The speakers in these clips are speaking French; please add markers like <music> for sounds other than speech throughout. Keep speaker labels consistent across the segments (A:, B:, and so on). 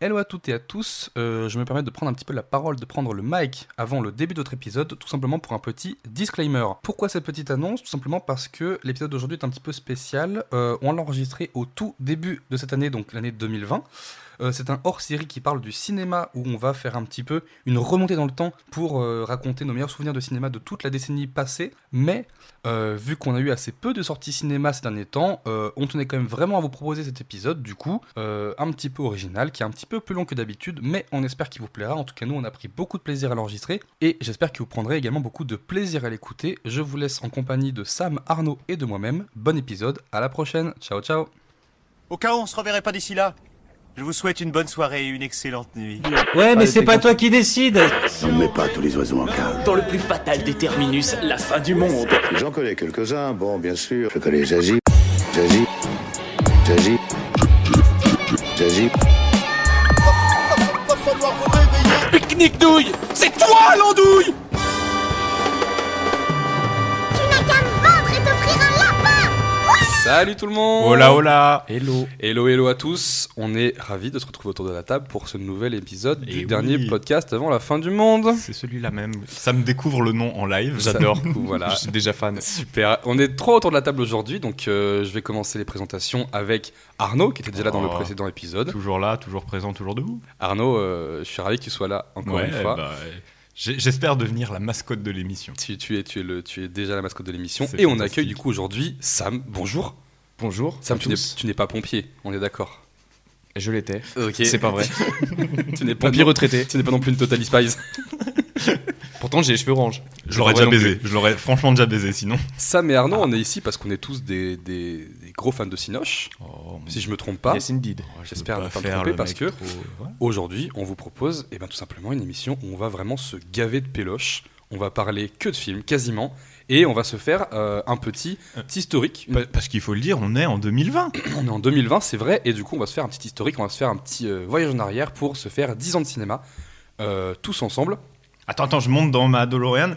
A: Hello à toutes et à tous, euh, je me permets de prendre un petit peu la parole, de prendre le mic avant le début d'autres épisode, tout simplement pour un petit disclaimer. Pourquoi cette petite annonce Tout simplement parce que l'épisode d'aujourd'hui est un petit peu spécial. Euh, on l'a enregistré au tout début de cette année, donc l'année 2020. Euh, c'est un hors-série qui parle du cinéma où on va faire un petit peu une remontée dans le temps pour euh, raconter nos meilleurs souvenirs de cinéma de toute la décennie passée. Mais euh, vu qu'on a eu assez peu de sorties cinéma ces derniers temps, euh, on tenait quand même vraiment à vous proposer cet épisode, du coup, euh, un petit peu original, qui est un petit peu plus long que d'habitude, mais on espère qu'il vous plaira. En tout cas, nous, on a pris beaucoup de plaisir à l'enregistrer et j'espère que vous prendrez également beaucoup de plaisir à l'écouter. Je vous laisse en compagnie de Sam, Arnaud et de moi-même. Bon épisode, à la prochaine. Ciao, ciao.
B: Au cas où on se reverrait pas d'ici là, je vous souhaite une bonne soirée et une excellente nuit.
C: Ouais, mais
A: Allez,
C: c'est
A: t'es
C: pas
A: con.
C: toi qui décide.
D: On ne met pas tous les oiseaux en cage.
E: Dans le plus fatal des terminus, la fin du monde.
D: J'en connais quelques-uns, bon, bien sûr. Je connais Jazzy, Jazzy, Jazzy, Jazzy.
E: Pique-nique douille C'est toi l'andouille
A: Salut tout le monde
F: Hola hola
A: Hello. Hello, hello à tous. On est ravis de se retrouver autour de la table pour ce nouvel épisode
F: Et
A: du
F: Eh oui.
A: dernier podcast avant la fin du monde.
F: C'est celui-là même. Ça me découvre le nom en live,
A: Ça-
F: j'adore.
A: voilà.
G: Ah.
F: Je suis déjà fan.
A: Super. On est trois autour de la table aujourd'hui, donc euh, je vais commencer les présentations avec Arnaud, qui était déjà là dans le
F: Oh.
A: précédent épisode.
F: <laughs> Toujours là, toujours présent, toujours debout.
A: Arnaud, euh, je suis ravi que tu sois là encore
F: Ouais,
A: une fois.
F: bah, j'ai- j'espère devenir la mascotte de l'émission.
A: Tu, tu es, tu, es le, tu es déjà la mascotte de l'émission.
F: C'est
A: Et on
F: fantastique.
A: accueille du coup aujourd'hui Sam. Bonjour.
G: Bonjour.
A: Sam,
G: à
A: tu n'es-
G: tous.
A: tu n'es pas pompier, on est d'accord.
G: Je l'étais.
A: Ok.
G: C'est pas vrai.
A: tu n'es pas,
G: Pompier
A: non,
G: retraité.
A: tu n'es pas non plus une Total Spies.
G: <laughs> Pourtant, j'ai les cheveux orange.
F: Je l'aurais
A: pas vrai
F: déjà
A: non
F: baisé. Je l'aurais franchement déjà baisé sinon.
A: Sam et Arnaud, on est ici parce qu'on est tous des, des- des gros fans de Cinoche,
F: Oh,
A: si je me trompe pas.
G: Yes, indeed.
A: J'espère ne pas me tromper parce que Aujourd'hui, on vous propose eh ben, tout simplement une émission où on va vraiment se gaver de péloche. On va parler que de films, quasiment. Et on va se faire euh, un petit, petit historique. Une-
F: Bah, Parce qu'il faut le dire, on est en 2020.
A: On est en 2020, c'est vrai. Et du coup, on va se faire un petit historique. On va se faire un petit euh, voyage en arrière pour se faire 10 ans de cinéma. euh, tous ensemble.
F: Attends, attends, je monte dans ma DeLorean.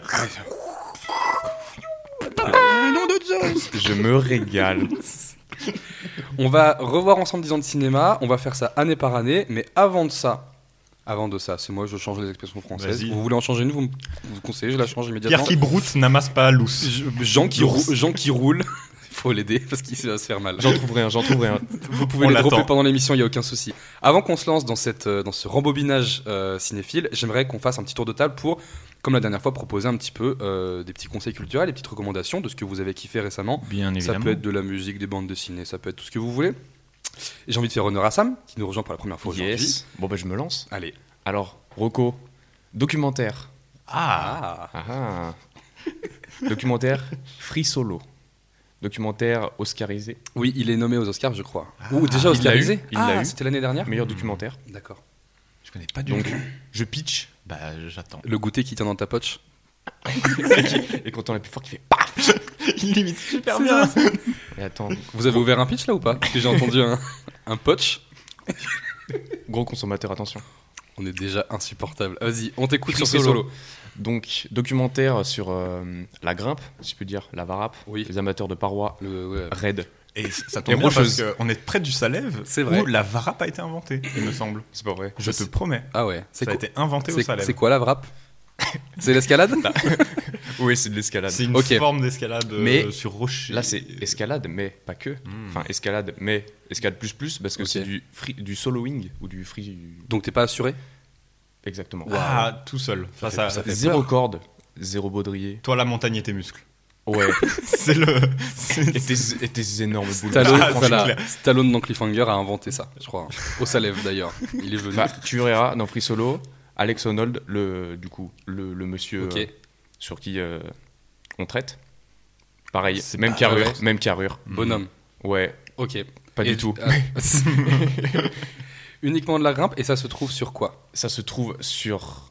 G: Je me régale.
A: On va revoir ensemble 10 ans de cinéma. On va faire ça année par année. Mais avant de ça, avant de ça, c'est moi, je change les expressions françaises.
F: Vas-y.
A: Vous voulez en changer une, vous me vous conseillez, je la change immédiatement.
F: Pierre qui broute n'amasse pas lousse.
A: Je- Jean qui,
F: L'ours.
A: roule, Jean qui roule, <laughs> faut l'aider parce qu'il va se faire mal.
G: J'en trouverai un, j'en trouverai un.
A: vous pouvez
F: on
A: les
F: l'attend.
A: dropper pendant l'émission, il n'y a aucun souci. Avant qu'on se lance dans, cette, euh, dans ce rembobinage euh, cinéphile, j'aimerais qu'on fasse un petit tour de table pour, comme la dernière fois, proposer un petit peu euh, des petits conseils culturels, des petites recommandations de ce que vous avez kiffé récemment.
F: Bien
A: Ça peut être de la musique, des bandes dessinées, ça peut être tout ce que vous voulez. J'ai envie de faire honneur à Sam, qui nous rejoint pour la première fois aujourd'hui.
G: Yes. Bon, bah, je me lance.
A: Allez.
G: Alors, Rocco, documentaire.
A: Ah,
F: Ah,
G: Ah ah. Documentaire Free Solo. Documentaire Oscarisé.
A: Oui, il est nommé aux Oscars, je crois. Ou déjà
G: Ah, il l'a
A: Oscarisé
G: eu, il
A: Ah,
G: l'a eu.
A: C'était l'année dernière
G: Meilleur documentaire.
A: D'accord.
F: je connais pas du
G: Donc,
F: tout.
G: je pitch.
F: Bah, j'attends.
A: Le goûter qui tient dans ta poche
G: Et quand on appuie fort, qui fait paf
F: Il limite super bien.
G: Et attends,
A: Vous avez ouvert un pitch là ou pas Parce que J'ai entendu un, un potch.
G: gros consommateur, attention.
A: On est déjà insupportable. Ah, Vas-y, on t'écoute
G: Free
A: sur Free
G: Solo.
A: Solo.
G: Donc, documentaire sur euh, la grimpe, si je peux dire, la varap,
A: Oui.
G: les amateurs de parois,
A: Le- ouais.
G: raid.
F: Et ça
G: Et
F: tombe bien parce
G: rocheuse.
F: qu'on est près du Salève
A: C'est vrai.
F: où la varap a été inventée, il me semble.
G: C'est pas vrai.
F: Je te promets.
A: Ah ouais, c'est
F: Ça a
A: quoi
F: été inventé au
A: c'est-
F: Salève.
A: C'est quoi la
G: <laughs>
A: wrap C'est l'escalade
G: Oui, c'est de l'escalade.
F: C'est une
A: Ok.
F: forme d'escalade euh,
G: Mais
F: sur rocher.
G: Là, c'est escalade, mais pas que.
F: Hmm.
G: Enfin, escalade, mais escalade plus plus, parce que
A: Ok.
G: c'est du, free- du soloing ou du free.
A: Donc t'es pas
G: <laughs>
A: assuré
G: Exactement.
F: Ah, tout seul. Ça, ça-
A: ça fait
G: Zéro corde, zéro baudrier.
F: Toi, la montagne et tes muscles. <laughs>
G: Ouais.
F: C'est le.
G: et,
F: c'est-
G: tes, et tes énormes boules.
A: Stallone,
F: Ah, c'est
A: voilà.
F: clair.
A: Stallone dans Cliffhanger a inventé ça, je
G: <laughs>
A: crois. Au Salève d'ailleurs. Il est venu.
G: Bah, tu verras dans Free Solo, Alex Honnold, le, du coup, le, le monsieur
A: ok.
G: euh, sur qui euh, on traite. Pareil,
F: C'est
G: même
F: pas Hmm.
G: carrure,
A: vrai.
G: même carrure.
A: Bonhomme.
G: Ouais,
A: Ok.
G: hmm. pas
A: Et-
G: du tout. <laughs>
A: Ah. Uniquement de la grimpe et ça se trouve sur quoi
G: Ça se trouve sur.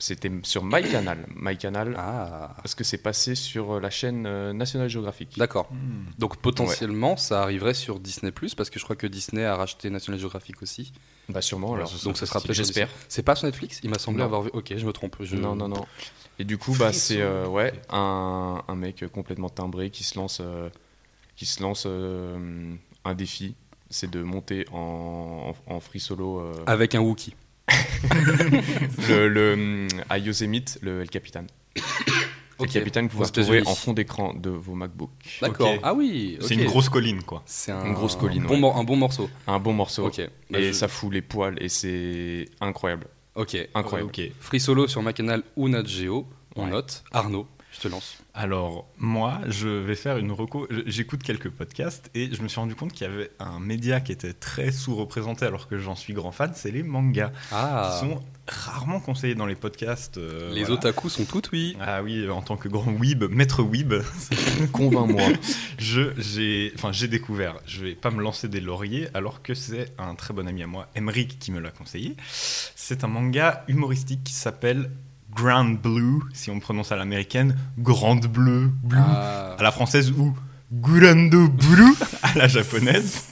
G: C'était sur MyCanal. MyCanal,
A: Ah.
G: parce que c'est passé sur euh, la chaîne euh, National Geographic.
A: D'accord.
G: Hmm.
A: Donc potentiellement, ça arriverait sur Disney Plus parce que je crois que Disney a racheté National Geographic aussi.
G: Bah, sûrement alors.
A: Donc ça sera peut-être. sur
G: J'espère.
A: Disney. C'est pas sur Netflix Il m'a semblé
G: Non.
A: avoir vu. Ok, je me trompe. Je...
G: Non, non, non. Et du coup, bah, c'est euh, ouais, un, un mec complètement timbré qui se lance, euh, qui se lance euh, un défi c'est de monter en, en- en free solo euh,
A: Avec un Wookie.
G: le, le, hum, à Yosemite, le El Capitan.
A: Ok.
G: El Capitan que vous
A: Aux
G: retrouvez
A: États-Unis.
G: en fond d'écran de vos MacBooks.
A: D'accord.
F: Ok.
A: Ah oui.
F: C'est
A: ok.
F: une grosse colline, quoi.
A: C'est un,
G: une grosse colline,
A: bon
G: ouais.
A: mor- un bon morceau.
G: Un bon morceau.
A: Ok. Bah,
G: Et
A: je-
G: ça fout les poils et c'est incroyable.
A: Ok.
G: Incroyable.
F: Ok.
A: Free Solo sur ma canal ou Nat Geo. On
F: Ouais.
A: note. Arnaud, je te lance.
F: Alors, moi, je vais faire une reco. je- J'écoute quelques podcasts et je me suis rendu compte qu'il y avait un média qui était très sous-représenté alors que j'en suis grand fan, c'est les mangas.
A: Ah.
F: Qui sont rarement conseillés dans les podcasts. euh,
A: Les
F: voilà.
A: otaku sont toutes oui.
F: Ah oui, en tant que grand weeb, maître weeb, <laughs>
G: Convainc-moi.
F: je j'ai enfin j'ai découvert. Je vais pas me lancer des lauriers alors que c'est un très bon ami à moi, Emric, qui me l'a conseillé. C'est un manga humoristique qui s'appelle Grand Blue, si on prononce à l'américaine, Grande Bleue, Blue
A: Ah.
F: à la française ou Gurando Blue <laughs> à la japonaise.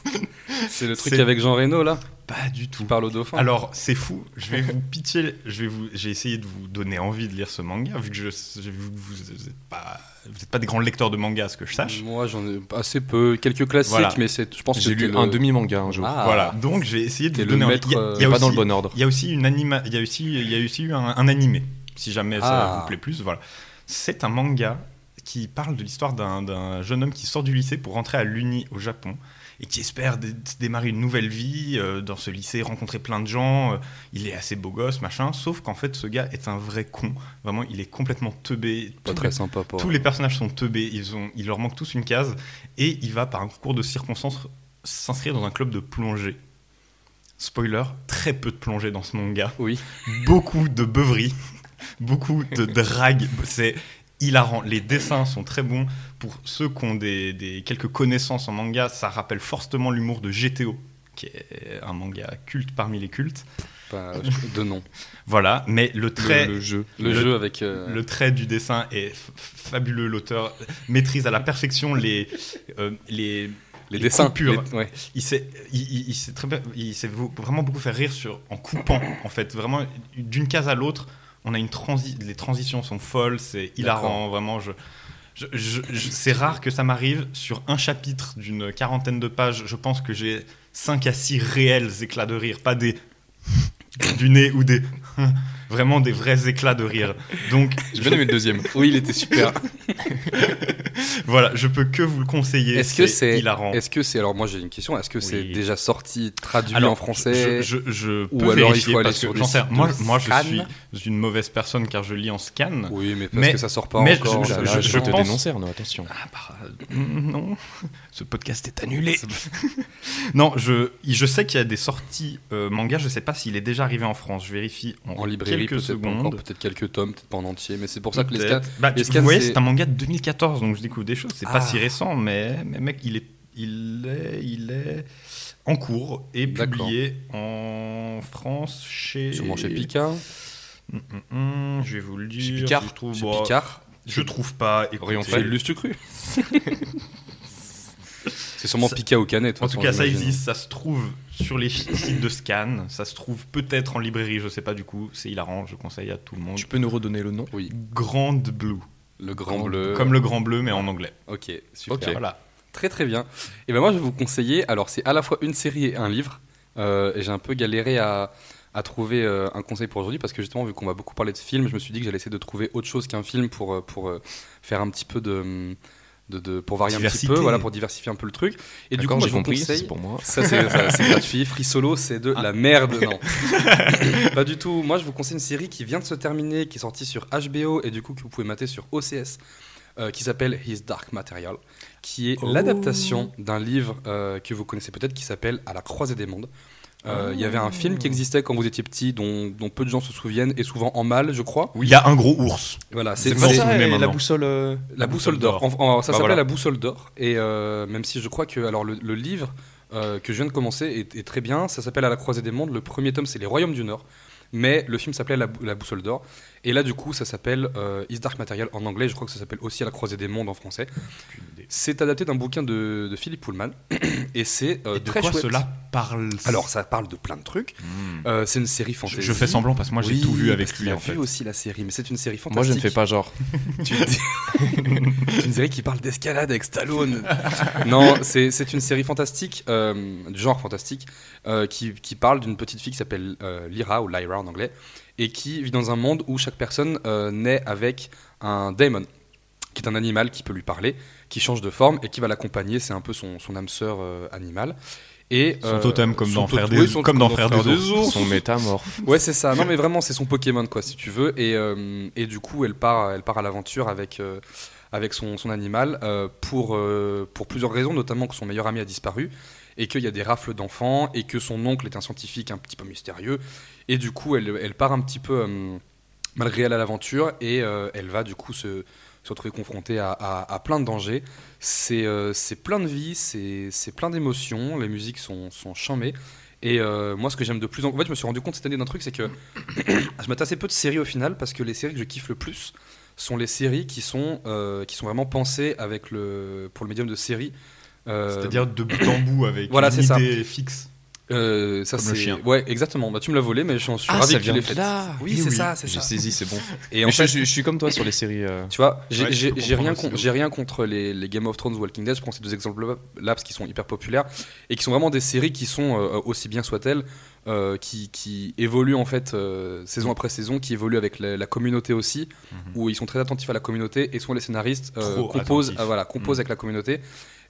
A: C'est le truc
F: C'est-
A: avec Jean Reno là.
F: Pas du tout.
A: Qui parle au dauphin.
F: <laughs> Alors, c'est fou, je vais vous pitcher, je vais vous, j'ai essayé de vous donner envie de lire ce manga, vu que je, je- vous, n'êtes pas, vous êtes pas des grands lecteurs de manga, à ce que je sache.
A: Moi, j'en ai assez peu, quelques classiques,
F: Voilà.
A: mais c'est, je pense que
G: J'ai lu
A: c'était
G: un
A: le-
G: demi-manga un jour.
A: Ah.
F: Voilà, donc j'ai essayé de
A: T'es
F: vous
A: le
F: donner
A: maître,
F: envie. Il y a-
A: euh,
F: il
G: Il
F: y a
G: est pas dans
F: aussi-
G: le bon ordre.
F: Il y a aussi une anima, il y a aussi, il y a aussi eu un, un animé, si jamais ça
A: Ah.
F: vous plaît plus. Voilà, c'est un manga qui parle de l'histoire d'un- d'un jeune homme qui sort du lycée pour rentrer à l'uni au Japon et qui espère dé- démarrer une nouvelle vie euh, dans ce lycée, rencontrer plein de gens. euh, il est assez beau gosse, machin. Sauf qu'en fait, ce gars est un vrai con. Vraiment, il est complètement teubé.
A: Pas
F: Tous
A: très sympa pour.
F: tous les personnages sont teubés, ils, ont, il leur manque tous une case, et il va, par un concours de circonstances, s'inscrire dans un club de plongée. Spoiler, très peu de plongée dans ce manga.
A: Oui.
F: Beaucoup de beuveries, <laughs> beaucoup de drague. C'est hilarant. Les dessins sont très bons. Pour ceux qui ont des, des- quelques connaissances en manga, ça rappelle fortement l'humour de GTO, qui est un manga culte parmi les cultes.
A: Pas, euh, je- de nom.
F: Voilà, mais le trait...
G: Le, le jeu.
A: Le,
F: Le-
A: jeu avec. euh,
F: Le trait du dessin est f- fabuleux. L'auteur maîtrise à la perfection les, euh, les,
A: les, dessins.
F: coupures.
A: Les- ouais.
F: Il s'est il, il- il s'est très bien- il s'est vo- vraiment beaucoup fait rire sur, en coupant, en fait. Vraiment, d'une case à l'autre, on a une transi les transitions sont folles, c'est hilarant. Vraiment, je, je- je- je- c'est rare que ça m'arrive. Sur un chapitre d'une quarantaine de pages, je pense que j'ai 5 à 6 réels éclats de rire, pas des du nez ou des. <laughs> Vraiment des vrais éclats de rire. Donc,
G: J'ai bien aimé le deuxième.
A: Oui, il était <laughs> super.
F: Voilà, je peux que vous le conseiller.
A: Est-ce que c'est.
F: hilarant
A: Est-ce que c'est. Alors, moi, j'ai une question. Est-ce que c'est
F: Oui.
A: déjà sorti, traduit en français
F: je, je, je
A: Ou
F: peux
A: alors il
F: vérifier
A: faut aller
F: parce
A: sur
F: que
A: des
F: j'en sais
A: sites
F: Moi,
A: de
F: moi, je
A: scan.
F: suis une mauvaise personne car je lis en scan.
A: Oui, mais parce
F: Mais-
A: que ça sort pas
F: mais
A: encore.
F: je-
A: là,
G: Là,
A: là,
G: là,
A: je-
G: je vais te
F: pense-
G: dénoncer, Arnaud, attention.
F: Ah bah,
A: <laughs>
F: euh, non, ce podcast est annulé. <laughs> non, je, je sais qu'il y a des sorties euh, manga. Je sais pas s'il est déjà arrivé en France. Je vérifie en,
A: En librairie,
F: quelques
A: peut-être pas encore,
F: secondes.
A: peut-être quelques tomes, peut-être pas en entier, mais c'est pour ça que les stats.
F: Peut-être. Bah,
A: les
F: tu-
A: scans,
F: vous voyez,
A: c'est-
F: c'est un manga de 2014, donc je découvre des choses. C'est
A: Ah.
F: pas si récent, mais, mais mec, il est, il est, il est en cours et
A: D'accord.
F: publié en France chez.
A: Sûrement chez Pika,
F: Hum, hum, hum, je vais vous le dire.
A: chez Picard,
F: Je trouve,
A: chez
F: bah,
A: Picard.
F: je trouve pas. écoutez.
G: Orienté.
A: Chez Lustucru. c'est sûrement Pika ou Canet. de toute
F: En tout
A: façon,
F: cas, ça
A: j'imagine.
F: existe. Ça se trouve sur les sites de scan. Ça se trouve peut-être en librairie. Je sais pas du coup. C'est hilarant. Je conseille à tout le monde.
G: Tu peux nous redonner le nom
A: Oui,
F: Grande Blue.
A: le grand bleu.
F: Comme le Grand Bleu, mais en anglais.
A: Ok, super.
F: Voilà.
A: Très très bien. Et ben moi je vais vous conseiller, alors c'est à la fois une série et un livre, Euh, et j'ai un peu galéré à, à trouver euh, un conseil pour aujourd'hui, parce que justement vu qu'on va beaucoup parler de films, je me suis dit que j'allais essayer de trouver autre chose qu'un film pour, euh, pour euh, faire un petit peu de... de, de- pour varier un
F: Diversité.
A: petit peu, voilà, pour diversifier un peu le truc. Et du coup,
G: D'accord,
A: moi,
G: j'ai
A: je vous
G: compris,
A: conseille...
G: c'est pour moi.
A: Ça, c'est ça, c'est gratuit. Free Solo, c'est
F: Ah.
A: de la merde.
F: <laughs>
A: Non. <laughs> pas du tout. Moi, je vous conseille une série qui vient de se terminer, qui est sortie sur HBO et du coup que vous pouvez mater sur OCS, euh, qui s'appelle His Dark Material, qui
F: Oh.
A: est l'adaptation d'un livre euh, que vous connaissez peut-être qui s'appelle À la croisée des mondes. Euh, Il y avait un film
F: Ah.
A: qui existait quand vous étiez petit, dont, dont peu de gens se souviennent, et souvent en mal, je crois.
F: Il y a un gros ours.
A: Voilà, c'est
F: C'est pas
A: c'est-
F: ça, euh, la
G: boussole.
A: la boussole d'or. En- en- ça s'appelle
G: Bah voilà.
A: la boussole d'or. Et euh, même si je crois que alors le, le livre euh, que je viens de commencer est, est très bien, ça s'appelle À la croisée des mondes. Le premier tome, c'est Les Royaumes du Nord. Mais le film s'appelait La, Bou- La Boussole d'Or. Et là, du coup, ça s'appelle euh, Is Dark Material en anglais. Je crois que ça s'appelle aussi À la Croisée des Mondes en français. C'est adapté d'un bouquin de, de Philippe Pullman. <clears throat> et c'est euh,
F: Et de
A: très
F: quoi
A: chouette.
F: cela parle
A: Alors, ça parle de plein de trucs. Euh, c'est une série
F: Hmm. je,
A: fantasy.
F: je fais semblant parce que moi j'ai
A: Oui,
F: tout vu
A: parce
F: avec
A: qu'il
F: lui
A: a
F: en fait.
A: vu aussi la série, mais c'est une série fantastique.
G: Moi, je ne fais pas genre.
A: Tu me dis- tu me dirais qu'il parle d'escalade avec Stallone. <laughs> non, c'est c'est une série fantastique, euh, du genre fantastique, euh, qui, qui parle d'une petite fille qui s'appelle euh, Lyra, ou Lyra en anglais, et qui vit dans un monde où chaque personne euh, naît avec un daemon, qui est un animal qui peut lui parler, qui change de forme et qui va l'accompagner. C'est un peu son, son âme sœur euh, animale. Et,
F: Son
A: euh,
F: totem comme
A: son
F: dans Frères
A: tot-
F: des-
A: oui, son-
F: comme dans Frères des
A: des
G: Ils
A: Ours.
G: sont métamorphes.
A: <laughs> Ouais, c'est ça. Non, mais vraiment, c'est son Pokémon, quoi, si tu veux. Et, euh, et du coup, elle part, elle part à l'aventure avec, euh, avec son, son animal euh, pour, euh, pour plusieurs raisons, notamment que son meilleur ami a disparu et qu'il y a des rafles d'enfants et que son oncle est un scientifique un petit peu mystérieux. Et du coup, elle, elle part un petit peu, euh, malgré elle, à l'aventure et euh, elle va du coup se, se retrouver confrontée à, à- à plein de dangers. C'est euh, c'est plein de vie, c'est c'est plein d'émotions, les musiques sont, sont chamées. Et euh, moi, ce que j'aime de plus en... en fait, je me suis rendu compte cette année d'un truc, c'est que <coughs> je m'attends assez peu de séries au final parce que les séries que je kiffe le plus sont les séries qui sont, euh, qui sont vraiment pensées avec le... pour le médium de série. Euh,
F: C'est-à-dire de bout en bout avec
A: voilà,
F: une
A: c'est ça.
F: idée fixe.
A: euh, ça
F: Comme le
A: c'est-
F: chien.
A: Ouais, exactement. Bah, tu me l'as volé, mais je suis ravi que tu l'aies faite. Oui,
G: Eh
A: c'est ça, c'est
G: J'ai
A: ça.
G: saisi, c'est bon.
A: Et en
G: Mais je,
A: fait,
G: je- je suis comme toi sur les séries. euh,
A: tu vois, j'ai
F: Ouais, je
A: j'ai-
F: peux
A: j'ai rien,
F: comprendre,
A: con-
F: c'est
A: j'ai rien contre les, les Game of Thrones ou Walking Dead. Je prends ces deux exemples là parce qu'ils sont hyper populaires et qui sont vraiment des séries qui sont euh, aussi bien soient-elles, euh, qui, qui évoluent en fait euh, saison après saison, qui évoluent avec la, la communauté aussi, où ils sont très attentifs à la communauté et souvent les scénaristes euh,
F: Mhm. Trop
A: composent,
F: attentifs. Mhm.
A: ah, voilà, composent avec la communauté.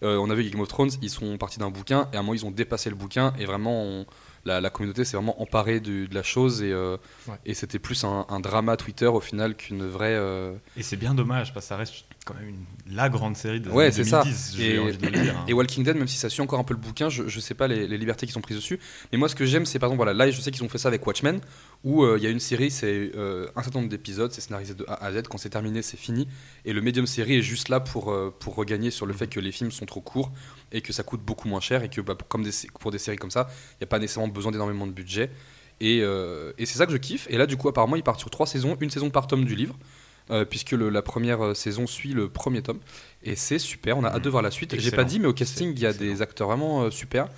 A: Euh, on a vu Game of Thrones, ils sont partis d'un bouquin et à un moment ils ont dépassé le bouquin et vraiment on- la, la communauté s'est vraiment emparée du- de la chose et, euh,
G: Ouais.
A: et c'était plus un, un drama Twitter au final qu'une vraie. euh,
F: Et c'est bien dommage parce que ça reste quand même une- la grande série de
A: Ouais, c'est
F: 2010.
A: ça.
F: j'ai
A: Et-
F: envie de le dire, hein.
A: Et Walking Dead, même si ça suit encore un peu le bouquin, je, je sais pas les, les libertés qui sont prises dessus. Mais moi, ce que j'aime, c'est par exemple, voilà, là, je sais qu'ils ont fait ça avec Watchmen, où euh, il y a une série, c'est euh, un certain nombre d'épisodes, c'est scénarisé de A à Z. Quand c'est terminé, c'est fini. Et le médium série est juste là pour, euh, pour regagner sur le
F: Mm.
A: fait que les films sont trop courts et que ça coûte beaucoup moins cher et que bah, pour- comme des, sé- pour des séries comme ça, il n'y a pas nécessairement besoin d'énormément de budget. Et, euh, et c'est ça que je kiffe. Et là, du coup, apparemment, ils partent sur trois saisons, une saison par tome du livre. euh, puisque le- la première euh, saison suit le premier tome et c'est super on a hâte de voir la suite j'ai pas
F: Mmh. Excellent.
A: dit mais au casting il y a des acteurs vraiment euh, super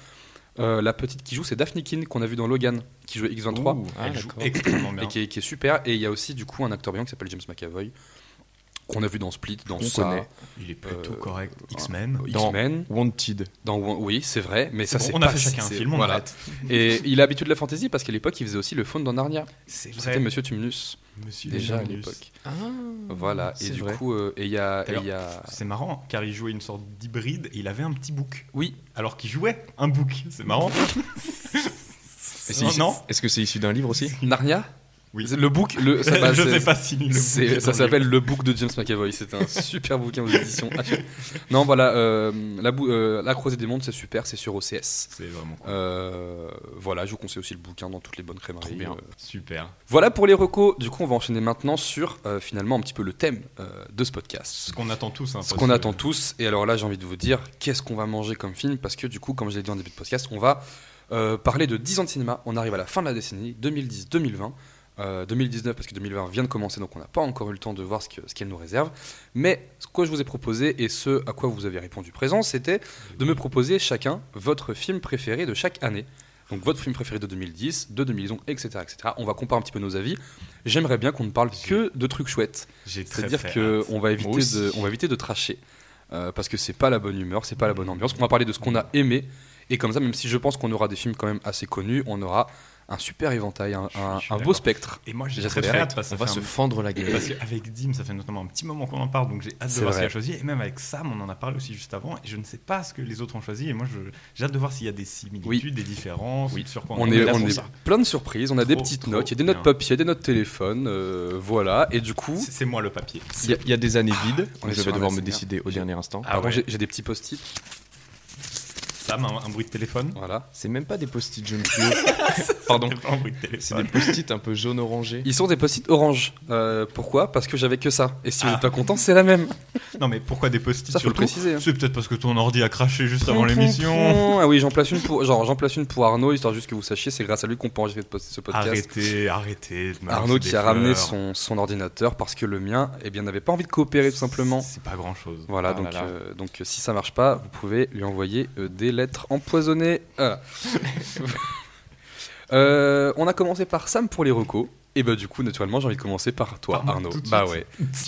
A: Euh, la petite qui joue c'est Daphne Keane qu'on a vu dans Logan qui jouait X23
G: Ouh, ah,
F: Elle joue
G: d'accord.
F: extrêmement bien.
A: et qui est, qui est super. Et il y a aussi du coup un acteur brillant qui s'appelle James McAvoy qu'on a vu dans Split, dans
G: On
A: ça,
G: connaît.
F: Il est plutôt
A: Euh,
F: correct. X-Men.
A: X-Men,
G: Wanted.
A: dans One- oui c'est vrai, mais ça
F: Bon,
A: c'est
F: on a
A: pas-
F: fait chacun un
A: c'est-
F: film, on
A: voilà.
F: arrête.
A: Et il a l'habitude de la fantasy parce qu'à l'époque il faisait aussi le faune dans Narnia.
F: C'est
A: C'était Monsieur Tumnus
F: Monsieur
A: déjà à
F: Linus.
A: l'époque.
G: Mmh.
A: voilà. Et
G: Ah, c'est
A: du
G: vrai.
A: coup euh, et il y a, et
F: D'ailleurs,
A: il y a-
F: C'est marrant hein, car il jouait une sorte d'hybride et il avait un petit bouc.
A: oui
F: Alors qu'il jouait un bouc. C'est marrant.
G: Et
F: Non,
G: c'est-
F: non.
G: Est-ce que c'est issu d'un livre aussi
A: Narnia.
F: Oui.
A: Le book, le,
F: <laughs>
A: ça, bah,
F: je
A: c'est-
F: sais pas si le
A: C'est-
F: bouc est
A: ça
F: dans
A: s'appelle Le Book de James McAvoy. C'est
F: <laughs>
A: un super bouquin aux éditions. Hachette. non, voilà, euh, la, bou- euh, La Croisée des Mondes, c'est super, c'est sur OCS.
F: le- C'est vraiment cool.
A: Euh, voilà, je vous conseille aussi le bouquin dans toutes les bonnes crèmeries. Euh,
F: Super.
A: voilà pour les recos. Du coup, on va enchaîner maintenant sur euh, finalement un petit peu le thème euh, de ce podcast.
F: Ce qu'on attend tous. hein,
A: Ce
F: parce
A: qu'on
F: que-
A: attend tous. Et alors là, j'ai envie de vous dire, qu'est-ce qu'on va manger comme film Parce que du coup, comme je l'ai dit en début de podcast, on va euh, parler de 10 ans de cinéma. On arrive à la fin de la décennie, 2010-2020. Euh, 2019 parce que 2020 vient de commencer donc on n'a pas encore eu le temps de voir ce que- ce qu'elle nous réserve mais ce que je vous ai proposé et ce à quoi vous avez répondu présent c'était de me proposer chacun votre film préféré de chaque année donc votre film préféré de 2010 de 2011 etc etc on va comparer un petit peu nos avis j'aimerais bien qu'on ne parle que de trucs chouettes
F: J'ai très hein.
A: c'est-à-dire
F: très hâte.
A: qu'on va, éviter
G: Moi aussi.
A: de- on va éviter de tracher. euh, parce que c'est pas la bonne humeur, c'est pas la bonne ambiance. On va parler de ce qu'on a aimé. Et comme ça, même si je pense qu'on aura des films quand même assez connus, on aura un super éventail, un,
F: suis-
A: un-
F: je suis
A: un beau
F: d'accord.
A: spectre.
F: Et moi j'ai
A: J'ai
F: très
A: très
F: très hâte parce que
G: On
F: ça
G: va
F: fait
G: se
F: un-
G: fendre la gueule.
F: Parce qu'avec Dim, ça fait notamment un petit moment qu'on en parle, donc j'ai hâte de
A: C'est
F: voir ce
A: vrai.
F: qu'il a choisi. Et même avec Sam, on en a parlé aussi juste avant, et je ne sais pas ce que les autres ont choisi. Et moi, je- j'ai hâte de voir s'il y a des similitudes,
A: Oui.
F: des différences,
A: Oui.
F: sur quoi
A: On est,
F: là
A: on
F: pour
A: est
F: ça.
A: plein de surprises, on a des
F: Trop,
A: petites
F: trop
A: notes, il y a des notes
F: bien.
A: papier, des notes téléphone, euh, voilà. Et du coup,
F: C'est Ah c'est moi le papier.
G: Il y, a- il y a des années vides.
A: on est
G: je
A: sur
G: vais
A: un
G: devoir me
A: ASMR.
G: décider au dernier instant.
A: pardon,
F: ouais.
A: j'ai- j'ai des petits post-it.
F: Sam, un, un bruit de téléphone.
A: Voilà.
G: C'est même pas des post-it jaunes fluo,
A: Pardon.
F: C'est pas <laughs> un bruit de
G: c'est
F: téléphone.
G: des post-it un peu jaune orangé.
A: Ils sont des post-it orange. Euh, pourquoi Parce que j'avais que ça. Et si vous
F: Ah.
A: n'êtes pas content, c'est la
F: <laughs>
A: même.
F: Non, mais pourquoi des post-it
A: Ça, faut le
F: surtout
A: préciser, hein.
F: C'est peut-être parce que ton ordi a craché juste avant
A: Pron, pron,
F: l'émission.
A: pron. Ah oui, j'en place une pour, genre j'en place une pour Arnaud, histoire juste que vous sachiez, c'est grâce à lui qu'on peut enregistrer de poster ce podcast.
F: Arrêtez, arrêtez. de me
A: Arnaud
F: lancer
A: qui
F: des
A: a ramené
F: fleurs.
A: son, son ordinateur parce que le mien, eh bien, n'avait pas envie de coopérer tout simplement.
F: C'est pas grand chose. <laughs>
A: Voilà,
G: Ah
A: donc,
G: là là.
A: euh, donc euh, si ça marche pas, vous pouvez lui envoyer euh, des lettres empoisonnées.
G: <laughs>
A: Voilà. Euh, on a commencé par Sam pour les recos. Et bah du coup, naturellement, j'ai envie de commencer par toi,
F: Par moi,
A: Arnaud.
F: tout de
A: Bah
F: suite.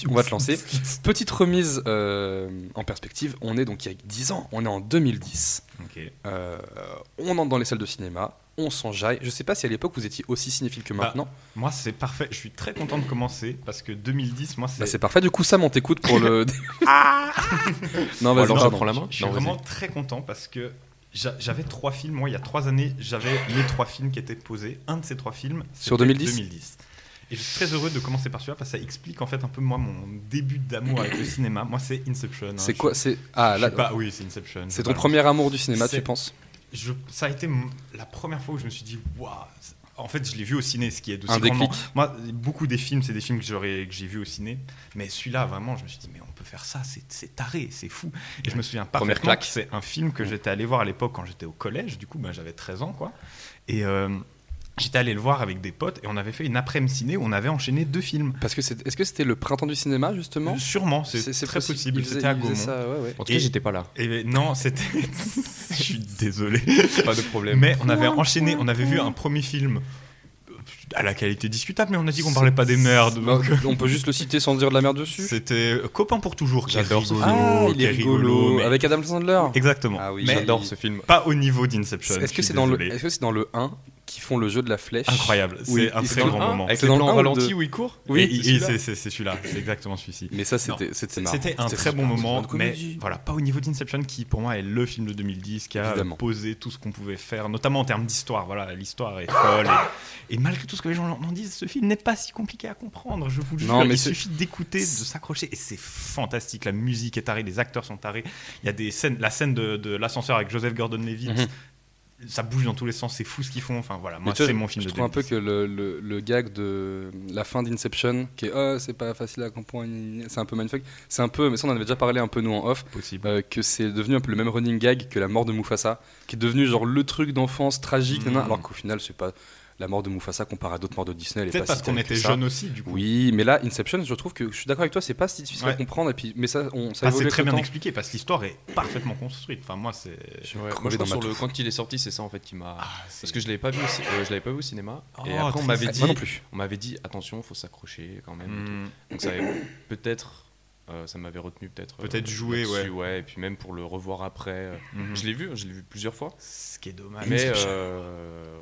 A: ouais, on va te lancer. Petite remise euh, en perspective, on est donc il y a 10 ans, on est en 2010.
F: Ok.
A: Euh, on entre dans les salles de cinéma, on s'enjaille. Je sais pas si à l'époque vous étiez aussi cinéphile
F: Bah,
A: que maintenant.
F: Moi, c'est parfait. Je suis très content de commencer parce que 2010, moi, c'est.
A: Bah c'est parfait, du coup Sam, on t'écoute pour
F: <laughs>
A: le... <laughs> non,
G: Bon,
A: vas-y,
G: alors, je
A: pardon.
G: prends la main.
F: je suis
G: Non, vas-y.
F: vraiment très content parce que j'a- j'avais trois films. Moi, il y a trois années, j'avais les trois films qui étaient posés. Un de ces trois films,
A: Sur
F: c'était
A: 2010?
F: Et je suis très heureux de commencer par celui-là parce que ça explique en fait un peu moi mon début d'amour avec le cinéma. Moi, c'est Inception. hein.
A: C'est
F: Je-
A: quoi c'est... Ah,
F: je
A: là,
F: sais pas, oui, c'est Inception.
A: c'est ton
F: Voilà.
A: premier amour du cinéma, tu
F: C'est-
A: penses
F: Je- ça a été m- la première fois où je me suis dit, waouh. c'est- En fait, je l'ai vu au ciné, ce qui est d'aussi
A: Un
F: grandement-
A: déclic
F: Moi, beaucoup des films, c'est des films que j'aurais, que j'ai vus au ciné, mais celui-là, vraiment, je me suis dit, mais on peut faire ça, c'est, c'est taré, c'est fou. Et je me souviens
G: Première
F: parfaitement
G: claque.
F: que c'est un film que j'étais allé voir à l'époque quand j'étais au collège, du coup, ben, j'avais 13 ans, quoi. Et euh, j'étais allé le voir avec des potes, et on avait fait une après-midi ciné où on avait enchaîné deux films.
A: Parce que c'est... Est-ce que c'était le printemps du cinéma, justement
F: Sûrement, c'est, très possible,
A: Il faisait-
F: c'était à
A: il faisait
F: Gaumont.
A: ça, ouais, ouais.
G: En tout cas,
F: Et-
G: j'étais pas là.
F: Et ben, non, c'était... <laughs> je suis désolé.
G: Pas de problème.
F: Mais on avait enchaîné, on avait vu un premier film euh, à la qualité discutable, mais on a dit qu'on parlait pas des merdes.
A: Bah,
F: donc-
A: on peut juste le citer sans dire de la merde dessus
F: C'était euh, Copain pour toujours. qui est
G: J'adore ce
F: rigolo,
A: Ah, il
F: qui
A: est rigolo.
F: mais-
A: Avec Adam Sandler
F: Exactement.
A: Ah oui,
F: mais
G: J'adore
A: il-
G: ce film.
F: pas au niveau d'Inception.
A: Est-ce que
F: je suis
A: c'est dans le
F: désolé.
A: est-ce que c'est dans le 1 qu'ils font le jeu de la flèche
F: Incroyable.
A: Oui,
F: c'est un
A: il
F: très
A: fait
F: grand
A: un,
F: moment.
G: Avec
A: C'est
G: les
A: dans le
G: plans
A: un
G: au
A: ou
G: ralenti
A: deux
G: où il court
A: Oui,
F: Et-
A: c'est
F: et-
A: celui-là.
F: c'est c'est- c'est celui-là. C'est exactement celui-ci.
A: Mais ça c'était
F: Non,
A: c'était marrant.
F: C'était un très bon
A: super, c'était
F: moment,
A: une
F: mais
A: comédie.
F: voilà, pas au niveau d'Inception qui pour moi est le film de 2010 qui a
A: Évidemment.
F: posé tout ce qu'on pouvait faire, notamment en termes d'histoire. Voilà, l'histoire est folle et, et malgré tout ce que les gens en en disent, ce film n'est pas si compliqué à comprendre. Je vous le
A: Non,
F: jure,
A: mais
F: il
A: c'est-
F: suffit d'écouter, de s'accrocher et c'est fantastique. La musique est tarée, les acteurs sont tarés. Il y a des scènes, la scène de, de l'ascenseur avec Joseph Gordon-Levitt.
A: Mhm.
F: Ça bouge dans tous les sens, c'est fou ce qu'ils font. Enfin voilà, moi
A: Mais tu vois,
F: c'est mon film
A: Je
F: de
A: trouve un peu
F: 2010.
A: que le, le, le gag de la fin d'Inception, qui est oh, c'est pas facile à comprendre, c'est un peu magnifique. C'est un peu, mais ça on en avait déjà parlé un peu nous en off,
F: possible.
A: euh, que c'est devenu un peu le même running gag que la mort de Mufasa, qui est devenu genre le truc d'enfance tragique,
F: Mhm.
A: nanana, alors qu'au final c'est pas la mort de Mufasa comparée à d'autres morts de Disney. elle est
F: Peut-être
A: pas
F: parce
A: si
F: qu'on
A: terrible que
F: était
A: ça.
F: jeunes aussi du coup.
A: Oui, mais là Inception, je trouve que je suis d'accord avec toi, c'est pas si difficile à
F: Ouais.
A: comprendre, et puis mais ça on ça
F: Ah,
A: évolue
F: c'est
A: avec
F: très
A: le
F: bien
A: temps.
F: expliqué parce que l'histoire est parfaitement construite. Enfin, moi, c'est. Ah,
A: Ouais,
G: Ouais,
A: crevé
G: moi, je
A: dans
G: pense
A: ma
G: sur
A: touffe.
G: le quand il est sorti, c'est ça en fait qui m'a. Parce
F: Parce
G: que je l'avais pas vu, au cin- euh, je l'avais pas vu au cinéma. et
F: Oh,
G: après on
F: triste.
G: m'avait
A: Ah,
G: dit,
A: moi non plus.
G: on m'avait dit attention, faut s'accrocher quand même.
F: Hmm.
G: Donc ça avait peut-être, euh, ça m'avait retenu peut-être. euh,
F: Peut-être joué,
G: là-dessus,
F: ouais.
G: Et puis même pour le revoir après, euh,
F: Mhm.
G: je l'ai vu, je l'ai vu plusieurs fois.
F: Ce qui est dommage.
G: Ah, Mais euh,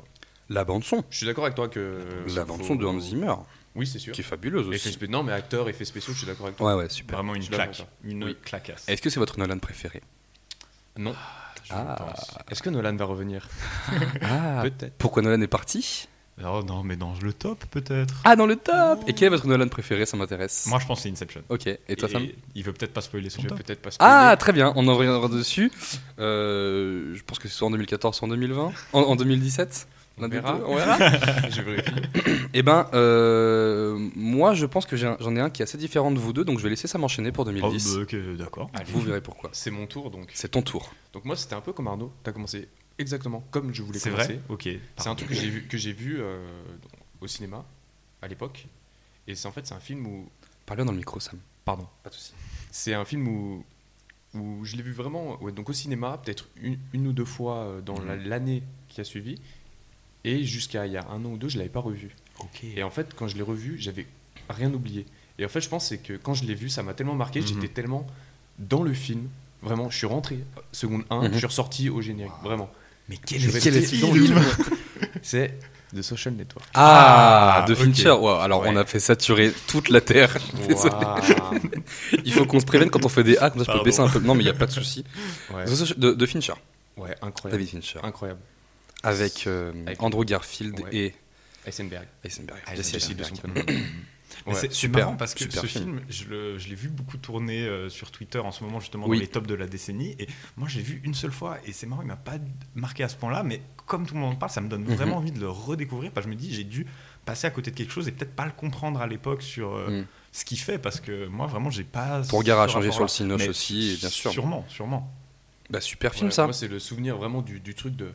A: La bande son,
G: je suis d'accord avec toi que.
A: la bande son de Hans Zimmer,
G: Oui, c'est sûr.
A: qui est fabuleuse
G: Effets
A: aussi.
G: spé- Non, mais acteur, effets spéciaux, je suis d'accord avec toi.
A: Ouais ouais super.
F: vraiment une
G: Je l'avoue,
F: claque.
G: ça.
F: Une
G: Oui.
F: claquasse.
A: Est-ce que c'est votre Nolan préféré
G: Non.
F: je
A: Ah.
F: pense.
G: Est-ce que Nolan va revenir
A: Ah,
G: Peut-être.
A: pourquoi Nolan est parti
F: Oh, non, mais dans le top, peut-être.
A: Ah, dans le top Et quel est votre Nolan préféré Ça m'intéresse.
F: Moi, je pense que c'est Inception.
A: Ok, et toi, Sam
F: Il veut peut-être pas spoiler son
G: Je vais
F: top.
G: peut-être pas. spoiler.
A: Ah, très bien, on en reviendra dessus. Euh, je pense que c'est soit en 2014, soit en 2020. En, en 2017
G: On
A: L'un des
G: verra,
A: deux.
G: on
F: <laughs>
G: verra. <laughs> Je vérifie.
A: Eh ben, euh, moi, je pense que j'ai un- j'en ai un qui est assez différent de vous deux, donc je vais laisser ça m'enchaîner pour
F: Oh,
A: 2010.
F: bah, ok, d'accord.
A: Vous verrez pourquoi.
G: C'est mon tour donc.
A: C'est ton tour.
G: Donc moi c'était un peu comme Arnaud, t'as commencé exactement comme je voulais
F: C'est
G: commencer.
F: vrai Ok.
G: C'est un truc que j'ai vu, que j'ai vu euh, au cinéma à l'époque. Et c'est en fait c'est un film où
A: Parle bien dans le micro, Sam.
G: pardon, pas de souci. C'est un film où où je l'ai vu vraiment ouais, donc au cinéma peut-être une, une ou deux fois euh, dans la-
F: Mhm.
G: l'année qui a suivi et jusqu'à il y a un an ou deux je l'avais pas revu.
F: Ok.
G: Et en fait quand je l'ai revu j'avais rien oublié. Et en fait je pense c'est que quand je l'ai vu ça m'a tellement marqué
F: Mhm.
G: j'étais tellement dans le film vraiment je suis rentré euh, seconde 1
A: Mhm.
G: je suis ressorti au générique vraiment.
F: Mais quel
G: Je
F: est
G: vais
F: quel
G: rester
F: est-
G: dans le
F: <laughs>
G: film. C'est The Social Network.
A: Ah,
F: Ah,
A: de
F: ok.
A: Fincher. Wow, alors, on
F: Ouais.
A: a fait saturer toute la Terre.
F: <laughs>
A: Désolé. Il faut qu'on se prévienne quand on fait des A, comme ça je peux
F: Pardon.
A: baisser un peu. Non, mais il n'y a pas de souci.
G: Ouais.
A: De, de Fincher.
G: Ouais, incroyable.
A: David Fincher.
G: Incroyable.
A: avec, euh,
G: Avec-
A: Andrew Garfield
G: Ouais.
A: et
G: Heisenberg.
A: Heisenberg.
F: Ah,
A: Jesse
F: Jesse de son
A: Heisenberg.
F: prénom. Et c'est c'est
A: super,
F: marrant parce que
A: super
F: ce
A: film.
F: film, je le- je l'ai vu beaucoup tourner euh, sur Twitter en ce moment, justement,
A: Oui.
F: dans les tops de la décennie. Et moi, je l'ai vu une seule fois. Et c'est marrant, il m'a pas marqué à ce point-là. Mais comme tout le monde en parle, ça me donne
A: Mhm.
F: vraiment envie de le redécouvrir. Parce que je me dis, j'ai dû passer à côté de quelque chose et peut-être pas le comprendre à l'époque sur euh,
A: Mm.
F: ce qu'il fait. Parce que moi, vraiment, j'ai pas.
A: Pour
F: Gara
A: Gara, changé sur le Cinoche aussi, et bien sûr.
F: Sûrement, sûrement.
A: Bah, super
G: Ouais,
A: film ça.
G: Moi, c'est le souvenir vraiment du, du truc de.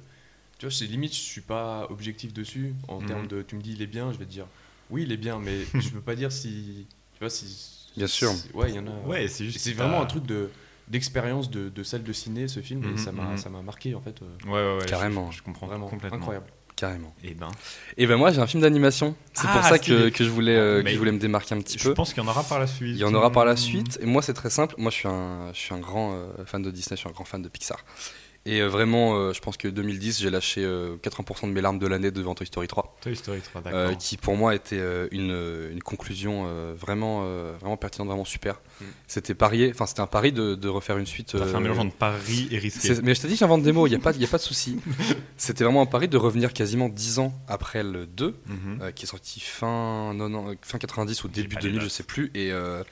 G: Tu vois, c'est limite, je suis pas objectif dessus. En
F: Mhm.
G: termes de. Tu me dis, il est bien, je vais te dire, oui, il est bien,
A: <laughs>
G: mais je peux pas dire si. Tu vois, si.
A: Bien sûr.
G: si- ouais, il y en a.
F: Ouais, c'est
G: Et
F: juste.
G: C'est
F: que
G: vraiment
F: t'as-
G: un truc de d'expérience de, de salle de ciné ce film
F: Mhm,
G: et ça m'a
F: mhm.
G: ça m'a marqué en fait euh,
F: Ouais, ouais, ouais, je-
A: Carrément.
F: Je, comprends
G: vraiment
F: complètement.
G: incroyable
A: Carrément.
F: Et ben,
A: Et ben moi j'ai un film d'animation. C'est pour
F: Ah,
A: ça que,
F: stylé.
A: que je voulais, euh, que
F: Mais-
A: je voulais me démarquer un petit
F: je
A: peu.
F: pense qu'il y en aura par la suite.
A: Il y en aura par la suite. Et moi c'est très simple. Moi je suis un, je suis un grand euh, fan de Disney, je suis un grand fan de Pixar. Et euh, vraiment, euh, je pense que 2010, j'ai lâché euh, 80% de mes larmes de l'année devant Toy Story 3,
F: Toy Story 3,
A: euh,
F: d'accord.
A: qui pour moi était euh, une, euh, une conclusion euh, vraiment, euh, vraiment pertinente, vraiment super.
G: Mm.
A: C'était parié, enfin c'était un pari de, de refaire une suite.
F: Ça fait
A: euh,
F: un mélange entre Paris et risqué.
A: c'est- Mais je t'ai dit que j'invente des mots, il n'y a, pas- il y a pas de souci. C'était vraiment un pari de revenir quasiment 10 ans après le 2
F: Mhm.
A: euh, qui est sorti fin, non, non, euh, fin 90 ou
F: J'ai
A: début
F: pas les
A: 2000, je
F: dates.
A: sais plus. Et, euh,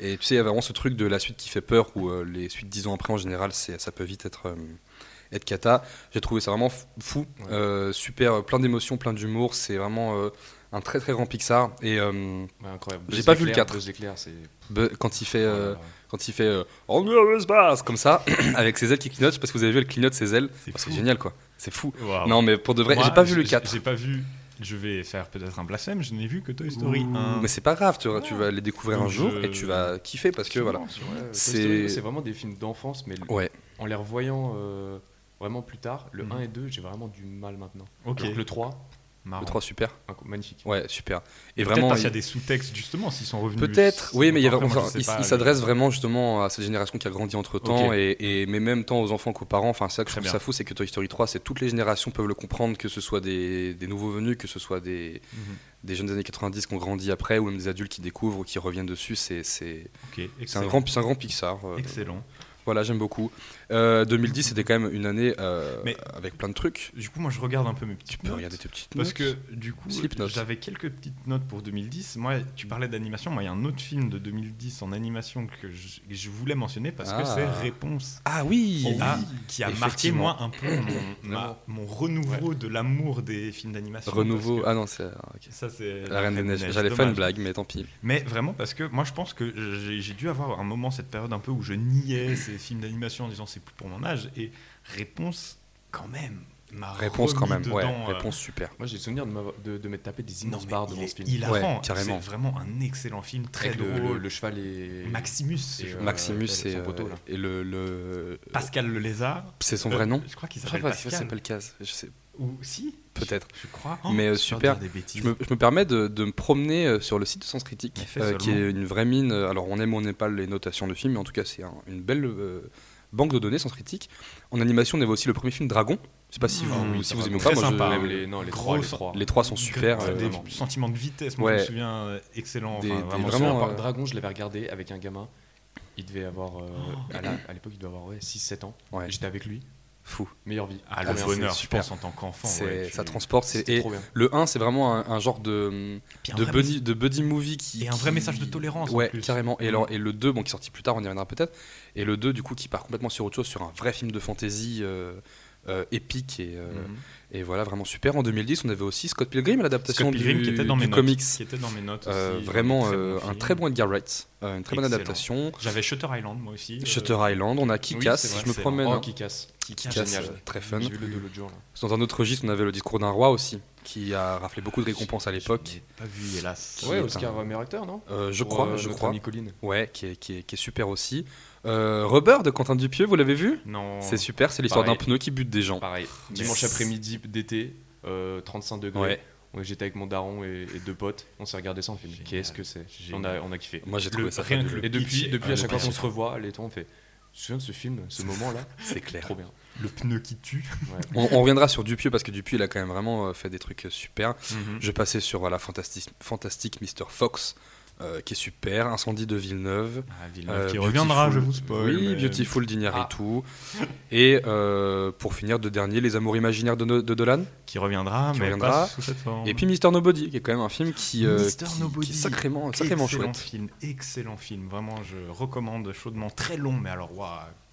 A: et tu sais, il y a vraiment ce truc de la suite qui fait peur, où euh, les suites 10 ans après, en général, c'est- ça peut vite être, euh, être cata. J'ai trouvé ça vraiment f- fou,
G: Ouais.
A: euh, super, euh, plein d'émotions, plein d'humour. C'est vraiment euh, un très très grand Pixar. Et euh,
G: Ouais, incroyable
A: J'ai
G: Buzz
A: pas vu le
G: l'éclair,
A: 4.
G: Buzz l'éclair, c'est
A: Be- quand il fait.
G: oh là
A: euh,
G: là.
A: quand il fait euh, On the base comme ça, <clears throat> avec ses ailes qui clignotent, je sais pas si vous avez vu, elle clignote ses ailes.
F: C'est
A: Oh, C'est
F: fou.
A: génial quoi, c'est fou.
F: Waouh.
A: Non, mais pour de vrai,
F: Moi,
A: j'ai pas vu le
F: j'ai-
A: 4.
F: J'ai pas vu. Je vais faire peut-être un blasphème, je n'ai vu que Toy Story 1.
A: Mais c'est pas grave, tu, vois, tu vas les découvrir un
F: Donc,
A: jour
F: je-
A: et tu vas kiffer parce que voilà.
G: Ouais, Toy
A: c'est-
G: Story, c'est vraiment des films d'enfance mais le-
A: Ouais.
G: en les revoyant euh, vraiment plus tard le
F: Mhm.
G: 1 et 2 j'ai vraiment du mal maintenant
F: Ok,
G: Alors que le 3
F: marrant.
A: Le 3 super.
G: inc- magnifique
A: Ouais, super. Et
F: hein. Peut-être
A: vraiment
F: parce qu'il y a
A: il-
F: des sous-textes justement s'ils sont revenus.
A: peut-être oui, mais il y avait
F: Après, moi, je sais
A: il,
F: pas, euh,
A: il
F: mais-
A: s'adresse vraiment justement à cette génération qui a grandi entre-temps et, et mais même tant aux enfants qu'aux parents. Enfin, c'est ça que je
F: Très
A: trouve
F: bien.
A: ça fou, c'est que Toy Story 3, c'est toutes les générations peuvent le comprendre que ce soit des, des nouveaux venus, que ce soit des
F: Mhm.
A: des jeunes des années 90 qui ont grandi après ou même des adultes qui découvrent ou qui reviennent dessus, c'est c'est
F: Ok,
A: c'est un
F: excellent.
A: grand c'est un grand Pixar. euh,
F: Excellent.
A: Voilà, j'aime beaucoup. Euh, 2010, c'était quand même une année euh,
F: Mais-
A: avec plein de trucs.
F: Du coup, moi je regarde un peu mes petits
A: Tu peux regarder tes petites
F: Parce
A: notes.
F: que du coup,
A: Slipknot.
F: j'avais quelques petites notes pour 2010. Moi, tu parlais d'animation. Moi, il y a un autre film de 2010 en animation que je, que je voulais mentionner parce
A: Ah.
F: que c'est Réponse
A: ah oui,
F: qui a, qui a marqué
A: Effectivement.
F: moi un peu mon, ma-
G: Vraiment.
F: mon renouveau de l'amour des films d'animation.
A: renouveau.
F: parce
A: Ah non, c'est
F: que Ça c'est
A: la Reine des Neiges. J'allais faire
F: dommage.
A: une blague, mais tant pis.
F: Mais vraiment parce que moi je pense que j'ai j'ai dû avoir un moment cette période un peu où je
A: <coughs>
F: niais ces films d'animation en disant c'est plus pour mon âge et réponse quand même. m'a
A: Réponse quand
F: remis
A: même, ouais.
F: dedans, euh,
A: Réponse super.
G: moi j'ai le souvenir de, m'avoir- de, de m'être tapé des
F: Non,
G: immenses
F: mais
G: barres
F: il
G: devant
F: est
G: ce film
F: hilarant.
A: Ouais, carrément.
F: C'est vraiment un excellent film, très
G: Avec le-
F: drôle.
G: le, le cheval et
F: Maximus,
G: et,
F: je
G: euh,
F: crois.
A: Maximus,
G: ouais,
A: c'est
G: son
A: euh,
G: poteau, là.
A: et le, le-
F: Pascal le lézard.
A: c'est son
F: Euh,
A: vrai nom.
F: Je crois qu'il
A: Je sais
F: s'appelle
A: pas si ça
F: Pascal.
A: s'appelle Caz. Je sais.
F: Ou si
A: Peut-être.
F: Je crois. Oh,
A: Mais, euh,
F: je vais
A: super.
F: dire Des bêtises.
A: Je me, je me permets de, de me promener euh, sur le site de Sens
F: Mais
A: Critique,
F: fais
A: euh, qui
F: seulement.
A: est une vraie mine. Euh, Alors on aime ou on n'aime pas les notations de films, mais en tout cas c'est un- une belle euh, banque de données Sens Critique. En animation, on avait aussi le premier film Dragon. Je sais pas si
F: Mmh.
A: vous,
F: Oui,
A: si vous
F: Dragon.
A: aimez ou pas.
F: Très
A: Moi, je-
F: sympa,
G: Même
F: hein.
G: les, non, les
F: Gros
G: trois, les
F: sang-
G: trois.
A: les trois sont super.
F: Des
A: euh,
G: vraiment.
F: sentiments de vitesse, moi
A: Ouais.
F: je me souviens, euh, excellent.
A: Des-
F: enfin,
A: des
F: vraiment,
G: Sur
A: vraiment,
G: la part
A: euh,
G: Dragon, je l'avais regardé avec un gamin. Il devait avoir. euh, à la- à l'époque, il devait avoir 6-7 ans.
A: Oh, Ouais.
G: J'étais avec lui.
A: Fou.
G: Meilleure
A: hein.
G: vie.
F: Ah,
G: Trop
F: le
G: bien.
F: bonheur, je
A: super.
F: pense, en tant qu'enfant.
A: C'est-
F: ouais, tu-
A: ça transporte. c'est-
G: C'était
A: Et
G: trop bien.
A: le 1, c'est vraiment un, un genre de,
F: Puis un
A: de,
F: vrai
A: buddy, de buddy movie qui.
F: Et un vrai
A: qui-
F: message de tolérance, en
A: Ouais,
F: plus.
A: carrément. Et,
F: Mhm.
A: alors, et le 2, bon, qui est sorti plus tard, on y reviendra peut-être. Et le 2, du coup, qui part complètement sur autre chose, sur un vrai film de fantasy euh, euh, épique. Et, euh,
F: Mhm.
A: et voilà, vraiment super. En 2010, on avait aussi Scott Pilgrim, l'adaptation
F: Scott Pilgrim
A: du,
F: qui était dans
A: du
F: mes notes.
A: comics.
F: Qui était dans mes notes.
A: Euh,
F: aussi,
A: vraiment
F: bon
A: euh, un
F: film.
A: très bon Edgar Wright, euh, une très bonne
F: Excellent.
A: adaptation.
F: J'avais Shutter Island, moi aussi. euh,
A: Shutter Island, on a
G: Oui,
A: Kick-Ass,
G: c'est vrai,
A: je me
F: c'est
A: promène.
G: Oh,
A: hein.
G: qui casse. Qui
A: Kick-Ass,
G: casse. Génial.
A: euh, très fun.
G: J'ai vu le de l'autre jour. Là.
A: Dans un autre registre, on avait le discours d'un roi aussi, qui a raflé beaucoup de récompenses à l'époque.
F: Pas vu, hélas.
A: Qui
G: Ouais,
A: est
G: Oscar
A: un-
G: meilleur acteur, non
A: Euh, je
G: Pour,
A: crois,
G: euh,
A: je
G: notre
A: crois.
G: ami Colin.
A: Ouais, qui est, qui est- qui est super aussi. Euh, Rubber de Quentin Dupieux, vous l'avez vu
F: Non.
A: C'est super, c'est l'histoire d'un
G: Pareil.
A: pneu qui bute des gens.
G: Pareil. Dimanche après-midi d'été, euh, 35 degrés.
A: Ouais.
G: Ouais, J'étais avec mon daron et, et deux potes. On s'est regardé ça en film.
F: Génial.
G: Qu'est-ce que c'est on
F: Génial.
G: a, on a kiffé.
A: Moi j'ai trouvé
F: Le-
A: ça
F: rien que
A: fabuleux.
F: le-
G: Et depuis,
F: pitch,
G: depuis
F: euh,
G: à
F: le
G: chaque fois
F: pitch.
G: qu'on se revoit, les temps, on fait. Tu te souviens de ce film, ce moment-là
A: <laughs> c'est clair.
G: Trop bien.
F: Le pneu qui tue.
G: Ouais.
A: On, on reviendra sur Dupieux parce que Dupieux il a quand Mhm. même vraiment euh, fait des trucs euh, super. Je passais sur la fantastique, fantastique Mr Fox euh, qui est super, Incendie de Villeneuve,
F: Ah,
A: euh,
F: Villeneuve qui reviendra,
A: Beautiful-
F: je vous spoil.
A: Oui,
F: mais- Ah.
A: Beautiful d'Iñárritu. Et euh, pour finir, de dernier, Les Amours Imaginaires de, No- de Dolan.
F: Qui reviendra,
A: Qui
F: mais
A: reviendra.
F: pas sous cette forme.
A: Et puis Mister Nobody, qui est quand même un film qui, euh,
F: Mister
A: qui- qui
F: Nobody.
A: est sacrément, sacrément
F: excellent
A: chouette.
F: film, excellent film. Vraiment, je recommande chaudement. Très long, mais alors, waouh,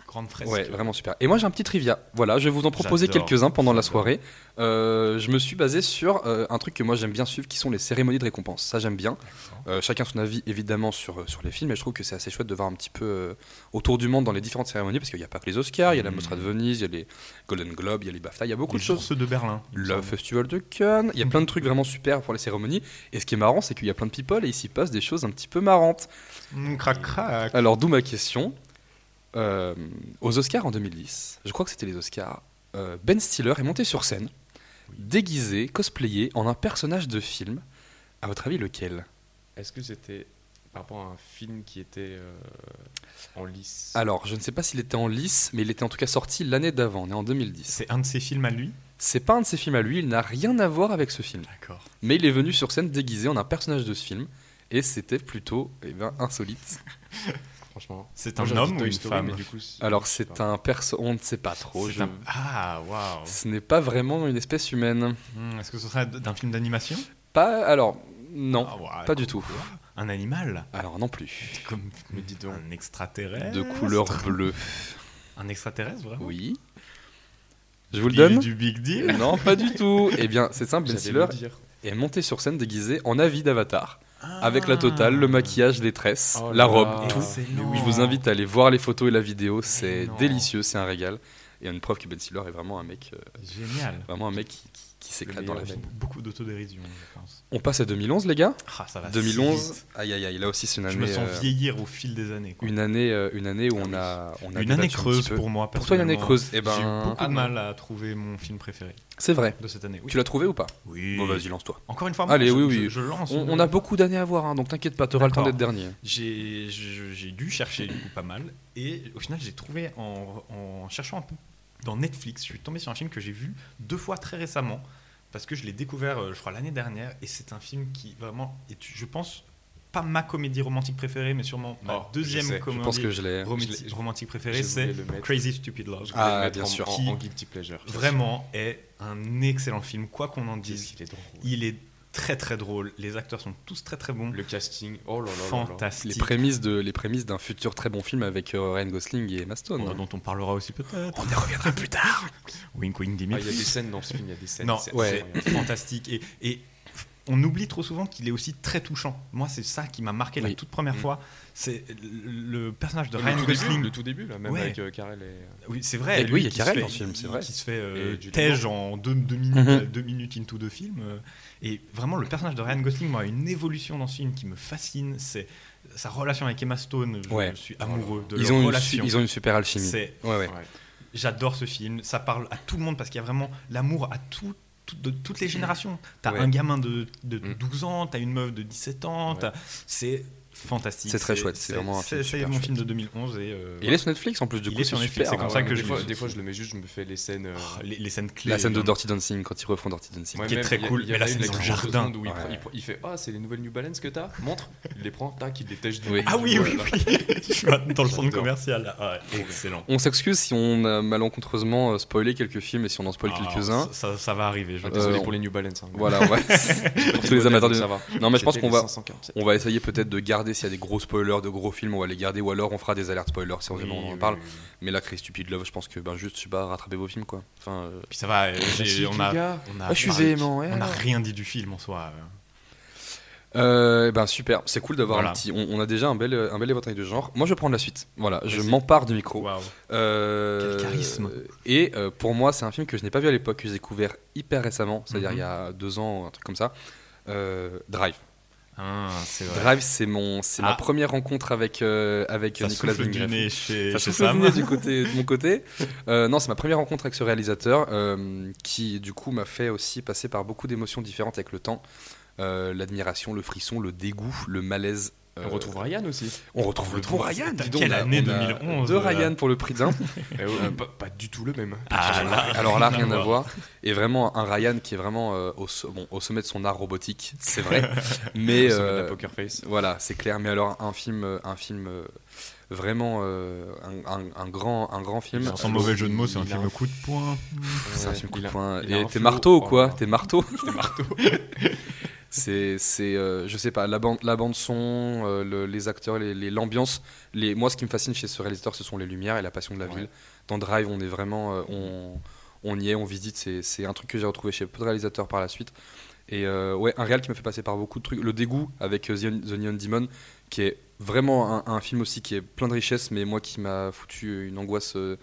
F: grande fresque.
A: Ouais, vraiment super. Et moi j'ai un petit trivia. Voilà, je vais vous en proposer
F: J'adore,
A: quelques-uns pendant la
F: j'adore.
A: soirée. Euh, je me suis basé sur euh, un truc que moi j'aime bien suivre, qui sont les cérémonies de récompense. Ça j'aime bien. Euh, chacun son avis évidemment sur, euh, sur les films, et je trouve que c'est assez chouette de voir un petit peu euh, autour du monde dans les différentes cérémonies, parce qu'il n'y a pas que les Oscars, il y a la
F: Mhm.
A: Mostra de Venise, il y a les Golden Globes, il y a les BAFTA, il y a beaucoup
F: Les
A: de choses.
F: sources de Berlin. il me
A: Le
F: semble.
A: festival de Cannes, il y a plein de
F: <laughs>
A: trucs vraiment super pour les cérémonies. Et ce qui est marrant, c'est qu'il y a plein de people et il s'y passe des choses un petit peu marrantes.
F: Mm, crac, crac.
A: Alors, d'où ma question. Euh, aux Oscars en 2010, je crois que c'était les Oscars, euh, Ben Stiller est monté sur scène, déguisé, cosplayé en un personnage de film. À votre avis, lequel
G: Est-ce que c'était par rapport à un film qui était euh, en lice
A: Alors, je ne sais pas s'il était en lice, mais il était en tout cas sorti l'année d'avant, on est en 2010.
F: C'est un de ses films à lui.
A: C'est pas un de ses films à lui, il n'a rien à voir avec ce film.
F: D'accord.
A: Mais il est venu sur scène déguisé en un personnage de ce film, et c'était plutôt eh ben, insolite.
G: Franchement.
F: C'est
G: Moi,
F: un
G: j'aurais dit
F: homme ou
G: Toy
F: une
G: Story,
F: femme
G: mais du coup, c'est-
A: Alors
G: je sais
A: c'est
G: pas.
A: un perso, on ne sait pas trop.
F: C'est
A: je-
F: un- Ah, waouh.
A: Ce n'est pas vraiment une espèce humaine.
F: Mm, Est-ce que ce serait d- d'un film d'animation
A: Pas alors non,
F: Ah, waouh,
A: pas du tout.
F: Un animal
A: Alors non plus.
F: Comme
G: Mais dis donc.
F: un extraterrestre.
A: De couleur bleue.
F: Un extraterrestre, vraiment
A: Oui. Je vous le
F: Il
A: donne.
F: est du big deal
A: <laughs> Non, pas du tout. Eh bien, c'est simple. Ben
G: J'allais
A: Stiller
G: le dire.
A: est monté sur scène déguisé en avis d'avatar,
F: Ah.
A: avec la totale, le maquillage, les tresses,
G: Oh
A: la
G: là
A: robe,
G: là.
A: tout.
F: Excellent.
A: Je vous invite à aller voir les photos et la vidéo. C'est
F: non.
A: délicieux, c'est un régal. Et une preuve que Ben Stiller est vraiment un mec, euh,
F: Génial.
A: vraiment un mec qui, qui- qui s'éclate
G: Le
A: dans la vie.
G: meilleur
F: Beaucoup d'autodérision, je pense.
A: On passe à 2011, les gars.
F: Ah, ça va si
A: 2011,
F: vite.
A: aïe aïe aïe, là aussi c'est une année.
F: Je me sens
A: euh,
F: vieillir au fil des années. quoi. Ah
A: Une année, euh, une année où on a, on a
F: Une
A: débattu un
F: année
A: petit
F: creuse
A: peu.
F: pour moi.
A: Pour toi, une année
F: personnellement.
A: creuse. Eh
F: J'ai eu
A: ben,
F: beaucoup de mal à trouver mon film préféré
A: c'est vrai.
F: de cette année. Oui.
A: Tu l'as trouvé ou pas
F: Oui.
A: Bon, vas-y, lance-toi.
F: Encore une fois,
A: Allez,
F: moi, je-
A: oui,
F: je,
A: oui.
F: je lance.
A: On, on a beaucoup d'années à voir, hein, donc t'inquiète pas, t'auras le temps
F: D'accord.
A: d'être dernier.
F: J'ai je- j'ai dû chercher du coup pas mal et au final j'ai trouvé en, en cherchant un peu dans Netflix, je suis tombé sur un film que j'ai vu deux fois très récemment parce que je l'ai découvert euh, je crois l'année dernière et c'est un film qui vraiment est je pense pas ma comédie romantique préférée mais sûrement ma
G: Oh, je
F: deuxième
G: sais, je
A: Je
F: comédie
A: pense que je l'ai.
F: romanti-
G: je l'ai- je
F: romantique préférée
G: voulais
F: c'est
G: le mettre.
F: Crazy Stupid Love.
G: Je voulais
A: Ah,
G: le mettre
A: bien
G: en-
A: sûr.
G: En,
F: Qui-
G: en guilty pleasure.
F: Vraiment est un excellent film quoi qu'on en
G: Qu'est-ce
F: dise.
G: qu'il est drôle.
F: Il est très très drôle, les acteurs sont tous très très bons.
G: Le casting. Oh là là là là.
A: Les
F: fantastique.
A: prémices de, les prémices d'un futur très bon film avec euh, Ryan Gosling et Emma Stone.
F: dont on parlera aussi peut-être.
A: Euh, On y reviendra plus tard. <laughs>
F: Wink wink
G: Ah,
F: Dimitri.
G: il y a des scènes dans ce film, il y a des scènes.
F: Non,
G: c'est
A: ouais.
G: incroyable.
F: c'est fantastique. euh, Et, et on oublie trop souvent qu'il est aussi très touchant. Moi, c'est ça qui m'a marqué la
A: Oui.
F: toute première
G: Mm.
F: fois. C'est le le personnage de
G: Même
F: Ryan
G: le, tout début,
F: Gosling.
G: le tout début, là, même
F: Ouais.
G: avec euh, Karel et.
F: Oui, c'est vrai.
A: Et
F: lui
A: oui, il y a
F: qui
A: Carell
F: se fait-
A: dans ce film, c'est vrai.
F: Qui se fait euh,
G: Et Julie
F: tège en deux, deux minutes, euh,
A: Mhm.
F: deux minutes into the film. euh, Et vraiment, le personnage de Ryan Gosling, moi, a une évolution dans ce film qui me fascine. C'est sa relation avec Emma Stone. Je
A: Ouais.
F: suis amoureux de
A: Ils
F: leur
A: ont, une, su-
F: relation.
A: ils ont une super alchimie.
F: C'est
A: Ouais, ouais.
F: J'adore ce film, ça parle à tout le monde parce qu'il y a vraiment l'amour à tout, tout- de toutes les générations. T'as
A: Mm. Ouais.
F: un gamin de, de
G: Mm.
F: 12 ans, t'as une meuf de 17 ans,
G: Ouais.
F: t'as- c'est fantastique.
A: C'est très chouette, c'est vraiment un film
F: C'est c'est
A: super
F: mon
A: chouette.
F: film de 2011 et euh,
A: Il est sur Netflix en plus du
F: Il
A: coup.
F: est sur Netflix,
A: super.
F: c'est comme
A: Ah
F: ça
A: ouais.
F: que je
G: des
F: me
G: fois,
F: suis
G: des
F: dit.
G: fois, je le mets juste, je me fais les scènes. euh,
F: oh, les, les scènes clés.
A: hein. La scène de
F: euh,
A: Dirty Dancing quand ils refont Dirty Dancing.
G: Ouais,
F: qui est
G: même,
F: très
G: il y a-
F: cool.
G: il y a
F: Et la scène
G: scène
F: dans le
G: de
F: jardin.
G: secondes Où il,
A: Ouais.
G: prend- il prend- il fait Ah, c'est les nouvelles New Balance que t'as Montre. Il les prend, tac, il les tèche du
A: Oui.
F: Ah oui, oui, oui, <laughs> je suis dans le centre
G: J'adore.
F: commercial. là. Ah, excellent.
A: On s'excuse si on a malheureusement euh, spoilé quelques films et si on en spoil
F: Ah,
A: quelques-uns.
F: ça, ça- ça va arriver, je
A: Euh,
G: Désolé
A: on-
G: pour les New Balance. hein.
A: Voilà, on va-
F: <laughs>
A: <laughs> pour tous les amateurs de.
G: Ça va.
A: Non, mais je pense
G: C'était
A: qu'on
G: les
A: va,
G: 547.
A: On va essayer peut-être de garder s'il y a des gros spoilers de gros films, on va les garder ou alors on fera des alertes spoilers si on
F: Oui,
A: vraiment on en
F: oui,
A: parle.
F: oui, oui.
A: Mais là, Chris Stupid Love, je pense que ben juste, je sais pas, rattraper vos films quoi. Enfin, euh,
F: Puis ça va, euh, j'ai-
G: Classique,
F: on
G: les
F: a.
G: gars.
F: on a
A: ah, je suis
F: parlé-
A: véhément. ouais.
F: On n'a rien dit du film en soi. euh.
A: Euh, ben super, c'est cool d'avoir
F: eh Voilà.
A: un petit. On, on a déjà un bel, euh, un bel éventail de genre. Moi, je vais prendre la suite. Voilà, je
F: Vas-y.
A: m'empare du micro.
F: Waouh.
A: Euh,
F: Quel charisme.
A: Et euh, pour moi, c'est un film que je n'ai pas vu à l'époque, que j'ai découvert hyper récemment, c'est-à-dire
F: Mhm.
A: il y a deux ans, un truc comme ça. Euh, Drive.
F: Ah, c'est vrai.
A: Drive, c'est mon, c'est ma
F: Ah.
A: première rencontre avec euh, avec
F: Ça
A: Nicolas
F: souffle du
A: Winding
F: nez chez,
A: Ça
F: chez
A: souffle
F: Sam.
A: le nez du côté, de mon côté. Euh, non, c'est ma première rencontre avec ce réalisateur euh, qui, du coup, m'a fait aussi passer par beaucoup d'émotions différentes avec le temps. Euh, L'admiration, le frisson, le dégoût, le malaise
G: On retrouve Ryan aussi.
A: On retrouve le bon Ryan.
F: Dis
A: donc,
F: quelle
A: là,
F: année
A: on a
F: 2011,
A: Deux
F: là.
A: Ryan pour le prix
F: <laughs>
A: d'un.
G: Eh ouais, pas, pas du tout le même. hein.
F: Ah, là,
A: Alors là, rien à voir. Et vraiment, un Ryan qui est vraiment euh, au, so- bon, au sommet de son art robotique, c'est
F: <laughs>
A: vrai. Mais
G: Au sommet de
A: euh,
G: la Poker Face.
A: voilà, c'est clair. Mais alors, un film, euh, un film euh, vraiment euh, un, un- un grand, un grand film.
G: Sans
F: Sans
A: Euh,
F: mauvais jeu de mots, c'est un
G: Il a
F: film
G: un-
F: coup de poing.
A: C'est un
G: Ouais,
A: film coup
G: il
A: de
G: a-
A: poing.
G: il a
A: Et
G: un
A: t'es
G: flow.
A: marteau,
G: Oh,
A: quoi.
G: là.
A: T'es marteau.
G: J'étais marteau.
A: C'est, c'est, euh, je sais pas, la bande, la bande son, euh, le- les acteurs, les, les- l'ambiance. Les, moi, ce qui me fascine chez ce réalisateur, ce sont les lumières et la passion de la
G: Ouais.
A: ville. Dans Drive, on est vraiment, euh, on, on y est, on visite. C'est, c'est un truc que j'ai retrouvé chez peu de réalisateurs par la suite. Et euh, ouais, un réal qui m'a fait passer par beaucoup de trucs. Le dégoût avec euh, The, Un- The Neon Demon, qui est vraiment un, un film aussi qui est plein de richesse, mais moi qui m'a foutu une angoisse euh,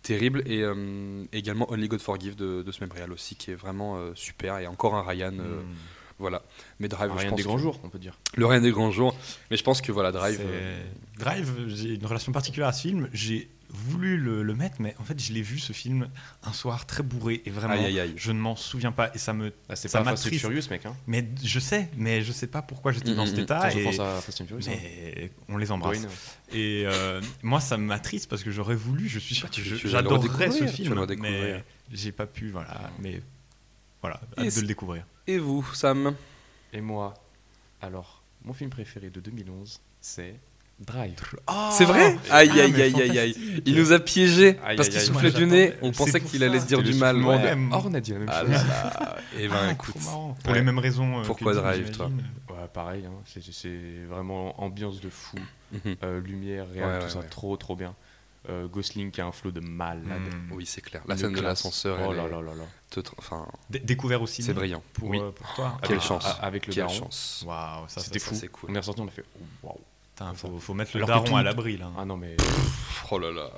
A: terrible. Et euh, également Only God Forgive de, de ce même réal aussi, qui est vraiment euh, super. Et encore un Ryan. euh, voilà. Ah, Mais Drive, je
G: Rien
A: pense
G: des grands
A: que-
G: jours, on peut dire.
A: Le Rien des grands jours. Mais je pense que voilà, Drive.
F: C'est-
A: euh,
F: Drive, j'ai une relation particulière à ce film. J'ai voulu le, le mettre, mais en fait, je l'ai vu ce film un soir très bourré et vraiment,
A: Aïe, aïe, aïe.
F: je ne m'en souviens pas et ça me.
G: Ah, c'est
F: Ça
G: pas Fast and
F: m'attriste.
G: Furious, mec. Hein.
F: Mais je sais, mais je sais pas pourquoi j'étais
A: Mm,
F: dans
A: mm,
F: cet
A: mm.
F: état.
G: Quand je
F: et-
G: pense à Fast and Furious. hein.
F: Mais on les embrasse.
G: Dwayne. hein.
F: Et euh, moi, ça m'attriste parce que j'aurais voulu, je suis sûr que
A: Tu-
F: je-
A: tu vas le
F: j'adorerais ce
A: redécouvrir, tu vas
F: film,
A: le redécouvrir.
F: mais j'ai pas pu, voilà. Mais voilà,
A: Et
F: hâte de
A: c'est-
F: le découvrir.
A: Et vous, Sam
G: Et moi, alors, mon film préféré de 2011, c'est Drive.
A: C'est vrai Aïe,
F: mais
A: aïe, aïe, aïe, aïe. Il nous a piégés
G: Ah, Aïe,
A: parce
G: aïe,
A: qu'il
G: aïe.
A: soufflait
F: Moi,
A: du nez.
F: j'attendais.
A: On
F: C'est
A: pensait
F: pour
A: qu'il allait
F: ça.
A: se dire
F: Et
A: du
F: le
A: mal.
F: soufflement.
A: Ouais.
F: Ouais.
G: Or, on a dit la même
A: Ah
G: chose.
A: là
G: <laughs>
A: là. Eh ben,
F: Ah, trop
A: écoute.
F: marrant. Pour
A: Ouais.
F: les mêmes raisons. euh,
A: Pourquoi
F: que Dim,
A: Drive, toi
F: j'imagine.
G: Ouais, pareil, hein, c'est- c'est vraiment ambiance de fou.
A: Mhm.
G: Euh, lumière, réel,
A: Ouais,
G: tout
A: ouais,
G: ça,
A: ouais.
G: trop, trop bien. Euh, Gosling qui a un flow de malade.
F: Mm.
A: Oui, c'est clair. Mhm. La
G: Une
A: scène de
G: classe.
A: l'ascenseur,
G: Oh
A: elle
G: là
A: est
G: là là là.
A: te tra- enfin,
F: D- Découvert aussi.
A: c'est brillant.
G: Pour,
F: Oui.
G: euh, pour-
F: Pour toi.
A: Quelle
G: ah,
A: chance.
G: ah, Avec le
A: Quelle
G: daron.
A: chance.
F: Waouh, ça,
G: C'était
F: ça,
G: fou.
F: ça,
A: c'est cool.
G: On est ressorti, on a fait oh, waouh.
F: putain, faut, faut mettre le
G: Alors que
F: daron
G: tout-
F: à l'abri là.
G: Ah non, mais <laughs>
A: Oh là là.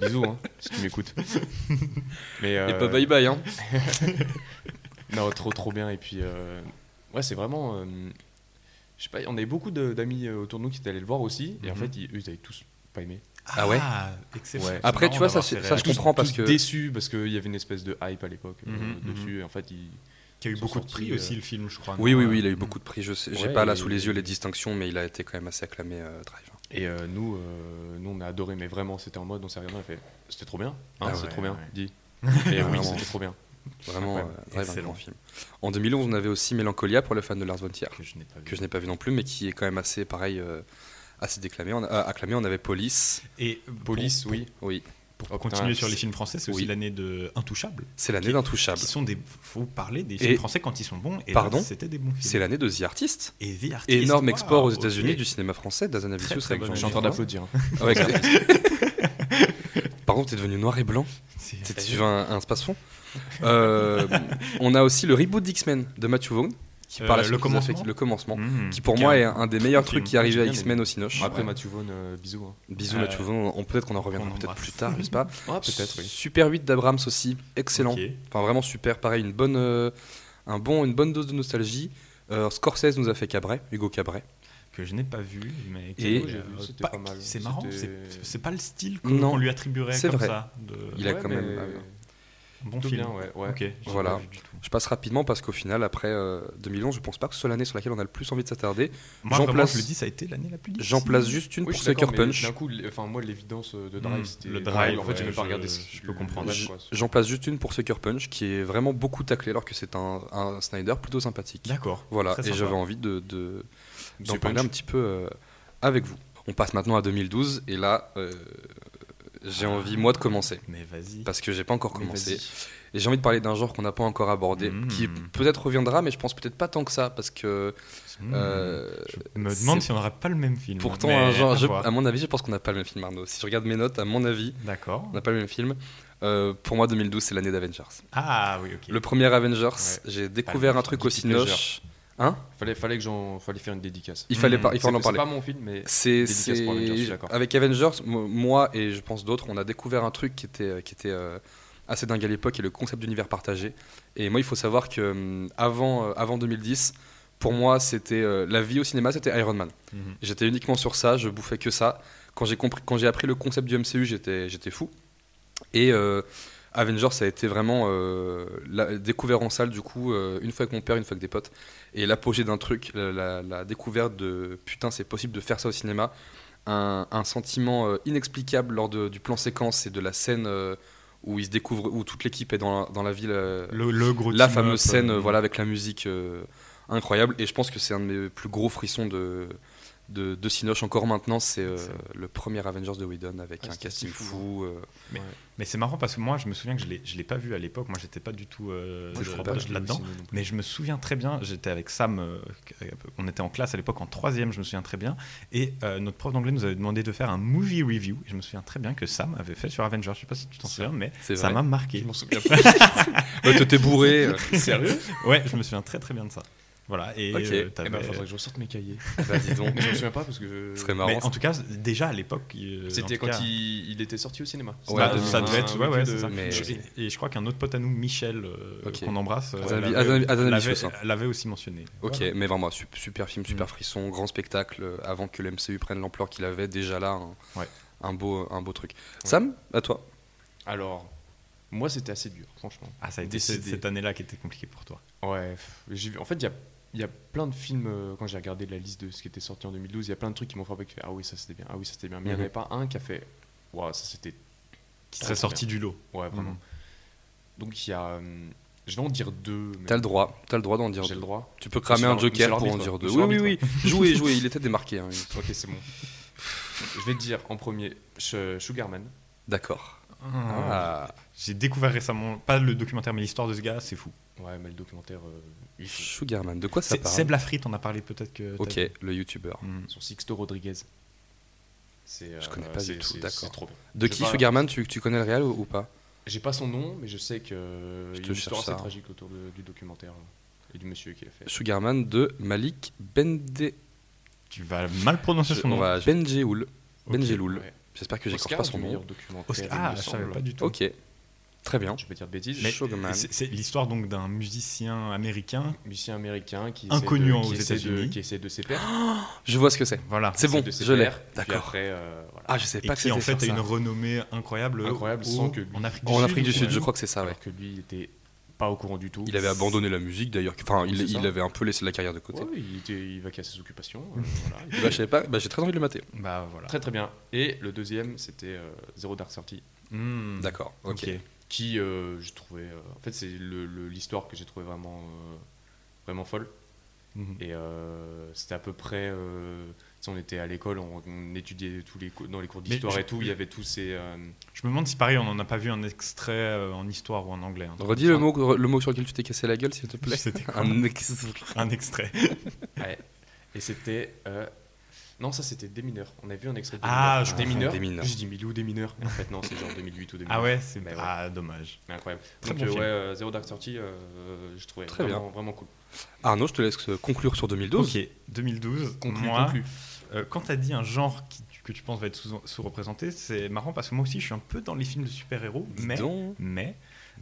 G: bisous, hein, si
A: <laughs>
G: tu m'écoutes. Mais,
A: Et
G: euh,
A: pas bye bye, hein.
G: Non, trop trop bien. Et puis, euh, ouais, c'est vraiment. euh, je sais pas, on avait beaucoup de- d'amis euh, autour de nous qui étaient allés le voir aussi. Et en
F: Mhm.
G: fait, ils, eux, ils avaient tous pas aimé.
A: Ah ouais
F: excellent.
G: Ouais.
F: C'est
A: Après, tu
F: marrant
A: vois, ça,
F: d'avoir
A: c'est-
F: ces
A: ça, je
F: réactions.
A: comprends parce
G: tous
A: que.
G: Déçus parce qu'il y avait une espèce de hype à l'époque euh,
F: Mhm, mhm.
G: dessus. Et en fait, ils.
F: Qui a eu
G: sont
F: beaucoup de
G: sortis,
F: prix
G: euh,
F: aussi le film, je crois.
A: Oui,
F: non
A: oui, oui, il a eu
F: Mm.
A: beaucoup de prix. Je sais, j'ai
G: Ouais,
A: pas là
G: et-
A: sous les yeux les distinctions, mais il a été quand même assez acclamé, euh, Drive.
G: Et euh, nous, euh, nous, on a adoré, mais vraiment, c'était en mode, on s'est regardé, on a fait, c'était trop bien, hein,
A: Ah
G: c'est
F: ouais,
G: trop bien,
F: ouais.
G: dis. Et oui,
A: Vraiment.
G: c'était trop bien.
A: Vraiment,
F: Incroyable.
A: euh, Drive, un
F: Excellent.
A: grand film. En 2011, on avait aussi Mélancolia pour le fan de Lars von Trier,
F: Que je n'ai pas vu.
A: que je n'ai pas vu non plus, mais qui est quand même assez pareil, euh, assez déclamé. On a- euh, acclamé, on avait Police.
F: Et
G: Police, oui.
A: Oui,
F: Pour
G: Oh, putain,
F: continuer sur
G: c'est-
F: les films français, c'est aussi
A: Oui.
F: l'année de Intouchables.
A: c'est l'année
F: Qui-
A: d'Intouchable.
F: Qui sont des. Faut parler des
A: Et-
F: films français quand ils sont bons. Et
A: Pardon
F: là, C'était des bons films.
A: C'est l'année de The Artist.
F: Et The Artist,
A: Énorme
F: waouh,
A: export aux
F: ok.
A: États-Unis du cinéma français, d'Azanavicius
F: Très, très
A: avec
F: bonne
A: Jean
G: Je suis en train
A: Gabin.
G: d'applaudir.
A: Ouais, <laughs> Par contre, t'es devenu noir et blanc.
F: C'est-
A: T'es tu veux un, un space-fond Euh, On a aussi le reboot d'X-Men de Matthew Vaughn, qui
F: Euh,
A: par la
F: le
A: suite nous a fait-
F: commencement
A: le commencement,
F: Mm.
A: qui pour
F: Qui
A: moi
F: a-
A: est un des meilleurs
F: film
A: trucs qui est arrivé à
G: bien
A: X-Men au Cinoche.
G: Après,
A: Ouais.
G: Mathieu Vaughn, euh, bisous. hein.
A: Bisous
F: Euh,
A: Mathieu Vaughn, on peut-être qu'on en reviendra
F: qu'on
A: peut-être
F: embrasse.
A: plus tard, je sais pas.
G: Ah, <laughs> peut-être, oui.
A: Super 8 d'Abrams aussi, excellent.
F: Ok.
A: Enfin vraiment super, pareil, une bonne, euh, un bon, une bonne dose de nostalgie. Euh, Scorsese nous a fait Cabret, Hugo Cabret.
F: Que je n'ai pas vu, mais qui
A: Et-
F: est,
G: J'ai vu, c'était pas mal.
F: C'est marrant, c'est
G: C'était-
F: c'est pas le style que-
A: Non.
F: qu'on lui attribuerait
A: C'est
F: comme
A: vrai.
F: ça. de-
A: Il a quand même-
G: mais
A: ah, non.
F: Un bon
G: plutôt
F: film.
G: bien, ouais. ouais.
F: Ok, j'ai
A: Voilà.
F: pas vu du tout.
A: Je passe rapidement parce qu'au final, après euh, 2011, je pense pas que ce soit l'année sur laquelle on a le plus envie de s'attarder.
F: Moi,
A: J'en
F: vraiment,
A: place-
F: je le dis, ça a été l'année la plus difficile.
A: J'en place juste une
G: Mmh. Oui, je
A: pour
G: suis
A: Sucker
G: d'accord, mais
A: Punch. Hmm.
G: D'un coup, l- enfin, moi, l'évidence euh, de
F: Mm.
G: Drive, c'était.
F: Le Drive,
G: En fait, j'ai
F: ouais,
G: même pas
F: je-
G: regardé ce
F: je peux comprendre.
G: Drive,
A: Je-
G: quoi.
A: J'en place juste une pour Sucker Punch qui est vraiment beaucoup taclé alors que c'est un, un Snyder plutôt sympathique.
F: D'accord.
A: Voilà,
F: Très
A: et
F: sympa.
A: j'avais envie de, de- d'en
G: Monsieur
A: parler
G: Punch.
A: un petit peu euh, avec vous. On passe maintenant à 2012 et là, euh, j'ai envie moi de commencer
F: Mais vas-y.
A: parce que j'ai pas encore
G: Mais
A: commencé.
G: Ah. vas-y. Mmh.
A: Et j'ai envie de parler d'un genre qu'on n'a pas encore abordé,
F: Mhm.
A: qui peut-être reviendra, mais je pense peut-être pas tant que ça parce que
F: Mmh.
A: euh,
F: Je me
A: c'est-
F: demande si on n'aura pas le même film.
A: pourtant
F: mais
A: un genre,
F: à
A: je-
F: voir.
A: à mon avis, je pense qu'on n'a pas le même film Arnaud. Si je regarde mes notes, à mon avis,
F: D'accord.
A: on n'a pas le même film. Euh, pour moi, 2012, c'est l'année d'Avengers.
F: Ah oui, ok.
A: Le premier Avengers,
G: Ouais.
A: j'ai découvert
F: Ah,
A: un truc au
G: guilty
A: Cinoche. Hein
G: Fallait, fallait que j'en, fallait faire une dédicace.
A: Il fallait,
F: Mm.
A: pas, il
G: C'est-
A: fallait en
G: c'est
A: parler.
G: pas mon film, mais
A: C'est
G: dédicace pour Avengers, je suis
A: c'est-
G: d'accord.
A: avec Avengers, mo- moi et je pense d'autres, on a découvert un truc qui était qui était euh, assez dingue à l'époque, qui est le concept d'univers partagé. Et moi, il faut savoir que hum, avant euh, avant 2010, pour moi, c'était euh, la vie au cinéma, c'était Iron Man.
F: Mhm.
A: J'étais uniquement sur ça, je bouffais que ça. Quand j'ai compris, quand j'ai appris le concept du MCU, j'étais j'étais fou. Et euh, Avengers, ça a été vraiment euh, la découvert en salle, du coup, euh, une fois avec mon père, une fois avec des potes. Et l'apogée d'un truc, la, la- la découverte de putain, c'est possible de faire ça au cinéma. Un, un sentiment euh, inexplicable lors de- du plan séquence et de la scène euh, où ils se découvrent, où toute l'équipe est dans, la- dans la ville. euh,
F: Le, le gros
A: la
F: team-up,
A: fameuse
F: euh,
A: scène euh, voilà avec la musique euh, incroyable et je pense que c'est un de mes plus gros frissons de de, de Cinoche encore maintenant c'est euh,
G: Excellent.
A: le premier Avengers de Whedon avec un
G: Ah, c'était
A: casting
G: fou.
A: fou euh,
F: Mais c'est marrant parce que moi, je me souviens que je l'ai, je l'ai pas vu à l'époque. Moi, j'étais pas du tout euh,
A: Moi, je crois
F: euh,
A: pas que je l'ai
F: là-dedans.
G: vu au ciné non plus.
F: Mais je me souviens très bien. J'étais avec Sam. euh, on était en classe à l'époque en troisième. Je me souviens très bien. Et euh, notre prof d'anglais nous avait demandé de faire un movie review. Je me souviens très bien que Sam avait fait sur Avengers. Je sais pas si tu t'en souviens, mais
A: c'est
F: ça
A: vrai
F: m'a
G: Je
F: marqué.
G: m'en
F: <laughs>
G: souviens pas.
A: Ouais, t'étais bourré euh,
F: Bah,
G: Sérieux
F: Ouais, je me souviens très très bien de ça. Voilà. Et
A: Ok.
F: euh,
G: Eh
F: t'avais-
G: ben, faudrait que je ressorte mes cahiers.
A: bah, dis donc
G: Mais je me souviens pas parce que.
A: ce <laughs> serait
F: mais
A: marrant
F: en tout cas, déjà à l'époque. euh, en
G: C'était
F: tout
G: quand
F: cas,
G: il, il était sorti au cinéma.
A: Ouais,
F: bah,
A: de-
F: ça
A: un-
F: devait être. Ouais, ouais, c'est ça.
A: mais-
F: Je- Et je crois qu'un autre pote à nous, Michel, euh,
A: Ok.
F: qu'on embrasse, euh,
A: Adam-
F: l'avait-
A: Adam- Adam
F: l'avait-
A: Vicious, hein.
F: l'avait aussi mentionné.
A: ok
F: Voilà.
A: mais vraiment sup- super film super
F: Mm.
A: frisson grand spectacle euh, avant que le MCU prenne l'ampleur qu'il avait déjà là un,
F: Ouais.
A: un beau un beau truc Sam à toi
G: Alors, moi, c'était assez dur, franchement.
F: Ah, ça a été
G: décidé.
F: cette cette année-là qui était compliquée pour toi.
G: Ouais, pff, j'ai vu. En fait, il y a, il y a plein de films. euh, quand j'ai regardé la liste de ce qui était sorti en 2012, il y a plein de trucs qui m'ont frappé. Qui fait, ah oui, ça c'était bien. Ah oui, ça c'était bien. Mais il n'y en
A: Mhm.
G: avait pas un qui a fait. Waouh, ça c'était.
F: Qui serait sorti du lot.
G: Ouais, vraiment.
F: Mhm.
G: Donc, il y a. euh, je vais en dire deux. mais
A: t'as le droit t'as le droit d'en dire
G: J'ai
A: deux
G: le droit.
A: tu peux cramer
G: Monsieur
A: un
G: l'arbitre,
A: joker pour
G: monsieur
A: en dire
G: l'arbitre,
A: deux
G: monsieur
A: oui oui oui jouez jouez il était démarqué hein.
G: Ok,
A: <laughs>
G: c'est bon. je vais te dire en premier Sh- Sugarman.
A: d'accord
F: Ah.
A: Ah.
F: J'ai découvert récemment, pas le documentaire, mais l'histoire de ce gars, c'est fou.
G: Ouais, mais le documentaire. euh, il faut-
A: Sugarman, de quoi ça
F: C'est-
A: parle
F: Seb Lafrite, on a parlé peut-être que. t'as-
A: Ok, le youtubeur.
F: Mhm.
G: sur Sixto Rodriguez. C'est, euh,
A: Je connais pas
G: c'est-
A: du tout,
G: c'est-
A: d'accord.
G: c'est trop bien.
A: De
G: Je
A: qui
G: sais pas.
A: Sugarman tu, tu connais le réel ou, ou pas
G: J'ai pas son nom, mais je sais que euh,
A: Je
G: il y
A: te
G: a une
A: cherche
G: histoire
A: ça,
G: assez
A: hein.
G: tragique autour de- du documentaire euh, et du monsieur qui l'a fait.
A: Sugarman de Malik Bende...
F: Tu vas mal prononcer son nom.
A: Benjehoul. Benjehoul.
F: Ok,
G: ouais.
A: J'espère que j'écorche
G: Oscar
A: pas son
G: du meilleur
A: nom.
G: documentaire.
F: Oscar-
G: il me
F: Ah, je savais
G: semble.
F: pas du tout.
A: Ok, très bien.
G: Je vais pas dire de bêtises.
A: Mais-
G: Mais...
A: Sugarman.
F: Et C'est c'est l'histoire donc d'un musicien américain.
G: Musicien américain qui
F: Inconnu
G: essaie de,
F: aux
G: qui essaie de-
F: États-Unis.
G: qui essaie de ses pères.
A: Je vois ce que c'est.
F: Voilà.
A: Ah, C'est bon,
G: de ses
A: je l'ai.
G: pères, puis
A: D'accord.
G: après, euh, voilà.
A: Ah, je sais
F: Et
A: pas que
F: qui
A: c'était
F: en fait
A: ça.
F: a une renommée incroyable.
G: Incroyable, sans que lui-
F: En Afrique du
A: En
F: Sud.
A: Afrique du Sud, je
F: finalement.
A: crois que c'est ça, Ah ouais.
G: Alors que lui, il était pas au courant du tout.
A: Il avait abandonné la musique d'ailleurs. Enfin, il,
G: C'est ça.
A: il avait un peu laissé la carrière de côté.
G: Ouais, il, était, il va casser ses occupations.
A: <laughs>
G: euh, voilà. Il-
A: Bah, je sais pas, bah, j'ai très envie de le mater.
F: Bah voilà.
G: Très très bien. Et le deuxième, c'était euh, Zero Dark Thirty,
F: Mhm.
A: D'accord, ok.
F: Ok.
G: qui euh, je trouvais. euh, en fait, c'est le- le- l'histoire que j'ai trouvé vraiment, euh, vraiment folle.
F: Mhm.
G: Et euh, c'était à peu près. euh, si on était à l'école, on, on étudiait tous les cours- dans les cours
F: Mais
G: d'histoire
F: je-
G: et tout. Il y avait tous ces. euh,
F: Je me demande si pareil, on n'en a pas vu un extrait euh, en histoire ou en anglais. hein.
A: Redis le mot, le mot sur lequel tu t'es cassé la gueule, s'il te plaît. <laughs>
F: C'était quoi
C: <laughs>
A: Un ex- <laughs>
F: Un extrait.
G: ouais. Et c'était. euh, non, ça c'était des mineurs. On a vu un extrait de
F: Ah, je
G: des
F: comprends,
G: mineurs.
A: Des Mineurs.
G: Je dis mais il est où des mineurs Mais En fait, non, c'est genre 2008 ou 2009.
F: Ah ouais, c'est
G: Mais ouais.
F: ah dommage.
G: Mais incroyable.
F: Très
G: Donc,
F: bon
G: euh,
F: film.
G: ouais, euh, Zero Dark Thirty, euh, je trouvais
A: Très
G: vraiment, vraiment cool.
A: Arnaud, je te laisse conclure sur 2012.
F: Ok, 2012.
G: Conclu,
F: moi,
G: conclu.
F: euh, quand t'as dit un genre qui- que tu penses va être sous- sous-représenté, c'est marrant parce que moi aussi je suis un peu dans les films de super-héros,
A: Dis
F: mais,
A: donc.
F: mais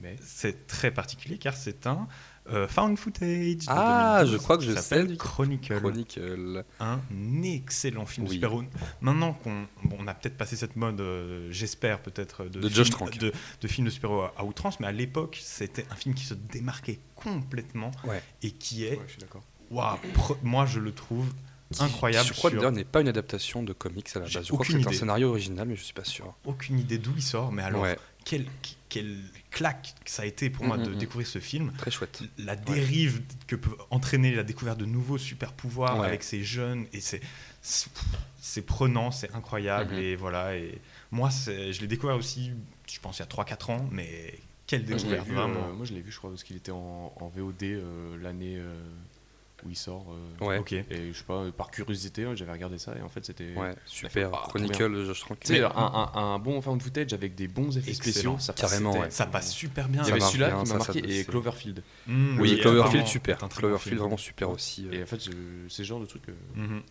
G: Mais
F: c'est très particulier car c'est un euh, found footage. de
A: Ah,
F: 2012,
A: je crois que je
F: qui s'appelle
A: sais.
F: Chronicle,
A: Chronicle.
F: un excellent film
A: Oui.
F: de super-héros. Maintenant qu'on bon, on a peut-être passé cette mode, euh, j'espère peut-être, de,
A: De
F: film-
A: Josh Trank.
F: de, de films de super-héros à, à outrance, mais à l'époque c'était un film qui se démarquait complètement
A: Ouais.
F: et qui est
G: ouais, je suis d'accord.
F: Waouh, pre- moi je le trouve incroyable.
A: Je crois que
F: sur-
A: d'ailleurs n'est pas une adaptation de comics à la
F: J'ai
A: base. Je crois que
F: aucune
A: c'est un
F: idée.
A: scénario original, mais je suis pas sûr.
F: Aucune idée d'où il sort, mais alors
A: Ouais.
F: quelle, quelle claque que ça a été pour moi
A: Mhm,
F: de
A: mhm.
F: découvrir ce film.
A: Très chouette.
F: La dérive que peut entraîner la découverte de nouveaux super pouvoirs
A: Ouais.
F: avec ces jeunes et c'est c'est- c'est prenant, c'est incroyable
A: Mhm.
F: et voilà. Et moi c'est- je l'ai découvert aussi, je pense il y a 3-4 ans, mais quelle
G: Moi je, l'ai
F: découverte
G: vu,
F: vraiment.
G: euh, moi, je l'ai vu, je crois, parce qu'il était en, en VOD euh, l'année euh, où il sort. euh,
A: Ouais.
F: Ok.
G: Et je sais pas, euh, par curiosité, hein, j'avais regardé ça et en fait c'était.
A: Ouais, super.
G: Ah, trop
A: Chronicle, Josh Trank.
G: Tu sais, un, un, un bon found footage avec des bons effets
F: Excellent.
G: spéciaux, ça
A: Carrément,
G: c'était-
A: ouais.
F: Ça passe super bien.
G: Il y
A: Ça
G: avait
A: marche
G: celui-là
A: bien,
G: qui
A: ça,
G: m'a
A: ça,
G: marqué et
A: c'est-
G: Cloverfield.
F: Mhm,
A: Oui,
F: et
A: Cloverfield,
F: apparemment,
A: super.
F: c'est un très bon
A: Cloverfield,
F: film.
A: vraiment super aussi.
G: Et en fait, je- c'est le genre de truc. euh,
F: Mhm.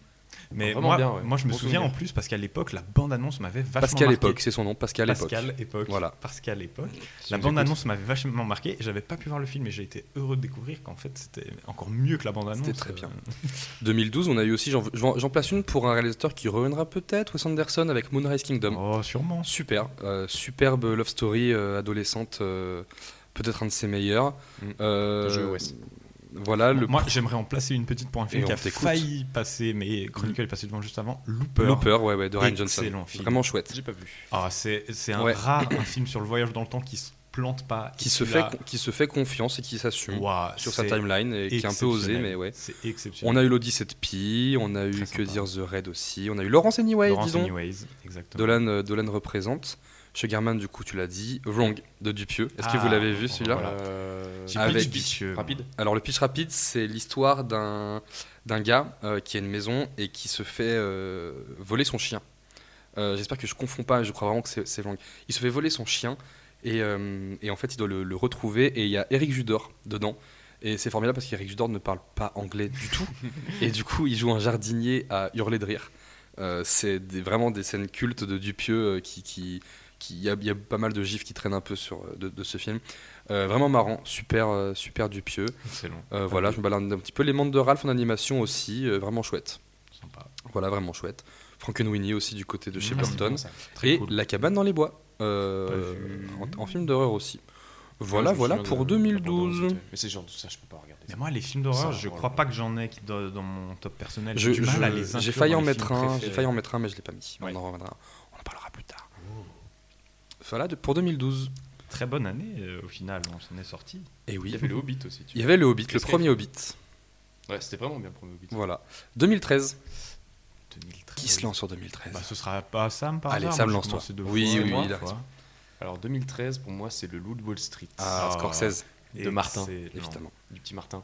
F: Mais
G: Vraiment
F: moi,
G: bien, ouais.
F: moi, je me
G: Bon
F: souviens
G: souvenir.
F: en plus parce qu'à l'époque, la bande-annonce m'avait vachement
C: Pascal
F: marqué.
C: Époque, c'est son nom, Pascal Époque.
F: Pascal Époque.
C: Voilà.
F: Pascal Époque.
G: Si on
F: La
G: nous écoute.
F: bande-annonce m'avait vachement marqué. et J'avais pas pu voir le film, mais j'ai été heureux de découvrir qu'en fait, c'était encore mieux que la bande-annonce.
C: C'était très bien.
F: Euh,
C: 2012, on a eu aussi, j'en- j'en j'en place une pour un réalisateur qui reviendra peut-être, Wes Anderson avec Moonrise Kingdom.
F: Oh, sûrement.
C: Super, euh, superbe love story euh, adolescente, euh, peut-être un de ses meilleurs.
G: Mm.
C: Euh,
G: Bien joué, Wes.
C: Voilà, le
F: Moi, j'aimerais en placer une petite pour un film
C: Et
F: qui
C: on
F: a
C: t'écoute.
F: failli passer, mais Chronicle est passé devant juste avant. Looper.
C: Looper, ouais, ouais, de Ryan Johnson.
F: Excellent film.
C: Vraiment chouette.
G: J'ai pas vu.
F: Ah, c'est c'est un
C: Ouais.
F: rare un film sur le voyage dans le temps qui se plante pas.
C: Qui se, fait,
F: Celui-là,
C: qui se fait confiance et qui s'assume
F: ouah,
C: sur sa
F: c'est
C: timeline et qui est un peu osé,
F: exceptionnel.
C: mais ouais.
F: C'est exceptionnel.
C: On a eu l'Odyssée de Pi, on a eu
F: Très
C: Que
F: sympa.
C: dire The Red aussi, on a eu Laurence Anyway,
F: Laurence
C: disons.
F: Anyways, exactement.
C: Dolan, euh, Dolan représente. Sugarman, du coup, tu l'as dit. Wrong de Dupieux. Est-ce
F: Ah,
C: que vous l'avez vu celui-là
F: Voilà.
G: Euh,
F: J'ai
C: Avec-
F: plus de pitch, euh,
G: Rapide.
C: Alors le pitch rapide, c'est l'histoire d'un d'un gars euh, qui a une maison et qui se fait euh, voler son chien. Euh, J'espère que je confonds pas, je crois vraiment que c'est c'est Wrong. Il se fait voler son chien et, euh, et en fait il doit le, le retrouver et il y a Eric Judor dedans. Et c'est formidable parce qu'Eric Judor ne parle pas anglais du tout. et du coup il joue un jardinier à hurler de rire. Euh, c'est des- vraiment des scènes cultes de Dupieux euh, qui... qui qui- il y, a, il y a pas mal de gifs qui traînent un peu sur, euh, de, de ce film. Euh, vraiment marrant, super, euh, super Dupieux.
F: Excellent.
C: Euh, voilà, je me balade un petit peu. Les membres de Ralph en animation aussi, euh, vraiment chouette.
F: Sympa.
C: Voilà, vraiment chouette. Frankenweenie aussi du côté de chez
F: Ah, c'est
C: Burton.
F: bon, ça. Très
C: Et
F: cool.
C: La cabane dans les bois, euh,
F: Pas vu. Ah,
C: en, en film d'horreur aussi.
G: Ouais,
C: Voilà,
G: je me
C: voilà
G: souviens
C: pour
G: de- de la bande-annonce,
C: 2012.
G: ok. Mais c'est genre ça, je peux pas regarder.
F: Mais
G: ça.
F: moi, les films
G: Ça,
F: d'horreur, je
G: voilà.
F: crois pas que j'en ai qui- dans, dans mon top personnel.
C: oh Je-
F: J'ai du mal à
C: je-
F: les
C: J'ai
F: inclure
C: failli
F: dans
C: en
F: les
C: mettre
F: films
C: un, j'ai
F: préférés.
C: failli en mettre un, mais je l'ai pas mis.
F: Ouais.
C: On en reviendra, on en parlera plus tard. Voilà de- pour 2012.
F: Très bonne année, euh, au final, on s'en est sorti.
C: Et
G: Il
C: oui,
G: y avait le Hobbit aussi. Tu
C: il y
G: vois.
C: avait le Hobbit, le
G: Qu'est-ce
C: premier Hobbit.
G: Ouais, c'était vraiment bien le premier Hobbit.
C: Voilà. 2013.
F: 2013.
C: Qui se lance sur 2013
F: bah, Ce sera pas Sam par
C: Allez,
F: hasard,
C: Sam,
F: moi,
C: lance-toi.
F: je commence deux
C: Oui,
F: fois,
C: oui,
F: moi,
C: il a
F: quoi.
G: Alors 2013, pour moi, c'est le Loup de Wall Street.
C: Ah,
F: Ah.
C: Scorsese,
G: De Martin,
F: Excellent.
C: évidemment.
G: Du petit Martin.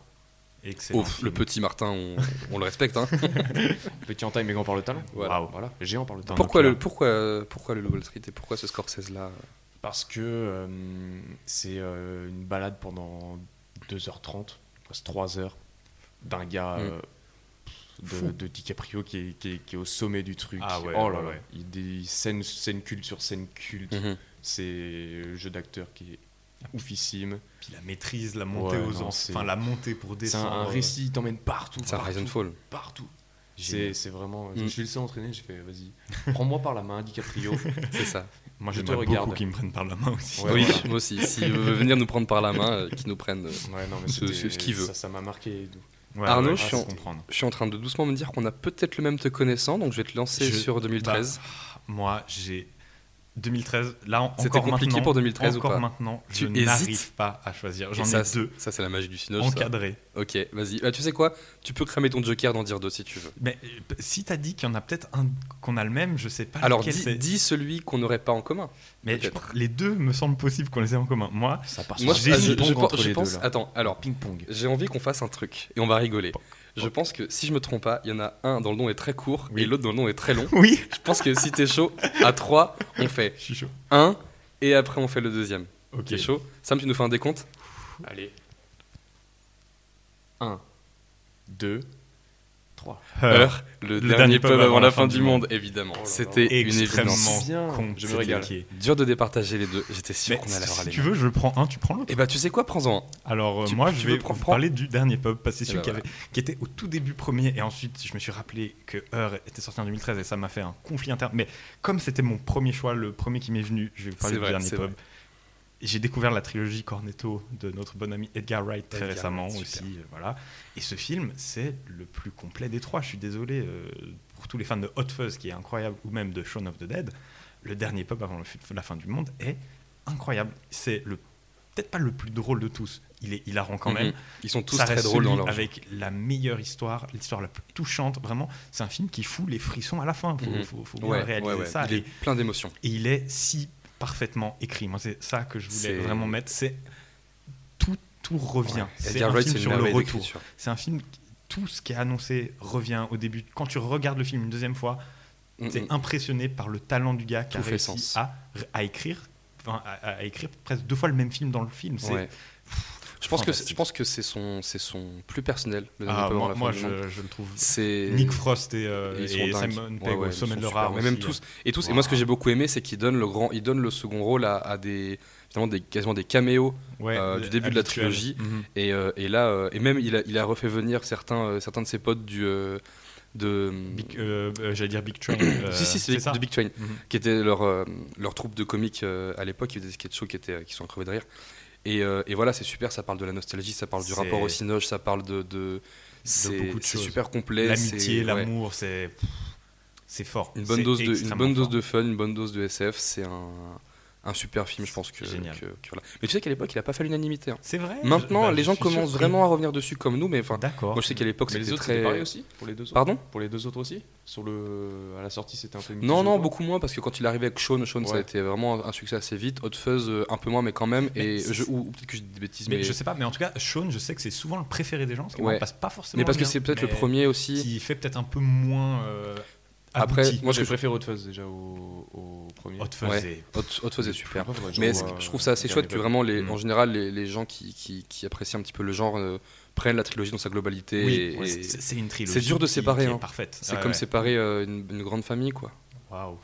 F: Excellent.
C: Ouf, le
F: film.
C: petit Martin, on, on le respecte. Hein.
G: Petit en taille, mais grand par le talent.
F: Voilà.
G: Voilà. Géant par le talent.
F: Dans
C: Pourquoi
F: notre
C: le, pourquoi, euh, pourquoi le Low Wall Street et pourquoi ce Scorsese là
G: Parce que euh, c'est euh, une balade pendant 2h30, presque 3h, d'un gars
C: Mm.
G: euh, de, de DiCaprio qui est, qui, est, qui est au sommet du truc.
F: Ah ouais,
G: oh là
F: ouais,
G: là.
F: ouais.
G: Il des scènes, scène culte sur scène culte.
C: Mmh.
G: C'est un jeu d'acteur qui est oufissime.
F: Puis la maîtrise, la montée
G: Ouais,
F: aux
G: non,
F: enfants,
G: c'est-
F: enfin la montée pour
G: C'est un,
F: descendre.
G: un récit, il t'emmène partout.
C: C'est un
G: partout,
C: Rise and Fall.
G: Partout. C'est
F: Génial.
G: c'est vraiment. euh,
C: Mm.
G: Je suis le seul entraîné, j'ai fait vas-y, prends-moi par la main,
C: <laughs>
G: DiCaprio.
C: C'est ça.
F: Moi,
G: Je te
F: j'aimerais beaucoup
G: regarde.
F: qu'ils me prennent par la main aussi.
G: Ouais,
C: oui,
G: voilà.
C: moi aussi. S'il veut venir nous prendre par la main, euh, qu'il nous prenne. euh.
G: Ouais, non, mais
C: Ce-
G: c'était-
C: ce- ce qu'il veut.
G: Ça, ça m'a marqué. et tout. Ah,
F: Ouais,
C: Arnaud,
F: ouais,
C: je
F: ouais,
C: suis en-
F: faut comprendre.
C: Je suis en train de doucement me dire qu'on a peut-être le même te connaissant, donc je vais te lancer
F: Je-
C: sur 2013.
F: Moi, j'ai 2013. Là, en-
C: C'était
F: encore
C: compliqué
F: maintenant,
C: pour 2013 ou
F: encore
C: pas
F: maintenant,
C: Tu
F: je
C: hésites
F: n'arrive pas à choisir. J'en
C: Et ça,
F: ai deux
C: Ça, c'est la magie du synode. ça.
F: encadrés.
C: Ok, vas-y. Bah, tu sais quoi Tu peux cramer ton joker d'en dire deux si tu veux.
F: Mais euh, p- si t'as dit qu'il y en a peut-être un qu'on a le même, je sais pas
C: Alors,
F: lequel
C: dis,
F: Ah, c'est.
C: dis celui qu'on n'aurait pas en commun.
F: Mais je
C: peut-être.
F: crois que les deux me semblent possibles qu'on les ait en commun. Moi,
G: Ça part
C: Moi,
G: sur
C: je,
G: un
C: ah, je-
G: ping-pong
C: je pense.
G: entre
C: je
G: les deux,
C: pense-
G: là.
C: attends, alors,
G: ping-pong.
C: j'ai envie qu'on fasse un truc et on va rigoler. Je pense que si je me trompe pas, il y en a un dont le nom est très court
F: Oui.
C: et l'autre dont le nom est très long.
F: oui,
C: Je pense que si t'es chaud, à 3, on fait
F: je suis chaud.
C: un et après on fait le deuxième.
F: Ok,
C: T'es chaud Sam, tu nous fais un décompte
G: Allez. 1, 2, 3.
F: Heure.
C: Heure, le, dernier, pub avant, la fin du monde, évidemment.
G: Oh là là.
C: C'était une
F: Extrêmement
C: évidence.
G: Bien, je
F: compliqué.
G: me régale.
C: Dur de départager les deux. J'étais
F: Mais
C: sûr qu'on allait avoir
F: si
C: les
F: tu veux, je prends un, tu prends l'autre.
C: Et bah tu sais quoi, prends-en un.
F: Alors euh,
C: Tu-
F: moi,
C: tu
F: je
C: veux
F: vais
C: prendre-
F: vous parler du dernier pub parce que c'est
C: Et
F: celui
C: bah
F: qui, avait- qui était au tout début premier et ensuite je me suis rappelé que Heure était sorti en 2013 et ça m'a fait un conflit interne. Mais comme c'était mon premier choix, le premier qui m'est venu, je vais vous parler
C: C'est
F: du
C: vrai,
F: dernier
C: c'est
F: pub.
C: vrai.
F: J'ai découvert la trilogie Cornetto de notre bon ami Edgar Wright très
C: Edgar
F: récemment
C: Wright,
F: aussi,
C: super.
F: euh, voilà. Et ce film, c'est le plus complet des trois. Je suis désolé euh, pour tous les fans de Hot Fuzz qui est incroyable ou même de Shaun of the Dead. Le dernier pub avant le fu- la fin du monde est incroyable. C'est le peut-être pas le plus drôle de tous. Il est hilarant quand même.
C: Mhm. Ils sont tous
F: Ça
C: très
F: reste
C: drôles dans
F: celui
C: leur jeu.
F: avec la meilleure histoire, l'histoire la plus touchante. Vraiment, c'est un film qui fout les frissons à la fin. Faut,
C: Mhm.
F: faut- faut bien
C: Ouais,
F: réaliser
C: ouais, ouais.
F: ça.
C: Il est
F: Et,
C: plein d'émotions.
F: et il est si parfaitement écrit. Moi, c'est ça que je
C: C'est-
F: voulais vraiment mettre. C'est tout, tout revient. C'est
C: Edgar
F: un
C: Wright,
F: film
C: c'est une
F: sur le
C: merveille
F: retour.
C: d'écriture.
F: C'est un film. qui- Tout ce qui est annoncé revient au début. Quand tu regardes le film une deuxième fois, T'es
C: Mm, mm.
F: impressionné par le talent du gars qui a
C: Tout fait
F: réussi
C: sens.
F: à, à écrire, enfin, à, à écrire presque deux fois le même film dans le film. C'est
C: Ouais. Je pense que c'est-
F: Fantastique.
C: je pense que c'est son c'est son plus personnel. Le dernier
F: Ah,
C: Power
F: moi,
C: à la fin
F: moi,
C: du monde.
F: je, je le trouve.
C: c'est
F: Nick Frost et, euh,
C: Et ils
F: et
C: sont dingues.
F: Simon
C: Ouais,
F: Pegg
C: ouais,
F: au
C: ils
F: sommet
C: sont
F: de leur
C: super.
F: art.
C: Mais même
F: aussi, hein.
C: tous. Et tous. Et moi, ce que j'ai beaucoup aimé, c'est qu'ils donnent le grand, ils donnent le second rôle à, à des finalement des quasiment des caméos
F: Ouais,
C: euh, du début de la
F: habituel. Mm.
C: trilogie.
G: Mhm.
C: Et, euh, et là, euh, et même il a, il a refait venir certains euh, certains de ses potes du euh, de
F: Big- euh, euh, J'allais dire Big Train. euh,
C: si, si, c'est
F: ça.
C: de Big Train,
G: Mhm.
C: qui était leur, euh, leur troupe de comiques euh, à l'époque, ils faisaient des sketch shows qui, étaient, qui sont crevés de rire. Et, euh, et voilà, c'est super, ça parle de la nostalgie, ça parle du
F: C'est-
C: rapport au cinoche, ça parle de. de, c'est
F: beaucoup de
C: c'est
F: choses.
C: super complet.
F: L'amitié,
C: c'est- ouais.
F: l'amour, c'est. C'est fort.
C: Une bonne,
F: C'est
C: dose de, une
F: extrêmement
C: bonne dose
F: fort.
C: de fun, une bonne dose de SF, c'est un, un super film, je pense que.
F: Génial.
C: que- que voilà. Mais tu sais qu'à l'époque, il n'a pas fait l'unanimité. hein.
F: C'est vrai.
C: Maintenant,
F: je- bah,
C: les
F: je
C: gens
F: suis
C: commencent
F: surpris.
C: vraiment à revenir dessus comme nous, mais enfin.
F: D'accord.
C: Moi, je sais qu'à l'époque,
G: Mais les
C: c'était
G: autres, c'était pareil
C: très. Ah.
G: aussi pour les deux autres.
C: Pardon
G: Pour les deux autres aussi Sur le à la sortie, c'était un peu mitigé
C: Non,
G: ou
C: non,
G: pas
C: beaucoup moins parce que quand il est arrivé avec Sean, Sean ça a
G: Ouais.
C: été vraiment un succès assez vite. Hot Fuzz euh, un peu moins, mais quand même.
F: Mais
C: et
F: c'est-
C: je, ou, ou peut-être que je dis des bêtises, mais,
F: Mais, je sais pas, mais en tout cas, Sean, je sais que c'est souvent le préféré des gens, ce qui
C: Ouais.
F: ne passe pas forcément.
C: mais parce que
F: le
C: c'est
F: mien,
C: peut-être le
F: mais
C: premier aussi.
F: Qui fait peut-être un peu moins. euh,
C: Après,
F: abouti.
C: moi,
G: Moi,
C: ce
G: je
C: que je-
G: préfère Hot Fuzz déjà au, au premier.
F: Hot Fuzz
C: Ouais.
F: est-
C: Hot, Hot Fuzz est super.
G: Après, faudrait que
C: Mais
G: j'en
C: c'est-
G: vois,
C: je trouve ça assez
G: euh,
C: chouette que
G: dernier
C: vraiment, les,
F: Mm.
C: en général, les, les gens qui, qui, qui apprécient un petit peu le genre euh, prennent la trilogie dans sa globalité.
F: Oui,
C: et- et
F: c'est c'est une trilogie.
C: c'est dur de
F: qui-
C: séparer,
F: qui est
C: hein.
F: Parfaite.
C: c'est
F: Ouais,
C: comme
F: ouais.
C: séparer euh, une, une grande famille, quoi.
F: Waouh.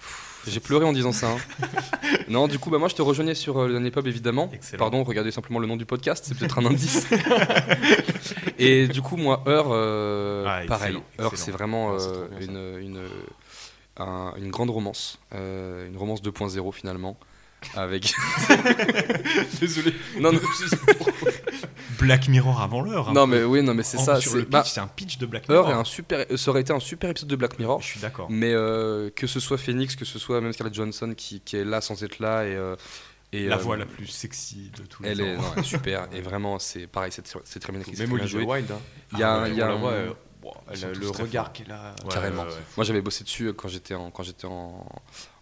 C: J'ai pleuré en disant ça. hein.
F: <laughs>
C: non, du coup, bah, moi, je te rejoignais sur euh, le dernier pub, évidemment.
F: Excellent.
C: Pardon, regardez simplement le nom du podcast, c'est peut-être un
F: <laughs>
C: indice. Et du coup, moi, Heure, euh,
F: Ah, excellent,
C: pareil. Heure,
F: excellent.
C: c'est vraiment
G: Ah, c'est trop
C: euh,
G: bien, ça.
C: une, une, un- une grande romance. euh, une romance 2.0, finalement.
F: <laughs>
C: Avec.
G: pub. Désolé.
C: non, non,
F: Black Mirror avant l'heure. un
C: non,
F: peu.
C: mais oui, non, mais c'est
F: En-
C: ça.
F: sur
C: c'est-
F: le pitch, Oh.
C: bah,
F: C'est un pitch de Black
C: Heure
F: Mirror.
C: est un super, ça aurait été un super épisode de Black Mirror.
F: Je suis d'accord.
C: Mais euh, que ce soit Phoenix, que ce soit même Scarlett Johansson qui, qui est là sans être là et. euh, et
F: La
C: euh,
F: voix la plus sexy de tous les
C: Elle est <laughs>
F: temps.
C: non, elle est super et vraiment c'est pareil c'est très- c'est très bien écrit. c'est
G: Même
C: très bien
G: Olivia
C: joué.
G: Wilde. hein.
C: Il y a, un-
G: Ouais,
C: il y a
G: on la
C: un-
G: voit, euh, wow,
F: Ils sont
G: le-
F: tous
G: le
F: très
G: regard
F: forts.
G: qu'elle a. euh,
F: Ouais,
C: carrément.
F: ouais, ouais.
C: Moi j'avais bossé dessus euh, quand j'étais en quand j'étais en,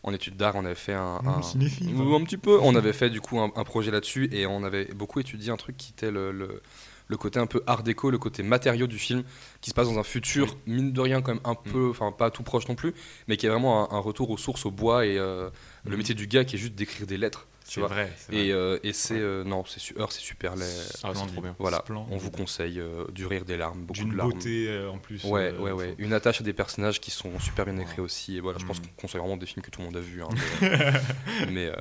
C: en études d'art on avait fait un,
F: Mmh,
C: un-
F: cinéphile,
C: ou un petit peu on avait fait du coup un, un projet là-dessus et on avait beaucoup étudié un truc qui était le, le le côté un peu art déco, le côté matériau du film, qui se passe dans un futur, mine de rien, quand même un peu, enfin pas tout proche non plus, mais qui est vraiment un, un retour aux sources, au bois et euh, le métier du gars qui est juste d'écrire des lettres. Tu
F: C'est
C: vois.
F: vrai. Mm. c'est vrai.
C: Et, euh, et c'est. euh, non, c'est su- Heure, c'est super. les-
G: Ah, c'est
F: Splendide.
G: trop bien.
C: Voilà,
F: Splendide.
C: on vous conseille euh, du rire, des larmes, beaucoup
F: D'une
C: de larmes.
F: beauté euh, en plus.
C: Ouais,
F: euh,
C: ouais, ouais. Une attache à des personnages qui sont super bien écrits aussi. Et voilà, je pense
F: Mm.
C: qu'on conseille vraiment des films que tout le monde a vus. hein, mais mais, euh,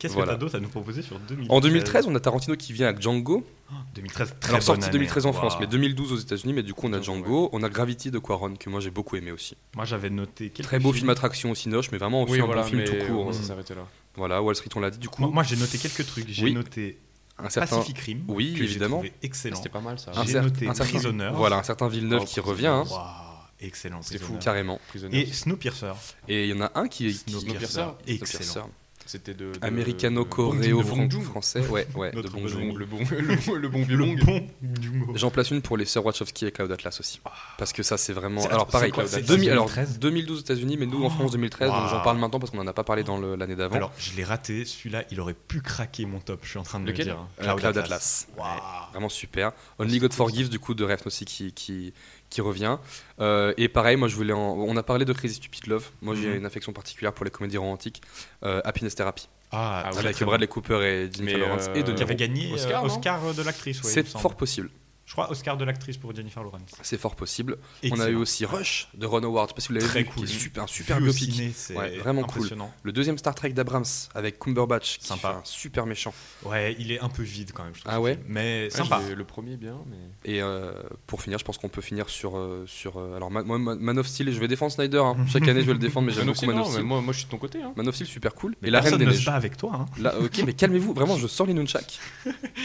F: Qu'est-ce que
C: Voilà.
F: t'as d'autre à nous proposer sur 2013
C: en 2013, on a Tarantino qui vient avec Django.
F: 2013, très
C: Alors
F: bonne
C: sorti
F: année.
C: 2013 en France,
F: Waouh.
C: mais 2012 aux États-Unis. Mais du coup, on a
G: Django,
C: Django. On a Gravity de Quaron que moi j'ai beaucoup aimé aussi.
F: Moi, j'avais noté. quelques
C: Très beau
F: films.
C: film attraction aussi noche, mais vraiment aussi
G: Oui,
C: un
G: voilà,
C: bon film tout
G: mais
C: court. hein.
G: On
F: euh,
G: s'est arrêté là.
C: Voilà, Wall Street, on l'a dit. Du coup,
F: Moi, moi, j'ai noté quelques trucs. J'ai
C: Oui.
F: noté
C: un certain,
F: Pacific Rim.
C: Oui,
F: que j'ai
C: évidemment. Ah,
F: trouvé excellent.
G: C'était pas mal ça.
C: un
F: j'ai
C: cer-
F: noté
C: un certain-
F: Prisoner.
C: voilà, un certain Villeneuve
G: Oh,
C: qui
G: Prisoner.
C: revient, hein,
F: Waouh, excellent.
G: C'était fou.
F: Prisoner.
C: carrément.
G: Prisonniers.
F: Et Snowpiercer.
C: Et il y en a un qui est qui-
G: Snowpiercer.
F: Excellent.
G: C'était de. de-
C: Américano-coréo
F: de Bong Joon.
C: français. Ouais, ouais, de
F: Notre
C: Bong
F: bon
C: Joon.
F: ami.
G: Le bon, le bon, le bon vieux
F: Le
G: Long.
F: bon du mot.
C: J'en place une pour les sœurs Wachowski et Cloud Atlas aussi. Parce que ça, c'est vraiment.
F: Ah. C'est-
C: Alors,
F: c'est
C: pareil,
F: quoi,
C: Cloud
F: c'est-
C: Atlas.
F: c'est
C: 2000, alors,
F: 2013?
C: 2012 aux États-Unis, mais nous en France 2013, donc
F: Waouh.
C: j'en parle maintenant parce qu'on en a pas parlé dans le- l'année d'avant.
F: Alors, je l'ai raté. Celui-là, il aurait pu craquer mon top. Je suis en train de
G: Lequel
F: le dire. hein.
C: Euh, Cloud, Atlas.
F: Waouh. Ah,
C: Vraiment super. Only God Forgives, du coup, de Refn aussi qui, qui, qui revient. Euh, et pareil, moi, je voulais. en- On a parlé de Crazy Stupid Love. Moi, j'ai
F: Mhm.
C: une affection particulière pour les comédies romantiques. Euh, Happiness Therapy.
F: Ah,
G: Ah oui,
F: très,
C: avec
F: très
C: Bradley Cooper et Jennifer
G: Mais,
C: Lawrence
G: euh,
C: et
F: bon.
C: De
F: qui
C: Niro.
F: avait gagné euh,
G: Oscar,
F: Oscar,
G: non
F: euh, de l'actrice. ouais, il
C: C'est
F: me semble.
C: fort possible.
F: Je crois Oscar de l'actrice pour Jennifer Lawrence.
C: C'est fort possible. On a eu aussi Rush de Ron Howard. Je sais pas si vous l'avez
F: Très
C: vu,
F: cool.
C: qui est super, un super
F: Vu au
C: biopic.
F: ciné, c'est
C: Ouais, vraiment cool.
F: impressionnant.
C: Le deuxième Star Trek d'Abrams avec Cumberbatch, qui
F: Sympa.
C: fait un super méchant.
F: Ouais, il est un peu vide quand même. Je trouve,
C: Ah
F: ce
C: ouais
F: film. Mais
G: Ouais,
F: sympa.
G: j'ai- Le premier bien, mais.
C: Et euh, pour finir, je pense qu'on peut finir sur. euh, sur euh, alors, Ma- moi, Ma- Man of Steel, je vais défendre Snyder. hein. Chaque année, je vais le défendre, mais j'aime
G: Man of
C: beaucoup
G: Steel,
C: Man of
G: non,
C: Steel.
G: Ah, mais moi, moi, je suis de ton côté. Hein.
C: Man of Steel, super cool.
F: Mais
C: et la Reine
F: personne
C: des
F: ne se
C: Neiges.
F: bat avec toi. hein.
C: Là, ok, mais calmez-vous, vraiment, je sors les nunchaks.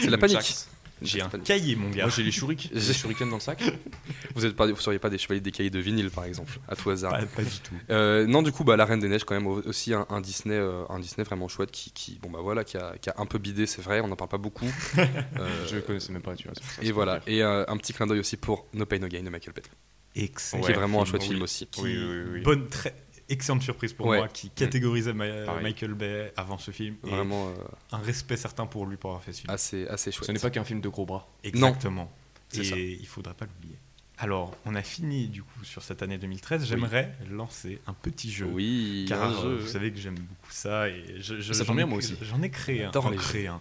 C: C'est la panique.
G: Nunchaks.
F: J'ai un
C: Panique.
F: cahier, mon gars.
G: Moi, j'ai les shurikens.
C: J'ai-
G: J'ai les shurikens dans le sac.
C: Vous êtes pas, vous seriez pas des chevaliers des cahiers de vinyle, par exemple, à tout hasard.
F: Pas, pas du tout.
C: Euh, non, du coup, bah, la Reine des Neiges, quand même, au- aussi un, un Disney, euh, un Disney vraiment chouette qui, qui- bon bah voilà, qui a, qui a un peu bidé, c'est vrai, on n'en parle pas beaucoup.
F: <laughs>
C: Euh,
G: Je connaissais même pas, tu vois. c'est pour ça que
C: et
G: c'est
C: voilà,
G: pas
C: et euh, un petit clin d'œil aussi pour No Pain No Gain de Michael Bay,
F: Excellent.
C: qui est vraiment un
G: film,
C: chouette film
G: oui.
C: aussi.
F: Qui-
G: Oui, oui, oui, oui.
F: Bonne, très excellente surprise pour
C: Ouais.
F: moi qui catégorisait Ma-
G: Pareil.
F: Michael Bay avant ce film. Et
C: Vraiment euh,
F: un respect certain pour lui pour avoir fait ce film.
C: assez, assez
G: clair.
C: chouette.
G: Ce n'est pas qu'un film de gros bras.
F: Exactement.
C: Ah, C'est
F: Et
C: ça.
F: il faudra pas l'oublier. Alors, on a fini du coup sur cette année 2013. J'aimerais lancer un petit jeu.
C: Oui,
F: car
C: un
F: euh,
C: jeu.
F: vous savez que j'aime beaucoup ça et je, je-
G: Ça tombe
F: j'en ai-
G: bien, moi aussi.
F: J'en ai créé un.
C: J'adore
F: Enfin,
C: les jeux.
F: créé un.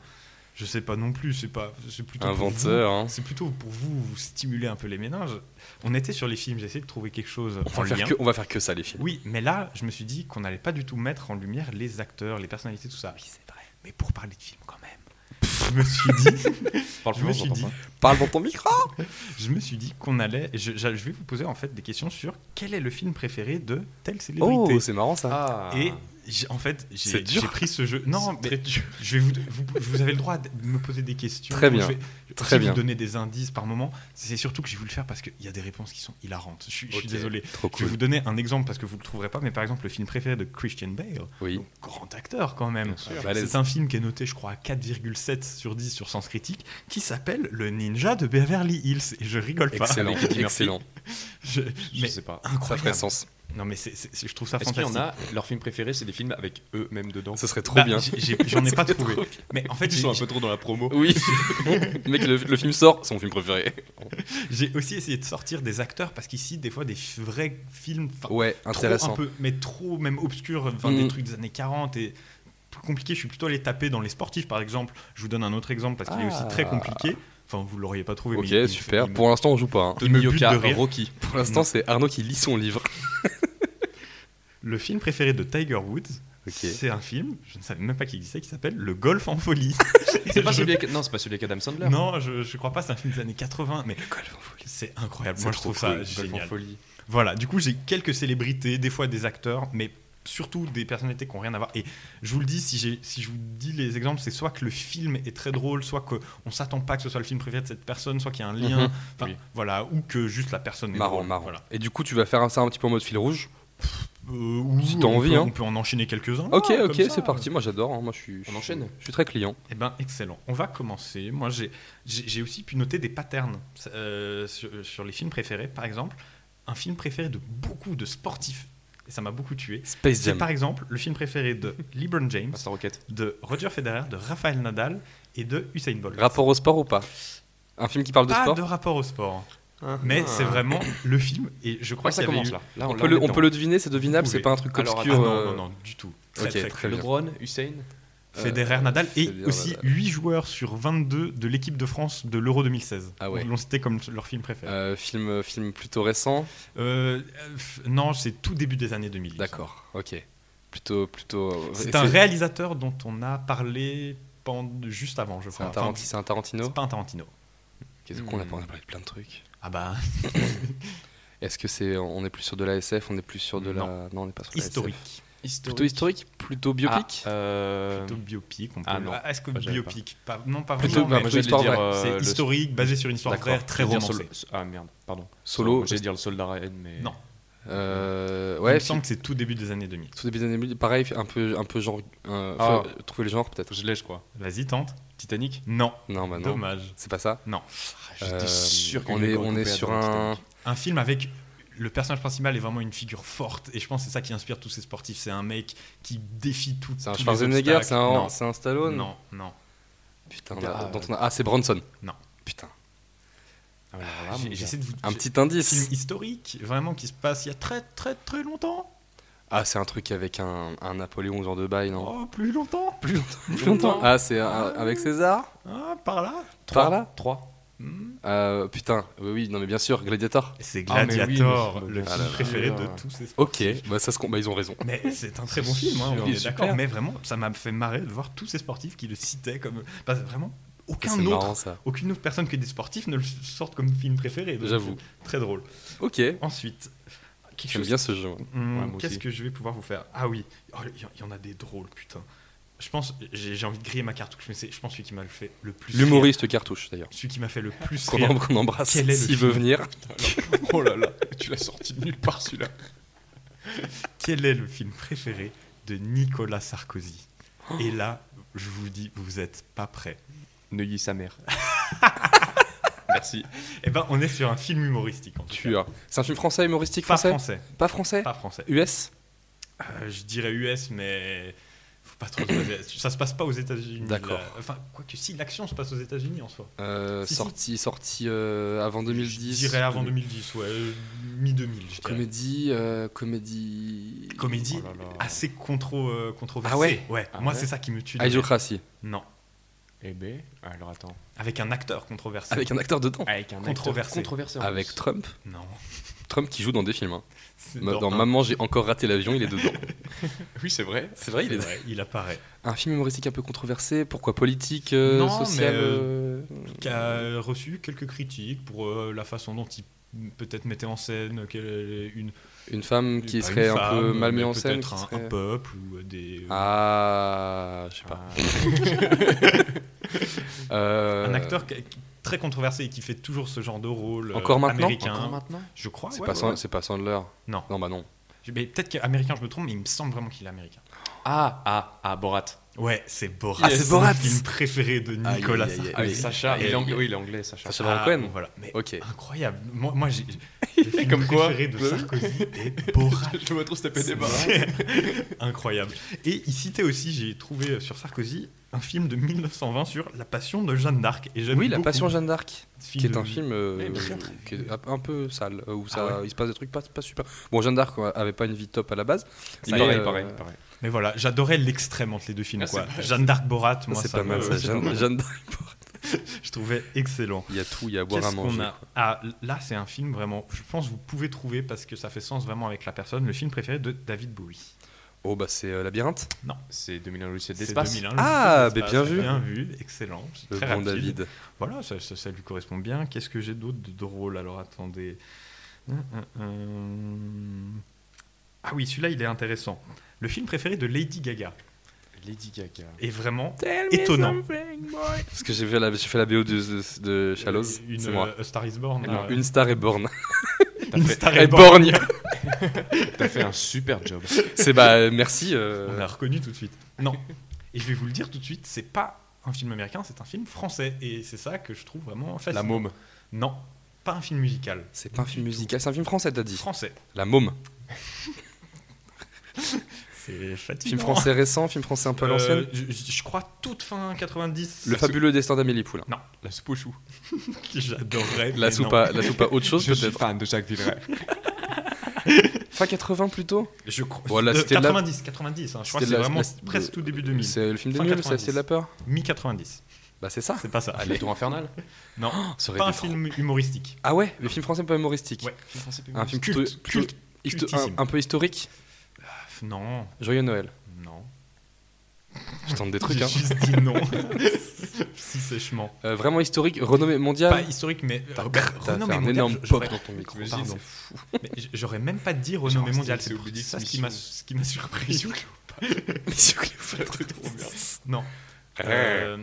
F: je sais pas non plus, c'est pas, c'est plutôt pour
C: Inventeur, hein.
F: vous. C'est plutôt pour vous, vous stimuler un peu les méninges. On était sur les films, j'ai essayé de trouver quelque chose
C: On
F: en
C: va, faire
F: lien.
C: que, on va faire que ça, les films.
F: Oui, mais là, je me suis dit qu'on n'allait pas du tout mettre en lumière les acteurs, les personnalités, tout ça. Oui, c'est vrai. Mais pour parler de films quand même. Je me suis dit,
C: <laughs> Parle
F: je me suis dit,
C: Parle dans ton
F: <laughs>
C: micro
F: je me suis dit qu'on allait. Je, je vais vous poser en fait des questions sur quel est le film préféré de telle célébrité.
C: Oh, c'est marrant ça.
F: Et j'ai- en fait,
C: C'est
F: j'ai
C: dur.
F: j'ai pris ce jeu. Non, mais je vais vous, vous, vous avez le droit de me poser des questions.
C: Très bien.
F: Je vais
C: Très
F: aussi
C: bien.
F: vous donner des indices par moment. C'est surtout que j'ai voulu le faire parce qu'il y a des réponses qui sont hilarantes. Je, suis- je suis
C: Ok.
F: désolé.
C: Trop
F: Je vais
C: cool.
F: vous donner un exemple parce que vous le trouverez pas, mais par exemple, le film préféré de Christian Bale,
C: Oui.
F: donc grand acteur quand même.
C: Bien sûr. Balèze.
F: C'est un film qui est noté, je crois, à 4,7 sur 10 sur Sens Critique, qui s'appelle Le Ninja de Beverly Hills. Et je rigole pas.
C: Excellent,
F: Qui dit merci.
C: excellent.
F: <laughs> Je-
C: Je
F: mais-
C: sais pas. Ça
F: incroyable. <laughs>
C: ferait sens.
F: non, mais c'est- c'est- c'est- je trouve ça
C: Est-ce qu'il y
F: fantastique.
C: en a, leur film préféré, c'est des films avec eux-mêmes dedans
G: Ce serait trop
F: Bah,
G: bien.
F: j'ai- j'ai- J'en
C: <laughs>
F: ai,
C: Ça
F: pas
C: serait
F: trouvé.
C: trop
F: Mais en
C: En fait,
F: fait,
C: ils
F: j'ai-
C: sont un peu trop dans la promo. Oui. le mec, le, le film sort, son film préféré.
F: j'ai aussi essayé de sortir des acteurs parce qu'ici, des fois, des f- vrais films. enfin,
C: Ouais,
F: trop un peu, mais trop même obscur, enfin,
C: Mm.
F: des trucs des années 40 et plus compliqué. Je suis plutôt allé taper dans les sportifs, par exemple. Je vous donne un autre exemple parce qu'il est
C: Ah.
F: aussi très compliqué. Enfin, vous l'auriez pas trouvé. mais il- il-
C: Ok, super.
F: il-
C: Pour l'instant, on joue pas. hein.
F: il me bute
C: Yoka,
F: de rire.
C: Rocky. Pour l'instant, c'est Arnaud qui lit son livre.
F: Le film préféré de Tiger Woods,
C: Ok.
F: c'est un film, je ne savais même pas qu'il existait, qui s'appelle Le Golf en
C: <laughs>
F: folie.
C: C'est pas
F: Je-
C: celui avec... Non, c'est pas celui avec Adam Sandler.
F: Non, je, je crois pas, c'est un film des années 80, mais
C: Golf en folie.
F: c'est incroyable.
C: C'est
F: Moi, je
C: trop
F: trouve
C: cool,
F: ça
C: Golf en
F: génial.
C: folie.
F: Voilà, du coup, j'ai quelques célébrités, des fois des acteurs, mais surtout des personnalités qui n'ont rien à voir. Et je vous le dis, si, j'ai- si je vous dis les exemples, c'est soit que le film est très drôle, soit qu'on ne s'attend pas que ce soit le film préféré de cette personne, soit qu'il y a un lien,
C: Mhm,
F: enfin,
C: oui.
F: voilà, ou que juste la personne est
C: Marrant,
F: drôle,
C: marrant.
F: voilà.
C: Et du coup, tu vas faire ça un petit peu en mode fil rouge.
F: Euh, ou
C: Si t'as
F: on
C: envie,
F: peut-
C: hein.
F: On peut en enchaîner quelques-uns.
C: Ok,
F: Ah,
C: ok,
F: comme ça.
C: c'est parti. Moi, j'adore. hein. Moi, je suis. je On suis- enchaîne Je suis très client.
F: Eh ben, excellent. On va commencer. Moi, j'ai j'ai j'ai aussi pu noter des patterns euh, sur, sur les films préférés. Par exemple, un film préféré de beaucoup de sportifs. Et ça m'a beaucoup tué.
C: Space
F: C'est par exemple le film préféré de LeBron James,
C: Master Rocket.
F: de Roger Federer, de Rafael Nadal et de Usain Bolt.
C: Rapport au sport ou pas Un film qui parle de
F: Pas
C: sport
F: de rapport au sport. Mais c'est vraiment le film. Et je
C: Je
F: crois
C: crois que Ah, ça
F: qu'il y avait
C: commence
F: eu-
C: là. Là,
F: on
C: on,
F: peut
C: peut
F: le- on
C: le,
F: peut le
C: peut le deviner, c'est devinable,
F: Vous
C: c'est
F: pouvez.
C: pas un truc
F: Alors,
C: obscur.
F: ah non, non, non, du tout. Très,
C: Euh, ok,
F: très
C: très
F: clair.
C: bien. LeBron, Usain.
F: Federer, Nadal et
C: Euh, Federer,
F: aussi
C: Nadal.
F: 8 joueurs sur 22 de l'équipe de France de l'Euro 2016.
C: Ah ouais.
F: Ils l'ont cité comme leur film préféré.
C: Euh, film, film plutôt récent.
F: Euh, euh, pff, non, c'est tout début des années 2000.
C: Ah. D'accord, ok. Plutôt, plutôt. euh,
F: C'est un réalisateur dont on a parlé pend- juste avant, je
C: C'est
F: crois.
C: un,
F: Enfin,
C: Tarantino. c'est un Tarantino.
F: c'est pas un Tarantino.
C: Qu'est-ce qu'on a
F: Hmm.
C: pas- on a parlé de plein de trucs.
F: Ah bah,
C: Est-ce que c'est, on est plus sur de la SF, on est plus sur de la, non, on n'est pas sur de la SF.
F: historique. Ah,
C: Plutôt historique, plutôt biopic.
F: Plutôt biopic. on peut-
C: Euh, ah non.
F: Ah, Est-ce que
C: Bah, j'avais
F: biopic pas- Non, pas
C: Plutôt-
F: vraiment.
C: bah,
F: mais plutôt-
C: moi, j'allais
F: histoire
C: dire,
F: vraie.
C: euh,
F: c'est
C: le-
F: historique, basé sur une histoire vraie, très
C: J'allais dire
F: romancée.
C: Sol- Ah merde, pardon.
G: Solo.
C: J'allais dire le soldat Ryan, mais.
F: Non.
C: Euh,
F: Il
C: ouais,
F: me semble que c'est tout début des années 2000.
C: Tout début des années 2000, pareil, un peu, un peu genre. euh, Ah. faut trouver le genre peut-être. Je l'ai, je crois.
F: Vas-y, tente.
C: Titanic
F: Non,
C: Non, bah non.
F: dommage.
C: C'est pas ça
F: Non.
C: Euh, on est, on est sur un.
F: Un film avec le personnage principal est vraiment une figure forte et je pense que c'est ça qui inspire tous ces sportifs. C'est un mec qui défie tout.
C: C'est un
F: tous les
C: Schwarzenegger,
F: obstacles.
C: c'est un, c'est un
F: Non,
C: Stallone
F: non, non.
C: Putain,
F: Ah,
C: là,
F: euh,
C: dont on a- Ah, c'est Bronson
F: Non.
C: Putain. Ah,
F: J'ai- J'essaie de vous.
C: Un
F: j'ai-
C: petit
F: film
C: indice.
F: historique, vraiment qui se passe il y a très très très longtemps.
C: Ah, c'est un truc avec un, un Napoléon, genre de bail, non
F: Oh, plus longtemps.
C: Plus longtemps. Plus longtemps. Ah, c'est un- avec César
F: Ah, par là. Hmm.
C: Par là
F: 3.
C: Euh, Putain, oui, oui, non, mais bien sûr, Gladiator.
F: C'est
C: Ah, mais oui,
F: Gladiator,
C: mais-
F: le
C: Ah
F: film
C: là là.
F: préféré de tous ces sportifs.
C: Ok, bah, ça se com- bah, ils ont raison.
F: Mais c'est un très bon film, hein, on
C: Il est
F: est d'accord.
C: super.
F: Mais vraiment, ça m'a fait marrer de voir tous ces sportifs qui le citaient comme. Bah, vraiment,
C: C'est
F: aucun autre,
C: marrant ça.
F: aucune autre personne que des sportifs ne le sortent comme film préféré. donc
C: J'avoue.
F: c'est Très drôle.
C: Ok,
F: Ensuite, quelque
C: j'aime
F: chose
C: bien ce jeu.
F: Hmm,
C: Ouais, moi
F: Qu'est-ce
C: aussi.
F: que je vais pouvoir vous faire Ah oui, Oh, il y, il y en a des drôles, putain. Je pense, j'ai j'ai envie de griller ma cartouche, mais c'est- je pense celui qui m'a fait le plus. rire.
C: L'humoriste cartouche d'ailleurs.
F: Celui qui m'a fait
C: <laughs>
F: le plus
C: Qu'on
F: rire.
C: em- qu'on embrasse
F: Quel est le
C: s'il
F: film
C: veut
F: <laughs>
C: venir. oh là là, tu l'as sorti de nulle part celui-là.
F: Quel est le film préféré de Nicolas Sarkozy
C: Oh.
F: Et là, je vous dis, vous êtes pas prêts.
C: Neuilly sa mère. Merci.
F: Eh ben, on est sur un film humoristique en tout cas.
C: Tueur. C'est un film français humoristique
F: Pas
C: français
F: français.
C: Pas français
F: Pas français.
C: US
F: Euh, je dirais US, mais faut pas trop. se
C: <coughs>
F: baser. Ça se passe pas aux États-Unis.
C: D'accord.
F: là. Enfin, quoique si l'action se passe aux États-Unis en soi.
C: Euh,
F: Si, si.
C: sorti sorti euh, avant 2010.
F: Je dirais avant 2010, ouais, euh, mi-2000, je dirais.
C: Comédie, euh, comédie.
F: comédie
C: Oh là là.
F: assez contro, euh, controversée.
C: Ah ouais
F: Ouais,
C: Ah
F: moi
C: ouais
F: c'est ça qui me tue. de rire.
C: Idiocratie.
F: Non.
G: Eh ben, alors attends.
F: Avec un acteur controversé.
C: Avec un acteur dedans.
G: Avec un
F: Controversé.
G: acteur controversé. en
C: Avec
G: plus.
C: Trump.
F: Non.
C: Trump qui joue dans des films. hein.
F: C'est
C: Dans,
F: un-
C: Maman, j'ai encore raté l'avion, il
F: <laughs>
C: est dedans.
G: Oui, c'est vrai.
C: C'est vrai, il
F: C'est
C: est.
F: vrai, il apparaît.
C: Un film humoristique un peu controversé, pourquoi politique, euh,
F: Non,
C: social.
F: mais,
C: euh,
F: Qui a reçu quelques critiques pour euh, la façon dont il peut-être mettait en scène quelle- une,
C: Une femme qui
F: pas une
C: serait un
F: femme,
C: peu mal
F: mais
C: mise en scène.
F: peut-être
C: qui
F: un,
C: serait-
F: un peuple ou des
C: Ah, je sais pas. <laughs> Euh,
F: Ah. un acteur qui- qui- très controversé et qui fait toujours ce genre de rôle euh,
C: Encore maintenant
F: américain
G: Encore maintenant
F: je crois
C: C'est
F: ouais,
C: pas,
F: ouais,
C: Sand-
F: ouais.
C: c'est pas Sandler.
F: non
C: Non, bah non.
F: Je- mais peut-être qu'américain je me trompe mais il me semble vraiment qu'il est américain
G: Ah, ah, ah, Borat.
F: ouais c'est Borat
C: Ah, c'est
F: mon
C: Borat.
F: film préféré de
C: Aïe,
F: Nicolas
C: aïe, aïe,
F: Sarkozy.
C: Ah oui.
G: Avec Sacha.
F: Aïe,
G: il, est
F: aïe,
G: anglais,
F: aïe.
G: il est anglais, Sacha.
C: Sacha Baron Cohen.
F: voilà mais
C: Ok.
F: incroyable moi, moi j'ai
C: <laughs>
F: le film
G: Comme quoi.
F: préféré de Sarkozy est Borat
G: Je vois trop se taper des barres.
F: C'est Incroyable. Et il citait aussi, j'ai trouvé euh, sur Sarkozy, un film de 1920 sur La Passion de Jeanne d'Arc. Et j'aime
C: Oui, La
F: beaucoup
C: Passion
F: ce
C: Jeanne d'Arc, qui est
F: de-
C: un film euh,
G: Mais très,
C: qui est un un peu sale, euh, où
F: Ah
C: ça, il se passe des trucs pas, pas super. Bon, Jeanne d'Arc euh, avait pas une vie top à la base.
G: Il
C: mais,
G: paraît,
C: euh,
G: il paraît, il paraît.
F: Mais voilà, j'adorais l'extrême entre les deux films.
G: Ah,
F: quoi.
G: c'est vrai.
F: Jeanne d'Arc Borat,
C: Ça,
F: moi,
C: Ah, c'est
F: ça
C: pas mal.
F: me- <laughs>
C: ça. Jeanne Jeanne d'Arc,
F: je trouvais excellent.
C: il y a tout, il y a à boire à
F: Qu'est-ce qu'on
C: manger.
F: a Ah, là, c'est un film vraiment. Je pense que vous pouvez trouver parce que ça fait sens vraiment avec la personne. Le film préféré de David Bowie.
C: Oh, bah c'est euh, Labyrinthe,
G: C'est 2001 logiciel
F: C'est
G: d'espace.
F: 2001, le
C: Ah,
F: lycée de
C: mais bien
F: l'espace.
C: vu.
F: Bien vu, excellent. C'est
C: le
F: très
C: bon
F: rapide.
C: David.
F: Voilà, ça, ça- ça lui correspond bien. Qu'est-ce que j'ai d'autre de drôle Alors attendez. Hum, hum, hum. Ah oui, celui-là, il est intéressant. Le film préféré de Lady Gaga
G: Lady Gaga.
F: est vraiment étonnant.
C: Parce que j'ai fait la, j'ai fait la BO de, de, de Shallows,
F: Une,
C: c'est moi.
F: euh, A Star is Born.
C: Non,
F: euh, <laughs>
C: une star est born.
F: Une
C: <laughs>
F: Star is
C: Et
F: Born.
C: borgne
G: T'as fait un super job.
C: C'est bah, merci. euh,
F: On l'a reconnu tout de suite. Non. Et je vais vous le dire tout de suite, c'est pas un film américain, c'est un film français. Et c'est ça que je trouve vraiment fascinant.
G: La môme.
F: Non, pas un film musical.
C: C'est pas un film musical, c'est un film français, t'as dit.
F: Français.
C: La Môme.
F: C'est fatigant.
C: Film français récent, film français un peu à
F: Euh,
C: l'ancienne.
F: je, je- je crois toute fin 90.
C: Le fabuleux destin d'Amélie Poulain.
G: La soupe aux choux.
F: <laughs> J'adorerais. mais
C: La soupe,
F: non.
C: à, la soupe à autre chose
G: Je suis
C: peut-être.
G: fan de Jacques Villeray.
C: Fin 80 plutôt
F: Je crois.
C: Voilà,
F: de-
C: c'était la-
F: 90, 90. Euh, hein. Je crois que
C: c'était
F: c'est
C: la-
F: vraiment
C: la-
F: presque
C: de-
F: tout début 2000.
C: C'est le film des
F: Fin
C: nuls, c'est
F: 90.
C: c'est de la peur
F: Mi 90.
C: Bah c'est ça.
F: C'est pas ça.
G: Ah, les tours infernales.
F: Non,
C: Ça aurait
F: pas un
C: été trop-
F: film humoristique.
C: Ah ouais, le film français un peu humoristique.
F: Ouais.
C: Un film
F: Culte,
C: plutôt- plutôt
F: culte,
C: histo-
F: cultissime.
C: un, un peu historique.
F: Pff, Non,
C: Joyeux Noël.
F: non.
C: Je tente des trucs.
F: J'ai
C: Hein.
F: juste dit
C: <laughs>
F: non. si sèchement.
C: Euh, vraiment historique, renommée
F: Pas
C: mondiale.
F: historique, mais.
C: T'as
F: euh,
C: t'as fait
F: renommée
C: un
F: mondiale,
C: énorme
F: je-
C: pop
F: j'aurais-
C: dans ton micro.
G: T'imagines,
C: pardon.
F: mais j- J'aurais même pas dit renommée
G: Genre,
F: mondiale.
G: c'est
F: C'est pour
G: oublié,
F: ça ce qui
G: mission.
F: m'a ce qui m'a surpris. <laughs> Non.
C: Ah.
F: Euh,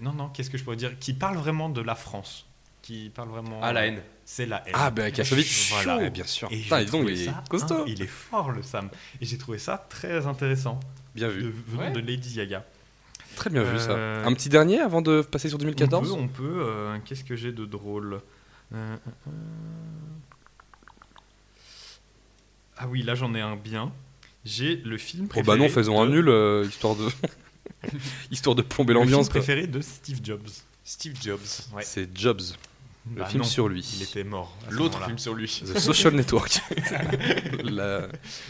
F: non, non, qu'est-ce que je pourrais dire Qui parle vraiment de la France. Qui parle vraiment.
G: Ah, la haine.
F: C'est la haine.
C: Ah bah Kachovic.
F: Voilà.
C: Ouais, bien sûr.
F: Et
C: Putain,
F: j'ai
C: dis donc,
F: trouvé
C: il est
F: ça, hein,
C: costaud.
F: il est fort le Sam. Et j'ai trouvé ça très intéressant
C: Bien
F: de,
C: vu.
F: venant
G: Ouais.
F: de Lady Gaga.
C: Très bien vu ça.
F: Euh,
C: Un petit dernier avant de passer sur 2014
F: On peut, on peut, euh, Qu'est-ce que j'ai de drôle Euh, euh, Ah oui, là j'en ai un bien. J'ai le film
C: Oh
F: préféré.
C: bah non, faisons un
F: de-
C: nul, euh,
F: <laughs>
C: histoire de... <laughs> histoire de plomber
F: le film
C: l'ambiance. quoi.
F: préféré de Steve Jobs.
G: Steve Jobs.
F: Ouais.
C: C'est Jobs, le
F: Bah
C: film
F: non,
C: sur lui.
F: Il était mort. à ce
G: L'autre
F: moment-là.
G: film sur lui.
C: The Social
F: <laughs>
C: Network. La-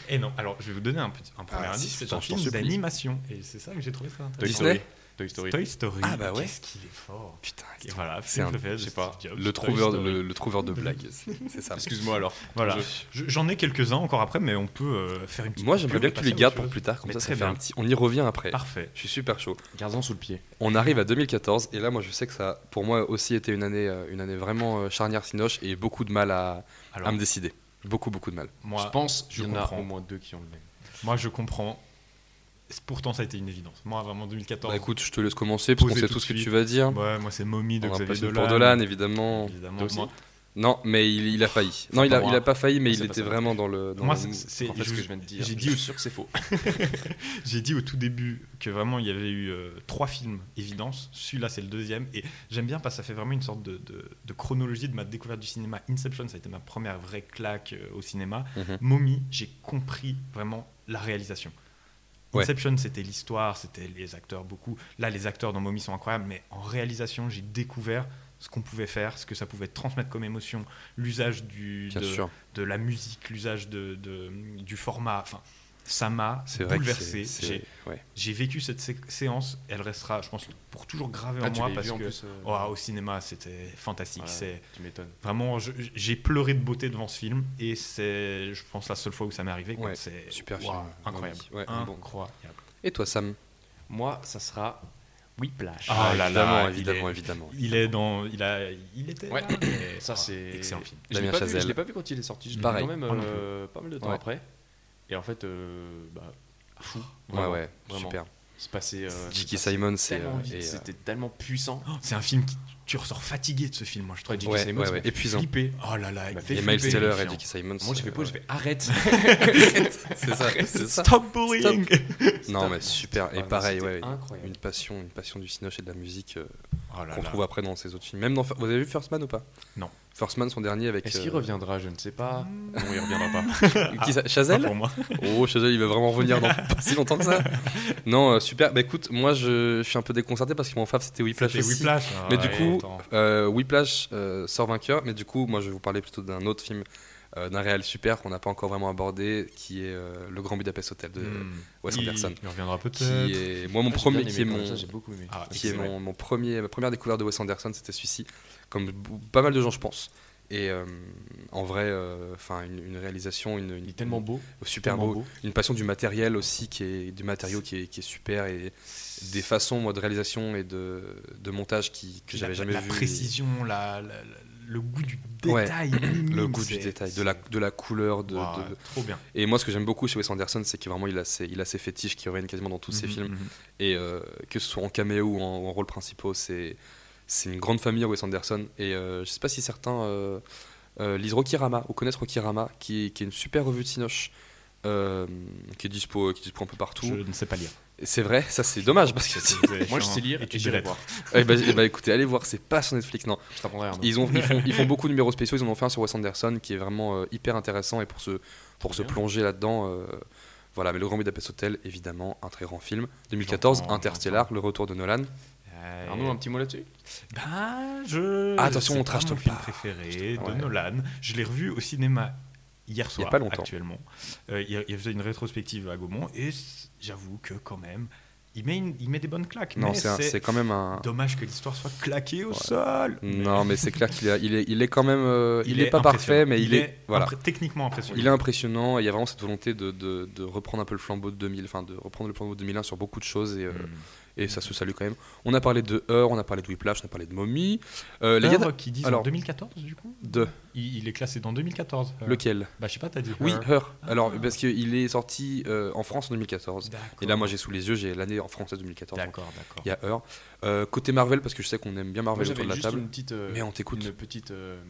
F: Et Eh non, alors je vais vous donner un, petit, un premier
C: Ah, si,
F: indice. C'est
C: putain,
F: un
C: je t'en
F: film
C: supplie.
F: d'animation. Et c'est ça que j'ai trouvé très intéressant.
C: Disney
G: Toy Story.
F: Toy Story.
C: Ah, bah ouais.
F: Qu'est-ce qu'il est fort.
C: Putain,
F: Et voilà,
C: C'est
F: film
C: un-
F: préféré de
G: je sais
F: Steve
G: pas,
F: Jobs, Toy
C: le trouveur,
F: Story.
C: le, le trouveur de blagues. C'est ça.
G: Excuse-moi alors.
F: Voilà.
G: Je-
F: Je- J'en ai quelques-uns encore après, mais on peut euh, faire une petite.
C: Moi, j'aimerais
F: coupure
C: bien
F: et
C: que tu les
F: passer à
C: gardes
F: autre
C: pour
F: chose.
C: plus tard, comme
F: Mais
C: ça,
F: très
C: ça fait un
F: bien.
C: petit. On y revient après.
F: Parfait.
C: Je suis super chaud.
G: Gardons sous le pied.
C: On arrive à 2014, et là, moi, je sais que ça, pour moi aussi, était une année, euh, une année vraiment euh, charnière sinoche, et beaucoup de mal à,
F: Alors,
C: à me décider. Beaucoup, beaucoup de mal.
F: moi,
G: je pense
F: je
G: qu'il y en a
F: comprends.
G: au moins deux qui ont le même.
F: moi, je comprends. C'est- Pourtant, ça a été une évidence. Moi, vraiment, 2014.
C: Bah écoute, je te laisse commencer, parce qu'on
F: Posez
C: sait
F: tout
C: tout
F: de
C: ce que
F: suite.
C: tu vas dire.
F: ouais, moi, c'est Mommy de
C: On va
F: Xavier
C: passer
F: Dolan.
C: pour Dolan, évidemment.
F: Évidemment,
G: Toi aussi
F: moi,
C: Non, mais il, il a failli. Non,
F: C'est
C: il a,
F: pas
C: il a
F: moi.
C: pas failli, mais
G: Non,
C: il
G: c'est pas
C: était
G: ça.
C: vraiment dans le. dans
F: Moi,
C: le
F: c'est-
C: mou-
F: c'est-
C: en
G: En fait,
C: fait,
G: ce que
F: je-
G: je viens de dire.
F: j'ai dit
G: je suis
F: au-
G: sûr que c'est faux.
F: <laughs> J'ai dit au tout début que vraiment il y avait eu euh, trois films évidence. Celui-là, c'est le deuxième. Et j'aime bien parce que ça fait vraiment une sorte de, de- de chronologie de ma découverte du cinéma. Inception, ça a été ma première vraie claque euh, au cinéma.
C: Mhm.
F: Mommy, j'ai compris vraiment la réalisation.
C: Ouais.
F: Inception, c'était l'histoire, c'était les acteurs beaucoup. Là, les acteurs dans Mommy sont incroyables, mais en réalisation, j'ai découvert ce qu'on pouvait faire, ce que ça pouvait transmettre comme émotion, l'usage du,
C: Bien
F: de,
C: sûr.
F: de la musique, l'usage de, de- du format. Enfin, ça m'a
G: C'est vrai que
F: bouleversé.
G: c'est-
F: J'ai-
G: c'est- ouais.
F: J'ai vécu cette sé- séance, elle restera, je pense, pour toujours gravée
G: Ah,
F: en
G: tu
F: moi
G: l'as
F: parce
G: vu en
F: que
G: plus, euh,
F: Ouah, au cinéma, c'était fantastique.
G: ouais,
F: C'est
G: Tu m'étonnes.
F: vraiment, je- j'ai pleuré de beauté devant ce film et c'est, je pense, la seule fois où ça m'est arrivé. quoi.
G: Ouais,
F: c'est
G: super film.
F: Ouah, incroyable,
G: Ouais, un bon.
F: incroyable.
C: Et toi, Sam
G: Moi, ça sera Whiplash.
F: Ah, là
G: évidemment,
F: là, il est-
G: évidemment.
F: Il est dans, il a, il était.
G: Ouais.
F: là, mais-
G: Ça,
F: ah,
G: c'est
F: excellent film.
G: Je l'ai
C: Damien
G: pas vu-
C: Chazelle.
G: Je l'ai pas vu quand il est sorti. Je l'ai vu
C: Pareil.
G: quand même
F: Moi non
G: euh, pas mal de temps
C: Ouais.
G: après. Et en fait, euh, bah, fou.
C: Ouais,
G: Vraiment,
C: ouais,
G: vraiment.
C: super.
G: C'est passé. euh,
C: J.K.
G: c'est passé
C: Simon, c'est.
G: tellement
C: euh,
G: vite,
C: et, euh, Ah,
G: C'était tellement puissant.
F: Oh, C'est un film qui, tu ressors fatigué de ce film, moi je trouve.
G: Ouais, J.K.
C: Ouais,
G: Simmons
C: ouais, ouais,
G: m'a
C: épuisant.
G: Flippé.
F: Oh là là,
G: Il m'a fait
C: Et
G: flipper,
C: Miles Teller et
F: Confiant.
C: J.K. Simons.
G: Moi, j'ai fait pause, je
C: euh,
G: vais arrête.
C: C'est ça, c'est ça.
F: Stop bullying.
C: Non, mais super. Et
G: Vraiment,
C: pareil,
G: c'était
C: ouais.
G: Incroyable.
C: Une passion, une passion du cinoche et de la musique euh,
F: Oh là
C: qu'on
F: là.
C: trouve après dans ses autres films. Même dans, Fir- vous avez vu First Man ou pas
F: Non.
C: First Man, son dernier avec.
G: Est-ce
C: euh,
G: qu'il reviendra Je ne sais pas.
F: Non, il reviendra pas.
C: qui ça-
F: Pas
C: Chazelle
F: pour moi.
C: Ah, Oh, Chazelle, il va vraiment revenir dans pas si longtemps
G: <laughs>
C: que ça. Non, euh, super. Bah écoute, moi je, je suis un peu déconcerté parce que mon fave c'était Whiplash
F: C'était
C: aussi.
F: Whiplash.
C: Mais
F: Ah,
C: du
F: ouais,
C: coup,
F: attends.
C: euh, Whiplash euh, sort vainqueur, mais du coup, moi je vais vous parler plutôt d'un autre film, euh, d'un réel super qu'on n'a pas encore vraiment abordé, qui est euh, Le Grand Budapest Hotel de
F: Hmm.
C: Wes
F: Il-
C: Anderson.
F: Il reviendra
C: Qui
F: peut-être.
C: est, moi, mon
G: Ah, j'ai
C: premier,
G: bien
C: qui est
G: aimé,
C: mon,
G: comme ça, J'ai beaucoup aimé.
F: Ah,
C: qui est
F: excellent.
C: mon, mon premier, ma première découverte de Wes Anderson, c'était celui-ci, comme b- pas mal de gens, je pense. Et euh, en vrai, euh, enfin, une, une réalisation, une, une-
G: Il est tellement beau.
C: super
G: tellement
C: beau, une passion du matériel aussi, qui est du matériau qui est, qui est super et des façons moi, de réalisation et de, de montage qui, que
F: La-
C: j'avais jamais
F: La
C: vu.
F: précision, la- la- la- le goût du
C: Ouais.
F: détail.
C: le
F: minime,
C: goût du
F: c'est-
C: détail, de la, de la couleur, de,
F: Ouah,
C: de-
F: Trop bien.
C: et moi ce que j'aime beaucoup chez Wes Anderson, c'est qu'il vraiment il a ses, il a ses fétiches qui reviennent quasiment dans tous ses
F: Mhm,
C: films,
F: mhm.
C: et euh, que ce soit en caméo ou en, ou en rôle principal, c'est c'est une grande famille Wes Anderson, et euh, je sais pas si certains euh, euh, lisent Rocky Rama ou connaissent Rocky Rama, qui, qui est une super revue de cinoche. euh, qui est dispo qui est dispo un peu partout
F: Je ne sais
C: <laughs>
F: pas lire.
C: Et c'est vrai ça c'est dommage parce que
G: Moi, je sais lire et tu dirais
F: dirais
G: voir.
C: Eh ben- eh ben, écoutez allez voir c'est pas sur Netflix non
G: Je t'apprendrai un autre.
C: ils, ont, ils, font, <laughs> ils font beaucoup de numéros spéciaux, ils en ont fait un sur Wes Anderson qui est vraiment euh, hyper intéressant et pour se, pour se
G: bien.
C: plonger là-dedans, euh, voilà, mais Le Grand Budapest Hotel, évidemment, un très grand film. 2014,
F: J'entends,
C: Interstellar, Le Retour de Nolan.
G: Arnaud, un petit mot là-dessus
F: Bah, je.
C: Ah, attention,
F: c'est
C: on trash
F: pas
C: talk
F: mon film
C: pas.
F: préféré
C: Ouais.
F: de Nolan. Je l'ai revu au cinéma hier soir.
C: pas longtemps.
F: Actuellement, Euh, il, il faisait une rétrospective à Gaumont et c- j'avoue que quand même, il met, une- il met des bonnes claques.
C: Non,
F: mais
C: c'est un- c'est quand même un...
F: dommage que l'histoire soit claquée au sol.
C: Non, mais c'est clair qu'il est, il est, il est quand même... euh, il, est, pas
F: impressionnant.
C: parfait, mais il, est... Voilà.
F: impré- techniquement impressionnant.
C: Il est impressionnant et il y a vraiment cette volonté de, de- de reprendre un peu le flambeau de 2000, enfin de reprendre le flambeau de 2001 sur beaucoup de choses et, euh,
F: Mm.
C: et ça se salue quand même. On a parlé de Heur, on a parlé de Whiplash, on a parlé de Mommy. Euh, les
F: Les
C: gars
F: œuvres qui disent en
C: alors-
F: 2014 du coup
C: de
F: il, il est classé dans 2014. euh,
C: lequel
F: Bah je sais pas, t'as dit.
C: Oui,
F: Her.
C: Her. Alors,
F: Ah.
C: parce qu'il est sorti euh, en France en 2014.
F: D'accord.
C: Et là, moi, j'ai sous les yeux, j'ai l'année en française 2014. donc
F: D'accord, d'accord.
C: Il y a Her. Euh, côté Marvel, parce que je sais qu'on aime bien
G: Moi,
C: Marvel autour
G: j'avais
C: de la
G: juste
C: table.
G: une petite. euh,
C: Mais on t'écoute.
G: Une petite. euh,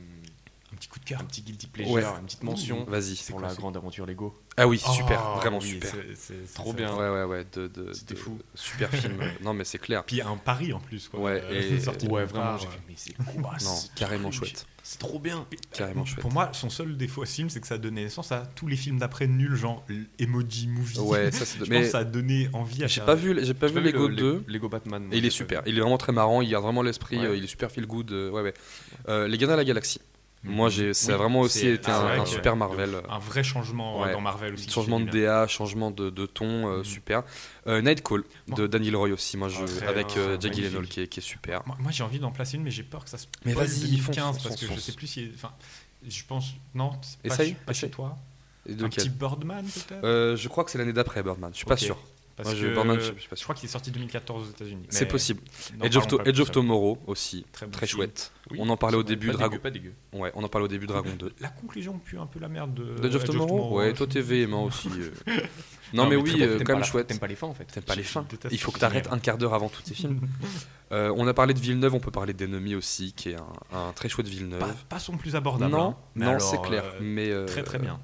F: Un petit coup de cœur.
G: un petit guilty pleasure,
C: Ouais.
G: une petite mention
C: Vas-y.
G: pour la grande aventure Lego.
C: Ah oui, super.
F: Oh,
C: Vraiment
F: oui,
C: super.
F: c'est- c'est- c'est-
G: Trop
F: c'est-
G: bien.
C: Ouais, ouais, ouais. De, de-
G: C'était
C: de-
G: fou. <laughs>
C: Super film. non, mais c'est clair.
F: Puis un pari en plus. Quoi.
C: Ouais,
F: Euh,
C: et-
F: sorti de
G: Ouais,
F: nulle
G: vraiment,
F: part,
G: j'ai
F: ouais.
G: fait, mais Ah, c'est Ah, quoi
C: Non,
G: ce
C: carrément
G: truc
C: chouette.
G: C'est trop bien
C: Carrément chouette.
F: Pour moi, son seul défaut à ce film, c'est que ça a donné naissance à tous les films d'après nuls, genre l- Emoji Movie.
C: Ouais,
G: <laughs>
C: ça, c'est.
F: Je pense
C: Mais
F: que ça a donné envie à
C: j'ai
F: faire-
C: pas vu, j'ai pas
G: J'ai
C: vu
G: pas vu
C: Lego
G: le-
C: 2.
G: Lego Batman. euh, moi,
C: Et il
G: j'ai
C: est
G: pas
C: super,
G: vu.
C: il est vraiment très marrant, il garde vraiment l'esprit,
G: Ouais.
C: euh, il est super feel good. euh, ouais, ouais. Euh, les Gardiens de la Galaxie. Moi, j'ai, ça a
F: Oui,
C: vraiment aussi
F: c'est-
C: été
F: ah,
C: un,
F: c'est vrai
C: un
F: que-
C: super Marvel. euh,
F: Un vrai changement
C: Ouais.
F: euh, dans Marvel aussi.
C: Changement de
F: qui fait du
C: DA, changement de, de ton, euh,
F: Mm.
C: super. Euh, Nightcall
F: Bon.
C: de Daniel Roy aussi, moi je,
G: Ah, très
C: avec
G: bien,
C: euh, Jake
G: magnifique.
C: Gyllenhaal qui est, qui est super.
F: bien. Moi, moi, j'ai envie d'en placer une, mais j'ai peur que ça se.
C: Mais
F: spoil
C: vas-y,
F: 2015,
C: fonce,
F: parce que
C: fonce,
F: je
C: fonce.
F: sais plus si. Enfin, je pense. Non, c'est pas,
C: Essaye,
F: pas chez
C: essaye.
F: toi.
C: Et de
F: Un
C: quel
F: petit Birdman peut-être
C: Euh, Je crois que c'est l'année d'après Birdman, je suis pas
F: Ok.
C: sûr.
F: Parce
C: moi, je-
F: que
C: Birdman, je- je suis pas
F: je
C: sûr.
F: crois qu'il est sorti 2014 aux États-Unis.
C: C'est
F: mais-
C: possible.
F: N'en
C: Edge of,
F: parlons
C: To-
F: pas
C: Edge
F: plus.
C: of Tomorrow aussi,
F: Très
C: très,
F: bon film.
C: chouette.
G: Oui,
C: on en parlait au
G: c'est
C: début,
G: pas
C: Dragon.
G: dégueu, pas dégueu.
C: Ouais, on en parlait au début Dragon 2.
F: La conclusion pue un peu la merde de.
C: Edge of Bah, Tomorrow, Ouais, toi t'es véhément aussi. euh.
F: Non,
C: non, mais,
F: mais
C: oui,
F: très bon,
C: euh,
G: T'aimes
C: quand
G: pas
C: même
G: la-
C: chouette.
G: T'aimes pas les fins en fait.
C: T'aimes pas les
F: Je
C: fins.
F: déteste
C: Il faut
F: ce
C: que t'arrêtes
F: générique.
C: un quart d'heure avant tous tes
F: <laughs>
C: films. Euh, on a parlé de Villeneuve, on peut parler d'Ennemi aussi, qui est un, un très chouette
F: Pas,
C: Villeneuve.
F: pas son plus abordable.
C: non,
F: hein. Mais
C: non,
F: alors,
C: c'est clair.
F: euh,
C: mais euh,
F: très très bien.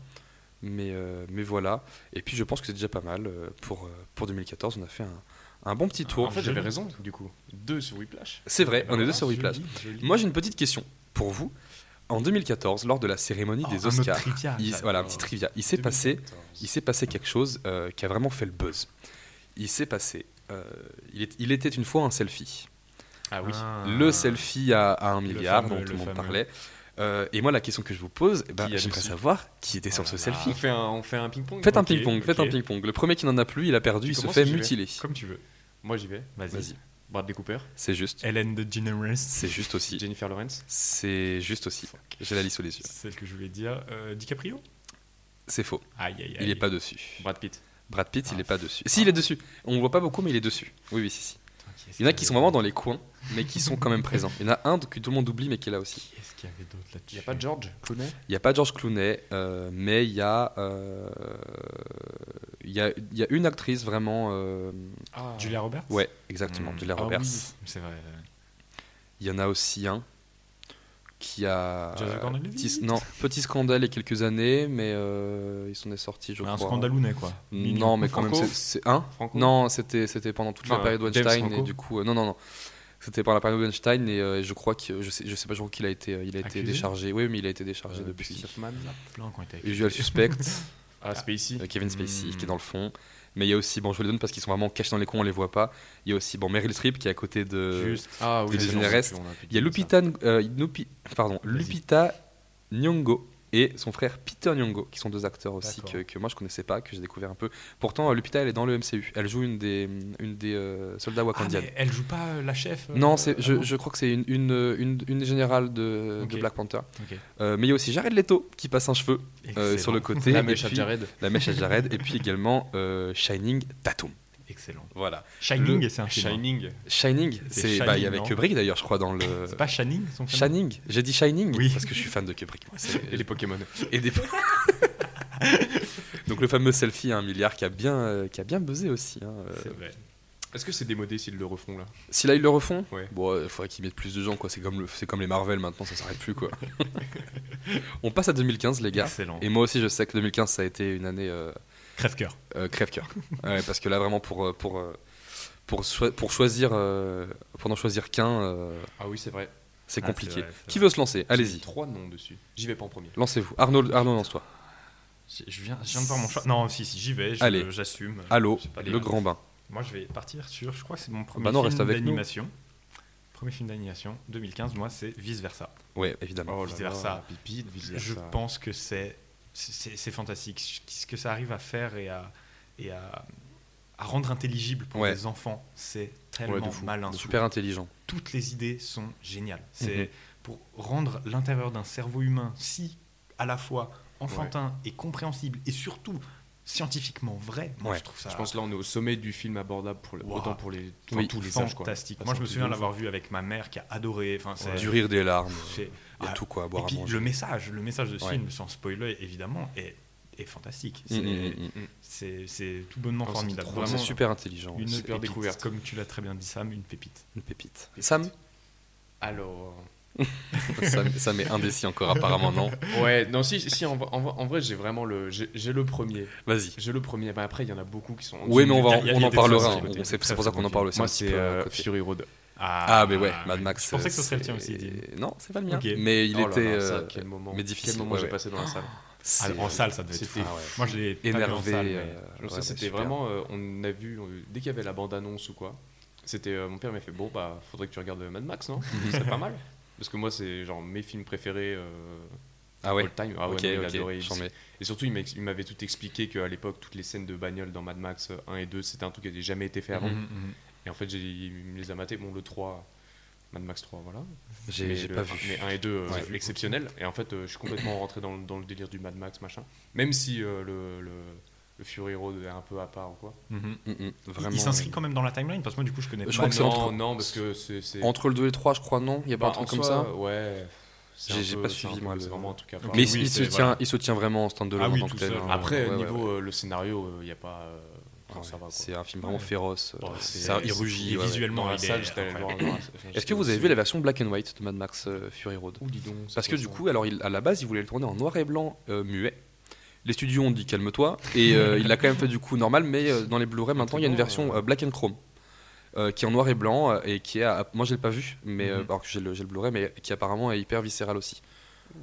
C: Mais, euh, mais voilà. Et puis je pense que c'est déjà pas mal. euh, Pour, euh, pour 2014, on a fait un, un bon petit tour.
G: En fait,
F: Joli.
G: j'avais raison du coup. Deux sur Whiplash.
C: c'est vrai, on est deux
F: Voilà,
C: sur
F: joli,
C: Whiplash.
F: joli.
C: Moi j'ai une petite question pour vous. En 2014, lors de la cérémonie
F: Oh, un
C: des
F: autre
C: Oscars,
F: trivia,
C: il-
F: j'adore.
C: voilà un petit trivia. Il s'est passé,
G: 2014.
C: il s'est passé quelque chose euh, qui a vraiment fait le buzz. Il s'est passé. euh, il, est- il était une fois un selfie.
G: Ah oui.
F: Ah.
C: Le selfie à, à un
F: Le
C: milliard
F: fameux,
C: dont tout le
F: le
C: monde
F: fameux.
C: parlait. Euh, et moi, la question que je vous pose, eh ben,
F: Qui a
C: j'aimerais
F: dessus
C: savoir qui était sur
F: Oh
C: ce
F: là là.
C: selfie.
G: Euh, On fait un, on fait un ping-pong.
C: Faites un
F: Ok,
C: ping-pong, faites un
F: ok.
C: ping-pong. Le premier qui n'en a plus, il a perdu,
G: Tu
C: il se
G: commences,
C: fait
G: j'y vais.
C: mutiler.
F: Comme tu veux.
G: Moi, j'y vais.
F: Vas-y.
C: Vas-y,
G: Bradley Cooper,
C: c'est juste.
F: Hélène de Generous.
C: C'est juste aussi.
G: Jennifer Lawrence.
C: C'est juste aussi. J'ai la liste sous les yeux.
F: Celle que je voulais dire. Euh, DiCaprio
C: C'est faux.
F: Aïe, aïe, aïe.
C: Il est pas dessus.
G: Brad Pitt.
C: Brad Pitt,
F: Ah.
C: il est pas dessus. Si, il est dessus. On le voit pas beaucoup, mais il est dessus. Oui, oui, si, si. Il y en a qui sont vraiment dans les coins, mais qui sont quand même présents. Il y en a un que tout le monde oublie, mais qui est là aussi.
F: Qu'est-ce qu'il y avait d'autre là-dessus
G: Il n'y a pas George Clooney
C: Il n'y a pas George Clooney, euh, mais il y, a, euh, il y a, il y a une actrice vraiment. euh,
G: ah.
F: Julia Roberts
C: ouais, exactement,
F: Mm.
C: Julia
F: Ah
C: Roberts. Euh,
F: oui, C'est vrai.
C: Il y en a aussi un qui a. euh,
F: Joseph Gordon-Levitt
C: petit, non, petit scandale il y a quelques années, mais euh, ils sont sortis, je
F: Un
C: crois.
F: scandalounet, quoi.
C: Non, mais quand même,
G: Franco
C: c'est- c'est un.
G: Franco
C: Non, c'était c'était pendant toute la
G: Enfin,
C: période
G: James
C: Weinstein et
G: Franco.
C: du coup euh, non non non. C'était pendant la période Weinstein et euh, je crois que je sais je sais pas je crois qu'il a été euh, il a été
F: Accusé
C: déchargé. Oui, mais il a été déchargé
G: Euh,
C: depuis.
G: Dustin Hoffman.
F: Plein qui ont été accusés.
C: Usual suspect,
G: <laughs> Ah, Spacey.
C: euh, Kevin Spacey
F: Hmm.
C: qui est dans le fond. Mais il y a aussi bon je vous les donne parce qu'ils sont vraiment cachés dans les cons, on les voit pas. Il y a aussi bon Meryl Streep qui est à côté de
F: Juste.
G: Ah
C: de
G: ça, j'en sais
C: Generest.
G: plus, on a pu
C: Il y
G: dire
C: a
G: ça.
C: Lupita, euh, Nupi- pardon,
F: Vas-y.
C: Lupita Nyong'o et son frère Peter Nyong'o, qui sont deux acteurs aussi
F: D'accord.
C: que, que moi je connaissais pas, que j'ai découvert un peu. Pourtant, euh, Lupita, elle est dans le MCU. Elle joue une des, une des euh, soldats
F: Ah,
C: wakandiennes.
F: mais elle joue pas euh, la chef euh,
C: Non, c'est,
F: ah
C: je,
F: bon
C: je crois que c'est une, une, euh, une- une générale de, de
F: Ok.
C: Black Panther.
F: Ok.
C: Euh, mais il y a aussi Jared Leto qui passe un cheveu euh,
F: Excellent.
C: sur le côté.
G: La
C: et
G: mèche à
C: puis-
G: Jared.
C: La mèche à Jared. et puis également euh, Shining Tatum.
F: Excellent.
C: Voilà.
F: Shining, c'est un film. hein.
G: Shining.
C: Shining,
F: C'est
C: c'est, bah, il y
F: Shining,
C: avait
F: non
C: Kubrick d'ailleurs, je crois, dans le.
F: C'est pas Shining son film
C: Shining, j'ai dit Shining
F: Oui.
C: parce que je suis fan de Kubrick. moi. C'est-
G: Et les Pokémon.
C: <laughs> et des- Donc le fameux selfie à un milliard qui a bien, euh, qui a bien buzzé aussi. hein, euh.
F: C'est vrai.
G: Est-ce que c'est démodé s'ils le refont là
C: Si là ils le refont,
G: Ouais.
C: bon, euh, faudrait qu'ils mettent plus de gens quoi. C'est comme le, c'est comme les Marvel maintenant, ça s'arrête
F: <laughs>
C: plus quoi. On passe à 2015 les gars.
F: Excellent.
C: Et moi aussi je sais que 2015 ça a été une année euh,
F: Crève-cœur. <laughs>
C: euh, crève-cœur. Ouais, parce que là vraiment pour euh, pour euh, pour, choi- pour choisir euh, pour n'en choisir qu'un, euh,
G: Ah oui, c'est vrai.
C: c'est
F: Ah,
C: compliqué.
F: c'est vrai, c'est
C: qui
F: vrai.
C: veut se lancer Allez-y.
G: Trois noms dessus. J'y vais pas en premier.
C: Lancez-vous. Arnaud, Arnaud lance-toi.
F: Je je viens, je viens de voir mon choix. Non, si, si, j'y vais. je-
C: Allez.
F: J'assume.
C: Allô,
F: J'ai pas les
C: le
F: mains.
C: grand bain.
F: Moi, je vais partir sur, je crois que c'est mon premier
C: Bah non, reste
F: film
C: avec nous.
F: d'animation. Premier film d'animation, 2015, moi, c'est Vice Versa.
C: Ouais, évidemment.
G: Oh
F: Vice versa.
G: Pipi, vice
F: Je
G: versa.
F: pense que c'est c'est c'est fantastique. Ce que ça arrive à faire et à, et à, à rendre intelligible pour
C: Ouais.
F: les enfants, c'est tellement
C: Ouais, de fou.
F: malin.
C: Super intelligent.
F: Toutes les idées sont géniales. C'est
C: Mhm.
F: pour rendre l'intérieur d'un cerveau humain si à la fois enfantin et compréhensible et surtout scientifiquement vrai. Moi,
C: Ouais.
F: je trouve ça
G: Je pense là on est au sommet du film abordable pour le-
F: Wow.
G: autant pour les
C: Oui.
G: tous les âges quoi.
F: fantastique.
G: Pas
F: Moi, je me
G: sorti
F: souviens
G: de ouf.
F: l'avoir vu avec ma mère qui a adoré. Enfin, c'est
C: Du rire, des larmes,
F: c'est-
C: il y a
F: Ah,
C: tout quoi à
F: Et
C: boire à
F: puis
C: manger.
F: le message, le message de ce
C: Ouais.
F: film, sans spoiler évidemment, est, est fantastique.
C: Mm,
F: C'est
C: mm, mm.
F: c'est- c'est tout bonnement
G: Oh, c'est
F: formidable.
G: trop
C: C'est
F: Vraiment
C: super intelligent,
F: une
C: c'est
G: super
F: pépite.
G: découverte.
F: Comme tu l'as très bien dit, Sam, une pépite.
C: une pépite. Sam
G: Alors.
C: Sam, Sam est indécis encore apparemment, non
G: Ouais, non, si, si en, en- en vrai, j'ai vraiment le. J'ai j'ai le premier.
C: Vas-y.
G: J'ai le premier. Bah, après, il y en a beaucoup qui sont. en
C: Oui, mais
G: dessous.
C: on, va,
F: il y a-
C: on
F: il y a
C: en
F: des
C: parlera,
F: choses à
C: on-
F: côté,
C: c'est
F: très,
C: c'est pour ça
F: très
C: qu'on en
F: bonnes
C: parle aussi.
G: Moi,
C: un petit
G: c'est
C: peu à
G: euh,
C: côté.
G: Fury Road.
C: Ah, mais ouais, Mad Max.
F: Je pensais que ce
C: euh,
F: serait le tien aussi,
C: c'est-
F: Dim.
C: Non, c'est pas le mien.
F: Ok.
C: Mais il
G: Oh là
C: était.
G: là, ça,
C: euh,
G: quel moment,
C: mais difficile,
G: Quel moment
C: ouais,
G: j'ai
C: ouais.
G: passé dans la salle.
C: c'est-
F: Ah, en salle, ça devait être
G: c'était
F: fou.
G: fou, ouais.
F: Moi, je l'ai pas vu en
C: énervé.
F: salle, mais-
C: euh,
G: Alors,
C: ouais,
G: ça, c'était
C: super.
G: vraiment. euh, on a vu. on- dès qu'il y avait la bande-annonce ou quoi, c'était. euh, mon père m'a fait Bon, bah, faudrait que tu regardes Mad Max,
C: <laughs>
G: non C'est pas mal. Parce que moi, c'est genre mes films préférés euh,
C: Ah ouais
G: all time. Ah ouais,
C: Ok,
G: non, il
C: ok,
G: adorait.
C: j'en mets.
G: Et surtout, il m'ex- il m'avait tout expliqué qu'à l'époque, toutes les scènes de bagnole dans Mad Max 1 et 2, c'était un truc qui n'avait jamais été fait avant.
F: Mhm, mhm.
G: Et en fait, j'ai- il me les a matés. Bon, le 3, Mad Max 3, voilà.
C: J'ai
G: Mais
C: j'ai
G: le-
C: pas vu.
G: Mais 1 et 2, euh,
C: Ouais.
G: exceptionnel. Et en fait, euh, je suis complètement rentré dans, le- dans le délire du Mad Max, machin. Même si euh, le, le, le Fury Road est un peu à part ou quoi.
F: Mhm.
C: Mm, mm,
F: Il-
C: Vraiment.
F: Il s'inscrit quand même dans la timeline parce que moi, du coup, je connais
C: Je
F: pas.
C: crois que c'est
G: Bah non,
C: entre-
G: non, parce que c'est. c'est-
C: Entre le 2 et le 3, je crois, non Il y a
G: bah,
C: pas un truc
G: en
C: comme
G: soi,
C: ça
G: Ouais. c'est
C: J'ai-
G: un
C: j'ai
G: peu-
C: pas
G: c'est un
C: suivi,
G: peu-
C: moi, le-
G: C'est vraiment un truc à part.
C: Mais
F: euh, Oui,
C: il, il se
F: c'est-
C: tient,
F: voilà.
C: il se tient vraiment en stand-alone
F: Ah oui,
C: en tant
F: tout
C: que tel.
F: seul.
C: hein.
G: Après,
C: Ouais, ouais, ouais.
G: niveau euh, le scénario, il n'y a pas. euh, enfin, ça va, quoi.
C: C'est un film vraiment
F: Ouais.
C: féroce. euh,
G: Bon, c'est-
C: ça, il
G: c'est-
C: rugit. ouais, ouais.
F: visuellement,
G: Dans la
F: il est
G: salle, j'étais allé le voir.
F: incroyable.
G: dans la- <coughs> enfin,
C: Est-ce
G: j'étais
C: que vous avez
G: aussi-
C: vu la version black and white de Mad Max euh, Fury Road
G: Ouh, dis donc, c'est
C: Parce
G: pas
C: que du
G: ça.
C: coup, alors il- à la base, il voulait le tourner en noir et blanc euh, muet. Les studios ont dit calme-toi et
G: <laughs>
C: euh, il l'a quand même fait du coup normal, mais euh, dans les Blu-ray maintenant il y a une
G: bon,
C: version euh, black and chrome euh, qui est en noir et blanc euh, et qui est, à- moi je l'ai pas vu, mais euh,
F: Mhm.
C: alors que j'ai le, j'ai le Blu-ray, mais qui apparemment est hyper viscéral aussi.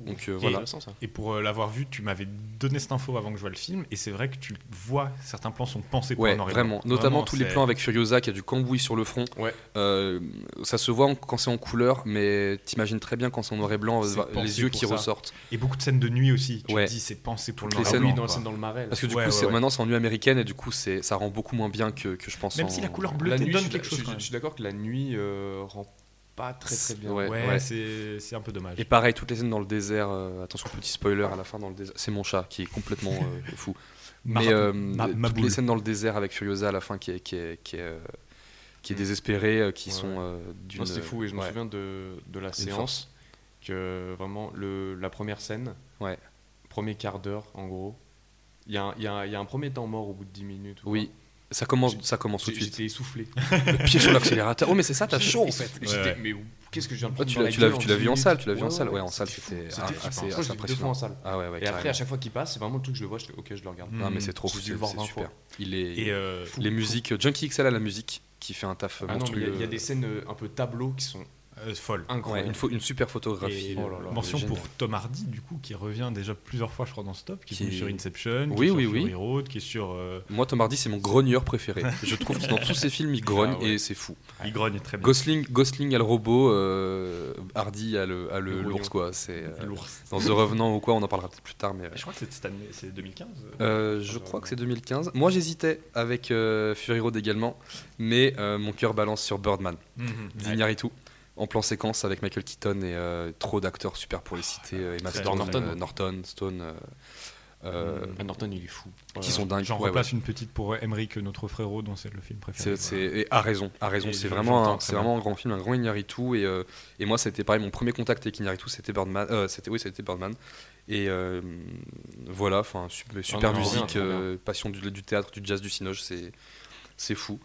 C: Donc euh, voilà.
G: intéressant, ça.
F: Et pour euh, l'avoir vu, tu m'avais donné cette info avant que je vois le film, et c'est vrai que tu vois certains plans sont pensés pour
C: Ouais,
F: un noir et
C: vraiment.
F: blanc.
C: Notamment
F: Vraiment,
C: tous les
F: c'est-
C: plans avec Furiosa qui a du cambouis sur le front.
G: Ouais.
C: Euh, ça se voit en- quand c'est en couleur, mais t'imagines très bien quand c'est en noir et blanc,
F: C'est
C: euh,
F: pensé
C: les yeux
F: pour
C: qui
F: ça.
C: ressortent.
F: Et beaucoup de scènes de nuit aussi. Tu
C: Ouais.
F: te dis, c'est pensé pour le
C: Toutes les
F: noir et
C: scènes,
G: Ah oui,
F: blanc.
G: dans la
F: quoi.
G: scène dans le marais. là.
C: Parce que du
F: Ouais,
C: coup,
F: ouais,
C: c'est-
F: ouais.
C: maintenant c'est en nuit américaine et du coup, c'est- ça rend beaucoup moins bien que, que je pense.
F: Même
C: en-
F: si la couleur bleue
G: La
F: te
G: nuit,
F: donne
G: je-
F: quelque
G: je-
F: chose.
G: Je,
F: quand même.
G: suis d'accord que la nuit euh, rend pas très très bien.
C: Ouais.
F: Ouais, c'est c'est un peu dommage.
C: Et pareil, toutes les scènes dans le désert. euh, attention, petit spoiler à la fin dans le désert. C'est mon chat qui est complètement
F: <laughs>
C: euh, fou. Mais euh,
F: ma-
C: toutes
F: ma
C: les
F: boule.
C: scènes dans le désert avec Furiosa à la fin qui est, qui est, qui est, euh, qui
F: Mm.
C: est désespérée, euh, qui
G: Ouais,
C: sont
G: ouais.
C: euh, d'une.
G: Non, c'était fou et je me
C: ouais.
G: souviens de, de la séance
C: force.
G: que vraiment le, la première scène,
C: Ouais.
G: premier quart d'heure en gros, il y, a un- il y a un- il y a un premier temps mort au bout de 10 minutes. ou
C: Oui, ça commence,
G: J'ai-
C: ça commence
G: quoi.
C: tout
G: J'ai-
C: de suite.
G: J'étais essoufflé.
C: <laughs> Pied sur l'accélérateur. Oh, mais c'est ça, t'as chaud en fait.
G: J'étais-
F: ouais.
G: Mais où- qu'est-ce que je viens de
C: Toi,
G: prendre
C: Ah, tu
G: dans
C: l'as,
G: la
C: tu l'as
G: gueule
C: vu, tu l'as vu en
G: dix
C: salle,
G: minutes
C: tu l'as vu en
G: Ouais,
C: salle.
G: ouais,
C: Ouais, en salle,
G: fou.
C: c'était
G: C'était
C: ah,
G: flippant.
C: assez,
G: Je crois que je l'ai
C: assez
G: vu deux fois en
C: impressionnant.
G: salle.
C: Ah ouais, ouais,
G: Et après,
C: carrément.
G: à chaque fois qu'il passe, c'est vraiment le truc que je le vois, je fais ok, je le regarde.
F: Mm.
C: Non, mais c'est trop,
G: J'ai
C: c'est
G: dû le voir
C: c'est
G: 20
C: super.
G: fois.
C: Il est,
F: Et euh,
G: fou.
C: les musiques, euh, Junkie XL à la musique, qui fait un taf euh,
G: Ah non, mais il y a-
C: monstrueux.
G: il y, a des scènes euh, un peu tableaux qui sont
F: euh, folle.
C: Ouais,
G: incroyables.
C: une, pho- une super photographie.
F: Et
C: euh,
G: oh là là,
F: mention
C: génial.
F: pour Tom Hardy, du coup, qui revient déjà plusieurs fois, je crois, dans Stop, qui,
C: Qui
F: est venu
C: est-
F: sur Inception,
C: Oui,
F: qui est
C: oui,
F: sur
C: oui.
F: Fury Road, qui est sur. euh,
C: Moi, Tom Hardy, c'est mon
G: <laughs>
C: grogneur préféré. Je trouve que dans tous ses films, il grogne
G: Ah ouais.
C: et c'est fou.
F: Il grogne très bien.
C: Gosling, Gosling a le robot, euh, Hardy a le, a le-
G: Le
C: l'ours
G: grognon.
C: quoi. C'est euh,
F: L'ours.
C: dans The Revenant ou quoi, on en parlera peut-être plus tard,
G: Ah
C: mais. euh,
F: Je crois que c'est de cette année, c'est 2015.
C: Euh, je crois que c'est 2015. Moi, j'hésitais avec euh, Fury Road également, mais euh, mon cœur balance sur Birdman,
F: Mhm.
C: d'Ignaritu, en plan séquence avec Michael Keaton et euh, trop d'acteurs super pour les citer euh, Emma
F: Très
C: Stone,
G: Norton.
C: euh, Norton, Stone, euh, euh,
G: Ah, Norton, il est fou. Euh,
C: qui sont dingues.
F: J'en
C: Ouais, ouais.
F: replace une petite pour Emmerich, notre frérot, dont c'est le film préféré.
C: C'est, c'est- et à raison, à raison.
F: Et
C: C'est
F: je-
C: vraiment,
F: j'entends
C: un,
F: très
C: c'est
F: bien.
C: vraiment un grand film, un grand Ignaritu. Et, euh, et moi, ça a été pareil. Mon premier contact avec Ignaritu, c'était Birdman. euh, c'était, oui, c'était Birdman. Et euh, voilà, enfin, su-
F: Ah,
C: super
G: non, non, rien,
C: musique,
G: trop
C: euh, passion du, du théâtre, du jazz, du cinoche, c'est, c'est fou.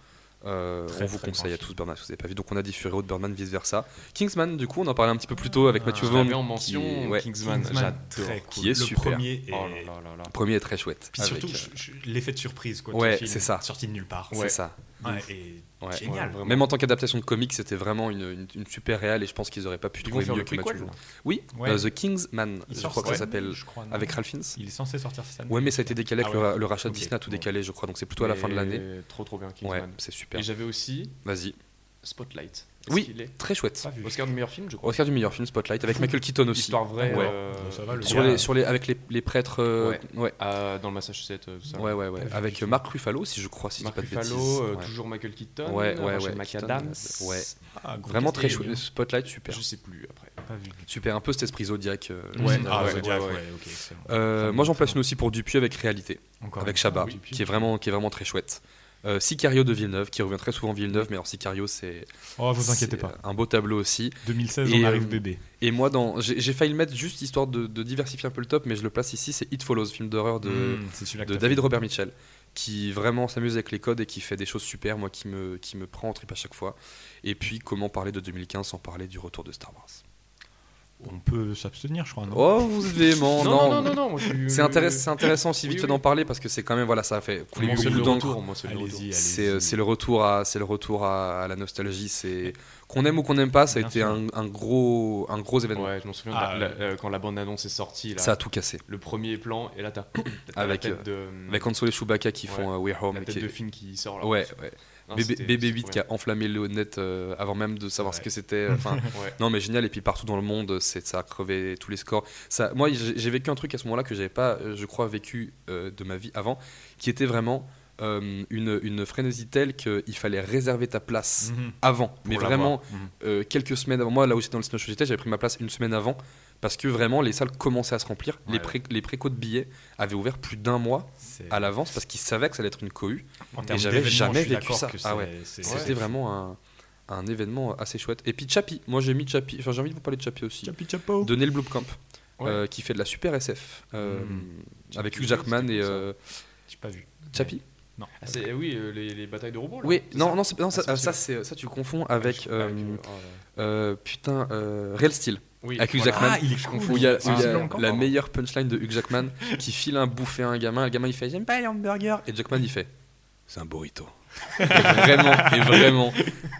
C: Euh,
F: Très,
C: on vous
F: très
C: conseille
F: grand
C: à tous Birdman si vous n'avez pas vu. Donc on a dit Fury Road, Birdman, vice versa. Kingsman, du coup, on en parlait un petit peu plus tôt
F: Ah,
C: avec Mathieu
G: Tu
C: Vaughn.
G: veux en
C: qui-
G: mention
C: ouais,
G: Kingsman,
F: Kingsman,
G: j'adore.
F: très cool.
C: qui est
F: le
C: super.
F: premier est-
G: Oh là là là là.
C: le premier est très chouette.
F: Puis surtout
C: Avec, euh,
F: je- je- l'effet de surprise quoi. du
C: Ouais,
F: film,
C: c'est ça.
F: Sorti de nulle part.
C: c'est ça.
F: Ouais, et
C: Ouais.
F: génial.
G: Ouais, vraiment.
C: Même en tant qu'adaptation de comics, c'était vraiment une, une- une super réelle et je pense qu'ils auraient pas pu
G: Ils vont
C: trouver
G: faire
C: mieux
G: le
C: que Mathieu
G: prequel.
C: Vaughn. Oui,
F: Ouais.
C: euh, The King's Man,
F: Il
C: je
F: sort
C: crois que
F: cette
C: ça s'appelle,
F: année, je crois, non
C: avec Ralph Fiennes.
F: Il est censé sortir cette année.
C: Ouais, mais ça a été décalé avec
F: Ah
C: le
F: ouais.
C: ra- le, rachat de
F: Ok,
C: Disney a tout
F: bon.
C: décalé, je crois, donc c'est plutôt à la fin de l'année.
G: Et Trop trop bien
C: Ouais,
G: Kingsman.
C: c'est super.
G: Et j'avais aussi
C: Vas-y.
G: Spotlight. Est-ce
C: Oui,
G: qu'il est
C: très chouette.
F: Pas vu.
G: Oscar du meilleur film, je crois.
C: Oscar du meilleur film, Spotlight, avec
G: Fou.
C: Michael Keaton aussi.
G: Histoire vraie.
C: Ouais.
G: euh,
F: Bon, ça va, le
C: Sur
F: gars.
C: les, sur les, avec les, les prêtres. euh,
G: Ouais.
C: ouais.
G: à- dans le Massachusetts, euh, tout ça.
C: Ouais, ouais, ouais. Avec euh, Marc Ruffalo, si je crois, si je dis
G: Mark
C: pas de
G: Ruffalo, euh,
C: bêtises. Ouais.
G: toujours Michael Keaton,
C: Ouais, ouais,
G: Rachel
C: ouais,
G: McAdams.
C: Keaton, ouais.
F: Ah, gros
C: Vraiment
F: casting.
C: très chouette. Spotlight, super.
G: Je sais plus après.
F: Pas vu.
C: Super, un peu cet esprit Zodiac. euh,
F: Ouais,
C: euh,
F: ah,
C: ouais.
F: Zodiac,
G: ouais, ouais.
F: ouais, ok, excellent.
C: Euh, moi j'en place une aussi pour Dupieux avec Réalité.
F: Encore
C: avec
F: une.
C: Chabat,
F: Ah oui, puis-
C: qui, est vraiment, qui est vraiment très chouette. Euh, Sicario de Villeneuve, qui revient très souvent Villeneuve, mais alors Sicario, c'est
F: Oh, vous inquiétez
C: c'est,
F: pas.
C: euh, un beau tableau aussi.
F: 2016,
C: et,
F: on arrive
C: euh,
F: bébé.
C: Et moi, dans, j'ai, j'ai failli le mettre juste histoire de, de diversifier un peu le top, mais je le place ici, c'est It Follows, film d'horreur de,
F: Mm, c'est celui-là que
C: de
F: t'as
C: David
F: fait.
C: Robert Mitchell, qui vraiment s'amuse avec les codes et qui fait des choses super, moi, qui me, qui me prend en trip à chaque fois. Et puis, comment parler de 2015 sans parler du retour de Star Wars
F: On peut s'abstenir, je crois. non
C: Oh, vous êtes véhément, non,
G: non, non, non, je-
C: C'est, intéressant, c'est intéressant aussi
G: Oui,
C: vite fait
G: oui.
C: d'en parler parce que c'est quand même, voilà, ça a fait
G: On
C: couler
G: mentionne le
C: beaucoup d'encre
G: retour, on mentionne le
F: Allez-y,
G: retour.
F: allez-y.
C: c'est euh, c'est le retour à c'est le retour à, à la nostalgie c'est qu'on aime ou qu'on n'aime pas ça a
F: Bien
C: été
F: sûr.
C: un, un gros un gros événement
G: Ouais, je m'en souviens
F: Ah,
G: de la- la- euh, quand la bande annonce est sortie, là,
C: ça a tout cassé
G: le premier plan, et là t'as <coughs> t'as
C: Avec, euh,
G: la tête de,
C: avec Hanso et Chewbacca qui
G: Ouais.
C: font euh, We're Home
G: la tête
C: qui est-
G: de Finn qui sort là.
C: ouais ouais
F: Hein,
G: Non,
C: BB,
G: c'était-
C: BB8 qui
G: c'était
C: a enflammé le net euh, avant même de savoir ce
F: Ouais.
C: que c'était
F: <laughs>
C: euh, enfin
G: trop bien. Ouais.
C: non mais génial et puis partout dans le monde c'est ça a crevé tous les scores ça moi j'ai j'ai vécu un truc à ce moment-là que j'avais pas euh, je crois vécu euh, de ma vie avant qui était vraiment euh, une, une frénésie telle qu'il fallait réserver ta place
F: Mhm.
C: avant, mais
F: l'avoir.
C: vraiment
F: Mhm.
C: euh, quelques semaines avant. Moi, là aussi, dans le cinéma j'étais, j'avais pris ma place une semaine avant parce que vraiment les salles commençaient à se remplir. les,
F: Ouais.
C: pré les précaux de billets avaient ouvert plus d'un mois
F: C'est-
C: à l'avance parce qu'ils savaient que ça allait être une cohue.
F: En termes
C: j'avais
F: d'événements,
C: jamais
F: je suis
C: vécu
F: d'accord
C: ça.
F: que
C: Ah
F: c'est-
C: ouais.
F: c'est-
C: C'était
F: ouais.
C: vraiment un, un événement assez chouette. Et puis Chappie, moi j'ai mis Chappie, enfin j'ai envie de vous parler de Chappie aussi.
F: Chapi chapo.
C: De Neil Blomkamp,
G: Ouais.
C: euh, qui fait de la super SF euh,
F: Mhm.
C: avec
G: Chappie,
C: Hugh Jackman
G: c'était
C: et
G: quoi, ça
C: euh,
F: J'ai pas vu.
C: Chappie.
G: Ah, c'est- eh oui, euh, les, les batailles de robots là.
C: Oui,
G: c'est
C: non,
G: ça
C: non, c'est- non, ça,
G: Ah, c'est
C: ça, c'est- ça, tu confonds avec,
G: Ah, je- avec,
C: euh,
G: euh, oh là.
C: euh, putain euh, Real Steel.
G: Oui,
C: avec Hugh
G: voilà.
C: Jackman.
F: Ah, il est
C: Où
F: cool.
C: il y a,
G: Ah,
C: où il y a
G: c'est Blomkamp,
C: la
G: pardon.
C: meilleure punchline de Hugh Jackman qui file un bouffet à un gamin. Le gamin il fait J'aime pas les hamburgers. Et Jackman il fait C'est un burrito. et <laughs> vraiment, et vraiment,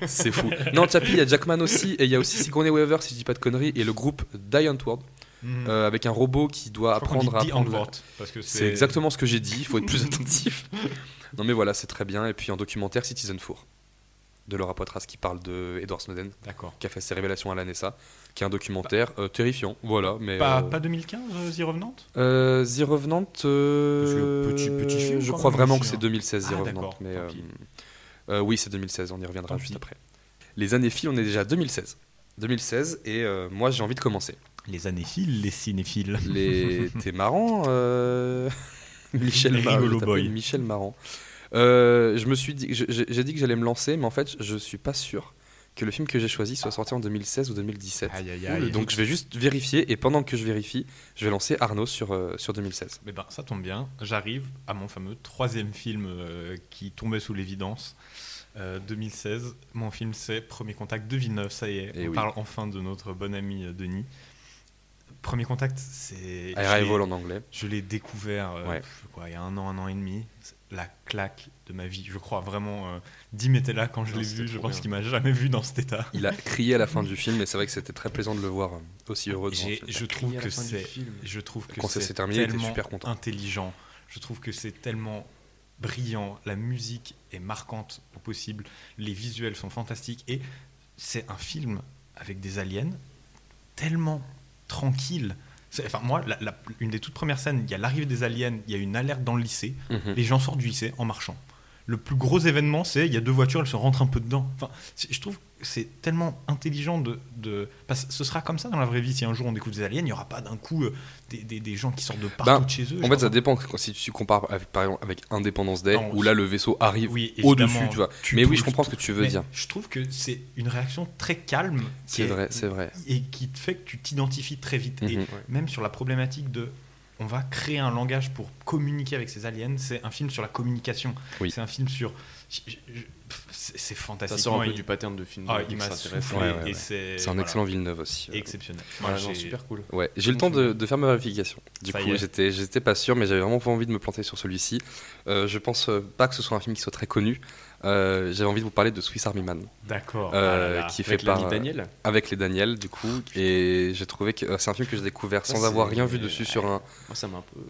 C: c'est fou. Non, Chappie, il y a Jackman aussi. Et il y a aussi Sigourney Weaver, si je dis pas de conneries. Et le groupe Die Antwoord euh, avec un robot qui doit
F: Mm. Je Mmh. crois qu'on
C: apprendre à
F: dit
C: apprendre.
F: Antwort, parce que
C: C'est exactement ce que j'ai dit, il faut être plus attentif. Non mais voilà, c'est très bien. Et puis en documentaire, Citizen Four, de Laura Poitras qui parle de Edward Snowden,
F: D'accord.
C: qui a fait ses révélations à la NSA, qui est un documentaire euh, terrifiant. Voilà, mais...
F: Bah. Pas,
C: euh,
F: pas 2015, euh, The Revenante
C: euh, The Revenant, euh,
F: Parce que petit- petit film,
C: je
F: quand
C: crois
F: même,
C: vraiment
F: aussi,
C: que c'est
F: hein.
C: 2016 The
F: Ah,
C: Revenant,
F: d'accord,
C: mais
F: tant
C: euh,
F: pis.
C: euh, oui c'est 2016, on y reviendra
F: Tant
C: juste
F: pis.
C: après. Les années filles, on est déjà à 2016. 2016 et euh, moi j'ai envie de commencer.
F: Les anéphiles, les cinéphiles. <laughs>
C: Les... T'es marrant, euh, <laughs> Michel
F: Les
C: Marrant.
F: rigolo
C: je t'appelle
F: boy.
C: Michel Marrant. Euh, je me suis dit, je- je- j'ai dit que j'allais me lancer, mais en fait je suis pas sûr que le film que j'ai choisi soit sorti en 2016 ou 2017.
F: Aïe, aïe,
C: Ouh,
F: aïe.
C: Donc je vais juste vérifier et pendant que je vérifie, je vais lancer Arnaud sur, euh, sur 2016.
F: Mais ben, ça tombe bien, j'arrive à mon fameux troisième film euh, qui tombait sous l'évidence. Euh, 2016, mon film c'est Premier Contact de Villeneuve, ça y est,
C: Eh
F: on
C: oui.
F: parle enfin de notre bon ami euh, Denis. Premier Contact, c'est. je
C: Arrival
F: l'ai-
C: en anglais.
F: Je l'ai découvert euh,
C: Ouais.
F: pff, quoi, il y a un an, un an et demi. C'est La claque de ma vie, je crois vraiment. euh, Dim était là quand je
G: Non,
F: l'ai
G: c'était
F: vu, je
G: trop
F: pense
G: bien.
F: qu'il m'a jamais vu dans cet état.
C: Il a crié à la fin du film, et c'est vrai que c'était très plaisant de le voir euh, aussi heureux. devant un
F: J'ai-
C: film.
F: Je trouve que c'est je trouve que
C: Quand ça
F: c'est
C: s'est terminé, il était
F: tellement
C: super content.
F: intelligent. Je trouve que c'est tellement brillant. La musique est marquante au possible. Les visuels sont fantastiques. Et c'est un film avec des aliens tellement tranquille. C'est- Enfin, moi, la- la- une des toutes premières scènes, il y a l'arrivée des aliens, il y a une alerte dans le lycée.
C: Mhm.
F: Les gens sortent du lycée en marchant. Le plus gros événement, c'est il y a deux voitures, elles se rentrent un peu dedans. Enfin, c'est- je trouve que c'est tellement intelligent de, de- parce que ce sera comme ça dans la vraie vie. Si un jour on découvre des aliens, il n'y aura pas d'un coup euh, des, des- des gens qui sortent de partout
C: Ben,
F: de chez eux.
C: En fait, ça dépend. Quand- Si tu compares avec, par exemple, avec Independence Day,
F: Non,
C: où là le vaisseau arrive
F: Oui,
C: au-dessus,
F: évidemment,
C: tu vois.
F: tu
C: Mais oui,
F: touches,
C: je comprends ce que tu veux
F: Mais
C: dire.
F: Je trouve que c'est une réaction très calme.
C: C'est
F: et-
C: vrai, c'est vrai.
F: Et qui te fait que tu t'identifies très vite. Et
C: Mhm.
F: même sur la problématique de on va créer un langage pour communiquer avec ces aliens, c'est un film sur la communication.
C: Oui.
F: C'est un film sur. je- je- je- pff, C'est c'est
G: Ça
F: fantastique.
G: sort
F: Moi,
G: un peu
F: il-
G: du pattern de film.
F: Ah,
G: de-
F: il m'a
G: extraterrestre.
F: soufflé
C: Ouais, ouais, ouais.
F: et c'est.
C: C'est un
F: voilà,
C: excellent Villeneuve aussi. euh.
F: Exceptionnel.
G: Ouais,
F: Moi,
G: non,
F: j'ai-
G: super cool.
C: Ouais, j'ai le
F: Bon
C: temps
F: film.
C: de, de faire ma vérification. Du
F: Ça y
C: coup,
F: est.
C: j'étais j'étais pas sûr, mais j'avais vraiment pas envie de me planter sur celui-ci. Euh, je pense euh, pas que ce soit un film qui soit très connu. Euh, j'avais envie de vous parler de Swiss Army Man,
F: D'accord.
C: euh,
F: Ah là là.
C: qui est fait euh,
G: Avec
C: par
G: l'ami Daniel.
C: avec les Daniels, du coup. Et j'ai trouvé que euh, c'est un film que j'ai découvert sans
G: c'est-
C: avoir rien vu dessus sur un.
G: Moi, ça m'a un peu.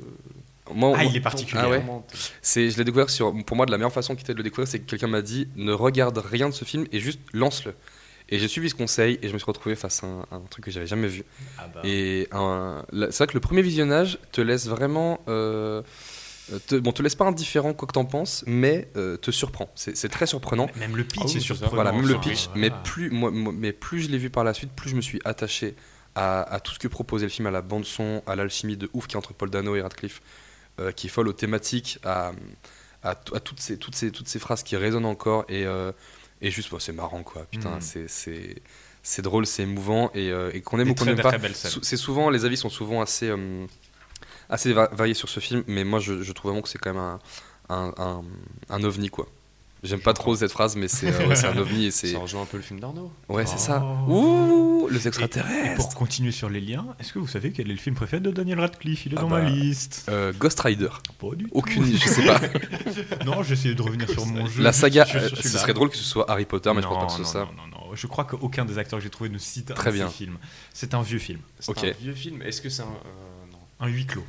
C: Moi,
F: Ah,
C: moi-
F: il est particulier.
C: Ah ouais
G: Vraiment,
C: C'est, je l'ai découvert sur, pour moi, de la meilleure façon qui était de le découvrir, c'est que quelqu'un m'a dit ne regarde rien de ce film et juste lance-le. Et j'ai suivi ce conseil et je me suis retrouvé face à un, un truc que j'avais jamais vu.
F: Ah bah.
C: Et un- là, c'est vrai que le premier visionnage te laisse vraiment, euh, te, bon, te laisse pas indifférent quoi que t'en penses, mais euh, te surprend. C'est, c'est très surprenant.
F: Même le pitch
G: Ah oui,
F: est
G: c'est ça.
F: surprenant.
C: Voilà, même le
F: Enfin,
C: pitch.
F: voilà.
C: Mais plus, moi, moi- mais plus je l'ai vu par la suite, plus je me suis attaché à, à tout ce que proposait le film, à la bande son, à l'alchimie de ouf qui est entre Paul Dano et Radcliffe, euh, qui est folle aux thématiques, à, à, t- à toutes, ces, toutes, ces, toutes ces phrases qui résonnent encore. Et, euh, et juste, ouais, c'est marrant, quoi. Putain,
F: Mm.
C: c'est- c'est c'est drôle, c'est émouvant. Et, euh, et qu'on
F: Des
C: aime ou qu'on
F: très,
C: n'aime pas,
F: très belles scènes.
C: sou- c'est souvent, les avis sont souvent assez, euh, assez va- variés sur ce film. Mais moi, je, je trouve vraiment que c'est quand même un, un, un, un ovni, quoi. J'aime pas trop cette phrase, mais c'est euh, ouais, c'est un ovni et c'est.
G: Ça rejoint un peu le film d'Arnaud.
C: Ouais, c'est ça.
F: Oh.
C: Ouh, les
F: Et
C: extraterrestres.
F: pour continuer sur les liens, est-ce que vous savez quel est le film préféré de Daniel Radcliffe Il est
C: Ah
F: dans
C: bah.
F: ma liste.
C: Euh, Ghost Rider.
F: Pas du tout.
C: Aucune, je sais pas.
F: Non, j'essayais de revenir sur
C: <laughs>
F: mon jeu.
C: La saga,
F: Je suis
C: euh,
F: sur
C: ce
F: celui-là.
C: serait drôle que ce soit Harry Potter, mais je
F: non,
C: pense pas que ce
F: non,
C: soit ça.
F: Non, non, non. Je crois qu'aucun des acteurs que j'ai trouvé ne cite
C: Très
F: un
C: bien.
F: de ces films. C'est un vieux film,
G: C'est
C: Ok.
G: un vieux film. Est-ce que c'est un. euh, non.
F: un huis clos.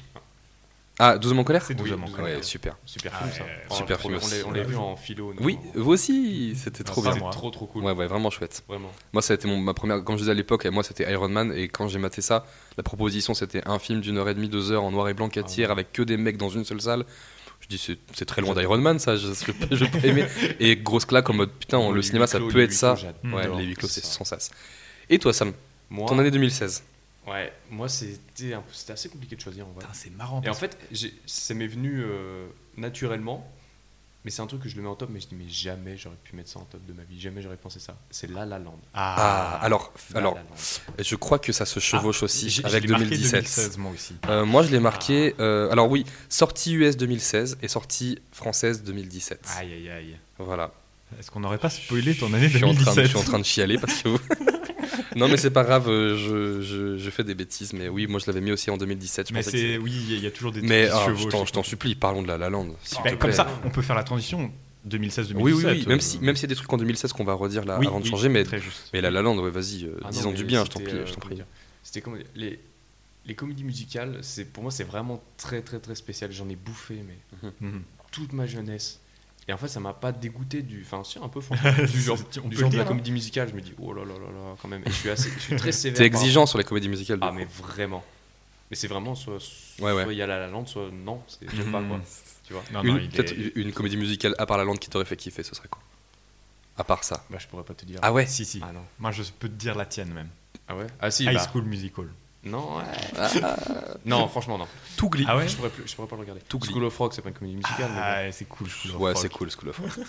C: Ah, 12 hommes en colère
F: C'est 12
C: Oui,
F: hommes en
C: ouais,
F: colère.
C: super.
G: Super
F: Ah
G: film, ça.
F: ouais,
G: Oh,
C: super
G: trop
C: film
G: bien. On l'a-
C: aussi.
G: On l'a vu en philo.
C: Oui,
G: notamment.
C: vous aussi, c'était trop
F: ça,
C: bien.
F: moi.
G: C'est trop, trop cool.
C: Ouais, ouais, vraiment chouette.
G: Vraiment.
C: Moi, ça a été mon- ma première, comme je disais à l'époque, moi c'était Iron Man, et quand j'ai maté ça, la proposition c'était un film d'une heure et demie, deux heures en noir et blanc, quatre
G: Ah ouais.
C: tiers, avec que des mecs dans une seule salle. Je dis, c'est c'est très loin d'Iron Man, ça, je je vais pas- je vais
G: <laughs>
C: pas aimer. Et grosse claque en mode, putain, le,
G: huis
C: cinéma ça
G: clos,
C: peut
G: les
C: être
G: huis
C: ça.
G: clos, j'adore.
C: Ouais,
G: J'adore.
C: les huis clos, c'est
G: ça.
C: sans sas. Et toi, Sam,
G: Moi,
C: ton année 2016
G: ouais, moi c'était un peu- c'était assez compliqué de choisir en vrai.
F: Putain, c'est marrant.
G: Et en fait, j'ai- ça m'est venu euh, naturellement, mais c'est un truc que je le mets en top, mais je dis mais jamais j'aurais pu mettre ça en top de ma vie, jamais j'aurais pensé ça. C'est La La Land.
C: Ah, alors,
G: La
C: alors
G: La Land.
C: je crois que ça se
G: Ah,
C: chevauche aussi
F: J'ai-
C: avec
F: je l'ai marqué
C: 2017.
F: 2016, moi aussi.
C: Euh, moi, je l'ai marqué.
G: Ah.
C: euh, alors, oui, sortie US 2016 et sortie française 2017.
F: Aïe aïe aïe.
C: Voilà.
F: Est-ce qu'on n'aurait pas spoilé ton année
C: Je suis, en train de, je
F: 2017
C: suis en train de chialer parce que vous. non, mais c'est pas grave, euh, je, je- je fais des bêtises. Mais oui, moi, je l'avais mis aussi en 2017. Je
F: Mais
C: pensais que
F: c'est oui, il y a- il y a toujours des
C: c'est- mais
F: trucs qui
C: ah,
F: se
C: je
F: chevauchent.
C: t'en- je t'en supplie, parlons de la La Land. s'il
F: Ben,
C: te
F: Comme
C: plaît.
F: ça, on peut faire la transition 2016-2017.
C: Oui, oui, oui. Même si, même s'il y a des trucs en 2016 qu'on va redire là
F: euh, Oui,
C: avant de
F: oui,
C: changer, mais,
F: très juste.
C: <laughs> mais la La Land, ouais, vas-y, euh,
G: Ah non,
C: disons
G: mais
C: du bien, je t'en
G: c'était,
C: prie,
G: euh,
C: je t'en
G: comment
C: prie.
G: dire, C'était comment dire, les les comédies musicales, c'est pour moi c'est vraiment très très très spécial. J'en ai bouffé mais
F: Mhm.
G: toute ma jeunesse. Et en fait, ça m'a pas dégoûté du, enfin si un peu
F: <laughs>
C: <laughs>
G: franchement, du genre,
F: On
G: du genre
F: peut le
G: de la
F: dire, hein.
G: comédie musicale. Je me dis oh là là là là quand même. Et je suis assez, je suis
C: <laughs>
G: très sévère.
C: T'es
G: par-
C: exigeant sur les comédies musicales. du
G: Ah
C: coup.
G: mais vraiment. Mais c'est vraiment soit soit
C: Ouais, ouais.
G: il y a la La Land, soit non,
C: <clears throat>
G: c'est j'aime pas quoi.
F: Mhm.
G: Tu vois.
F: Non, non,
C: une,
F: il
C: peut-être
F: est-
C: une comédie musicale à part La Lande qui t'aurait fait kiffer, ce serait quoi À part ça.
G: Bah je pourrais pas te dire.
C: Ah ouais
F: Si, si.
G: non.
F: Moi, je peux te dire la tienne même.
G: Ah ouais. Ah si.
F: High
G: bah,
F: School Musical.
G: non. ouais.
C: Ah.
G: non franchement non.
C: Tout glee.
F: Ah ouais
G: Je pourrais plus, je pourrais pas le regarder.
C: Tout
G: School of Rock, c'est pas une comédie musicale. mais bon.
F: Ah, c'est cool. School of
C: Ouais,
F: Rock.
C: c'est cool, School of Rock.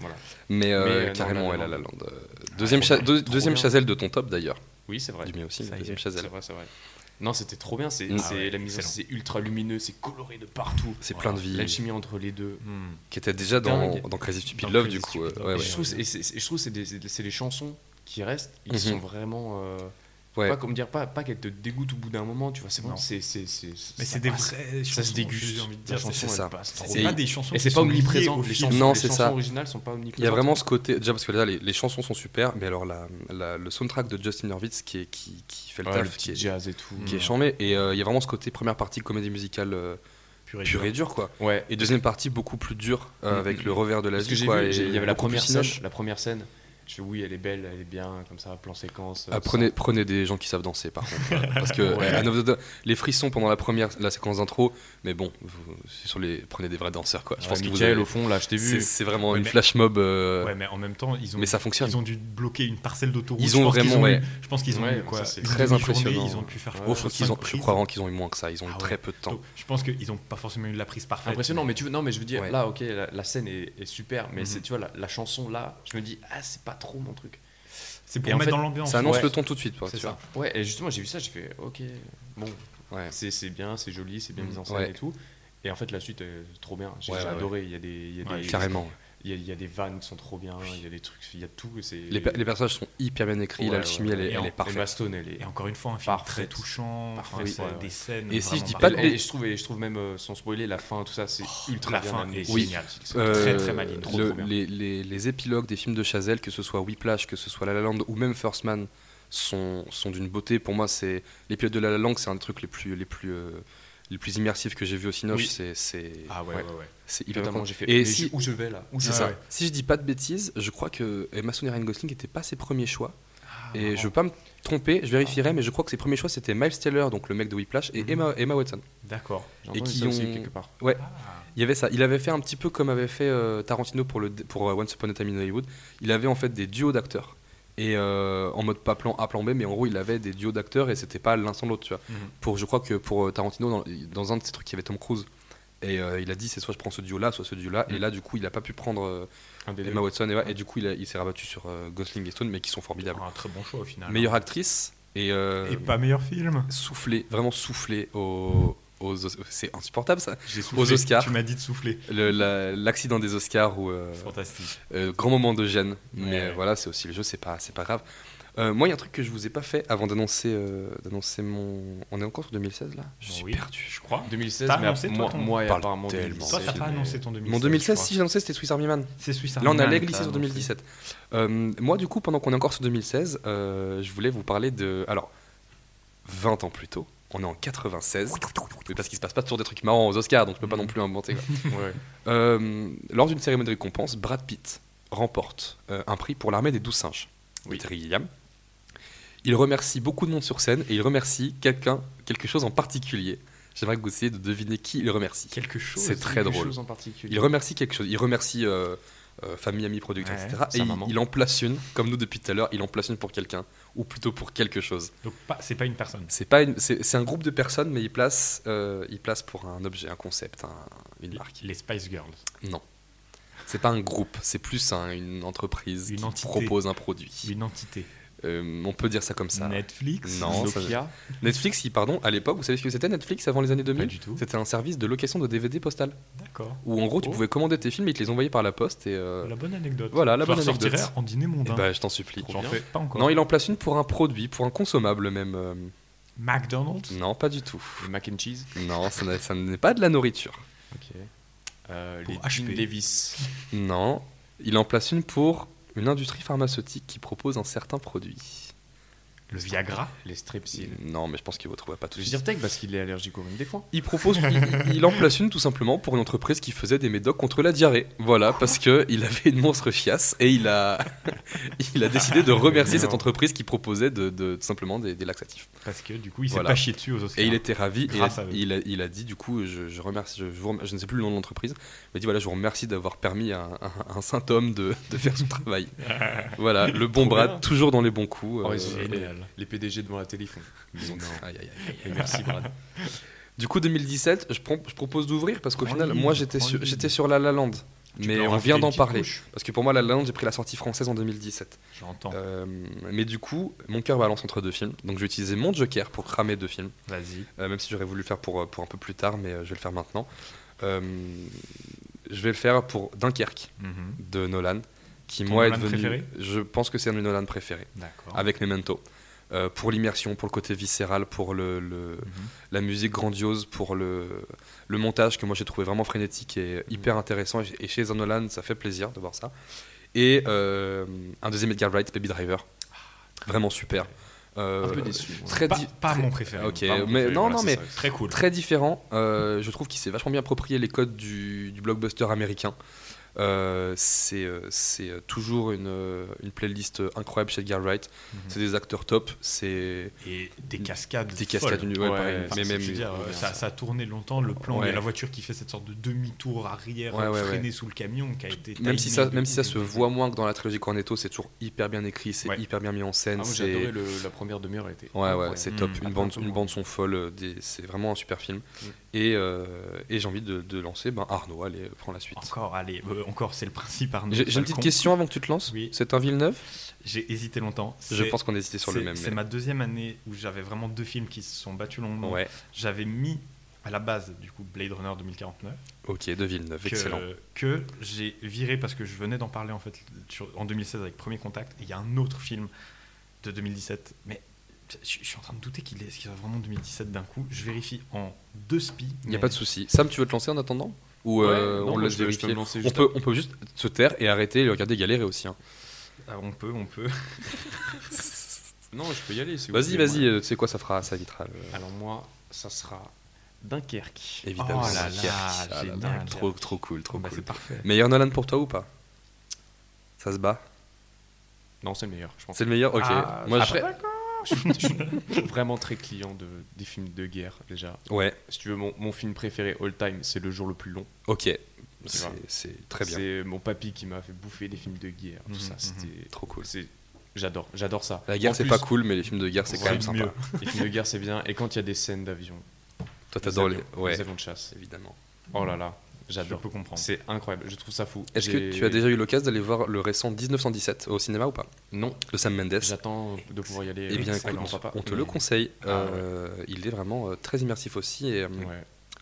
G: Voilà.
C: Mais, euh,
G: Mais, euh, non,
C: carrément,
G: La
C: ouais, La
G: Land.
C: La Land. euh, Deuxième, cha- deux-
G: trop
C: deuxième
G: bien.
C: chazelle de ton top, d'ailleurs.
G: Oui c'est vrai.
C: Du mien aussi, mais
F: Ça y est,
C: deuxième
G: C'est
C: chazelle.
G: vrai, c'est vrai. Non, c'était trop bien. C'est
C: Mm.
G: c'est-
F: Ah ouais,
G: la mise en
F: excellent.
G: scène, c'est ultra lumineux, c'est coloré de partout.
C: C'est plein de vie.
G: L'alchimie entre les deux.
F: Hmm.
C: Qui était déjà dans,
G: Dingue.
C: dans Crazy Stupid
F: Dans
C: Love,
F: Crazy
C: du coup.
F: Stupid
C: euh,
F: Love.
C: ouais,
G: Et
C: ouais.
G: je trouve, c'est- et c'est- et je trouve que c'est des- c'est des- c'est les chansons qui restent, ils
C: Mhm.
G: sont vraiment. euh,
C: Ouais.
G: Pas comme dire, pas, pas qu'elles te dégoûtent au bout d'un moment, tu vois. C'est bon,
F: Non.
G: c'est. c'est- c'est- ça
F: Mais c'est des
G: passe. Ça
F: vraies
G: se
F: chansons,
G: déguste.
F: j'ai envie de
G: La
F: dire.
G: chanson,
C: c'est
G: elle
C: ça.
G: passe trop
F: C'est
G: bien.
F: pas des chansons
G: Et c'est
F: qui
G: pas
F: sont liées
C: hein,
G: omniprésent.
F: au
G: Les
F: film.
G: chansons,
C: Non,
G: les
C: c'est
G: chansons
C: ça.
G: originales sont pas omniprésentes.
C: Il y a vraiment ce côté, déjà parce que là les, les chansons sont super, mais alors la, la- le soundtrack de Justin Hurwitz qui, est- qui, qui fait le
G: Ouais, le
C: taf, qui
G: petit
C: est,
G: jazz et tout.
C: qui est chambé, et euh, il y a vraiment ce côté première partie comédie musicale euh,
F: Pur et
C: pure et
F: dur.
C: dure quoi.
G: Ouais.
C: Et deuxième partie beaucoup plus dure euh,
G: Mhm.
C: avec le revers de la
G: Parce que
C: vie
G: j'ai
C: quoi.
G: vu,
C: et
G: j'ai- il y avait la
C: beaucoup plus
G: première
C: sinoche.
G: scène. La première scène. Je fais oui, elle est belle, elle est bien, comme ça, plan séquence. euh,
C: Ah, prenez, prenez des gens qui savent danser par
G: <laughs>
C: contre. euh, Parce que
G: Ouais.
C: euh, Anne of the Dun- les frissons pendant la première la séquence d'intro, mais bon, vous- c'est sur les prenez des vrais danseurs quoi. Je pense que vous
G: Michael,
C: avez-
G: au fond, là, je t'ai
C: c'est,
G: vu.
C: c'est vraiment
F: Ouais,
C: une
F: mais-
C: flash mob. euh,
F: Ouais, mais en même temps, ils ont,
C: mais ça fonctionne.
F: ils ont dû bloquer une parcelle d'autoroute.
C: Ils
F: Je
C: ont
F: pense qu'ils
C: vraiment, ouais.
F: eu- je pense qu'ils ont
G: Ouais,
F: eu quoi
G: ça, c'est
F: une
C: très
F: demi-journée,
C: impressionnant.
F: Ils ont pu faire.
G: Ouais,
C: Oh, je, crois qu'ils
F: cinq
C: ont, je
F: prises.
C: crois vraiment qu'ils ont eu moins que ça. Ils ont eu
F: Ah ouais.
C: très peu de temps.
F: Donc, Je pense qu'ils ont pas forcément eu la prise parfaite.
G: Impressionnant, mais tu veux, non, mais je veux dire,
C: Ouais.
G: là, ok, la, la scène est, est super, mais
F: Mhm.
G: c'est, tu vois, la, la chanson là, je me dis, ah, c'est pas trop mon truc.
F: C'est
G: Et
F: pour
G: en
F: mettre
G: fait,
F: dans l'ambiance.
C: ça annonce
G: ouais.
C: le ton tout de suite. quoi,
F: C'est
C: tu vois.
F: ça.
G: Ouais, et justement, j'ai vu ça, j'ai fait, ok, bon,
C: Ouais.
G: c'est, c'est bien, c'est joli, c'est bien
F: Mhm.
G: mis en scène
C: Ouais.
G: et tout. Et en fait, la suite est trop bien. J'ai
C: Ouais,
G: j'ai
C: ouais,
G: adoré. Il y a des, il y a
F: Ouais,
G: des,
C: Carrément.
G: il y a, il y a des vannes qui sont trop bien. Il y a des trucs, il y a tout. et C'est
C: Les, per- les personnages sont hyper bien écrits.
G: Ouais,
C: L'alchimie,
G: ouais.
C: elle, est-
F: Et
C: elle
F: en-
C: est
F: et
G: Et
C: parfaite.
G: ma Stone, elle est.
F: Et encore une fois, un film
G: Parfait.
F: très touchant.
G: Parfait,
F: enfin, c'est
G: ouais, ouais.
F: Des scènes.
C: Et si je
F: vraiment
C: dis pas Oh,
G: Et-
F: parfaites.
C: le-
G: Et je trouve, et je trouve même euh, sans spoiler la fin, tout ça, c'est ultra
F: la
G: bien
F: fin
G: amené.
F: est
G: C'est
C: Oui.
G: génial.
F: C'est très, très
C: Euh,
F: maligne, trop,
C: le-
G: trop bien.
C: les, les- les épilogues des films de Chazelle, que ce soit Whiplash, que ce soit La La Land ou même First Man, sont, sont d'une beauté. Pour moi, c'est l'épilogue de La La Land, c'est un des trucs les plus les plus euh, les plus immersifs que j'ai vu au Cinoche.
G: Oui.
C: C'est c'est
G: Ah ouais, ouais,
C: ouais,
G: ouais.
C: c'est hyper
G: Notamment,
C: important.
G: j'ai fait.
C: Et
G: mais
C: si-
G: où je vais là Où
C: C'est
G: je vais
C: ça.
F: ouais.
C: Si je dis pas de bêtises, je crois que Emma Stone et Ryan Gosling n'étaient pas ses premiers choix.
F: Ah,
C: et
F: marrant. Ah.
C: je veux pas me tromper, je vérifierai, mais je crois que ses premiers choix c'était Miles Taylor, donc le mec de Whiplash, et
F: Mhm.
C: Emma, Emma Watson.
F: D'accord.
G: J'ai
C: Et
G: entendu
C: qui
G: ça aussi
C: ont-
G: quelque part.
F: Ah.
C: Il y avait ça. Il avait fait un petit peu comme avait fait euh, Tarantino pour, le, pour euh, Once Upon a Time in Hollywood. Il avait en fait des duos d'acteurs. Et euh, en mode pas plan A, plan B, mais en gros, il avait des duos d'acteurs et c'était pas l'un sans l'autre, tu vois.
F: Mhm.
C: Pour, je crois que pour euh, Tarantino, dans, dans un de ses trucs, il y avait Tom Cruise. Et euh, il a dit, c'est soit je prends ce duo-là, soit ce duo-là. Et là, du coup, il a pas pu prendre euh,
G: Un des deux.
C: Emma Watson. Et, ouais, et du coup, il, a- il s'est rabattu sur euh, Gosling et Stone, mais qui sont formidables.
F: Un très bon choix au final.
C: Meilleure actrice et, euh,
F: Ah Et pas meilleur film.
C: soufflé, vraiment soufflé aux, aux Os- C'est insupportable, ça.
F: J'ai
C: Aux Oscars.
F: Tu m'as dit de souffler.
C: Le- la- L'accident des Oscars où. euh,
F: Fantastique.
C: Euh, grand moment de gêne, mais
F: Ouais.
C: euh, voilà, c'est aussi le jeu, c'est pas, c'est pas grave. Euh, moi, il y a un truc que je vous ai pas fait avant d'annoncer, euh, d'annoncer mon. On est encore sur 2016 là Je suis
F: Oui,
C: perdu.
F: Je crois.
G: 2016,
F: T'as
G: mais
F: annoncé, toi,
G: moi,
F: ton-
G: moi et
C: Parle
G: apparemment
C: tellement.
G: 2016,
F: Toi, t'as pas
G: mais-
F: annoncé ton 2016.
C: Mon 2016,
G: je crois.
C: si j'ai annoncé, c'était Swiss Army Man.
F: C'est Swiss
C: Là, on
F: Army Man,
C: allait
F: t'as
C: glisser sur
F: annoncé.
C: 2017. Euh, moi, du coup, pendant qu'on est encore sur 2016, euh, je voulais vous parler de. Alors, 20 ans plus tôt, on est en 96. Mais parce qu'il se passe pas toujours des trucs marrants aux Oscars, donc je peux pas non plus inventer. quoi.
G: Ouais.
C: Euh, lors d'une cérémonie de récompense, Brad Pitt remporte euh, un prix pour l'armée des douze singes
G: Oui.
C: de Terry Gilliam. Il remercie beaucoup de monde sur scène et il remercie quelqu'un, quelque chose en particulier. J'aimerais que vous essayiez de deviner qui il remercie.
F: Quelque chose.
C: C'est très
G: Quelque
C: drôle.
G: chose en particulier.
C: Il remercie quelque chose. Il remercie euh, euh, famille, amis, producteurs,
F: Ouais,
C: etc.
G: sa
C: Et il,
G: maman.
C: il en place une, comme nous depuis tout à l'heure, il en place une pour quelqu'un ou plutôt pour quelque chose.
F: Donc, pas- c'est pas une personne.
C: C'est pas une- c'est c'est un groupe de personnes, mais il place, euh, il place pour un objet, un concept, un- une marque.
F: Les Spice Girls.
C: C'est pas un groupe, c'est plus un- une entreprise
F: Une
C: qui
F: entité.
C: propose un produit.
F: Une entité.
C: Euh, on peut dire ça comme ça.
F: Netflix.
C: Non, ça-
G: Nokia.
C: Netflix, il- pardon, à l'époque, vous savez ce que c'était Netflix avant les années 2000
F: Pas du tout.
C: C'était un service de location de DVD postal.
F: D'accord.
C: Où en gros, tu
G: Oh.
C: pouvais commander tes films et ils te les envoyaient par la poste. Et, euh,
F: La bonne anecdote.
C: Voilà, la
F: Je la
C: bonne anecdote.
F: ressortirai en dîner
C: eh
F: mondain.
C: ben, je t'en supplie.
G: Trop
F: J'en
G: bien.
F: fais pas encore.
C: Non, il en place une pour un produit, pour un consommable même. euh,
F: McDonald's.
C: non, pas du tout.
G: Le mac and cheese.
C: Non, ça n'a- ça n'est pas de la nourriture.
G: Ok. Euh,
F: Pour
G: les
F: HP.
G: Jean Davis.
C: Non, il en place une pour une industrie pharmaceutique qui propose un certain produit.
F: Le Viagra
G: les strepsils.
C: Non, mais je pense qu'il ne retrouvera pas tout
G: Le
C: de suite.
G: Zyrtec parce qu'il est allergique aux rhume des foins.
C: Il propose, il, il en place une tout simplement pour une entreprise qui faisait des médocs contre la diarrhée. Voilà, parce que il avait une monstre fiasse et il a, <laughs> il a décidé de remercier cette entreprise qui proposait de, de- tout simplement des, des laxatifs.
F: Parce que du coup, il s'est
C: Voilà.
F: pas chié dessus aux Oscars. Euh,
C: Et il était ravi. Et
F: Grâce à eux.
C: il, a, il a dit du coup, je, je remercie, je, je vous rem- je ne sais plus le nom de l'entreprise, il a dit voilà, je vous remercie d'avoir permis à un, à un saint homme de, de faire son
G: <laughs>
C: travail. voilà, le bon
G: Trop
C: bras
G: bien.
C: toujours dans les bons coups.
G: Oh,
C: euh,
G: ils sont
C: euh,
G: géniaux. Les PDG devant la télé ils font. Ils ont
C: aïe, aïe, aïe.
G: Et Merci Brad.
C: <laughs> Du coup, 2017, je, prends- je propose d'ouvrir parce qu'au
F: En
C: final,
F: ligne,
C: moi j'étais
F: en
C: sur,
F: ligne.
C: j'étais sur La La Land, mais
F: peux en
C: on
F: rajouter
C: vient
F: une
C: d'en
F: petite
C: parler.
F: couche.
C: Parce que pour moi, La La Land, j'ai pris la sortie française en 2017.
F: J'entends.
C: Euh, mais du coup, mon cœur balance entre deux films, donc j'ai utilisé mon Joker pour cramer deux films,
F: Vas-y.
C: euh, même si j'aurais voulu le faire pour, euh, pour un peu plus tard, mais euh, je vais le faire maintenant. Euh, je vais le faire pour Dunkerque
F: Mhm.
C: de Nolan, qui
F: Ton
C: moi
F: Nolan
C: est devenu.
F: préféré
C: je pense que c'est un de mes Nolan préférés
F: D'accord.
C: avec Memento. Euh, pour l'immersion, pour le côté viscéral, pour le, le-
G: Mhm.
C: la musique grandiose, pour le, le montage que moi j'ai trouvé vraiment frénétique
G: Mhm.
C: et hyper intéressant. Et, et chez Zanolan, ça fait plaisir de voir ça. Et euh, un deuxième Edgar Wright, Baby Driver. Vraiment super. Euh,
G: Ah, Un peu déçu. moi.
C: Très
F: Pas,
C: di-
F: pas
C: très-
F: mon préféré.
C: Ok,
F: Pas mon
C: mais
F: préféré,
C: non, non,
F: c'est
C: mais-
F: ça. Très cool.
C: Très différent. Euh, je trouve qu'il s'est vachement bien approprié les codes du, du blockbuster américain. Euh, c'est euh, c'est, euh, toujours une, euh, une playlist incroyable chez Edgar Wright.
F: Mhm.
C: C'est des acteurs top. C'est
F: Et des cascades.
C: des cascades
F: folles.
C: du ouais,
G: Ouais,
C: pareil.
G: enfin,
C: mais
F: Enfin,
C: même
F: je veux dire, euh,
C: ouais,
F: ça, ça a tourné longtemps le plan
C: Ouais.
F: de la voiture qui fait cette sorte de demi-tour arrière
C: Ouais, ouais,
F: freinée sous le camion qui a été
C: même si
F: timée
C: ça
F: de
C: même
F: ouf.
C: si ça se voit moins que dans la trilogie Cornetto c'est toujours hyper bien écrit c'est
F: Ouais.
C: hyper bien mis en
G: Ah,
C: scène
G: moi
C: c'est
G: j'ai adoré le- la première demi-heure. elle était
C: ouais ouais
G: incroyable.
C: c'est
F: Mm.
C: top une
G: Attends,
C: bande
G: attends,
C: une
G: moi.
C: bande son folle euh, des- c'est vraiment un super film et euh, et j'ai envie de, de lancer ben Arnaud allez euh, prends la suite
F: Encore, allez, euh, encore, c'est le principe Arnaud.
C: j'ai j'ai une
F: Falcon.
C: petite question avant que tu te lances
F: Oui.
C: c'est un Villeneuve
F: J'ai hésité longtemps.
C: je
F: C'est-
C: pense qu'on hésitait sur le
F: c'est-
C: même
F: C'est
C: mais-
F: ma deuxième année où j'avais vraiment deux films qui se sont battus longuement.
C: ouais
F: J'avais mis à la base du coup Blade Runner 2049
C: ok de Villeneuve
F: que,
C: excellent
F: que j'ai viré parce que je venais d'en parler en fait sur- en 2016 avec Premier Contact. Et il y a un autre film de 2017, mais je, je suis en train de douter qu'il est, est-ce qu'il est vraiment 2017 d'un coup. Je vérifie en deux spies.
C: il n'y a pas de souci Sam tu veux te lancer en attendant ou
G: Ouais,
C: euh,
G: non,
C: on
G: moi,
C: le
G: je peux- je
C: laisse
G: peux me
C: vérifier
G: lancer
C: on
G: juste
C: peut on peut juste se taire et arrêter et le regarder galérer aussi hein.
F: Ah, on peut, on peut.
G: Non, je peux y aller. si vous
C: vas-y
G: voulez,
C: vas-y
G: moi.
C: euh, tu sais quoi ça fera euh, ça évitera le-
G: Alors moi, ça sera Dunkerque.
C: Évidemment.
F: Oh là
C: c'est
F: là,
C: Kirk. Ah là là,
F: génial.
C: Trop, trop cool, trop
F: Bah,
C: cool.
F: c'est parfait.
C: Meilleur Nolan pour toi ou pas Ça se bat
G: Non, c'est le meilleur, je pense.
C: C'est le meilleur Ok.
F: Ah,
C: Moi, je-
G: Après, je suis- je suis vraiment très client de, des films de guerre déjà.
C: Ouais,
G: Si tu veux, mon, mon film préféré all time, c'est Le jour le plus long.
C: ok.
G: C'est
C: C'est
G: grave.
C: c'est très bien.
G: C'est mon papy qui m'a fait bouffer des films de guerre, tout
F: Mhm,
G: ça.
F: mhm.
G: C'était
C: Trop cool.
G: c'est- J'adore, j'adore ça.
C: La guerre,
G: En
C: c'est
G: plus,
C: pas cool, mais les films de guerre, c'est quand
G: Ouais,
C: même sympa.
F: mieux.
G: Les films de guerre, c'est bien. Et quand il y a des scènes d'avion,
C: Toi,
G: les,
C: t'adores les.
G: avions,
C: Ouais,
G: les avions de chasse.
C: évidemment.
G: Oh là là,
F: Je
G: j'adore.
F: peux comprendre.
G: C'est incroyable, je trouve ça fou.
C: Est-ce
G: J'ai-
C: que tu as déjà eu l'occasion d'aller voir le récent 1917 au cinéma ou pas
G: Non,
C: De Sam Mendes
G: j'attends Ah, de pouvoir y aller. euh,
C: Eh bien,
G: avec
C: écoute,
G: mon papa.
C: on te le conseille.
G: Ah,
C: Euh, Il est vraiment euh, très immersif aussi et euh,
G: Ouais.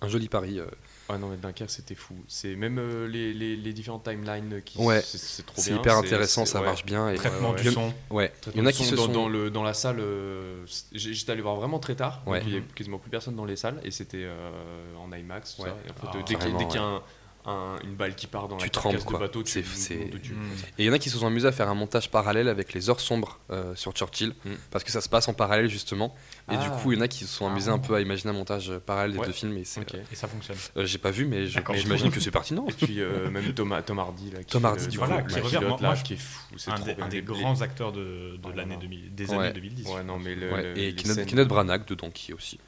C: un joli pari. euh,
G: Ah non, mais Dunkerque, c'était fou. C'est même euh, les, les, les différentes timelines qui.
C: Ouais.
G: c'est- C'est trop
C: C'est
G: bien.
C: hyper
G: c'est-
C: intéressant,
G: c'est-
C: ça
G: ouais.
C: marche bien. et-
F: Traitement
G: ouais,
F: du
C: ouais.
F: son.
C: Ouais, il y
G: Dans
C: en
G: le
C: a qui
G: son-
C: se
G: dans,
C: sont.
G: dans le, dans la salle. euh, c'est- j'ai- J'étais allé voir vraiment très tard.
C: Ouais.
G: Donc il y avait quasiment plus personne dans les salles. Et c'était euh, en IMAX. tout
C: Ouais.
G: ça. Et en fait,
F: Ah,
G: euh, dès qu'il y a-
C: vraiment,
G: dès qu'il y a un- un- une balle qui part dans
C: Tu
G: la
C: trembles,
G: carcasse
C: quoi.
G: de bateau, tu
C: C'est-
G: mon
C: c'est-
G: Dieu, tu-
F: Mm.
C: Et il y en a qui se sont amusés à faire un montage parallèle avec les heures sombres euh, sur Churchill,
G: Mm.
C: parce que ça se passe en parallèle justement. Et du
G: Ah.
C: coup, il y en a qui se sont amusés un peu à imaginer un montage euh, parallèle des
G: Ouais.
C: deux films. Et c'est,
G: Ok.
F: Et ça fonctionne.
C: euh, j'ai pas vu, mais je-
F: D'accord.
C: mais j'imagine que c'est pertinent.
G: Mm. Et puis
F: <laughs>
G: euh, même Tom, Tom Hardy là, qui
C: Tom
G: fait
C: Hardy,
G: le-
C: du
G: le-
C: coup,
G: le
C: qui
G: pilote,
F: revient. Moi-
G: là,
F: moi,
G: qui est fou, c'est
F: Un
G: trop
F: des,
G: bien.
F: un
G: Les-
F: des grands acteurs de, de
G: Ouais,
F: l'année
G: non.
F: 2000 des
C: Ouais.
F: années 2010.
G: les- Ouais non mais le,
C: Ouais,
G: le-
C: Et
G: les
C: Kenneth,
G: scènes-
C: Kenneth Branagh dedans qui est aussi.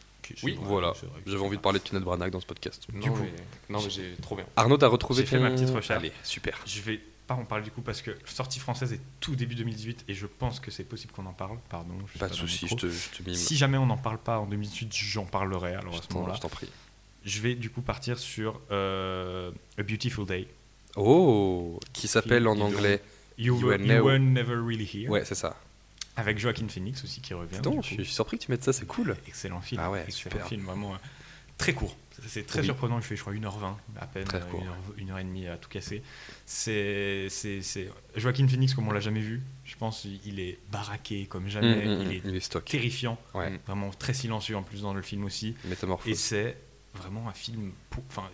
G: Oui,
F: Ouais,
C: voilà.
F: c'est vrai que-
C: J'avais envie de parler de Kenneth Branagh dans ce podcast.
G: Non,
C: du coup,
G: mais, non mais j'ai trop bien.
C: Arnaud, t'as retrouvé
F: J'ai fait
C: ton-
F: ma petite recherche.
C: Allez, super.
F: Je vais pas en parler du coup parce que sortie française est tout début 2018 et je pense que c'est possible qu'on en parle. Pardon. je suis
C: Pas de
F: dans le
C: soucis, je
F: micro.
C: te, je te mime.
F: Si jamais on n'en parle pas en 2018, j'en parlerai alors
C: je
F: à ce
C: t'en,
F: moment-là.
C: je t'en prie.
F: Je vais du coup partir sur euh, A Beautiful Day.
C: Oh, qui s'appelle en
F: dis donc.
C: anglais.
F: You,
C: You
F: were,
C: Were
F: You
C: Now.
F: Were never really here.
C: Ouais, c'est ça.
F: Avec Joaquin Phoenix aussi qui revient.
C: Putain,
F: du
C: je
F: coup.
C: suis je suis surpris que tu mettes ça, c'est cool.
F: Excellent film.
C: Ah ouais,
F: excellent
C: super.
F: film, vraiment euh, très court. C'est- C'est très
C: Oui.
F: surprenant, il fait je crois 1h20 à peine,
C: Très
F: euh,
C: court,
F: une heure- une heure et demie à tout casser. C'est c'est- c'est- Joaquin Phoenix comme on l'a jamais vu. Je pense il est baraqué comme jamais,
C: Hum, hum,
F: il
C: hum,
F: est
C: il est stock.
F: terrifiant,
C: Ouais.
F: vraiment très silencieux en plus dans le film aussi. Et
C: Métamorphose.
F: c'est vraiment un film pour- enfin,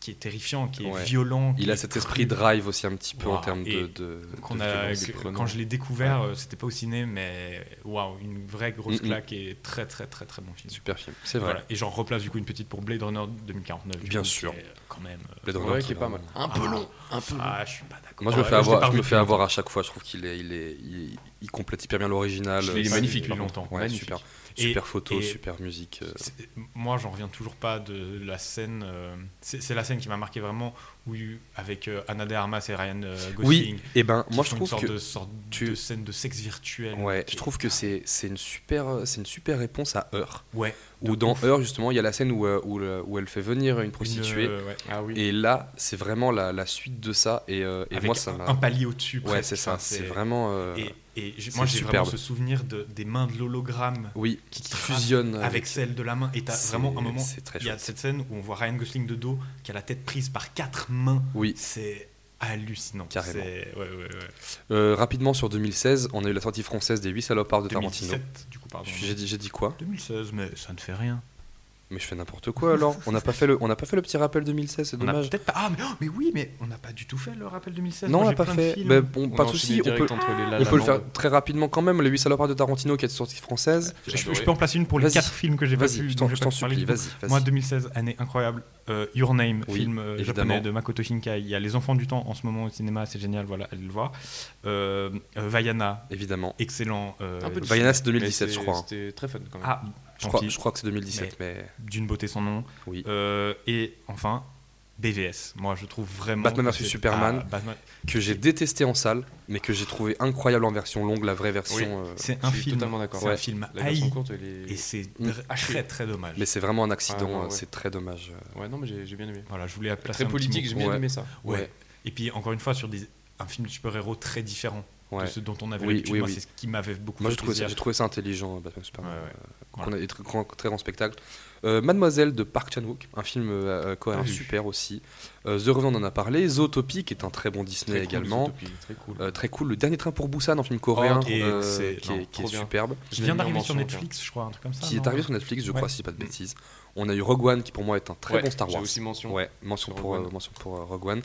F: qui est terrifiant, qui est
C: Ouais.
F: violent. qui
C: Il a
F: est
C: cet
F: cru.
C: esprit drive aussi un petit peu en
F: Waouh,
C: termes de,
F: et
C: de,
F: Qu'on
C: de
F: a-
C: violence.
F: que- quand je l'ai découvert, euh, c'était pas au ciné, mais waouh, une vraie grosse
C: Mm-mm.
F: claque et très très très très bon film.
C: Super film, c'est vrai.
F: Voilà. Et j'en replace du coup une petite pour Blade Runner 2049. du
C: Bien
F: coup, qui
C: sûr.
F: est, euh, Quand même. euh,
C: Blade Runner,
G: Ouais, qui est
C: très
G: pas
C: bien.
G: mal. Un peu
F: Ah.
G: long, un peu long.
F: Ah, je suis pas d'accord.
C: Moi, je me
F: Ouais, l'ai
C: fais,
F: pas
C: avoir, je
F: revu
C: me fais
F: depuis
C: avoir à chaque fois. Je trouve qu'il est, il est, il, il complète hyper bien l'original.
F: Je l'ai- il est
C: C'est-
F: magnifique,
C: ouais,
F: par contre.
C: ouais,
F: Magnifique.
C: Super,
F: Et-
C: super photo,
F: et-
C: super musique. euh,
F: C'est- Moi, j'en reviens toujours pas de la scène. euh, c'est c'est la scène qui m'a marqué vraiment, où, il- avec euh, Anna de Armas et Ryan euh, Gosling.
C: Oui, et ben,
F: qui
C: moi, je
F: font
C: trouve
F: une sorte
C: que.
F: de, sorte
C: tu-
F: de scène de sexe virtuel.
C: Ouais,
F: qui
C: je
F: est-
C: trouve que c'est c'est une super euh, c'est une super réponse à Heur.
F: Ouais.
C: Où dans Heur justement il y a la scène où, euh, où, le- où elle fait venir une prostituée
F: Une, euh, ouais.
G: Ah oui.
C: et là c'est vraiment la, la suite de ça et, euh, et
F: Avec
C: moi ça
F: un,
C: m'a
F: un palier au-dessus.
C: ouais
F: presque.
C: c'est ça
F: Enfin,
C: c'est vraiment euh,
F: Et, et j'ai-
C: c'est
F: moi, j'ai vraiment
C: superbe.
F: ce souvenir de, des mains de l'hologramme
C: oui qui,
F: qui
C: fusionne
F: avec celle de la main. Et t'as
C: c'est-
F: vraiment un moment.
C: c'est très
F: Il y a
C: chouette.
F: cette scène où on voit Ryan Gosling de dos qui a la tête prise par quatre mains.
C: oui
F: C'est hallucinant.
C: Carrément.
F: C'est- Ouais, ouais, ouais.
C: Euh, rapidement sur 2016 on a eu la sortie française des 8 salopards de Tarantino
F: 2017, du coup, pardon.
C: j'ai dit, j'ai dit quoi
F: 2016, mais ça ne fait rien.
C: mais je fais n'importe quoi alors on n'a pas fait le on n'a pas fait le petit rappel 2016 c'est
F: On a
C: dommage
F: peut-être pas. Ah, mais, oh, mais oui, mais on n'a pas du tout fait le rappel 2016.
C: non on
F: Moi, j'ai
C: l'a pas
F: plein de
C: fait Bah,
F: films.
C: Mais bon
G: On
C: pas
G: a
C: de
G: enchaîné
C: souci on peut
G: direct entre les La
C: on
G: La
C: peut le faire
G: Land.
C: très rapidement quand même les 8 salopards de Tarantino qui est sortie française
F: Je,
G: J'ai
F: je
G: adoré.
F: peux en placer une pour les
C: Vas-y.
F: quatre films que j'ai pas
C: vas-y
F: vus.
C: je t'en
F: dont j'ai
C: je
F: pas
C: t'en
F: pu parler.
C: supplie vas-y vas-y.
F: Moi, 2016, année incroyable. Euh, Your Name,
C: Oui,
F: film euh,
C: évidemment.
F: japonais de Makoto Shinkai. Il y a Les Enfants du Temps en ce moment au cinéma, c'est génial, voilà, allez le voir. Euh, euh, Vaiana,
C: évidemment
F: excellent. euh,
G: Un peu de
F: Vai-
C: Vaiana c'est
G: Mais
C: 2017 je
G: c'est-
C: crois hein.
G: C'était très fun quand même.
F: ah,
C: je crois,
F: gentil,
C: je crois que c'est 2017 mais
F: d'une beauté sans nom.
C: oui
F: Euh, et enfin, BVS. Moi, je trouve vraiment.
C: Batman
F: que
C: versus
F: c'est-
C: Superman.
F: Ah, Batman-
C: que j'ai détesté en salle, mais que j'ai trouvé incroyable en version longue, la vraie version.
G: Oui.
C: euh,
F: C'est un
G: je suis
F: film.
G: totalement d'accord.
F: C'est
G: Ouais.
F: un film
G: La version
F: haï.
G: courte, elle
F: Ah, Et
G: est.
F: c'est
C: Mm.
F: dr- très très dommage.
C: Mais c'est vraiment un accident,
G: Ah, ouais,
C: euh,
G: ouais.
C: c'est très dommage. euh.
G: Ouais, non, mais j'ai j'ai bien aimé.
F: Voilà, je voulais placer
G: Très
F: un petit
G: politique,
F: mot.
G: j'ai bien
C: Ouais.
G: aimé ça.
F: Ouais. Et puis encore une fois sur des un film de super-héros très différent
C: Ouais.
F: de ce dont on avait
C: Oui,
F: l'habitude.
C: oui,
F: Moi,
C: oui.
F: c'est ce qui m'avait beaucoup
C: Moi,
F: fait
C: j'ai trouvé, ça,
F: plaisir.
C: j'ai trouvé ça intelligent, euh, Batman Superman.
F: Ouais, ouais.
C: euh, qu'on a- et très, grand- très grand spectacle. Euh, Mademoiselle de Park Chan-wook, un film euh, euh, coréen
F: Ah, oui.
C: super aussi. Euh, The Revenant, on en a parlé. Zootopie, qui est un très bon Disney
G: Très cool,
C: également.
G: Zootopie, Très cool.
C: Euh, très cool. Le dernier train pour Busan, un film
G: Oh,
C: coréen
F: et
C: euh,
F: c'est-
C: qui
F: non,
C: est, qui est
G: trop bien.
C: superbe.
F: Je
G: l'ai
F: viens
G: mis en
F: d'arriver
G: mention,
F: sur Netflix, je crois, un truc comme ça.
C: qui
F: non
C: est arrivé sur Netflix, je
F: Ouais.
C: crois, si je dis pas de bêtises. On a eu Rogue One, qui pour moi est un très
G: Ouais,
C: bon Star
G: j'ai
C: Wars.
G: aussi mention.
C: Ouais, mention
G: Sur
C: pour,
G: Rogue One.
C: euh, mention pour euh, Rogue One.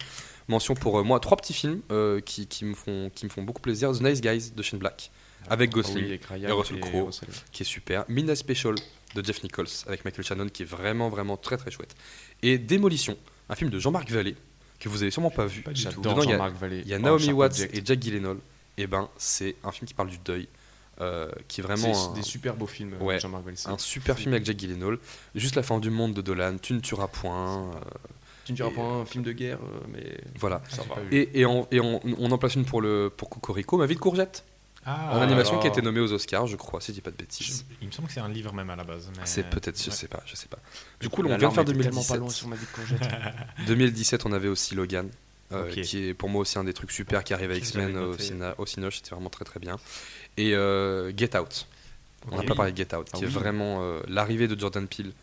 C: Mention pour euh, moi, trois petits films euh, qui, qui me font, qui me font beaucoup plaisir. The Nice Guys de Shane Black, avec
G: Ah
C: Gosling,
G: oui, avec Ryan
C: et Russell Crowe.
G: Russell.
C: qui est super. Midnight Special de Jeff Nichols, avec Michael Shannon, qui est vraiment, vraiment très, très chouette. Et Démolition, un film de Jean-Marc Vallée, que vous avez sûrement pas vu.
F: Pas du tout.
G: J'adore
C: Dedans, il y a-
G: Jean-Marc Vallée.
C: il y a
G: Oh,
C: Naomi
G: Sharp
C: Watts
G: Object.
C: et Jack Gyllenhaal. Et ben, c'est un film qui parle du deuil, euh, qui est
G: C'est
C: vraiment un,
G: des super beaux films, euh,
C: Ouais.
G: Jean-Marc Vallée.
C: un super film avec Jack Gyllenhaal. Juste la fin du monde de Dolan, tu ne tueras point. euh,
G: Tu ne diras
C: et-
G: pas un film de guerre, euh, mais
C: voilà.
G: ça va.
C: Et, et on, et on- on en place une pour, le, pour Cocorico, Ma vie de courgette,
F: Ah,
C: en animation
G: là.
C: qui a été nommée aux Oscars, je crois, si je dis pas de
F: Je-
C: bêtises.
F: Il me semble que c'est un livre même à la base. mais-
C: C'est peut-être, je
F: Ouais.
C: sais pas, je sais pas.
G: Du
C: coup, là, on vient de faire 2017.
G: ma vie de courgette.
C: 2017, on avait aussi Logan, euh,
F: Ok.
C: qui est pour moi aussi un des trucs super qui arrive à
F: Qu'est-ce que j'avais
C: X-Men au,
F: noté
C: cinéma- au Cinoche, c'était vraiment très très bien. Et euh, Get Out, on n'a
F: Ok.
C: pas parlé de Get Out,
G: Ah
C: qui est
G: oui.
C: vraiment euh, l'arrivée de Jordan Peele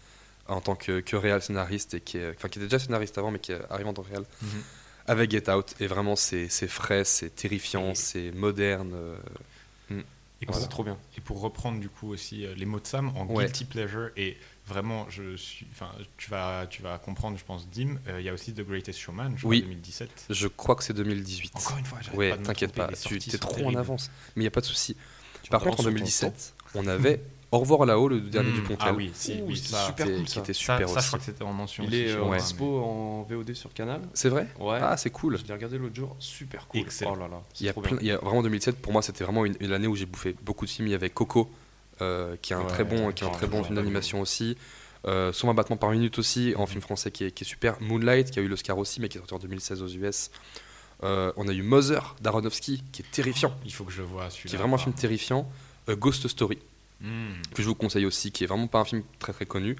C: en tant que, que réal scénariste, et qui, est- enfin, qui était déjà scénariste avant, mais qui est arrivé en tant que réal.
F: Mhm.
C: Avec Get Out, et vraiment c'est c'est frais, c'est terrifiant, c'est moderne. euh,
F: Et pour,
G: C'est trop bien.
F: et pour reprendre du coup aussi euh, les mots de Sam en
C: Ouais.
F: guilty pleasure et vraiment je suis enfin tu vas tu vas comprendre je pense Dim euh, il y a aussi The Greatest Showman je crois,
C: Oui.
F: 2017
C: je crois que c'est 2018.
F: encore une fois j'arrête
C: Ouais,
F: pas de me
C: t'inquiète
F: tromper,
C: pas,
F: les
C: tu
F: sorties
C: t'es
F: sont
C: trop en
F: terribles.
C: avance. Mais il n'y a pas de souci.
G: Tu
C: Par
G: en avances
C: contre, en
G: sur ton
C: 2017, on avait Au revoir là-haut, le dernier
F: Mm.
C: du Pontel.
F: ah oui si
G: Ouh,
F: oui,
G: c'est
F: ça,
G: super
C: qui
G: cool,
C: était- qui
G: ça.
C: était
F: ça,
C: super
F: ça, je
C: aussi.
F: crois que c'était en mention
G: Il
F: aussi,
G: est
F: je
G: euh,
F: crois, mais-
G: dispo en VOD sur Canal.
C: C'est vrai
G: Ouais.
C: Ah, c'est cool.
G: Je l'ai regardé l'autre jour, super cool.
F: Excellent.
G: Oh là là, c'est
C: Il y, a
G: trop
C: plein-
G: bien.
C: il y a vraiment 2007, pour moi, c'était vraiment une, une année où j'ai bouffé beaucoup de films. Il y avait Coco, euh, qui est un
F: Ouais,
C: très bon, qui est un
F: ouais,
C: très bon
F: ouais,
C: film
F: ouais.
C: d'animation aussi. Euh, 120 battements par minute aussi, en film français qui est, qui est super. Moonlight, qui a eu l'Oscar aussi, mais qui est sorti en 2016 aux US. Euh, on a eu Mother d'Aronofsky, qui est terrifiant,
F: il faut que je le vois celui-là
C: qui est vraiment un film terrifiant. Euh, Ghost Story,
F: Hmm.
C: que je vous conseille aussi, qui est vraiment pas un film très très connu.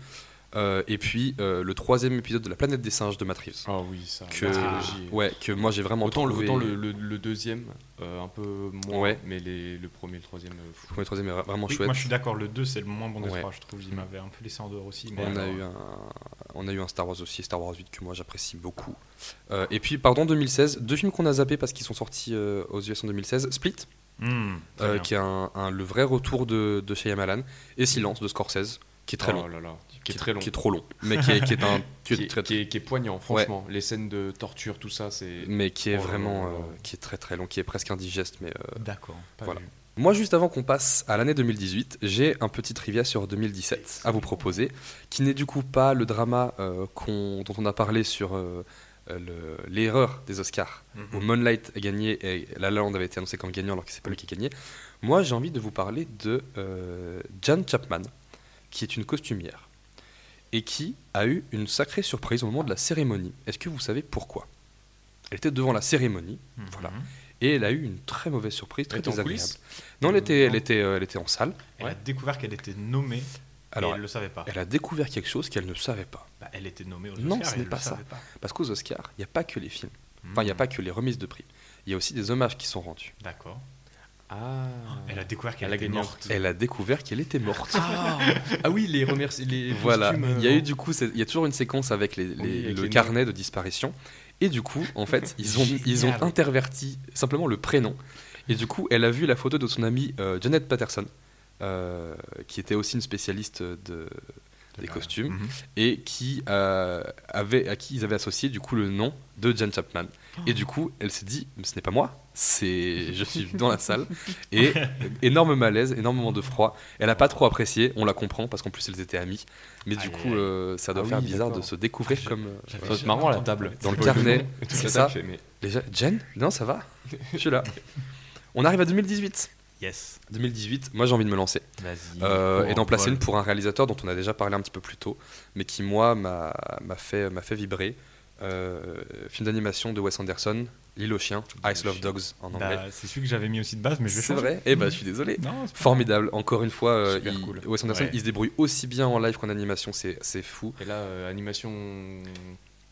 C: Euh, et puis euh, le troisième épisode de La planète des singes de Matt Reeves,
G: Ah oui, ça. la
C: que,
G: trilogie.
C: ouais, que moi j'ai vraiment
G: Autant, le,
C: trouvé-
G: autant le, le- le deuxième, euh, un peu moins,
C: Ouais.
G: mais les- le premier et le troisième, euh, fou.
C: Le premier, troisième est vraiment
F: Oui,
C: chouette.
F: moi je suis d'accord le 2 c'est le moins bon des
C: Ouais. Mm.
F: trois je trouve il m'avait un peu laissé en dehors aussi mais
C: On a,
F: alors-
C: eu un, on a eu un Star Wars aussi, Star Wars 8 que moi j'apprécie beaucoup. Euh, et puis, pardon, 2016, deux films qu'on a zappés parce qu'ils sont sortis euh, aux US en 2016, Split,
F: Hmm, très
C: euh,
F: bien.
C: qui est un, un- le vrai retour de, de Shyamalan, et Silence de Scorsese, qui est très
G: oh
C: long,
G: là là. qui est très long.
C: Qui est trop long, mais qui est, qui est un. qui est
G: qui est,
C: très-
G: qui est- qui est poignant, franchement. Les scènes de torture, tout ça, c'est.
C: mais qui est
G: Oh là
C: vraiment.
G: là là.
C: euh, qui est très très long, qui est presque indigeste, mais. euh,
G: D'accord.
C: voilà. Moi, juste avant qu'on passe à l'année 2018, j'ai un petit trivia sur 2017 à vous proposer, qui n'est du coup pas le drama euh, qu'on- dont on a parlé sur euh, euh, le- l'erreur des Oscars, où Moonlight a gagné et La La Land avait été annoncé comme gagnant alors que c'est pas lui qui a gagné. Moi, j'ai envie de vous parler de euh, Jan Chapman, qui est une costumière et qui a eu une sacrée surprise au moment de la cérémonie. Est-ce que vous savez pourquoi Elle était devant la cérémonie,
F: Mm.
C: voilà, et elle a eu une très mauvaise surprise, très
G: Elle était en
C: désagréable.
G: coulisses
C: Non, elle était, elle était, euh, elle était en salle.
F: Elle a découvert qu'elle était nommée
C: Alors,
F: et elle le savait pas.
C: elle a découvert quelque chose qu'elle ne savait pas.
F: Bah, elle était nommée aux
C: Non,
F: Oscars
C: ce
F: et
C: n'est
F: elle
C: pas
F: le
C: ça.
F: savait pas.
C: Parce qu'aux Oscars, il n'y a pas que les films. Enfin,
G: Mm.
C: il n'y a pas que les remises de prix. Il y a aussi des hommages qui sont rendus.
F: D'accord.
G: Ah.
F: Elle a découvert qu'elle
G: Elle a
F: était
G: gagné un
F: morte.
G: prix.
C: Elle a découvert qu'elle était morte.
G: Ah,
C: <laughs>
G: oui, les remercie. Les
C: voilà.
G: costumes,
C: Il y a
G: euh,
C: eu du coup, c'est- il y a toujours une séquence avec, les, les-
G: Oui, avec
C: le
G: les
C: carnet de disparition. Et du coup, en
G: <laughs>
C: fait, ils ont, ils ont
F: Génial.
C: interverti simplement le prénom. Et du coup, elle a vu la photo de son amie euh, Janet Patterson, euh, qui était aussi une spécialiste de, des
F: la-
C: costumes.
F: Mhm.
C: et qui euh, avait, à qui ils avaient associé du coup le nom de Jan Chapman.
G: Oh.
C: Et du coup, elle s'est dit, mais ce n'est pas moi, c'est je suis dans la salle. Et
F: <laughs>
C: énorme malaise, énormément de froid. Elle n'a pas trop apprécié, on la comprend parce qu'en plus elles étaient amies. Mais du
F: Aïe,
C: coup,
F: aïe, aïe.
C: euh, ça doit
G: Ah
C: faire
G: oui,
C: bizarre de
G: d'accord.
C: se découvrir
F: Ah, je-
C: comme euh,
F: j'avais
G: Ça
C: voilà.
G: doit être marrant à la
F: J'avais
G: table.
F: entendu
C: dans le
F: parler.
C: carnet.
G: <laughs> Tout
C: C'est
G: la
C: ça.
G: table fait, mais-
C: Déjà, Jen, non ça va, je suis là. On arrive à 2018.
F: Yes.
C: 2018, moi j'ai envie de me lancer.
F: Mmh. Vas-y.
C: Euh, et d'en placer
F: Paul.
C: une pour un réalisateur dont on a déjà parlé un petit peu plus tôt, mais qui, moi, m'a m'a fait, m'a fait vibrer. Euh, film d'animation de Wes Anderson, L'île aux chiens, Ice Love Dogs en anglais.
F: Bah, c'est celui que j'avais mis aussi de base, mais je vais
C: C'est
F: changer.
C: vrai Eh ben, je suis désolé.
F: Non, c'est pas
C: Formidable, encore une fois, euh,
G: Super
C: il-
G: cool.
C: Wes Anderson,
F: Ouais.
C: il se débrouille aussi bien en live qu'en animation, c'est c'est fou.
G: Et là, euh, animation.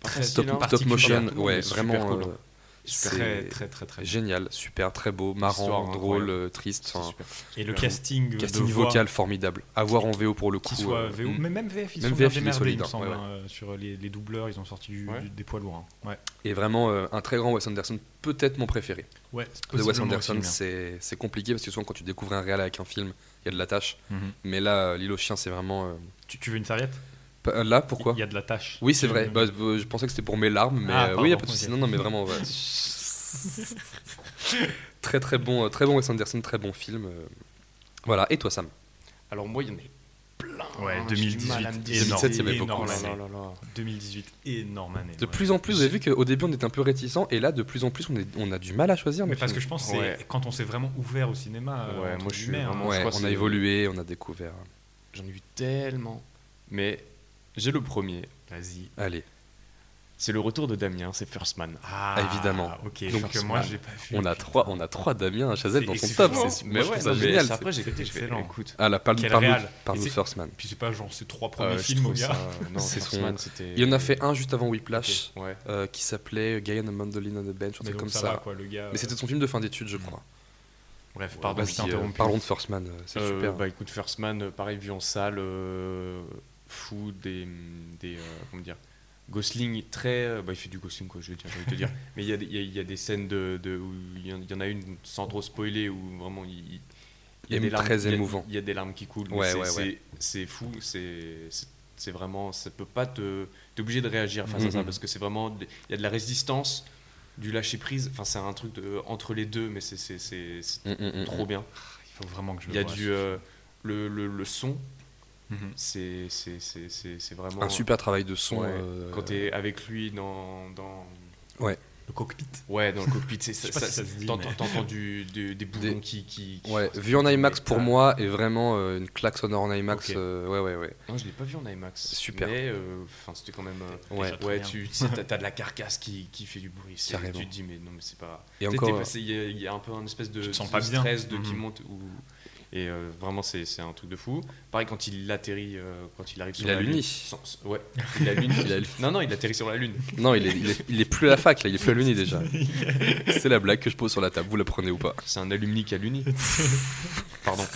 G: pas facile,
C: Top,
G: hein.
C: top motion,
G: Particulière.
C: ouais,
G: Super
C: vraiment
G: cool.
C: euh,
F: grave.
C: c'est
F: Très, très, très, très.
C: génial, super, très beau,
G: Histoire
C: marrant,
G: incroyable.
C: drôle, euh, triste,
G: C'est
C: enfin,
G: super.
F: Et le
G: Euh,
F: casting,
C: casting
F: de voix
C: vocal formidable. À voir en VO pour le coup.
F: qui soit
C: euh,
F: VO,
C: mm.
F: mais même VF, ils
C: Même
F: sont
C: VF,
F: bien
C: il est
F: démerdés,
C: solide,
F: il me
C: hein,
F: semble,
C: ouais, ouais.
F: hein, euh, sur les, les doubleurs, ils ont sorti du,
G: Ouais.
F: du- des poids lourds. hein. Ouais,
C: Et vraiment euh, un très grand Wes Anderson, peut-être mon préféré.
F: ouais
C: De Wes Anderson,
F: possiblement aussi,
C: c'est c'est compliqué parce que souvent quand tu découvres un réel avec un film, il y a de la tâche.
F: mais- Mhm.
C: Mais là, euh, L'île aux chiens, c'est vraiment. euh,
F: tu, tu veux une serviette
C: pas- Là, pourquoi
F: Il y a de la tâche.
C: Oui, c'est
F: Tu-
C: vrai. Bah, euh, je pensais que c'était pour mes larmes, mais
F: Ah,
C: euh, oui, il y a
F: pardon,
C: pas de souci.
F: ok.
C: Non, non, mais
F: <laughs>
C: vraiment. ouais. très, très bon, euh, très bon Wes Anderson, très bon film. euh. Voilà. Et toi, Sam
G: Alors, moi, il y en a
F: Ouais,
G: j'ai du mal à me
F: 2018,
G: dire.
F: énorme,
C: 2017, il y avait beaucoup,
G: Oh
F: énorme
G: là
F: année.
G: là là là.
F: 2018, énorme année.
C: De
F: ouais.
C: plus en plus, vous avez vu qu'au début, on était un peu réticent, et là, de plus en plus, on, est- on a du mal à choisir.
F: Mais
C: nos
F: parce que
C: films.
F: je pense que c'est
G: Ouais.
F: quand on s'est vraiment ouvert au cinéma. euh,
G: Ouais,
F: entre
G: moi, je suis
F: guillemets, hein.
G: vraiment- je
C: Ouais,
G: crois que
C: on a
G: c'est-
C: évolué, on a découvert.
G: J'en ai vu tellement. Mais j'ai le premier.
F: Vas-y.
C: Allez,
G: C'est le retour de Damien, c'est First Man.
F: Ah,
C: Évidemment.
F: Ok,
C: Donc,
F: donc euh, moi, j'ai pas vu.
C: on a trois, on a trois Damien Chazelle
F: C'est-
C: dans
F: et
C: son
F: c'est
C: top.
F: fou, hein.
C: c'est-
G: Mais
C: Moi, je
G: ouais,
C: trouve ça
G: non, mais
C: génial.
G: c'est- Après, j'ai écouté, je fais,
F: excellent.
G: écoute.
C: Ah là, parle,
F: Quel
C: parle,
F: réal.
C: parle
F: Et c'est-
C: First Man.
F: Puis c'est pas genre ses trois
G: euh,
F: premiers
G: je
F: films, mon
G: trouvais
F: gars.
G: ça- Non,
C: C'est
G: First
C: son-
G: Man, c'était.
C: Il y en a fait un juste avant Whiplash
G: Ouais.
C: euh, qui s'appelait Guy and a Mandolin on the Bench, un
F: Mais
C: truc
F: donc,
C: comme ça.
F: va, quoi, Mm. le gars.
C: Mais c'était son film de fin d'études, je crois.
F: Bref,
G: Ah
F: pardon, je
C: Vas-y,
F: t'ai
C: euh,
F: interrompu.
C: parlons de First Man, euh, c'est
G: bah, Euh,
C: super.
G: Bah écoute, First Man, euh, pareil, vu en salle, euh, fou des. des euh, comment dire Gosling, très. euh, bah il fait du Gosling, quoi, je veux dire, j'ai envie de te
C: <laughs>
G: dire. Mais il y a, des- il y a- il y a des scènes de, de- où il y, en- il y en a une, sans trop spoiler, où vraiment il. il- il y a
C: Et
G: des larmes-
C: très
G: il y a-
C: émouvant.
G: Il y a des larmes qui coulent. mais
C: Ouais,
G: c'est-
C: ouais,
G: c'est-
C: ouais.
G: C'est fou, c'est c'est- c'est vraiment. Ça peut pas te. T'es obligé de réagir face à ça
C: Mhm.
G: parce que c'est vraiment. des- Il y a de la résistance, du lâcher prise. Enfin, c'est un truc de- entre les deux, mais c'est- c'est c'est- c'est
C: Mm, mm, mm,
G: trop bien.
F: Il faut vraiment que je
G: Il
F: le
G: y a
F: voie,
G: du. euh, le, le, le son,
F: Mhm.
G: c'est c'est- c'est- c'est- c'est
C: mm.
G: vraiment.
C: Un super travail de son.
G: Ouais.
C: euh,
G: Quand t'es avec lui dans. dans...
F: Le cockpit.
G: Ouais, dans le cockpit, c'est-
F: Je
G: ça,
F: sais pas
G: ça,
F: si ça se dit,
G: t'entends
F: mais-
G: t'entends du, du- des boulons
C: Des-
G: qui, qui, qui-
C: Ouais,
G: qui-
C: vu en IMAX pour
G: Ah.
C: moi est vraiment euh, une claque sonore en IMAX.
F: Ok.
C: euh, ouais, ouais, ouais.
G: Non, je l'ai pas vu en IMAX.
C: Super.
G: Mais euh, enfin, c'était quand même. euh,
C: Ouais.
F: Déjà très
G: Ouais,
F: bien.
G: tu tu sais, t'as t'as de la carcasse qui, qui fait du bruit. c'est-
C: Carrément.
G: Tu te dis, mais non, mais c'est pas.
C: Et
G: T'es- t'es
C: encore,
G: passé- Il y, a- il y a un peu un espèce de,
F: Tu te sens
G: de
F: pas bien.
G: stress de qui
F: Mhm.
G: monte. Ou... Et euh, vraiment, c'est c'est un truc de fou. Pareil, quand il atterrit, euh, quand il arrive sur
C: Il a
G: la
C: l'uni.
G: Lune. sans- sans- ouais, il a l'uni.
C: <laughs> Il a l'uni.
G: Non, non, il atterrit sur la Lune.
C: euh, non, il est, il, est, il est plus à la fac, là, il est plus à l'uni
G: <laughs>
C: déjà. c'est la blague que je pose sur la table, vous la prenez ou pas
G: C'est un alumni qui a
F: <laughs>
G: l'uni. Pardon.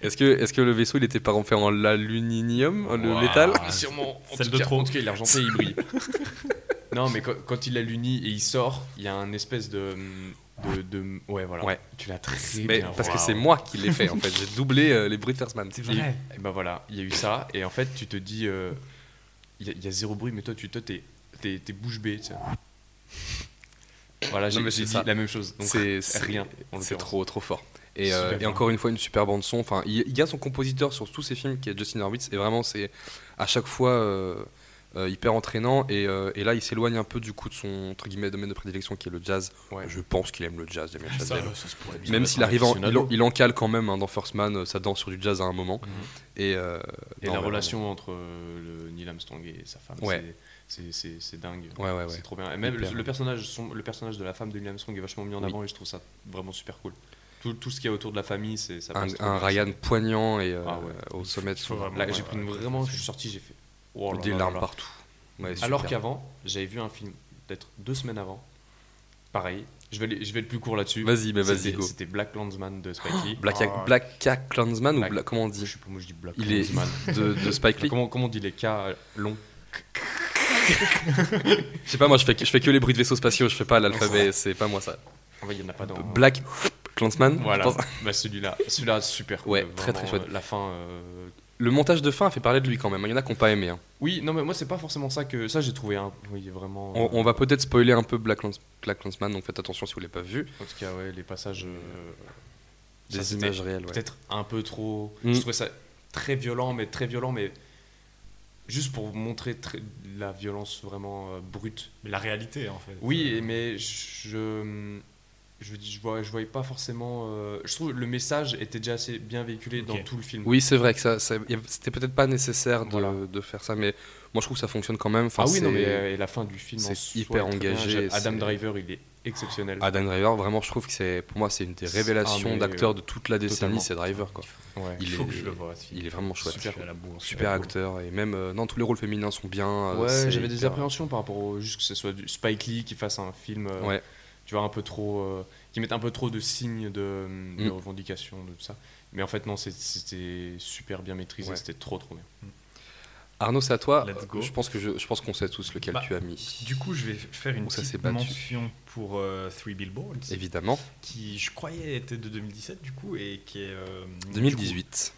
C: Est-ce que, est que le vaisseau il était par exemple fait en aluminium, le
G: Ouah,
C: métal
G: Sûrement. En
F: Celle
G: tout
F: de
G: cas-
F: trop.
G: En tout cas, il est argenté,
F: <laughs>
G: il brille. non, mais quand, quand il a l'uni et il sort, il y a un espèce de. hum, de, de- Ouais, voilà.
C: Ouais.
G: Tu l'as très
C: Mais
G: bien.
C: parce que
G: Waouh.
C: c'est moi qui l'ai fait en fait, j'ai doublé euh, les bruits de Fersman.
G: Et- Et ben voilà, il y a eu ça. Et en fait, tu te dis, euh, il y, a- il y a zéro bruit, mais toi, tu toi, t'es, t'es, t'es bouche bée. tu sais. Voilà, j'ai,
C: mais
G: j'ai
C: c'est
G: dit
C: ça.
G: la même chose. Donc,
C: C'est
G: c'est <laughs> rien. On le
C: C'est
G: fait
C: trop trop fort. Et, euh,
G: Super
C: et
G: bien.
C: encore une fois une super bande son. Enfin, il il y a son compositeur sur tous ses films qui est Justin Horwitz et vraiment c'est à chaque fois euh, euh, hyper entraînant et, euh, et là il s'éloigne un peu du coup de son entre guillemets domaine de prédilection qui est le jazz.
G: Ouais.
C: Je pense qu'il aime le jazz,
G: Ah,
C: Damien Chazelle.
G: se pourrait
C: Même s'il arrive, en, il, en, il en cale quand même hein, dans First Man, euh, ça danse sur du jazz à un moment.
G: Mhm.
C: Et, euh,
G: Et
C: non,
G: la
C: ouais,
G: relation entre euh, le Neil Armstrong et sa femme,
C: Ouais.
G: c'est, c'est, c'est, c'est dingue.
C: Ouais, ouais, ouais.
G: C'est trop bien. Et même
C: Hyper.
G: le, le personnage, son- le personnage de la femme de Neil Armstrong est vachement mis en
C: Oui.
G: avant et je trouve ça vraiment super cool. Tout, tout ce qu'il y a autour de la famille, c'est ça.
C: Un,
G: passe trop
C: un
G: bien.
C: Ryan poignant et euh,
G: Ah ouais.
C: au sommet de son.
G: Là, j'ai pris une- vraiment, je suis sorti, j'ai fait. Oh là
C: des
G: là là
C: larmes
G: là.
C: partout. Ouais,
G: Alors
C: super.
G: qu'avant, j'avais vu un film, peut-être deux semaines avant. Pareil, je vais, aller- je vais le plus court là-dessus.
C: Vas-y, bah vas-y,
G: C'était-
C: go.
G: C'était Black Landsman de Spike Lee.
C: <gasps> Black,
F: Ah.
C: Black Cat Clansman ou
G: Black-
C: Bla- comment on
G: Je
C: dit
G: sais pas, moi je dis Black
C: Il est <laughs>
G: Landsman.
C: de, de Spike Lee.
G: Comment, comment on dit les cas euh, longs
C: Je sais pas, moi je fais, que- je fais que les bruits de vaisseaux spatiaux, je fais pas l'alphabet, c'est pas moi ça.
G: En vrai, il n'y en a pas dans.
C: Euh, Black Clansman.
G: Voilà, <laughs> bah, celui-là, celui-là super cool.
C: Ouais, très, très
G: Vraiment,
C: chouette.
G: La fin. euh,
C: Le montage de fin a fait parler de lui quand même. Il y en a qui n'ont pas aimé. hein.
G: Oui, non, mais moi c'est pas forcément ça que. Ça, j'ai trouvé un. Oui, vraiment.
C: On, on va peut-être spoiler un peu Black, Clans- Black Clansman, donc faites attention si vous l'avez pas vu.
G: En tout cas, ouais, les passages. euh, ça,
C: Des
G: c'était-
C: images réelles. ouais.
G: peut-être un peu trop.
C: Mm.
G: Je trouvais ça très violent, mais très violent, mais juste pour montrer très- la violence vraiment euh, brute.
F: Mais la réalité, en fait. Euh,
G: Oui,
C: Euh.
G: et- mais je je dis, je vois, je voyais pas forcément. euh, je trouve que le message était déjà assez bien véhiculé dans
F: Ok.
G: tout le film.
C: Oui, c'est vrai que ça, ça- y a- c'était peut-être pas nécessaire de,
G: Voilà.
C: de faire ça, mais moi je trouve que ça fonctionne quand même. Enfin,
G: ah oui, non,
C: c'est-
G: mais euh, et la fin du film, en
C: c'est
G: soi est
C: hyper
G: très bien.
C: engagé,
G: J'aime- Adam
C: c'est- Ah,
G: Driver, il est exceptionnel.
C: Adam Driver, vraiment, je trouve que c'est pour moi c'est euh, une des
G: C'est-
C: révélations
G: ah, mais-
C: d'acteurs de toute la décennie,
G: Totalement.
C: c'est Driver quoi.
G: Ouais.
F: Il
C: il
F: faut
C: est-
F: que je le vois. ce film.
C: Il est vraiment chouette,
F: Super,
C: super,
F: je suis à la bourre, c'est cool.
C: acteur et même euh, non tous les rôles féminins sont bien. euh,
G: Ouais,
C: c'est
G: j'avais des
C: hyper-
G: appréhensions par rapport au juste que ce soit du Spike Lee qui fasse un film, euh,
C: Ouais.
G: tu vois, un peu trop. euh, qui mette un peu trop de signes de, de
C: Mm.
G: revendications, de tout ça. Mais en fait, non, c'est- c'était super bien maîtrisé,
C: Ouais.
G: c'était trop trop bien.
C: Arnaud, c'est à toi.
F: Let's go.
C: Je pense que je, je pense qu'on sait tous lequel
F: Bah,
C: tu as mis.
F: Du coup, je vais faire une
C: Ou ça s'est
F: petite
C: battu.
F: mention pour euh, Three Billboards,
C: Évidemment,
F: qui je croyais était de 2017 du coup et qui est euh, du coup,
C: 2018.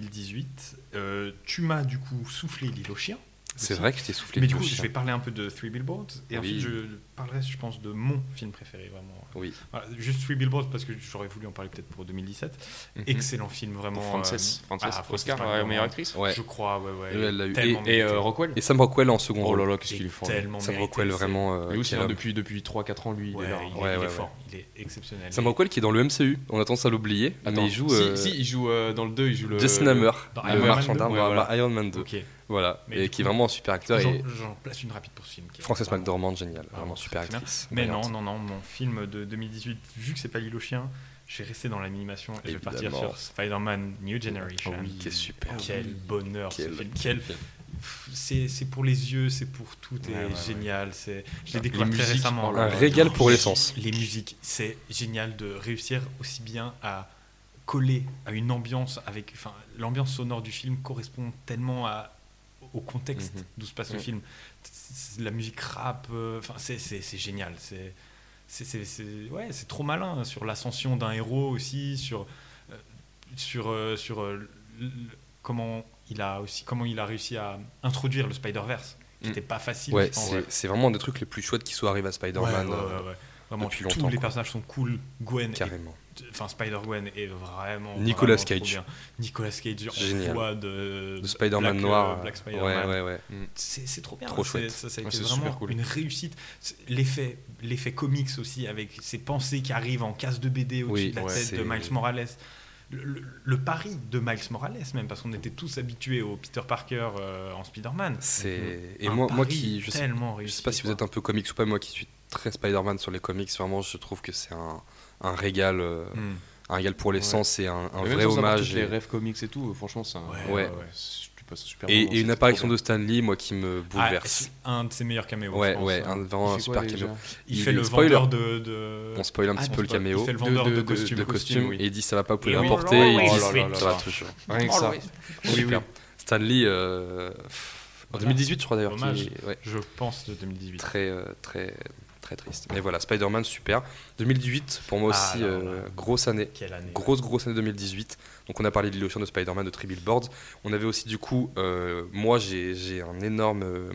F: 2018. Euh, tu m'as du coup soufflé l'île aux chiens.
C: C'est
F: aussi.
C: vrai que je t'ai soufflé.
F: Mais
C: le
F: du coup,
C: chien.
F: je vais parler un peu de Three Billboards
G: Ah
F: et ensuite
C: Oui.
F: je parlerai, je pense, de mon film préféré vraiment.
C: hein. Oui.
F: Voilà, juste Three Billboards parce que j'aurais voulu en parler peut-être pour 2017.
G: Mhm.
F: Excellent film vraiment.
G: Pour
F: euh,
G: Frances, Frances,
F: ah, Frances
G: Oscar,
F: McDormand.
G: euh, meilleure actrice.
C: Ouais.
F: Je crois, ouais, ouais.
C: Elle, elle l'a eu.
F: Tellement
G: Et
F: mérité.
G: euh, Rockwell
C: Et Sam Rockwell en second
G: Oh
C: rôle.
G: là là, qu'est-ce qu'il est fort. lui.
F: Tellement
C: hein. Sam
F: mérité,
C: Rockwell
F: c'est-
C: vraiment. euh,
G: Lui aussi,
C: quel
G: hein,
C: homme.
G: depuis, depuis 3-4 ans, lui,
F: Ouais,
G: il est là.
F: il,
C: Ouais,
F: il
C: ouais,
F: est fort, il est exceptionnel.
C: Sam Rockwell qui est dans le MCU. On a tendance à l'oublier.
G: Attends,
C: Mais il joue.
G: si,
C: euh,
G: si, il joue euh, dans le 2, il joue le.
C: Justin
G: le-
C: Hammer,
F: Dans Bah,
C: le
F: Iron Man
C: marchand
F: 2,
C: d'armes
G: ouais,
C: dans
G: voilà.
C: Iron Man 2.
F: Ok.
C: Voilà.
F: Mais
C: Et
F: du
C: qui est
F: coup,
C: vraiment un super acteur. Et
F: J'en- J'en place une rapide pour ce film. qui est
C: Frances
F: vraiment-
C: McDormand, génial.
F: Vraiment
C: Vraiment super
F: très bien.
C: actrice.
F: Mais
C: Brilliante.
F: non, non, non, mon film de 2018, vu que c'est pas l'île aux chiens, je vais rester dans l'animation et je vais partir
C: Évidemment.
F: sur Spider-Man New Generation.
C: Qui est super. Oh
F: Quel bonheur
C: Quel-
F: ce film. Quel... Pff, C'est c'est pour les yeux, c'est pour tout, est
G: Ouais, ouais, ouais.
F: génial. c'est Je l'ai
G: Les
F: découvert très
G: musiques,
F: récemment.
G: oh là
C: Un
G: là.
C: régal pour l'essence.
F: Les musiques, c'est génial de réussir aussi bien à coller à une ambiance avec. Enfin, l'ambiance sonore du film correspond tellement à, au contexte
C: Mhm.
F: d'où se passe le
C: Ouais.
F: film. C'est- c'est- La musique rap, euh, enfin, c'est- c'est c'est génial. C'est c'est- c'est- c'est- ouais, c'est trop malin hein, sur l'ascension d'un héros aussi, sur euh, sur euh, sur euh, l- l- comment il a aussi comment il a réussi à introduire le Spider Verse, qui
C: Mhm.
F: n'était pas facile.
C: Ouais,
F: je pense.
C: c'est c'est vraiment un des trucs les plus chouettes qui soit arrivé à Spider-Man.
F: Ouais, ouais,
C: euh,
F: ouais, ouais. Vraiment,
C: depuis
F: tous
C: longtemps,
F: les
C: quoi.
F: personnages sont cool. Gwen, est-
C: Carrément.
F: enfin Spider Gwen est vraiment
C: Nicolas
F: vraiment trop
C: Cage.
F: bien. Nicolas Cage,
C: Génial.
F: en voix de,
C: Le Spider-Man
F: Black,
C: noir.
F: euh, Black
C: ouais,
F: Spider-Man.
C: ouais, ouais.
F: C'est c'est trop bien.
C: Trop
F: C'est-
C: chouette.
F: Ça, ça a
G: Ouais,
F: été
G: c'est
F: vraiment
G: super cool.
F: une réussite. C'est- L'effet, l'effet comics aussi avec ses pensées qui arrivent en casse de BD au-dessus
C: Oui,
F: de la
C: ouais,
F: tête
C: c'est-
F: de Miles Morales. Le, le- le pari de Miles Morales même parce qu'on était tous habitués au Peter Parker euh, en Spider-Man.
C: C'est et
F: Un
C: moi, moi
F: pari
C: qui je sais,
F: tellement
C: je
F: réussi.
C: sais pas si vous
F: quoi.
C: êtes un peu comics ou pas, moi qui suis très Spider-Man sur les comics, vraiment je trouve que c'est un, un régal, euh,
F: Mm.
C: un régal pour l'essence et un, un
G: Mais même
C: vrai
G: sans savoir
C: hommage.
G: toutes Les
C: Et,
G: rêves comics et tout, euh, franchement, c'est un.
F: Ouais,
C: ouais, ouais.
G: c'est- Tu passes un super
C: et-
G: moment,
C: et une
G: c'était
C: apparition
G: trop
C: de Stan Lee, moi qui me
F: Ah,
C: bouleverse.
F: c'est un de ses meilleurs caméos. je
C: ouais,
F: pense,
C: ouais,
F: hein.
C: un,
G: bien.
C: vraiment un
G: Il fait quoi,
C: super
G: déjà
C: caméo.
F: Il,
C: Il-
F: fait le
C: spoiler.
F: vendeur de. de-
C: On spoil un petit
F: Ah,
C: peu le
F: spoil.
C: caméo
F: Il fait le vendeur de, costumes.
C: de costume
G: oui.
C: et il dit ça va pas, vous pouvez
F: Et
C: l'emporter.
F: oui,
C: et
F: oui,
C: il
F: oui,
C: dit,
F: oui,
C: ça va
F: oui.
C: toujours.
G: Rien que ça.
C: Super. Stan Lee, euh, pff, en 2018 je crois d'ailleurs,
F: Hommage.
C: qui est- ouais,
F: Je pense de 2018.
C: très, euh, très, très triste. Mais voilà, Spider-Man, super. 2018, pour moi
F: Ah,
C: aussi,
F: non,
C: euh,
F: non.
C: grosse année.
F: Quelle année
C: Grosse, grosse année 2018. Donc, on a parlé de l'illusion de Spider-Man, de Three Billboards. On avait aussi, du coup, euh, moi, j'ai j'ai un énorme, euh,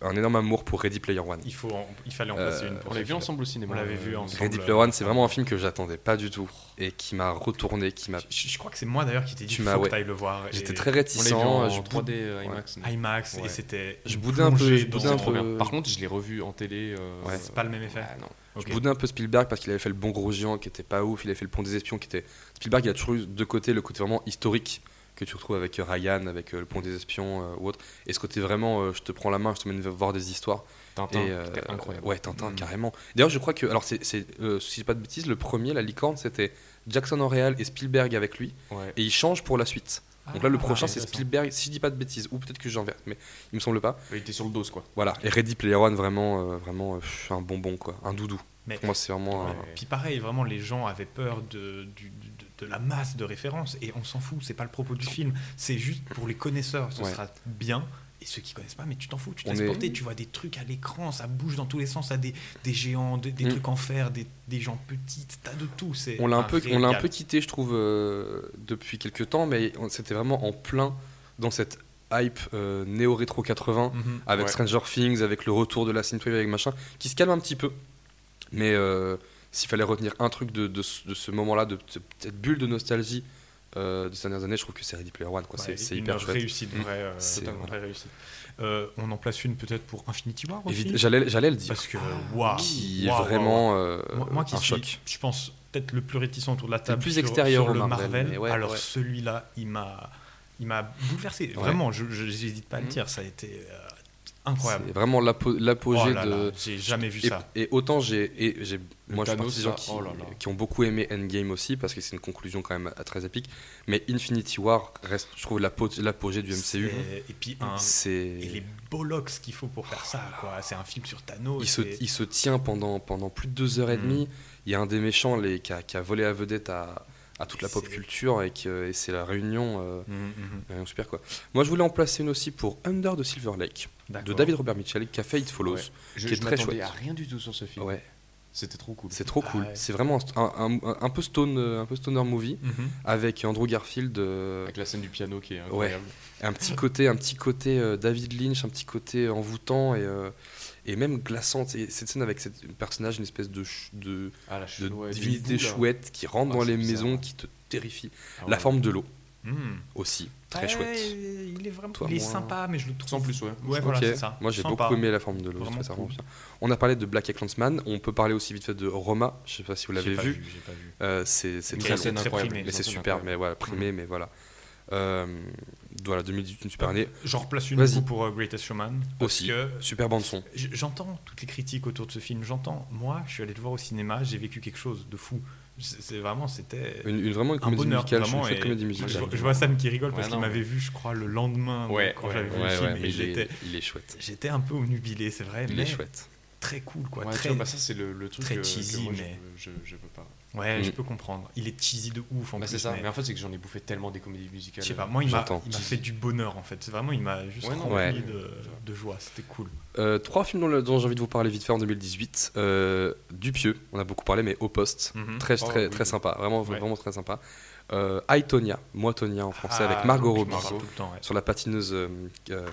C: un énorme amour pour Ready Player One.
F: il, faut en- il fallait en
C: Euh,
F: passer une.
G: On l'a vu ensemble au cinéma.
F: On l'avait
G: euh,
F: vu ensemble.
C: Ready Player One, c'est vraiment un film que j'attendais pas du tout et qui m'a retourné, qui m'a.
F: Je, je crois que c'est moi d'ailleurs qui t'ai dit
C: Tu
F: qu'il
C: m'as-
F: faut
C: ouais.
F: que t'ailles le voir. et-
C: J'étais très
G: On l'a vu en
C: réticent. je boud-
G: 3D euh, IMAX. mais-
F: IMAX
G: Ouais.
F: et c'était.
C: Je boudais un peu,
F: plongé
C: je
F: dans-
C: boudais un
F: c'est
C: peu.
F: trop bien.
C: Euh,
G: Par contre, je l'ai revu en télé. euh,
C: Ouais.
F: C'est pas le même effet.
G: ah, non.
F: Ok.
C: Je boudais un peu Spielberg parce qu'il avait fait le bon gros géant qui était pas ouf, il avait fait le pont des espions qui était. Spielberg il a toujours eu de côté le côté vraiment historique que tu retrouves avec euh, Ryan, avec euh, le pont des espions euh, ou autre, et ce côté vraiment euh, je te prends la main, je te mène voir des histoires.
G: Tintin,
C: et, euh,
G: c'était incroyable.
C: Ouais, Tintin,
G: Mm.
C: carrément. D'ailleurs, je crois que. Alors, c'est, c'est, euh, si je dis pas de bêtises, le premier, La Licorne, c'était Jackson en réel et Spielberg avec lui,
G: Ouais.
C: et il change pour la suite. Donc là, le prochain, c'est
G: Ah, intéressant.
C: Spielberg, si je dis pas de bêtises, ou peut-être que j'inverse, mais il me semble pas.
G: Il était sur le dos, quoi.
C: Voilà, et Ready Player One, vraiment, euh, vraiment euh, pff, un bonbon, quoi, un doudou.
F: Mais-
C: Pour moi, c'est vraiment. un-
F: Euh, Puis pareil, vraiment, les gens avaient peur de, du- de, de la masse de références et on s'en fout, c'est pas le propos du film, c'est juste pour les connaisseurs, ce
C: Ouais.
F: sera bien. Et ceux qui connaissent pas, mais tu t'en fous, tu
C: On
F: t'es
C: est-
F: porté, tu vois des trucs à l'écran, ça bouge dans tous les sens, ça des, des géants, des, des
C: Mm.
F: trucs en fer, des, des gens petits, t'as de tout. c'est
C: On l'a un, peu, on l'a un
F: régal.
C: peu quitté, je trouve, euh, depuis quelques temps, mais on- c'était vraiment en plein dans cette hype euh, néo-rétro 80,
F: Mhm.
C: avec
G: Ouais.
C: Stranger Things, avec le retour de la synthwave, avec machin, qui se calme un petit peu. Mais euh, s'il fallait retenir un truc de, de ce- de ce moment-là, de, de cette bulle de nostalgie euh, de ces dernières années, je trouve que c'est Ready Player One, quoi.
F: Ouais,
C: c'est, c'est
F: une
C: hyper chouette. Mm.
F: réussite, vraie, euh,
C: C'est-
F: totalement vraie réussite. Euh, on en place une peut-être pour Infinity War aussi
C: Évid- j'allais, j'allais le dire,
F: Parce que, waouh
C: qui est
F: waouh, waouh,
C: vraiment euh,
F: Moi, moi qui
C: un
F: suis,
C: choc.
F: je pense, peut-être le plus réticent autour de la table.
C: plus
F: sur-
C: extérieur
F: sur
C: au
F: le
C: Marvel,
F: Marvel.
C: mais ouais,
F: alors
C: ouais.
F: celui-là, il m'a, il m'a bouleversé. Vraiment, je, je- j'hésite pas à le
C: Mhm.
F: dire. Ça a été euh, incroyable.
C: C'est vraiment l'apo- l'apogée
F: Oh là
C: de,
F: là, j'ai jamais vu
C: Et,
F: ça.
C: et autant j'ai, et j'ai,
G: Le
C: moi je suis
G: Thanos,
C: partie des gens
G: ça,
C: qui,
G: oh là là.
C: qui ont beaucoup aimé Endgame aussi parce que c'est une conclusion quand même à- très épique. Mais Infinity War reste, je trouve, l'apo- l'apogée du MCU.
F: C'est- Et puis un-
C: hein. C'est, Oh.
F: et les bollocks qu'il faut pour faire ça. Quoi. C'est un film sur Thanos.
C: il se,
F: c'est-
C: il se tient pendant pendant plus de deux heures et
F: Mm.
C: demie. Il y a un des méchants les, qui, a, qui a volé à vedette à, à toute la
F: Et
C: pop
F: c'est-
C: culture et, qui, euh, et c'est la réunion, euh,
F: Mhm, mhm.
C: la réunion super quoi. Moi je voulais en placer une aussi pour Under the Silver Lake de
F: D'accord.
C: David Robert Mitchell qui a fait It Follows.
G: Ouais. Je,
C: qui est
G: je
C: très
G: m'attendais
C: chouette.
G: à rien du tout sur ce film.
C: Ouais,
G: C'était trop cool.
C: c'est trop cool.
F: Ah ouais.
C: C'est vraiment un, un- un- un peu stone, euh, un peu stoner movie.
F: Mhm.
C: avec Andrew Garfield, euh,
G: Avec la scène du piano qui est incroyable.
C: un petit côté, un petit côté euh, David Lynch, un petit côté envoûtant et, euh, et même glaçant. C'est- Cette scène avec ce personnage, une espèce de, ch- de,
G: Ah, la
C: de
G: chou- ouais,
C: divinité
G: d'une boule, là.
C: chouette qui rentre
G: Ah,
C: dans
G: c'est
C: les
G: bizarre,
C: maisons,
G: ouais.
C: qui te terrifie.
G: Ah
C: La
G: ouais.
C: forme de l'eau
F: Mhm.
C: aussi, très
F: Ouais,
C: chouette.
F: Il est vraiment,
C: Toi,
F: il est
C: moi.
F: sympa, mais je le trouve
G: Sans plus, ouais.
F: Ouais,
C: Ok.
F: voilà, c'est ça.
C: Moi j'ai
F: Sympa.
C: beaucoup aimé la forme de l'eau. je
F: Vraiment
C: trouvais ça vraiment
F: cool.
C: bien. On a parlé de Black Clansman. On peut parler aussi vite fait de Roma. Je sais pas si vous
F: J'ai
C: l'avez
F: pas
C: vu.
F: j'ai pas vu.
C: Euh, c'est c'est
G: Une
C: très long.
G: scène
F: très
G: incroyable.
F: primée.
C: Mais c'est
G: Une scène Mm.
C: super.
G: incroyable.
C: Mais voilà, primé. Mais voilà. Euh, voilà, 2018, une super année.
F: J'en replace une
C: Vas-y.
F: coup, pour euh, Greatest Showman. parce
C: Aussi.
F: que
C: Super bande son.
F: J- J'entends toutes les critiques autour de ce film. J'entends. Moi, je suis allé le voir au cinéma. J'ai vécu quelque chose de fou. C'est c'est vraiment, c'était
C: Une, une- vraiment une
F: un
C: comédie
F: bonheur.
C: musicale, je suis
F: vraiment,
C: une chouette
F: et
C: comédie
F: je-
C: musicale.
F: Je, vois Sam qui rigole parce
G: Ouais,
F: qu'il
G: non,
F: m'avait vu, je crois, le lendemain quand j'avais vu
C: ouais,
F: le film.
C: ouais,
F: et
C: mais il,
F: j'étais,
C: est, il est chouette.
F: j'étais un peu omnubilé, c'est vrai.
C: Il
F: mais
C: est chouette.
F: Très cool, quoi.
G: Ouais, tu
F: très,
G: vois, bah ça, c'est le, le truc
F: très
G: que- que
F: cheesy,
G: moi, je-
F: mais-
G: je, je peux pas.
F: ouais, je
C: Mm.
F: peux comprendre. Il est cheesy de ouf. En
G: Bah,
F: plus,
G: c'est ça.
F: mais-
G: Mais en fait, c'est que j'en ai bouffé tellement des comédies musicales. euh,
F: Je sais pas, moi il m'a
C: J'entends.
F: il m'a fait du bonheur en fait. C'est Vraiment, il m'a juste
G: Ouais, non,
F: rempli
C: ouais.
F: de, de joie. C'était cool.
C: Euh, trois films dont, dont j'ai envie de vous parler vite fait en 2018. Euh, Dupieux, on a beaucoup parlé, mais Au Poste.
F: Mhm.
C: Très,
G: Oh,
C: très,
G: oui,
C: très
G: oui.
C: sympa. Vraiment,
F: Ouais.
C: vraiment très sympa. Euh, I, Tonya. Moi, Tonya en français,
F: Ah,
C: avec Margot
F: je me
C: Robbie.
F: rappelle tout le temps, ouais.
C: Sur la patineuse euh, euh,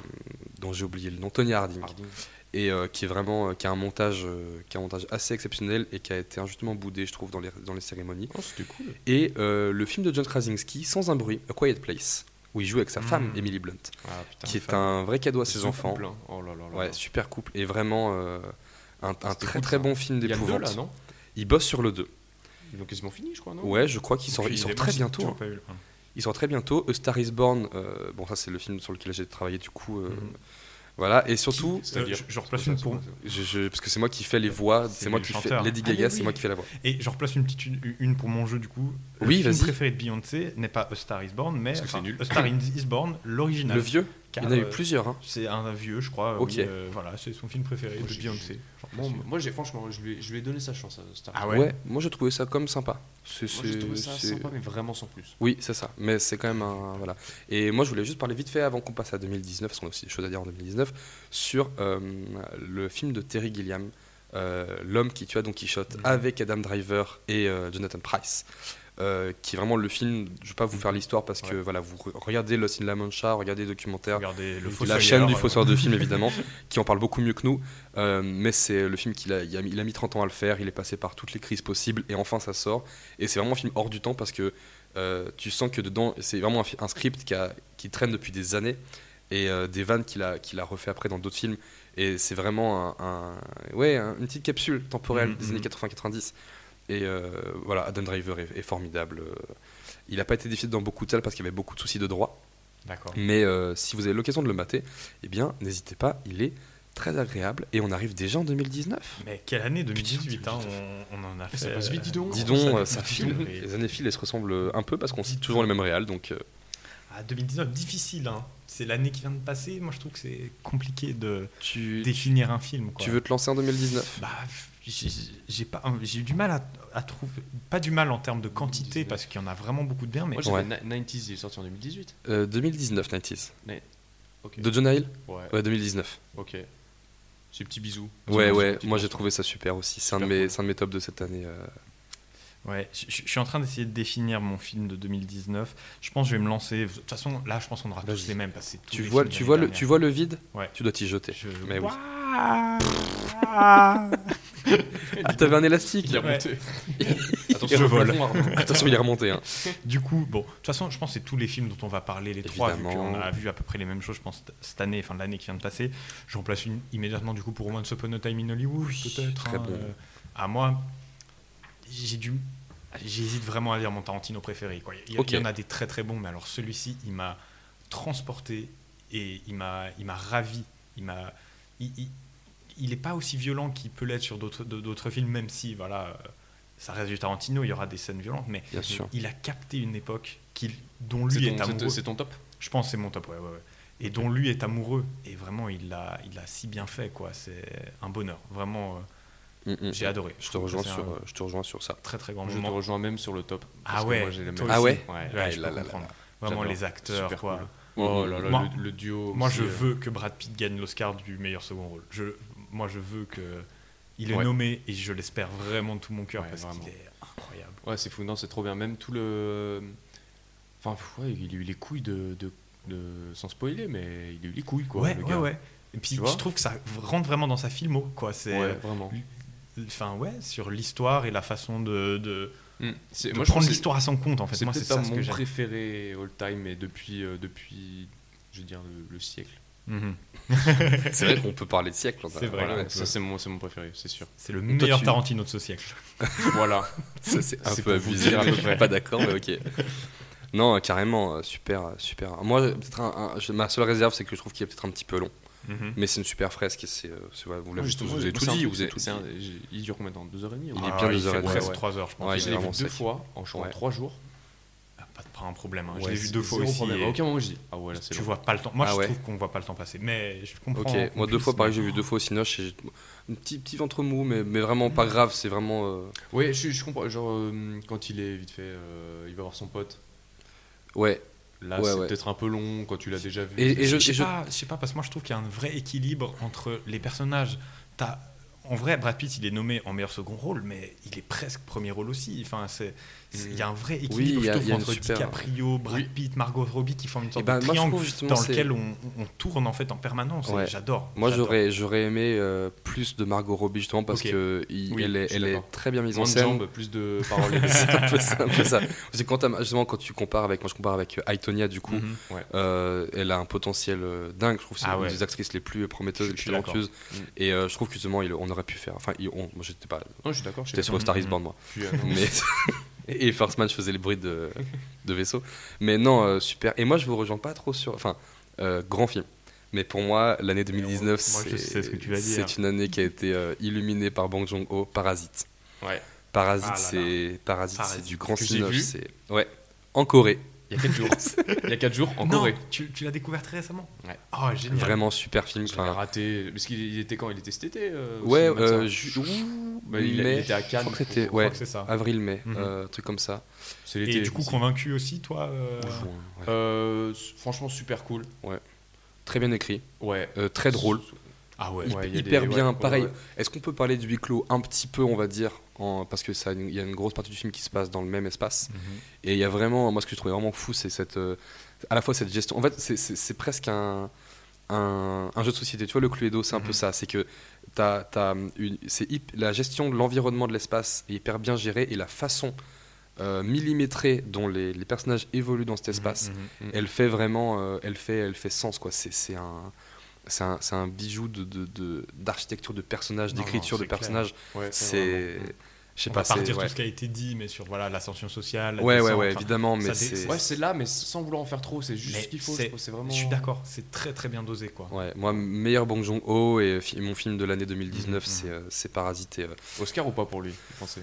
C: dont j'ai oublié le nom, Tonya Harding.
G: Harding.
C: Et euh, qui est vraiment. euh, qui a un montage, euh, qui a un montage assez exceptionnel et qui a été injustement boudé, je trouve, dans les, dans les cérémonies.
G: Oh, c'était cool.
C: Et euh, le film de John Krasinski, Sans un bruit, A Quiet Place, où il joue avec sa
F: Mhm.
C: femme, Emily Blunt.
G: Ah, putain,
C: qui est
G: femme.
C: un vrai cadeau à ses
G: Ce
C: enfants.
G: couple, hein. Oh là là là.
C: Ouais, super couple et vraiment euh, un, un
G: C'était
C: très
G: cool,
C: très
G: ça.
C: bon film
G: Il y a le deux, là,
C: d'épouvante.
G: non Oh
C: Ils bossent sur le 2.
G: Ils l'ont quasiment fini, je crois, non
C: Ouais, je crois qu'ils sortent, ils
F: Puis,
C: sortent
F: moi,
C: très
F: j'ai
C: bientôt.
F: toujours
C: hein.
F: pas eu le-
C: Ils sortent très bientôt. A Star is Born, euh, bon, ça c'est le film sur lequel j'ai travaillé du coup. euh,
G: Hmm.
F: Mhm.
C: Voilà, et surtout,
G: C'est-à-dire
F: Euh, je- je replace une pour-
C: je, je- parce que c'est moi qui fais les voix, c'est
F: C'est
C: moi
F: le
C: qui
F: chanteur.
C: fais Lady
F: Ah,
C: Gaga,
F: mais
C: c'est
F: oui.
C: moi qui fais la voix.
F: Et je replace une petite une, une pour mon jeu du coup.
C: Oui,
F: le film
C: vas-y.
F: préféré de Beyoncé n'est pas A Star Is Born, mais
G: Parce que c'est nul.
F: A
G: <coughs>
F: Star Is Born, l'original.
C: Le vieux, il
F: Car,
C: y en a eu
F: euh,
C: plusieurs. hein.
F: C'est un vieux, je crois.
C: Ok.
F: oui, euh, voilà, c'est son film préféré
G: Moi,
F: de
G: j'ai-
F: Beyoncé. J'en
G: Moi,
F: replace
G: moi, j'ai franchement, je lui, ai- je lui ai donné sa chance à Star.
F: Ah
C: Ouais.
F: ouais.
C: moi j'ai trouvé ça comme sympa. C'est-
G: Moi, j'ai trouvé
C: c'est-
G: ça
C: c'est-
G: sympa, mais vraiment sans plus.
C: Oui, c'est ça. Mais c'est quand même un. Voilà. Et moi, je voulais juste parler vite fait avant qu'on passe à 2019, parce qu'on a aussi des choses à dire en 2019, sur euh, le film de Terry Gilliam, euh, l'homme qui tua Don
F: Mhm.
C: Quichotte avec Adam Driver et euh, Jonathan Price. euh, qui est vraiment le film, je ne vais pas
F: Mhm.
C: vous faire l'histoire parce que voilà, vous re- regardez Lost in La Mancha, regardez les documentaires,
F: Regardez le
C: la
F: faussaire,
C: chaîne du
F: euh, <laughs>
C: fausseur de film évidemment, qui en parle beaucoup mieux que nous, euh, mais c'est le film qu'il a, il a, mis- il a mis 30 ans à le faire, il est passé par toutes les crises possibles et enfin ça sort. Et c'est vraiment un film hors du temps parce que euh, tu sens que dedans, c'est vraiment un, fi- un script qui, a- qui traîne depuis des années et euh, des vannes qu'il a, qu'il a refait après dans d'autres films. Et c'est vraiment un, un- ouais, un- une petite capsule temporelle
F: Mhm,
C: des
F: mhm.
C: années 80-90. Et euh, voilà, Adam Driver est, est formidable. Euh, Il n'a pas été difficile dans beaucoup de salles parce qu'il y avait beaucoup de soucis de droit.
F: D'accord.
C: Mais euh, si vous avez l'occasion de le mater, eh bien, n'hésitez pas, il est très agréable et on arrive déjà en 2019.
F: Mais quelle année 2018
G: 2018,
F: hein,
G: hein,
F: on, on en a fait.
G: Ça passe vite, dis donc.
C: Dis donc, euh, ça
F: dit
C: file.
F: donc.
C: Les années filent et se ressemblent un peu parce qu'on cite toujours les mêmes réals, donc euh,
F: Ah, 2019, difficile. Hein. C'est l'année qui vient de passer. Moi, je trouve que c'est compliqué de
C: tu,
F: définir un film. Quoi.
C: tu veux te lancer en 2019
F: Bah, j'ai- j'ai pas, j'ai eu du mal à, à trouver. Pas du mal en termes de quantité
G: 2019.
F: parce qu'il y en a vraiment beaucoup de bien, mais
G: Moi, j'avais
C: Ouais.
G: Na- 90s, il est sorti en 2018.
C: Euh, 2019, 90s.
G: Ok.
C: De Jonah Hill
G: Ouais,
C: Ouais, 2019.
G: ok. C'est petit bisou.
C: Ouais, ouais, moi j'ai trouvé ça super aussi. C'est un, de
G: Super
C: mes-
G: cool.
C: c'est un de mes tops de cette année. euh.
F: ouais, je je- je suis en train d'essayer de définir mon film de 2019. Je pense que je vais me lancer. De toute façon, là, je pense qu'on aura tous
C: Vas-y.
F: les mêmes parce que c'est tous
C: Tu,
F: les
C: vois,
F: films de
C: tu, vois le,
F: l'année
C: tu vois le vide
F: Ouais.
C: Tu dois t'y jeter.
F: dernière. Je-
C: Mais <laughs> oui.
F: Ah
C: Ah, t'avais un élastique
G: Il est remonté.
C: <laughs> Attention,
F: je vole.
C: Attention, il est remonté. hein.
F: Du coup, bon, de toute façon, je pense que c'est tous les films dont on va parler, les trois,
C: Évidemment.
F: vu qu'on a vu à peu près les mêmes choses, je pense, t- cette année, enfin l'année qui vient de passer. Je remplace une immédiatement, du coup, pour Once Upon a Time in Hollywood, peut-être.
C: très bon.
F: euh, à moi, j'ai dû. J'hésite vraiment à dire mon Tarantino préféré. Quoi. Il, y a-
C: Ok.
F: il y en a des très très bons, mais alors celui-ci, il m'a transporté et il m'a il m'a ravi. Il m'a. Il, il, il est pas aussi violent qu'il peut l'être sur d'autres de- d'autres films, même si voilà, euh, ça reste du Tarantino, il y aura des scènes violentes, mais
C: Bien sûr.
F: il a capté une époque qu'il- dont
G: C'est
F: lui est,
G: ton- c'est-
F: amoureux.
G: C'est ton top
F: Je pense que c'est mon top, ouais, ouais, ouais. Et dont lui est amoureux. Et vraiment, il l'a il a si bien fait, quoi. C'est un bonheur. Vraiment, euh,
C: Mm, mm.
F: j'ai adoré.
C: Je te
F: trouve que
C: rejoins
F: c'est
C: sur,
F: un
C: euh, je te rejoins sur ça.
F: très, très grand
G: Je te
F: moment.
G: rejoins même sur le top.
F: Ah
G: parce que
F: ouais,
G: moi, j'ai la
F: toi
G: même-
C: aussi. Ah ouais
F: Ouais,
C: Ouais,
F: je
C: là,
F: peux
C: là,
F: comprendre.
G: là.
F: Vraiment,
G: J'adore.
F: les acteurs,
G: Super
F: quoi.
G: cool. Oh là là,
F: Moi-
G: le, le duo.
F: Moi,
G: aussi,
F: je
G: euh,
F: veux que Brad Pitt gagne l'Oscar du meilleur second rôle. Je, moi, je veux que il est
G: Ouais.
F: nommé et je l'espère vraiment de tout mon cœur
G: Ouais,
F: parce qu'il
G: vraiment.
F: est incroyable.
G: Ouais, c'est fou. Non, c'est trop bien. Même tout le. Enfin, ouais, il a eu les couilles de, de, de- Sans spoiler, mais il a eu les couilles, quoi.
F: ouais,
G: le
F: ouais,
G: gars.
F: ouais. Et puis,
G: Tu vois
F: je trouve que ça rentre vraiment dans sa filmo, quoi. C'est euh,
G: Ouais, vraiment.
F: enfin ouais, sur l'histoire et la façon de, de,
G: Mm. C'est-
F: de
G: moi, je pense
F: prendre
G: que c'est-
F: l'histoire à son compte en fait.
G: C'est
F: Moi c'est
G: peut-être
F: ça
G: pas
F: ce que
G: mon
F: j'aime.
G: préféré all time, mais depuis, euh, depuis je veux dire, le, le siècle.
F: Mhm.
C: C'est vrai qu'on peut parler de siècle. on a-
F: C'est vrai,
C: voilà,
F: ouais.
G: Voilà, ça, c'est mon, c'est mon préféré, c'est sûr.
F: C'est le
C: toi,
F: meilleur
C: tu-
F: Tarantino de ce siècle.
G: <laughs> voilà.
C: Ça, c'est un
G: C'est
C: peu
G: pour vous
C: abusé,
G: dire
C: à
G: à
C: peu
G: peu
C: près. Pas d'accord, mais
G: <laughs>
C: ok. Non, euh, carrément, euh, super, euh, super. Moi, euh, peut-être un- un- je- ma seule réserve, c'est que je trouve qu'il est peut-être un petit peu long,
G: Mhm.
C: mais c'est une super fresque et c'est, euh, c'est- ouais, vous l'avez vous avez tout
G: c'est un
C: dit,
G: truc,
C: vous
G: c'est-
C: avez tout
G: c'est
C: dit.
G: un- j'ai- Il dure combien de temps Deux heures et demie au
C: Il est
G: moins
C: bien
F: Ah,
C: deux
F: fait
C: heures et demie,
F: presque
C: ouais.
F: 3 heures je pense.
C: Ouais,
G: Je
C: il est
G: l'ai vu
C: vraiment
G: deux
C: sec.
G: fois en je crois,
C: Ouais.
G: trois jours.
F: Ah, Pas, pas un problème, hein. je
G: Ouais,
F: l'ai vu
G: c'est
F: deux fois
G: zéro
F: aussi.
G: problème.
F: et
G: À aucun moment, je dis Ah ouais, là, c'est
F: tu
G: long.
F: vois pas le temps. Moi
C: Ah
F: je
C: ouais.
F: trouve qu'on voit pas le temps passer, mais je comprends.
C: Ok,
F: qu'on
C: moi deux
F: puisse,
C: fois, pareil,
F: mais-
C: j'ai vu deux fois au Cinoche, et j'ai un petit, petit ventre mou, mais, mais vraiment
G: Mm.
C: pas grave, c'est vraiment. euh,
G: Ouais, je, je comprends. Genre, euh, quand il est vite fait, euh, il va voir son pote.
C: Ouais,
G: Là,
C: Ouais,
G: c'est
C: ouais.
G: peut-être un peu long quand tu l'as déjà vu.
C: Et- et
F: Je,
C: je-
F: sais pas, je sais pas parce que moi je trouve qu'il y a un vrai équilibre entre les personnages. T'as- en vrai, Brad Pitt il est nommé en meilleur second rôle, mais il est presque premier rôle aussi. Enfin, c'est c'est- il y a un vrai équilibre
C: il y
F: je
C: a-
F: trouve,
C: il y a une
F: entre
C: super-
F: DiCaprio, Brad
C: Oui.
F: Pitt, Margot Robbie qui forment une
C: et
F: sorte
C: ben,
F: de
C: moi je
F: triangle
C: trouve justement.
F: dans
C: c'est-
F: lequel on, on tourne en fait en permanence. et
C: Ouais.
F: J'adore.
C: Moi
F: j'adore.
C: j'aurais, j'aurais aimé euh, plus de Margot Robbie justement parce
F: Ok.
C: que il-
G: Oui,
C: elle, est,
G: je suis
C: elle est
G: d'accord.
C: très bien mise en
G: Moins de
C: scène.
G: jambes, plus de paroles.
C: <laughs> c'est un peu ça. un peu
F: <laughs>
C: ça. Parce que quand t'as- justement, quand tu compares avec, moi je compare avec euh, Aitonia du coup,
F: Mhm.
C: euh, elle a un potentiel euh, dingue. Je trouve que c'est
F: Ah
C: une
F: ouais.
C: des actrices les plus prometteuses,
F: Je-
C: les
F: je suis
C: plus
F: d'accord.
C: talentueuses.
G: Mm.
C: Et euh, je trouve que justement, il- on aurait pu faire. Enfin, il- on- moi j'étais pas,
G: Non, je suis d'accord. je suis
C: j'étais sur Star Is
F: Mm,
C: Born moi.
G: Puis, euh, non,
C: Mais <laughs> et First Man, je faisais les bruits de, de vaisseau. Mais non, euh, super. Et moi, je vous rejoins pas trop sur. Enfin, euh, grand film. Mais pour moi, l'année 2019,
F: Moi, je
C: c'est
F: sais ce que tu vas dire.
C: c'est une année qui a été euh, illuminée par Bang Joon-ho, Parasite.
G: Ouais.
C: Parasite,
F: Ah là là.
C: c'est Parasite,
F: Parasite,
C: c'est du grand
G: que j'ai
C: cinéma.
G: vu.
C: C'est ouais, en Corée,
G: Il y a
C: <laughs>
G: 4 jours. Il y a 4 jours en
F: Non,
G: Corée.
F: tu, tu l'as découvert très récemment.
G: Ouais.
F: Oh génial.
C: vraiment super film.
G: J'avais
C: Enfin,
G: raté. Parce qu'il il était quand Il était cet été euh, au
C: ouais,
G: cinéma,
C: euh,
G: ça
C: ju- ouh,
G: Bah, il, il
C: mai,
G: était à
C: je
G: Cannes.
C: crois que c'était
F: Je crois
C: ouais,
F: que c'est ça.
C: avril-mai,
F: Mhm.
C: euh, un truc comme ça.
G: C'est
F: Et
G: l'été,
F: du coup
G: ici.
F: convaincu aussi toi. euh,
C: Au juin, ouais.
G: Euh, s- franchement, super cool.
C: Très bien écrit,
G: Ouais.
C: euh, très drôle.
G: Ah ouais,
C: Hyp-
G: ouais, il y a des-
C: hyper
G: ouais,
C: bien.
G: ouais,
C: Pareil,
G: ouais.
C: est-ce qu'on peut parler du huis clos un petit peu, on va dire, en- parce que ça, il y a une grosse partie du film qui se passe dans le même espace. Et il y a vraiment, moi, ce que je trouvais vraiment fou, c'est cette, euh, à la fois cette gestion. En fait, c'est- c'est c'est presque un, un, un jeu de société. Tu vois, le Cluedo, c'est un
G: Mm-hmm.
C: peu ça. C'est que t'as, t'as une, c'est hyp- la gestion de l'environnement de l'espace est hyper bien gérée et la façon euh, millimétrée dont les, les personnages évoluent dans cet espace,
G: mhm, mhm.
C: elle fait vraiment, euh, elle fait, elle fait sens quoi. C'est, c'est un c'est un, c'est un bijou de, de- de- d'architecture de personnages,
F: Non, non,
C: d'écriture de
F: c'est clair.
C: personnages.
G: Ouais,
C: C'est. Je sais
F: On
C: pas,
F: va pas
C: c'est.
F: redire
C: Ouais.
F: tout ce qui a été dit, mais sur voilà l'ascension sociale. la
C: Ouais, ouais,
F: descente,
C: ouais,
F: enfin,
C: évidemment,
F: ça
C: mais
F: dé-
C: c'est.
G: Ouais, c'est là, mais sans vouloir en faire trop, c'est juste
F: Mais
G: ce qu'il faut.
F: c'est-
G: je trouve, C'est vraiment.
F: Je suis d'accord, c'est très très bien dosé quoi.
C: Ouais, moi, meilleur Bong Joon-ho et fi- mon film de l'année 2019,
F: Mm,
C: c'est, euh, c'est Parasite. et, euh,
G: Oscar ou pas pour lui, vous pensez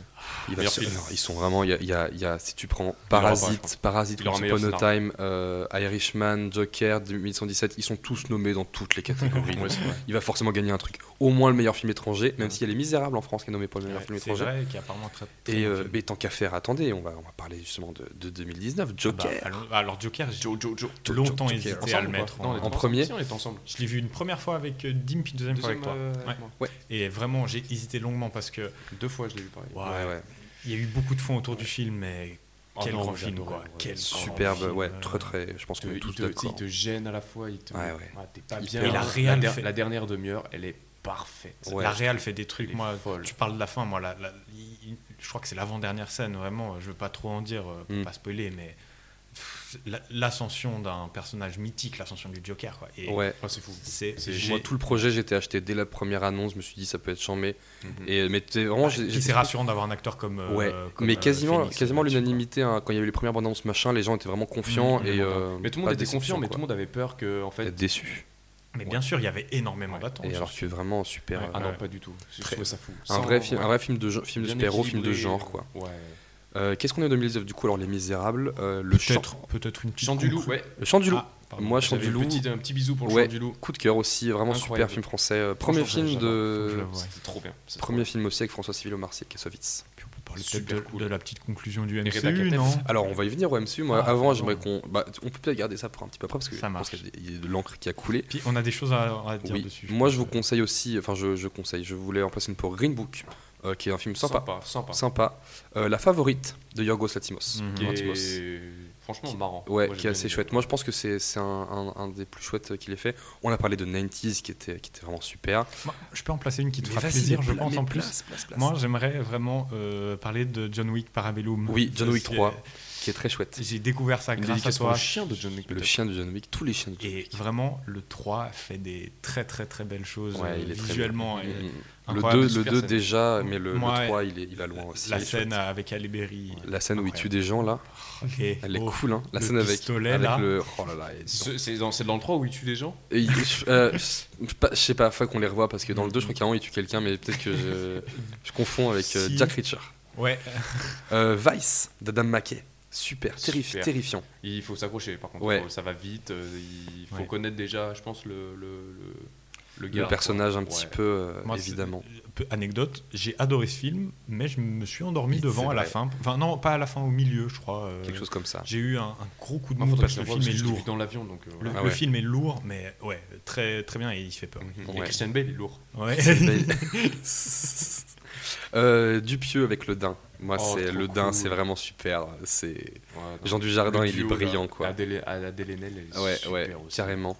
C: il va
G: Meilleur
C: se-
G: film.
C: alors, ils sont vraiment. Il y a, il y a- il y a- si tu prends
G: aura pas,
C: Parasite,
G: je pense.
C: Parasite,
G: Il aura
C: Once
G: meilleur
C: Upon a Time, euh, Irishman, Joker, 2117, ils sont tous nommés dans toutes les catégories.
G: <laughs> Ouais, c'est vrai.
C: il va forcément gagner un truc. Au moins le meilleur film étranger, même s'il y a Les Misérables en France qui est nommé pour le meilleur
F: Ouais,
C: film
F: c'est
C: étranger.
F: vrai qu'il y a apparemment très. très
C: Et
F: bon
C: euh,
F: film.
C: mais tant qu'à faire, attendez, on va, on va parler justement de, de 2019,
F: Ah bah,
C: Joker.
F: allons- alors Joker, j'ai
G: Joe, Joe, Joe.
F: longtemps
C: Joker.
F: hésité
G: Ensemble
F: à le
G: ou pas
F: mettre.
G: Non, on
F: en-
G: est
C: en
G: ensemble.
C: premier.
G: Si, on est ensemble.
F: Je l'ai vu une première fois avec euh, Dim, puis une deuxième,
G: Deuxième,
F: fois avec
G: euh,
F: toi. Ouais.
G: moi.
F: Et vraiment, j'ai hésité longuement parce que
G: Deux fois, je l'ai vu pareil.
F: Ouais,
C: Ouais, Oh ouais.
F: il y a eu beaucoup de fonds autour du film, mais
G: Ah
F: quel
G: non,
F: grand
G: j'ai
F: film
G: adoré,
F: quoi.
G: ouais.
F: Quel grand
C: Superbe,
F: film,
C: ouais,
F: euh,
C: très très. Je pense
G: Te-
C: qu'on est
G: il
C: tous
G: te, tu sais,
C: d'accord.
G: il te gêne à la fois, il te.
C: Ouais, ouais.
G: Ah, t'es pas
C: Il te-
G: bien.
C: Et la
F: réal
G: der-
F: fait-
G: la dernière demi-heure, elle est parfaite.
C: Ouais.
F: La réal fait des trucs.
G: Elle est
F: Moi,
G: folle.
F: tu parles de la fin. Moi, la- la- il- je crois que c'est l'avant-dernière scène. Vraiment, je veux pas trop en dire, euh, pour
C: Mm.
F: pas spoiler, mais pff, la- l'ascension d'un personnage mythique, l'ascension du Joker. Quoi. Et
C: Ouais.
G: Ah, c'est fou.
F: c'est
G: C'est
F: j'ai-
C: Moi, tout le projet, j'étais acheté dès la première annonce. Je me suis dit, ça peut être chambé.
G: Mhm.
C: Et mais t'es- vraiment, j'ai-
F: puis
C: j'étais-
F: c'est Ah, rassurant d'avoir un acteur comme. euh,
C: Ouais,
F: comme,
C: mais
F: euh,
C: quasiment,
F: Phoenix,
C: quasiment
F: là-dessus, quoi.
C: l'unanimité. hein, quand il y avait les premières bandes annonces, machin, les gens étaient vraiment confiants
F: Mhm,
C: et.
F: vraiment.
C: euh,
G: Mm, Mais tout le monde
C: pas
G: était
C: déception,
G: confiant, mais
C: quoi.
G: tout le monde avait peur que, en fait.
C: Peut-être déçu.
F: Mais bien sûr, il y avait énormément
G: Ouais.
F: d'attentes. hein.
C: Et
F: sur
C: alors
F: ce
C: que vraiment super.
G: Ah
C: euh,
G: non,
F: Ouais.
G: pas du tout. Je
C: Très-
G: trouvais ça fou.
C: Un
G: Sans-
C: vrai film,
G: ouais.
C: un vrai film de gen- film de
G: Bien
C: super-héros, film de
G: équilibré.
C: genre quoi.
G: Ouais.
C: Euh, Qu'est-ce qu'on est en 2019 du coup alors Les Misérables, euh, le chant,
F: Peut-être, peut-être une petite.
G: Chant du loup,
F: conclu-
G: ouais.
C: le chant du loup.
F: Ah, pardon.
C: Moi, Chant
G: J'avais
C: du
G: un
C: loup.
G: petit, un petit bisou pour le
C: Ouais.
G: chant du loup.
C: Coup de cœur aussi, vraiment super
G: Incroyable.
C: film français. euh, Premier
G: Franchement,
C: film
G: j'adore,
F: faut que je
C: de
F: le voie. Ouais.
G: C'est trop bien. c'est trop
C: premier film aussi avec François Civil au Marseille Kassovitz.
F: Puis on peut parler
G: Super
F: peut-être de,
G: cool.
F: de la petite conclusion du
G: Reda
F: MCU,
G: Kateb.
F: non
C: Alors on va y venir au MCU. Moi
F: Ah,
C: avant
F: pardon.
C: j'aimerais qu'on, bah, on peut peut-être garder ça pour un petit peu après parce que
F: Ça
C: je pense
F: marche.
C: qu'il y a des- il y a de l'encre qui a coulé.
F: Puis on a des choses à, à dire
C: Oui.
F: dessus.
C: Moi je vous
F: pense.
C: conseille aussi, enfin je, je conseille, je voulais en placer une pour Green Book, euh, qui est un film
G: Sympa,
C: sympa,
G: sympa. sympa.
C: sympa. Euh, la favorite de Yorgos Latimos.
F: Mhm.
G: Qui est
C: Lanthimos.
G: franchement marrant.
C: Ouais,
G: Moi, j'ai
C: qui
G: bien
C: est assez
G: aimé.
C: chouette. Moi, je pense que c'est c'est un, un- un des plus chouettes euh, qu'il ait fait. On a parlé de 90s qui était, qui était vraiment super.
F: Moi, je peux en placer une qui te
C: Mais
F: fera
C: vas-y,
F: plaisir,
C: mais
F: je
C: pla-
F: pense,
C: mais
F: en plus.
C: place, place, place.
F: Moi, j'aimerais vraiment euh, parler de John Wick Parabellum.
C: Oui, John Wick
F: Parce que
C: 3, qui est très chouette.
F: J'ai découvert ça
G: Une
F: grâce à
G: dédicace pour
F: toi.
G: le chien de John Wick.
C: Le
G: peut-être.
C: chien de John Wick, tous les chiens de John
F: Et vraiment, le 3 fait des très très très belles choses
C: Ouais,
F: euh,
C: il est très
F: visuellement.
C: Wick.
F: et
C: Mm.
F: incroyable.
C: Le 2, le
G: super
C: deux
G: scène.
C: déjà, mais le, le
F: Moi, ouais.
C: 3, il, est, il va loin aussi.
F: la
C: il est
F: scène
C: chouette.
F: avec Halle Berry. <laughs>
C: La scène où il
F: Incroyable.
C: tue des gens, là,
F: Et-
C: <laughs> elle est
F: oh,
C: cool. Hein. La
F: le
C: scène avec,
F: pistolet,
C: avec
F: là.
C: le. Oh là là. et-
G: C'est c'est dans, c'est dans le 3 où il tue des gens
C: et il- euh, je pas- je sais pas, faut qu'on les revoit parce que dans le 2, je crois qu'à un moment, il tue quelqu'un, mais peut-être que je, je confonds avec euh,
F: Si.
C: Jack Reacher.
F: Ouais,
C: Euh, Vice d'Adam McKay. Super, terrif-
G: Super.
C: terrifiant.
G: Il faut s'accrocher par contre.
C: Ouais.
G: Faut- Ça va vite. euh, Il faut
F: Ouais.
G: connaître déjà, je pense, le, le, le, gars,
C: Le personnage
G: quoi.
C: un petit
G: Ouais.
C: peu, euh,
F: Moi, c'est-
C: évidemment.
F: Peu- Anecdote, j'ai adoré ce film, mais je me suis endormi
C: Oui,
F: devant
C: c'est
F: à la
C: vrai.
F: fin. Enfin, non, pas à la fin, au milieu, je crois. euh,
C: Quelque chose comme ça.
F: J'ai eu un, un gros coup de
G: Moi,
F: mou
G: faudrait que
F: Mmh. parce
G: je
F: que
G: le
F: le
G: voie, parce
F: film
G: que
F: est
G: je l'ai vu
F: lourd.
G: dans l'avion. Donc, euh,
F: Le,
G: voilà.
C: Ah
F: le
C: ouais.
F: film est lourd, mais ouais, très, très bien et il fait peur.
G: Mhm.
C: Ouais. Ben,
G: Et Christian Bale, il est lourd.
C: Mm.
F: Ouais.
G: <laughs>
C: Euh, Dupieux avec le Dain. Moi,
G: Oh,
C: c'est
G: trop
C: le Dain,
G: cool.
C: c'est vraiment super. C'est
G: Ouais, non.
C: Jean du Jardin,
G: Le
C: il est
G: duo,
C: brillant,
G: là,
C: quoi.
G: Adèle- Adèle-Haenel, elle est
C: ouais,
G: super
C: ouais,
G: aussi.
C: carrément,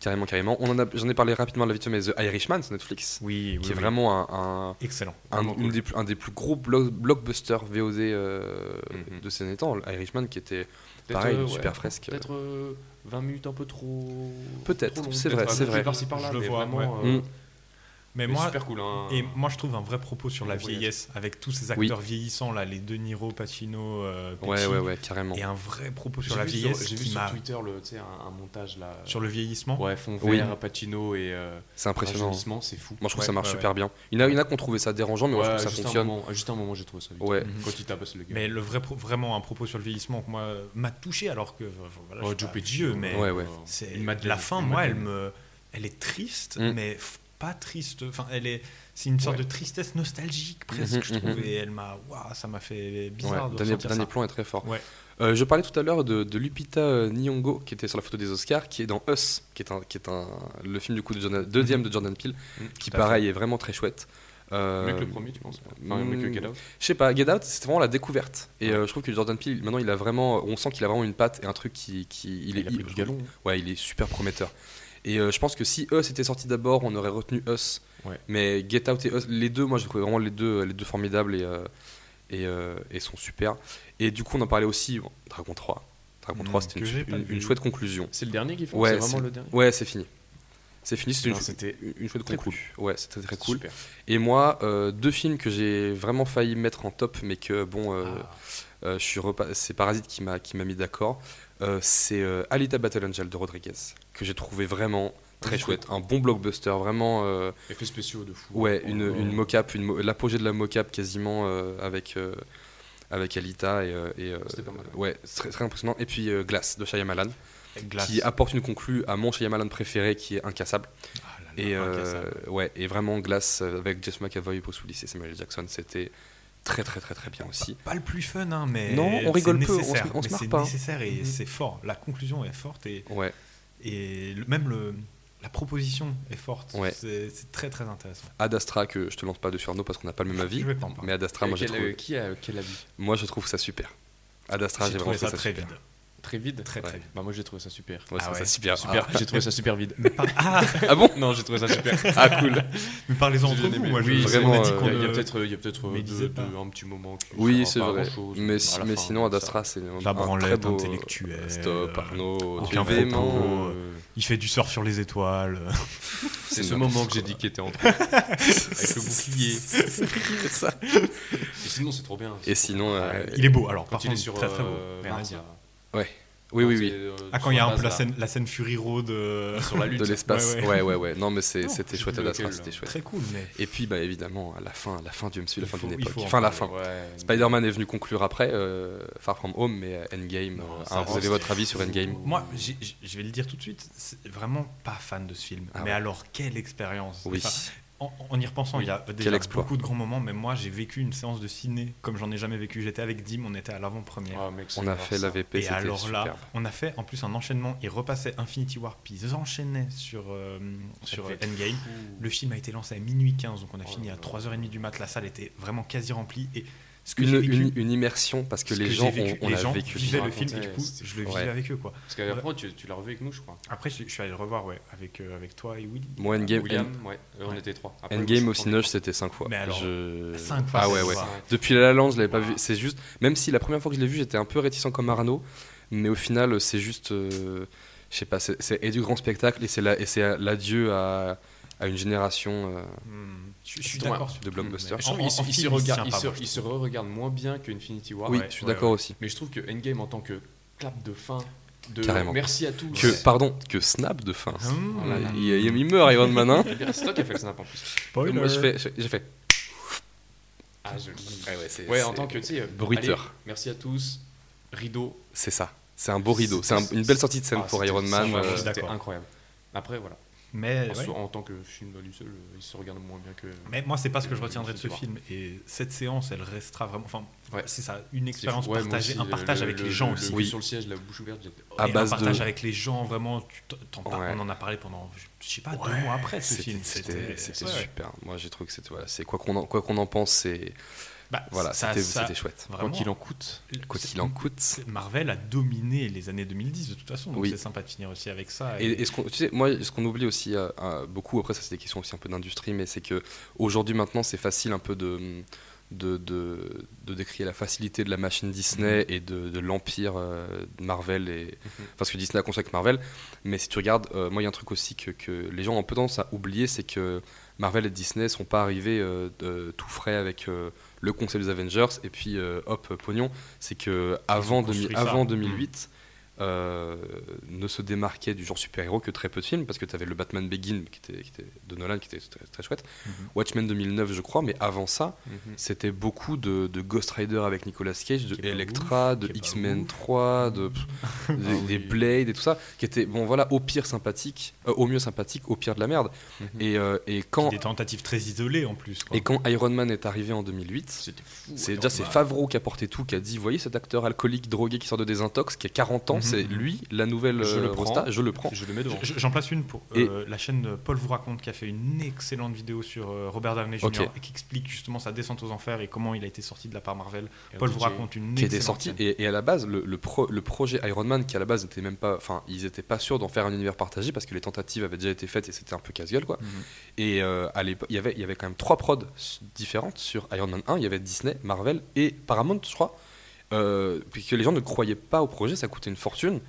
C: carrément, carrément. On en a, j'en ai parlé rapidement la vite fait, mais The Irishman sur Netflix,
F: <laughs> oui, oui,
C: qui est
F: oui.
C: vraiment un, un-
F: excellent.
C: un-
G: Vraiment
C: une
G: cool.
C: des plus, un des plus gros blo- blockbusters VOD euh,
G: Mhm.
C: de ces derniers temps. Irishman, qui était
G: Peut-être,
C: Pareil,
G: euh,
C: super fresque.
G: Peut-être euh, 20 minutes un peu trop.
C: Peut-être,
G: trop longues,
C: c'est vrai,
G: peut-être un
C: c'est
G: peu
C: vrai.
G: Par-ci par-là,
F: Je le
G: mais
F: vois,
G: vraiment.
C: ouais.
G: euh,
C: Mm.
F: Mais
G: mais
F: moi,
G: super cool. hein.
F: et moi, je trouve un vrai propos sur la
G: Le voyage.
F: vieillesse avec tous ces
C: Oui.
F: acteurs vieillissants là, les De Niro, Pacino, euh,
C: ouais,
F: Pesci,
C: ouais, ouais, carrément.
F: et un vrai propos
G: J'ai
F: sur la
G: vu
F: vieillesse
G: J'ai vu
F: qui
G: sur
F: m'a
G: Twitter le, tu sais, un, un montage là.
F: sur le vieillissement.
G: Ouais, fond
C: Oui.
G: vert, Pacino et. euh,
C: C'est impressionnant.
G: rajeunissement, c'est fou.
C: Moi, je trouve que
F: Ouais,
C: ça marche
F: ouais,
C: super bien. Il y en a, il y en a qui ont trouvé ça dérangeant, mais moi, je
G: Ouais,
C: trouve que
G: juste
C: ça
G: un
C: fonctionne.
G: moment- juste un moment, j'ai trouvé ça vite.
C: Ouais.
F: Mhm.
G: Quand il tabasse le gars.
F: Mais le vrai pro- vraiment un propos sur le vieillissement que moi euh, m'a touché alors que euh, voilà,
G: Oh,
F: je suis
G: Joe
F: pas
G: Pesci,
F: vieux,
G: euh,
F: mais
C: Ouais, ouais.
F: C'est
G: Une Madeleine,
F: la fin,
G: une
F: moi, elle
G: Madeleine.
F: me, elle est triste,
C: Mm.
F: mais f- pas triste. Enfin, elle est, c'est une sorte
G: Ouais.
F: de tristesse nostalgique presque,
C: Mhm,
F: je trouve.
C: mhm.
F: Et elle m'a, waouh, ça m'a fait
C: Ouais,
F: bizarre de
C: dernier
F: ressentir
C: dernier
F: ça.
C: plan est très fort.
F: Ouais.
C: Euh, je parlais tout à l'heure de, de Lupita euh, Nyong'o qui était sur la photo des Oscars, qui est dans Us, qui est, un, qui est un, le film du coup de Jordan- deuxième de Jordan Peele, qui
F: Mmh. tout à fait.
C: pareil est vraiment très chouette. Euh,
G: Mieux que le premier, tu penses Non, mieux que Get Out.
C: je sais pas, Get Out, c'était vraiment la découverte. Et euh, je trouve que Jordan Peele, maintenant, il a vraiment, euh, on sent qu'il a vraiment une patte et un truc qui, qui il est,
G: Il a pris du galon.
C: ouais, il est super prometteur. Et euh, je pense que si Us était sorti d'abord, on aurait retenu Us.
G: Ouais.
C: Mais Get Out et Us, les deux, moi, je trouve vraiment les deux, les deux formidables et, euh, et, euh, et sont super. Et du coup, on en parlait aussi bon, Dragon 3. Dragon 3,
F: Mm,
C: c'était
F: que j'ai
C: une,
F: pas
C: une-
F: vu.
C: une chouette conclusion.
G: C'est le dernier qu'ils font
C: Ouais,
G: C'est vraiment
C: c'est-
G: le dernier
C: Ouais, c'est fini. C'est fini, c'était une,
G: Putain, C'était
C: une chouette
G: très
C: conclusion. Ouais, c'était très cool.
G: super.
C: Et moi, euh, deux films que j'ai vraiment failli mettre en top, mais que bon, euh,
G: Ah.
C: euh, je suis repa- c'est Parasite qui m'a qui m'a mis d'accord. Euh, c'est euh, Alita Battle Angel de Rodriguez que j'ai trouvé vraiment très chouette, un bon blockbuster, vraiment. euh,
G: Effets spéciaux de fou.
C: ouais, une,
G: Oh,
C: une mocap, une mo- l'apogée de la mocap quasiment euh, avec euh, avec Alita et, euh, et, euh,
G: C'était pas mal,
C: ouais, c'est très, très impressionnant. Et puis euh, Glass de Shyamalan
F: Glace.
C: qui apporte une conclue à mon Shyamalan préféré qui est incassable.
F: Ah
C: Et, euh, ouais, et vraiment, Glace euh, avec Jess McAvoy, Bruce Willis et Samuel L. Jackson, c'était très très très très bien aussi.
F: Pas le plus fun, hein, mais.
C: Non, on
F: c'est
C: rigole peu, on se-
F: nécessaire.
C: on se
F: Mais
C: marre
F: c'est
C: pas.
F: nécessaire et
C: Mhm.
F: c'est fort. La conclusion est forte et,
C: Ouais,
F: et le- même le, la proposition est forte.
C: Ouais.
F: C'est c'est très très intéressant.
C: Ad Astra que je te lance pas dessus Arnaud parce qu'on n'a pas le même avis,
F: Je vais pas en parler.
C: mais Ad Astra, moi, j'ai
G: Quel, euh,
C: trouvé,
G: Qui a quel avis
C: moi je trouve ça super. Ad Astra, j'ai
F: J'ai
C: vraiment
F: trouvé
C: trouvé
F: ça
C: ça
F: très
C: super.
F: vide.
G: Très vide
F: Très, très
G: Ouais.
F: vide.
G: Bah moi j'ai trouvé ça super.
C: Moi, je
F: Ah
C: trouve ça
F: ouais.
C: super.
G: Super, j'ai trouvé ça super vide.
F: Mais, par- ah,
C: Ah bon
G: Non, j'ai trouvé ça super.
C: <laughs> Ah cool.
F: mais parlez-en
G: J'ai
F: entre
G: bien
F: vous.
G: aimé.
F: Moi, je-
C: Oui,
F: on a
C: vraiment,
F: dit
C: euh,
F: qu'on
G: Il y a, il y a
F: ne-
G: peut-être il y a peut-être, euh,
F: mais
G: deux-
F: disait pas.
G: deux- un petit moment. que
C: Oui,
G: ça
C: c'est
G: va pas
C: vrai.
G: grand-chose, euh,
C: Mais,
G: à la
C: mais
G: fin,
C: sinon, Ad
G: ça-
C: Astra, c'est un,
F: La
C: un très
F: branlette
C: beau. euh,
F: intellectuelle.
C: Stop, Arnaud. tu
F: aucun
C: es
F: propos.
C: vraiment-
G: Euh,
F: Il fait du surf sur les étoiles.
G: C'est ce
C: n'importe
G: moment que
C: quoi.
G: j'ai dit qui était en train.
C: <laughs>
G: Avec le bouclier.
C: C'est ça.
G: Et sinon, c'est trop bien.
C: Et sinon, euh,
F: Il est beau, alors.
G: Quand
F: Par
G: il est
F: contre,
G: sur.
F: très très beau.
G: euh,
F: Rien à
G: Mars,
F: dire.
G: là.
C: oui, oui,
G: Quand
C: oui.
G: c'est, euh,
F: Ah, quand
G: sur
F: il y a un
G: base,
F: peu la
G: là.
F: scène, la scène Fury Road
G: <laughs>
F: euh,
G: Sur la lutte.
C: De l'espace.
F: Ouais,
C: Ouais,
F: ouais.
C: ouais, ouais, Non, mais c'est-
F: Non,
C: c'était
G: je
C: chouette,
G: sais
C: Ad
G: plus
C: Astra,
G: lequel,
C: c'était
G: là.
C: chouette.
F: Très cool, mais.
C: Et puis, bah, évidemment, à la fin, la fin du MCU, la
F: Il
C: fin
F: faut-
C: d'une
F: il
C: époque.
F: faut en
C: Enfin, la
F: parler,
C: fin.
G: Ouais.
C: Spider-Man est venu conclure après euh, Far From Home, mais euh, Endgame.
F: Non,
C: euh,
F: ça,
C: hein, vous
F: c'est-
C: avez votre avis sur Endgame
F: Moi, j'ai- j'ai- je vais le dire tout de suite, c'est vraiment pas fan de ce film.
C: Ah
F: mais
C: ouais.
F: alors, quelle expérience
C: Oui.
F: Enfin, en, en y repensant, il y a déjà
C: Quel exploit.
F: beaucoup de grands moments, mais moi, j'ai vécu une séance de ciné comme j'en ai jamais vécu. J'étais avec Dim, on était à l'avant-première.
G: Ah, mec, c'est
C: On a
G: grave
C: fait
G: ça.
C: l'AVP,
F: Et
C: c'était
F: alors là,
C: superbe.
F: on a fait en plus un enchaînement. Ils repassaient Infinity War, puis ils enchaînaient sur, euh, sur
G: fait
F: Endgame.
G: Ouh.
F: Le film a été lancé à minuit 15, donc on a
G: Oh
F: fini
G: là
F: à
G: là.
F: 3h30 du mat. La salle était vraiment quasi remplie. Et ce que j'ai
C: Une,
F: vécu,
C: une- une immersion parce que
F: ce
C: les
F: que
C: gens
F: j'ai vécu,
C: ont, on
F: les
C: a
F: gens
C: vécu.
F: vivaient
G: tu
F: le film, et du
G: racontais,
F: coup,
G: c'était
F: je le
C: fou.
F: vivais
C: Ouais.
F: avec eux. quoi.
G: Parce qu'après, tu, tu l'as revu avec nous, je crois.
F: Après, je, je suis allé le revoir ouais, avec, euh, avec toi et Willy.
C: Moi, Endgame,
G: William, ouais, euh, on
F: Ouais.
G: était trois. Après,
C: Endgame
G: moi,
C: au
G: je
C: Cinoche, c'était 5 fois.
F: Mais alors,
C: Je-
F: cinq fois,
C: Ah ouais,
F: c'est
C: ouais.
F: ça.
C: Depuis La La Land, je l'avais pas
F: Wow.
C: vu. C'est juste, même si la première fois que je l'ai vu, j'étais un peu réticent comme Arnaud, mais au final, c'est juste, euh, je sais pas, c'est c'est- et du grand spectacle et c'est la- et c'est l'adieu à, à une génération euh,
F: Hmm, Je, je suis
G: C'est ton-
F: d'accord sur
C: de blockbusters.
G: Je trouve
F: En-
G: qu'il se-
F: en
G: il se
F: film,
G: regarde-
F: il
G: il
F: tient
G: se-
F: pas, moi,
G: il se re-regarde moins bien que Infinity War.
C: oui,
F: ouais,
C: je suis
F: ouais,
C: d'accord
F: ouais.
C: aussi.
G: Mais je trouve que Endgame en tant que clap de fin, de
C: Carrément.
G: merci à tous.
C: Que,
G: Ouais.
C: pardon, que Snap de fin.
F: Hmm,
G: Voilà.
C: Il, il- il meurt, Iron Man 1.
G: C'est toi qui as fait le snap en plus.
F: spoiler.
C: Moi, je fais- je- j'ai fait.
G: Ah, je le dis.
C: ouais, c'est-
G: Ouais, en
C: c'est-
G: tant que, tu sais, euh,
C: Bruiteur.
G: allez, Merci à tous. Rideau.
C: C'est ça. C'est un beau rideau. C'est
G: C'est-
C: un- une belle sortie de scène
G: Ah,
C: pour
G: c'était-
C: Iron Man.
G: c'était-
F: euh,
G: c'était
F: d'accord.
G: incroyable. Après, voilà.
F: Mais,
G: En,
F: ouais.
G: so- en tant que film à lui seul, euh, il se regarde moins bien que.
F: mais moi, c'est pas ce que je
G: Euh,
F: retiendrai de ce
G: Infinity
F: film. Et cette séance, elle restera vraiment. Enfin,
G: Ouais.
F: c'est ça,
G: C'est
F: une
G: fou.
F: expérience
G: Ouais, moi
F: partagée,
G: aussi,
F: un
G: le-
F: partage
G: le-
F: avec
G: le-
F: les gens
G: le-
F: aussi.
G: Le,
C: Oui.
G: cul sur le siège, la bouche ouverte, j'étais.
C: à
F: Et
C: base
F: un partage
C: de-
F: avec les gens, vraiment. tu t'en- t'en parles-
C: Ouais.
F: On en a parlé pendant, je- je sais pas, deux mois après ce
C: C'était
F: film.
C: c'était- c'était
F: ouais.
C: super. Moi, j'ai trouvé que c'était. Voilà, c'est quoi qu'on en, quoi qu'on en pense, c'est.
F: Bah,
C: Voilà,
F: ça-
C: c'était
F: ça-
C: c'était chouette.
F: vraiment,
G: en coûte.
C: Quoi qu'il en coûte.
F: Marvel a dominé les années 2010 de toute façon, donc
C: Oui.
F: c'est sympa de finir aussi avec ça.
C: Et, et ce qu'on, tu sais, moi, ce qu'on oublie aussi euh, euh, beaucoup, après, ça, c'est des questions aussi un peu d'industrie, mais c'est que aujourd'hui, maintenant, c'est facile un peu de. De, de, de décrire la facilité de la machine Disney et de, de l'empire euh, de Marvel, et, parce que Disney a construit avec Marvel. Mais si tu regardes, euh, moi il y a un truc aussi que, que les gens ont un peu tendance à oublier, c'est que Marvel et Disney sont pas arrivés euh, de- tout frais avec euh, le concept des Avengers et puis euh, hop, pognon. C'est que avant,
F: construit
C: 2000
F: ça.
C: avant 2008, euh, ne se démarquait du genre super-héros que très peu de films, parce que tu avais le Batman Begin qui était, qui était de Nolan, qui était très, très chouette,
G: Mhm.
C: Watchmen 2009, je crois, mais avant ça, c'était beaucoup de, de Ghost Rider avec Nicolas Cage,
G: Qui est
C: de
G: pas
C: Electra,
G: ouf,
C: de
G: qui est pas
C: X-Men
G: ouf.
C: 3, de, pff, des,
G: Ah
C: des Blade et tout ça, qui était, bon voilà, au pire sympathique, euh, au mieux sympathique, au pire de la merde.
G: Mhm.
C: Et, euh, et quand,
F: Des tentatives très isolées en plus. quoi.
C: et quand Iron Man est arrivé en 2008,
G: C'était fou.
C: c'est
G: Iron
C: déjà c'est
G: Man.
C: Favreau qui a porté tout, qui a dit, voyez cet acteur alcoolique, drogué qui sort de désintox, qui a 40 ans,
F: Mhm.
C: c'est lui la nouvelle
G: Je
C: euh,
G: le prends.
C: Rosta, je le prends.
G: Je le mets devant.
F: Je- J'en place une pour
C: Et-
F: euh, la chaîne euh, Paul vous raconte qui a fait une excellente vidéo sur euh, Robert Downey Jr.
C: Ok.
F: et qui explique justement sa descente aux enfers et comment il a été sorti de la part Marvel.
G: Et
F: Paul
G: RDJ.
F: vous raconte une
C: qui était
F: excellente
C: sorti
F: chaîne.
C: et, et à la base le, le pro- le projet Iron Man qui à la base n'était même pas enfin ils étaient pas sûrs d'en faire un univers partagé parce que les tentatives avaient déjà été faites et c'était un peu casse-gueule quoi
G: Mhm.
C: et euh, à l'époque il y avait il y avait quand même trois prods s- différentes sur Iron Man 1 il y avait Disney Marvel et Paramount je crois euh, puisque les gens ne croyaient pas au projet ça coûtait une fortune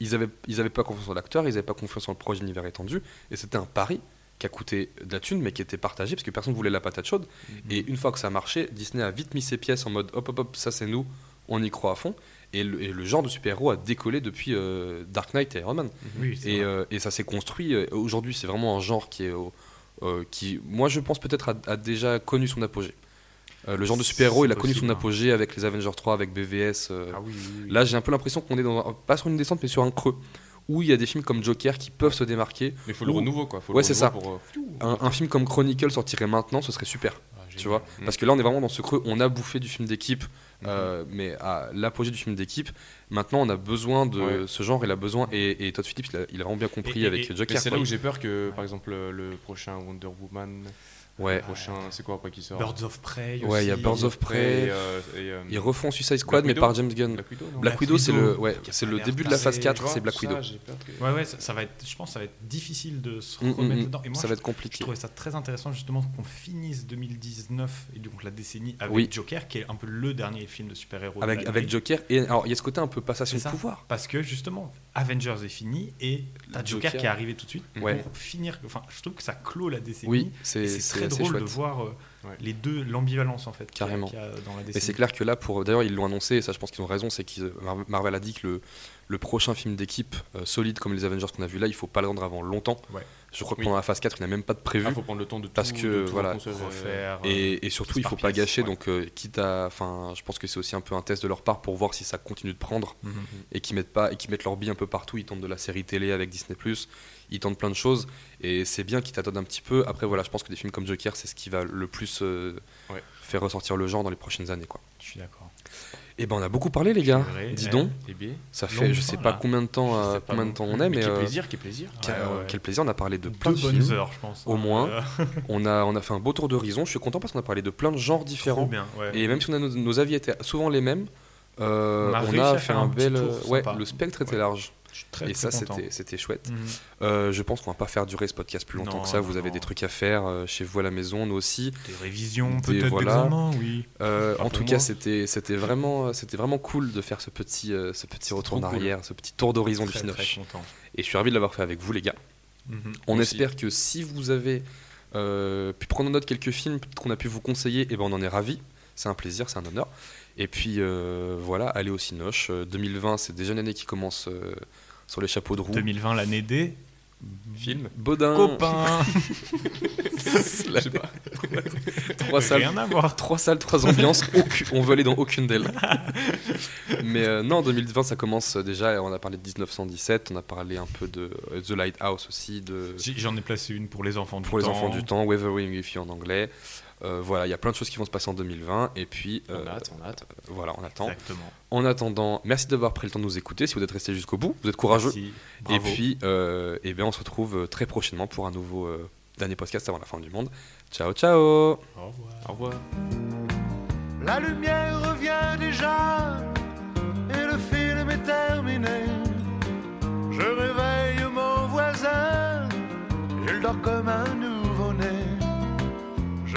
C: ils avaient ils avaient pas confiance en l'acteur ils avaient pas confiance en le projet univers étendu et c'était un pari qui a coûté de la thune mais qui était partagé parce que personne voulait la patate chaude et une fois que ça a marché, Disney a vite mis ses pièces en mode hop hop hop, ça c'est nous, on y croit à fond. Et le, et le genre de super-héros a décollé depuis euh, Dark Knight et Iron Man.
F: Oui, c'est
C: Et,
F: vrai.
C: euh, et ça s'est construit. euh, Aujourd'hui, c'est vraiment un genre qui est. au- euh, qui, moi, je pense peut-être a, a déjà connu son apogée. Euh, le genre de
F: C'est
C: super-héros, il a connu son
F: possible, hein.
C: apogée avec les Avengers 3, avec BVS. euh,
G: Ah oui, oui, oui.
C: Là, j'ai un peu l'impression qu'on est dans un- pas sur une descente, mais sur un creux. Où il y a des films comme Joker qui peuvent se démarquer.
G: Mais faut le
C: Ouh.
G: renouveau quoi. Faut le
C: Ouais, c'est
G: renouveau pour, euh,
C: Un, un film comme Chronicle sortirait maintenant, ce serait super.
G: ah, génial.
C: Tu vois
G: Mm.
C: Parce que là, on est vraiment dans ce creux. On a bouffé du film d'équipe, euh, mais à l'apogée du film d'équipe. Maintenant, on a besoin de
G: Ouais.
C: ce genre. Il a besoin. Et, et Todd Phillips, il a, il a vraiment bien compris
F: Et- et-
C: avec
F: et-
G: Mais
C: Joker.
G: c'est
C: quoi.
G: là où j'ai peur que, par exemple, euh, le prochain Wonder Woman, le
C: Ouais.
G: prochain, c'est quoi après qui sort
F: Birds of Prey.
C: euh, Ouais, il y a
F: aussi.
C: Birds of Prey.
G: Et, euh, et, euh,
C: Ils refont Suicide Squad, mais
G: Widow
C: par James Gunn.
G: Black Widow, non
C: Black
F: Black
C: Widow, c'est le,
F: Widow,
C: ouais,
F: qui a
C: c'est
F: pas
C: le
F: l'air
C: début de la
F: passé,
C: phase
F: tu
C: 4,
F: vois,
C: c'est Black
G: Ça,
C: Widow.
G: j'ai peur que-
F: Ouais, ouais, ça, ça va être, je pense que ça va être difficile de se
C: Mm, mm,
F: remettre
C: mm.
F: dedans. Et moi,
C: Ça va
F: je,
C: être
F: je
C: compliqué.
F: trouvais ça très intéressant justement qu'on finisse 2019 et donc la décennie avec
C: Oui.
F: Joker, qui est un peu le dernier film de super-héros. de
C: Avec,
F: l'année.
C: avec Joker. Et alors, il y a ce côté un peu passation
F: C'est ça.
C: de pouvoir.
F: Parce que justement, Avengers est fini et t'as Joker,
C: Joker.
F: qui est arrivé tout de suite
C: Ouais.
F: pour finir. Enfin, je trouve que ça clôt la décennie.
C: Oui,
F: Et
C: c'est
F: c'est
C: c'est
F: très
C: assez
F: drôle
C: chouette.
F: de voir euh,
G: Ouais.
F: les deux, l'ambivalence en fait qu'il y a-
C: Carrément.
F: qu'il y a dans la
C: Et c'est
F: décennie.
C: clair que là, pour d'ailleurs, ils l'ont annoncé, et ça, je pense qu'ils ont raison, c'est que Marvel a dit que le, le prochain film d'équipe euh, solide comme les Avengers qu'on a vu là, il faut pas l'attendre avant longtemps.
F: Ouais.
C: Je crois que
G: Oui.
C: pendant la phase 4, il n'a même pas de prévu.
G: Ah, faut prendre le temps de tout,
C: Parce que,
G: de tout
C: voilà,
G: reconstruire, euh,
F: Refaire, euh,
C: et, et surtout, il faut pas
F: pièce,
C: gâcher.
F: ouais.
C: Donc, euh, quitte à, enfin, je pense que c'est aussi un peu un test de leur part pour voir si ça continue de prendre
F: Mhm.
C: et qu'ils mettent pas et qu'ils mettent leur bille un peu partout. Ils tentent de la série télé avec Disney ils tentent plein de choses et c'est bien qu'ils t'attendent un petit peu. Après, voilà, je pense que des films comme Joker, c'est ce qui va le plus euh,
G: Ouais.
C: faire ressortir le genre dans les prochaines années, quoi.
F: Je suis d'accord.
C: Et ben, on a beaucoup parlé, les gars.
F: C'est vrai,
C: Dis
F: ouais.
C: donc,
G: Eh bien,
C: ça
F: Longue
C: fait, je
F: fin,
C: sais pas
F: là.
C: combien de temps,
G: je
C: euh,
G: sais pas
C: combien de
G: non
C: temps
G: plus,
C: on est, mais,
G: quel
C: euh,
G: plaisir, quel plaisir.
C: quel,
F: Ouais, ouais.
C: quel plaisir, on a parlé de
F: Deux
C: plein de
F: bonnes
C: films.
F: heures, je pense.
C: Au moins.
F: Euh,
C: On a, on a fait un beau tour d'horizon. Je suis content parce qu'on a parlé de plein de genres différents.
F: trop bien. ouais.
C: Et même si on a nos, nos avis étaient souvent les mêmes, euh,
F: On
C: on
F: a
C: a,
F: réussi à
C: fait
F: faire
C: un,
F: un petit
C: bel.
F: tour
C: ouais,
F: sympa.
C: le spectre était
F: Ouais.
C: large.
F: Je suis très,
C: et
F: très
C: ça,
F: content.
C: c'était c'était chouette.
F: Mhm.
C: Euh, je pense qu'on va pas faire durer ce podcast plus longtemps
F: Non,
C: que ça.
F: non,
C: Vous avez
F: non.
C: des trucs à faire euh, chez vous à la maison, nous aussi.
F: Des révisions,
C: Des-
F: peut-être
C: voilà.
F: d'examen, oui.
C: Euh,
F: Pas
C: en
F: pour
C: tout
F: moi.
C: cas, c'était c'était vraiment, euh, c'était vraiment cool de faire ce petit, euh, ce petit retour en
F: trop cool.
C: arrière, ce petit tour d'horizon du
F: Très, très
C: Finoche.
F: content.
C: Et je suis ravi de l'avoir fait avec vous, les gars.
F: Mhm.
C: On
G: Aussi.
C: espère que si vous avez euh, pu prendre en note quelques films qu'on a pu vous conseiller, et ben on en est ravi. C'est un plaisir, c'est un honneur. Et puis euh, voilà, allez au Cinoche. Euh, 2020, c'est déjà une année qui commence euh, sur les chapeaux de roue.
F: 2020, l'année des
G: Film.
C: Baudin, <laughs>
F: copains.
C: Je sais pas. trois salles,
F: Rien à voir.
C: trois salles, trois ambiances. Aucu- on veut aller dans aucune d'elles. Mais euh, non, 2020, ça commence déjà. On a parlé de 1917, on a parlé un peu de euh, The Lighthouse aussi, de
F: J'ai- J'en ai placé une pour les enfants du
C: Euh, pour les
F: temps.
C: enfants du temps, Weathering with You en anglais. Euh, voilà, il y a plein de choses qui vont se passer en 2020. Et puis, euh,
G: On hâte, on hâte.
C: voilà, on attend.
F: Exactement.
C: En attendant, merci d'avoir pris le temps de nous écouter. Si vous êtes resté jusqu'au bout, vous êtes courageux.
F: Merci.
C: Et
F: Bravo.
C: puis, euh, eh bien, on se retrouve euh, très prochainement pour un nouveau euh, dernier podcast avant la fin du monde. Ciao, ciao
F: Au revoir.
G: Au revoir.
B: La lumière revient déjà et le film est terminé. Je réveille mon voisin, il dort comme un nouveau-né. Je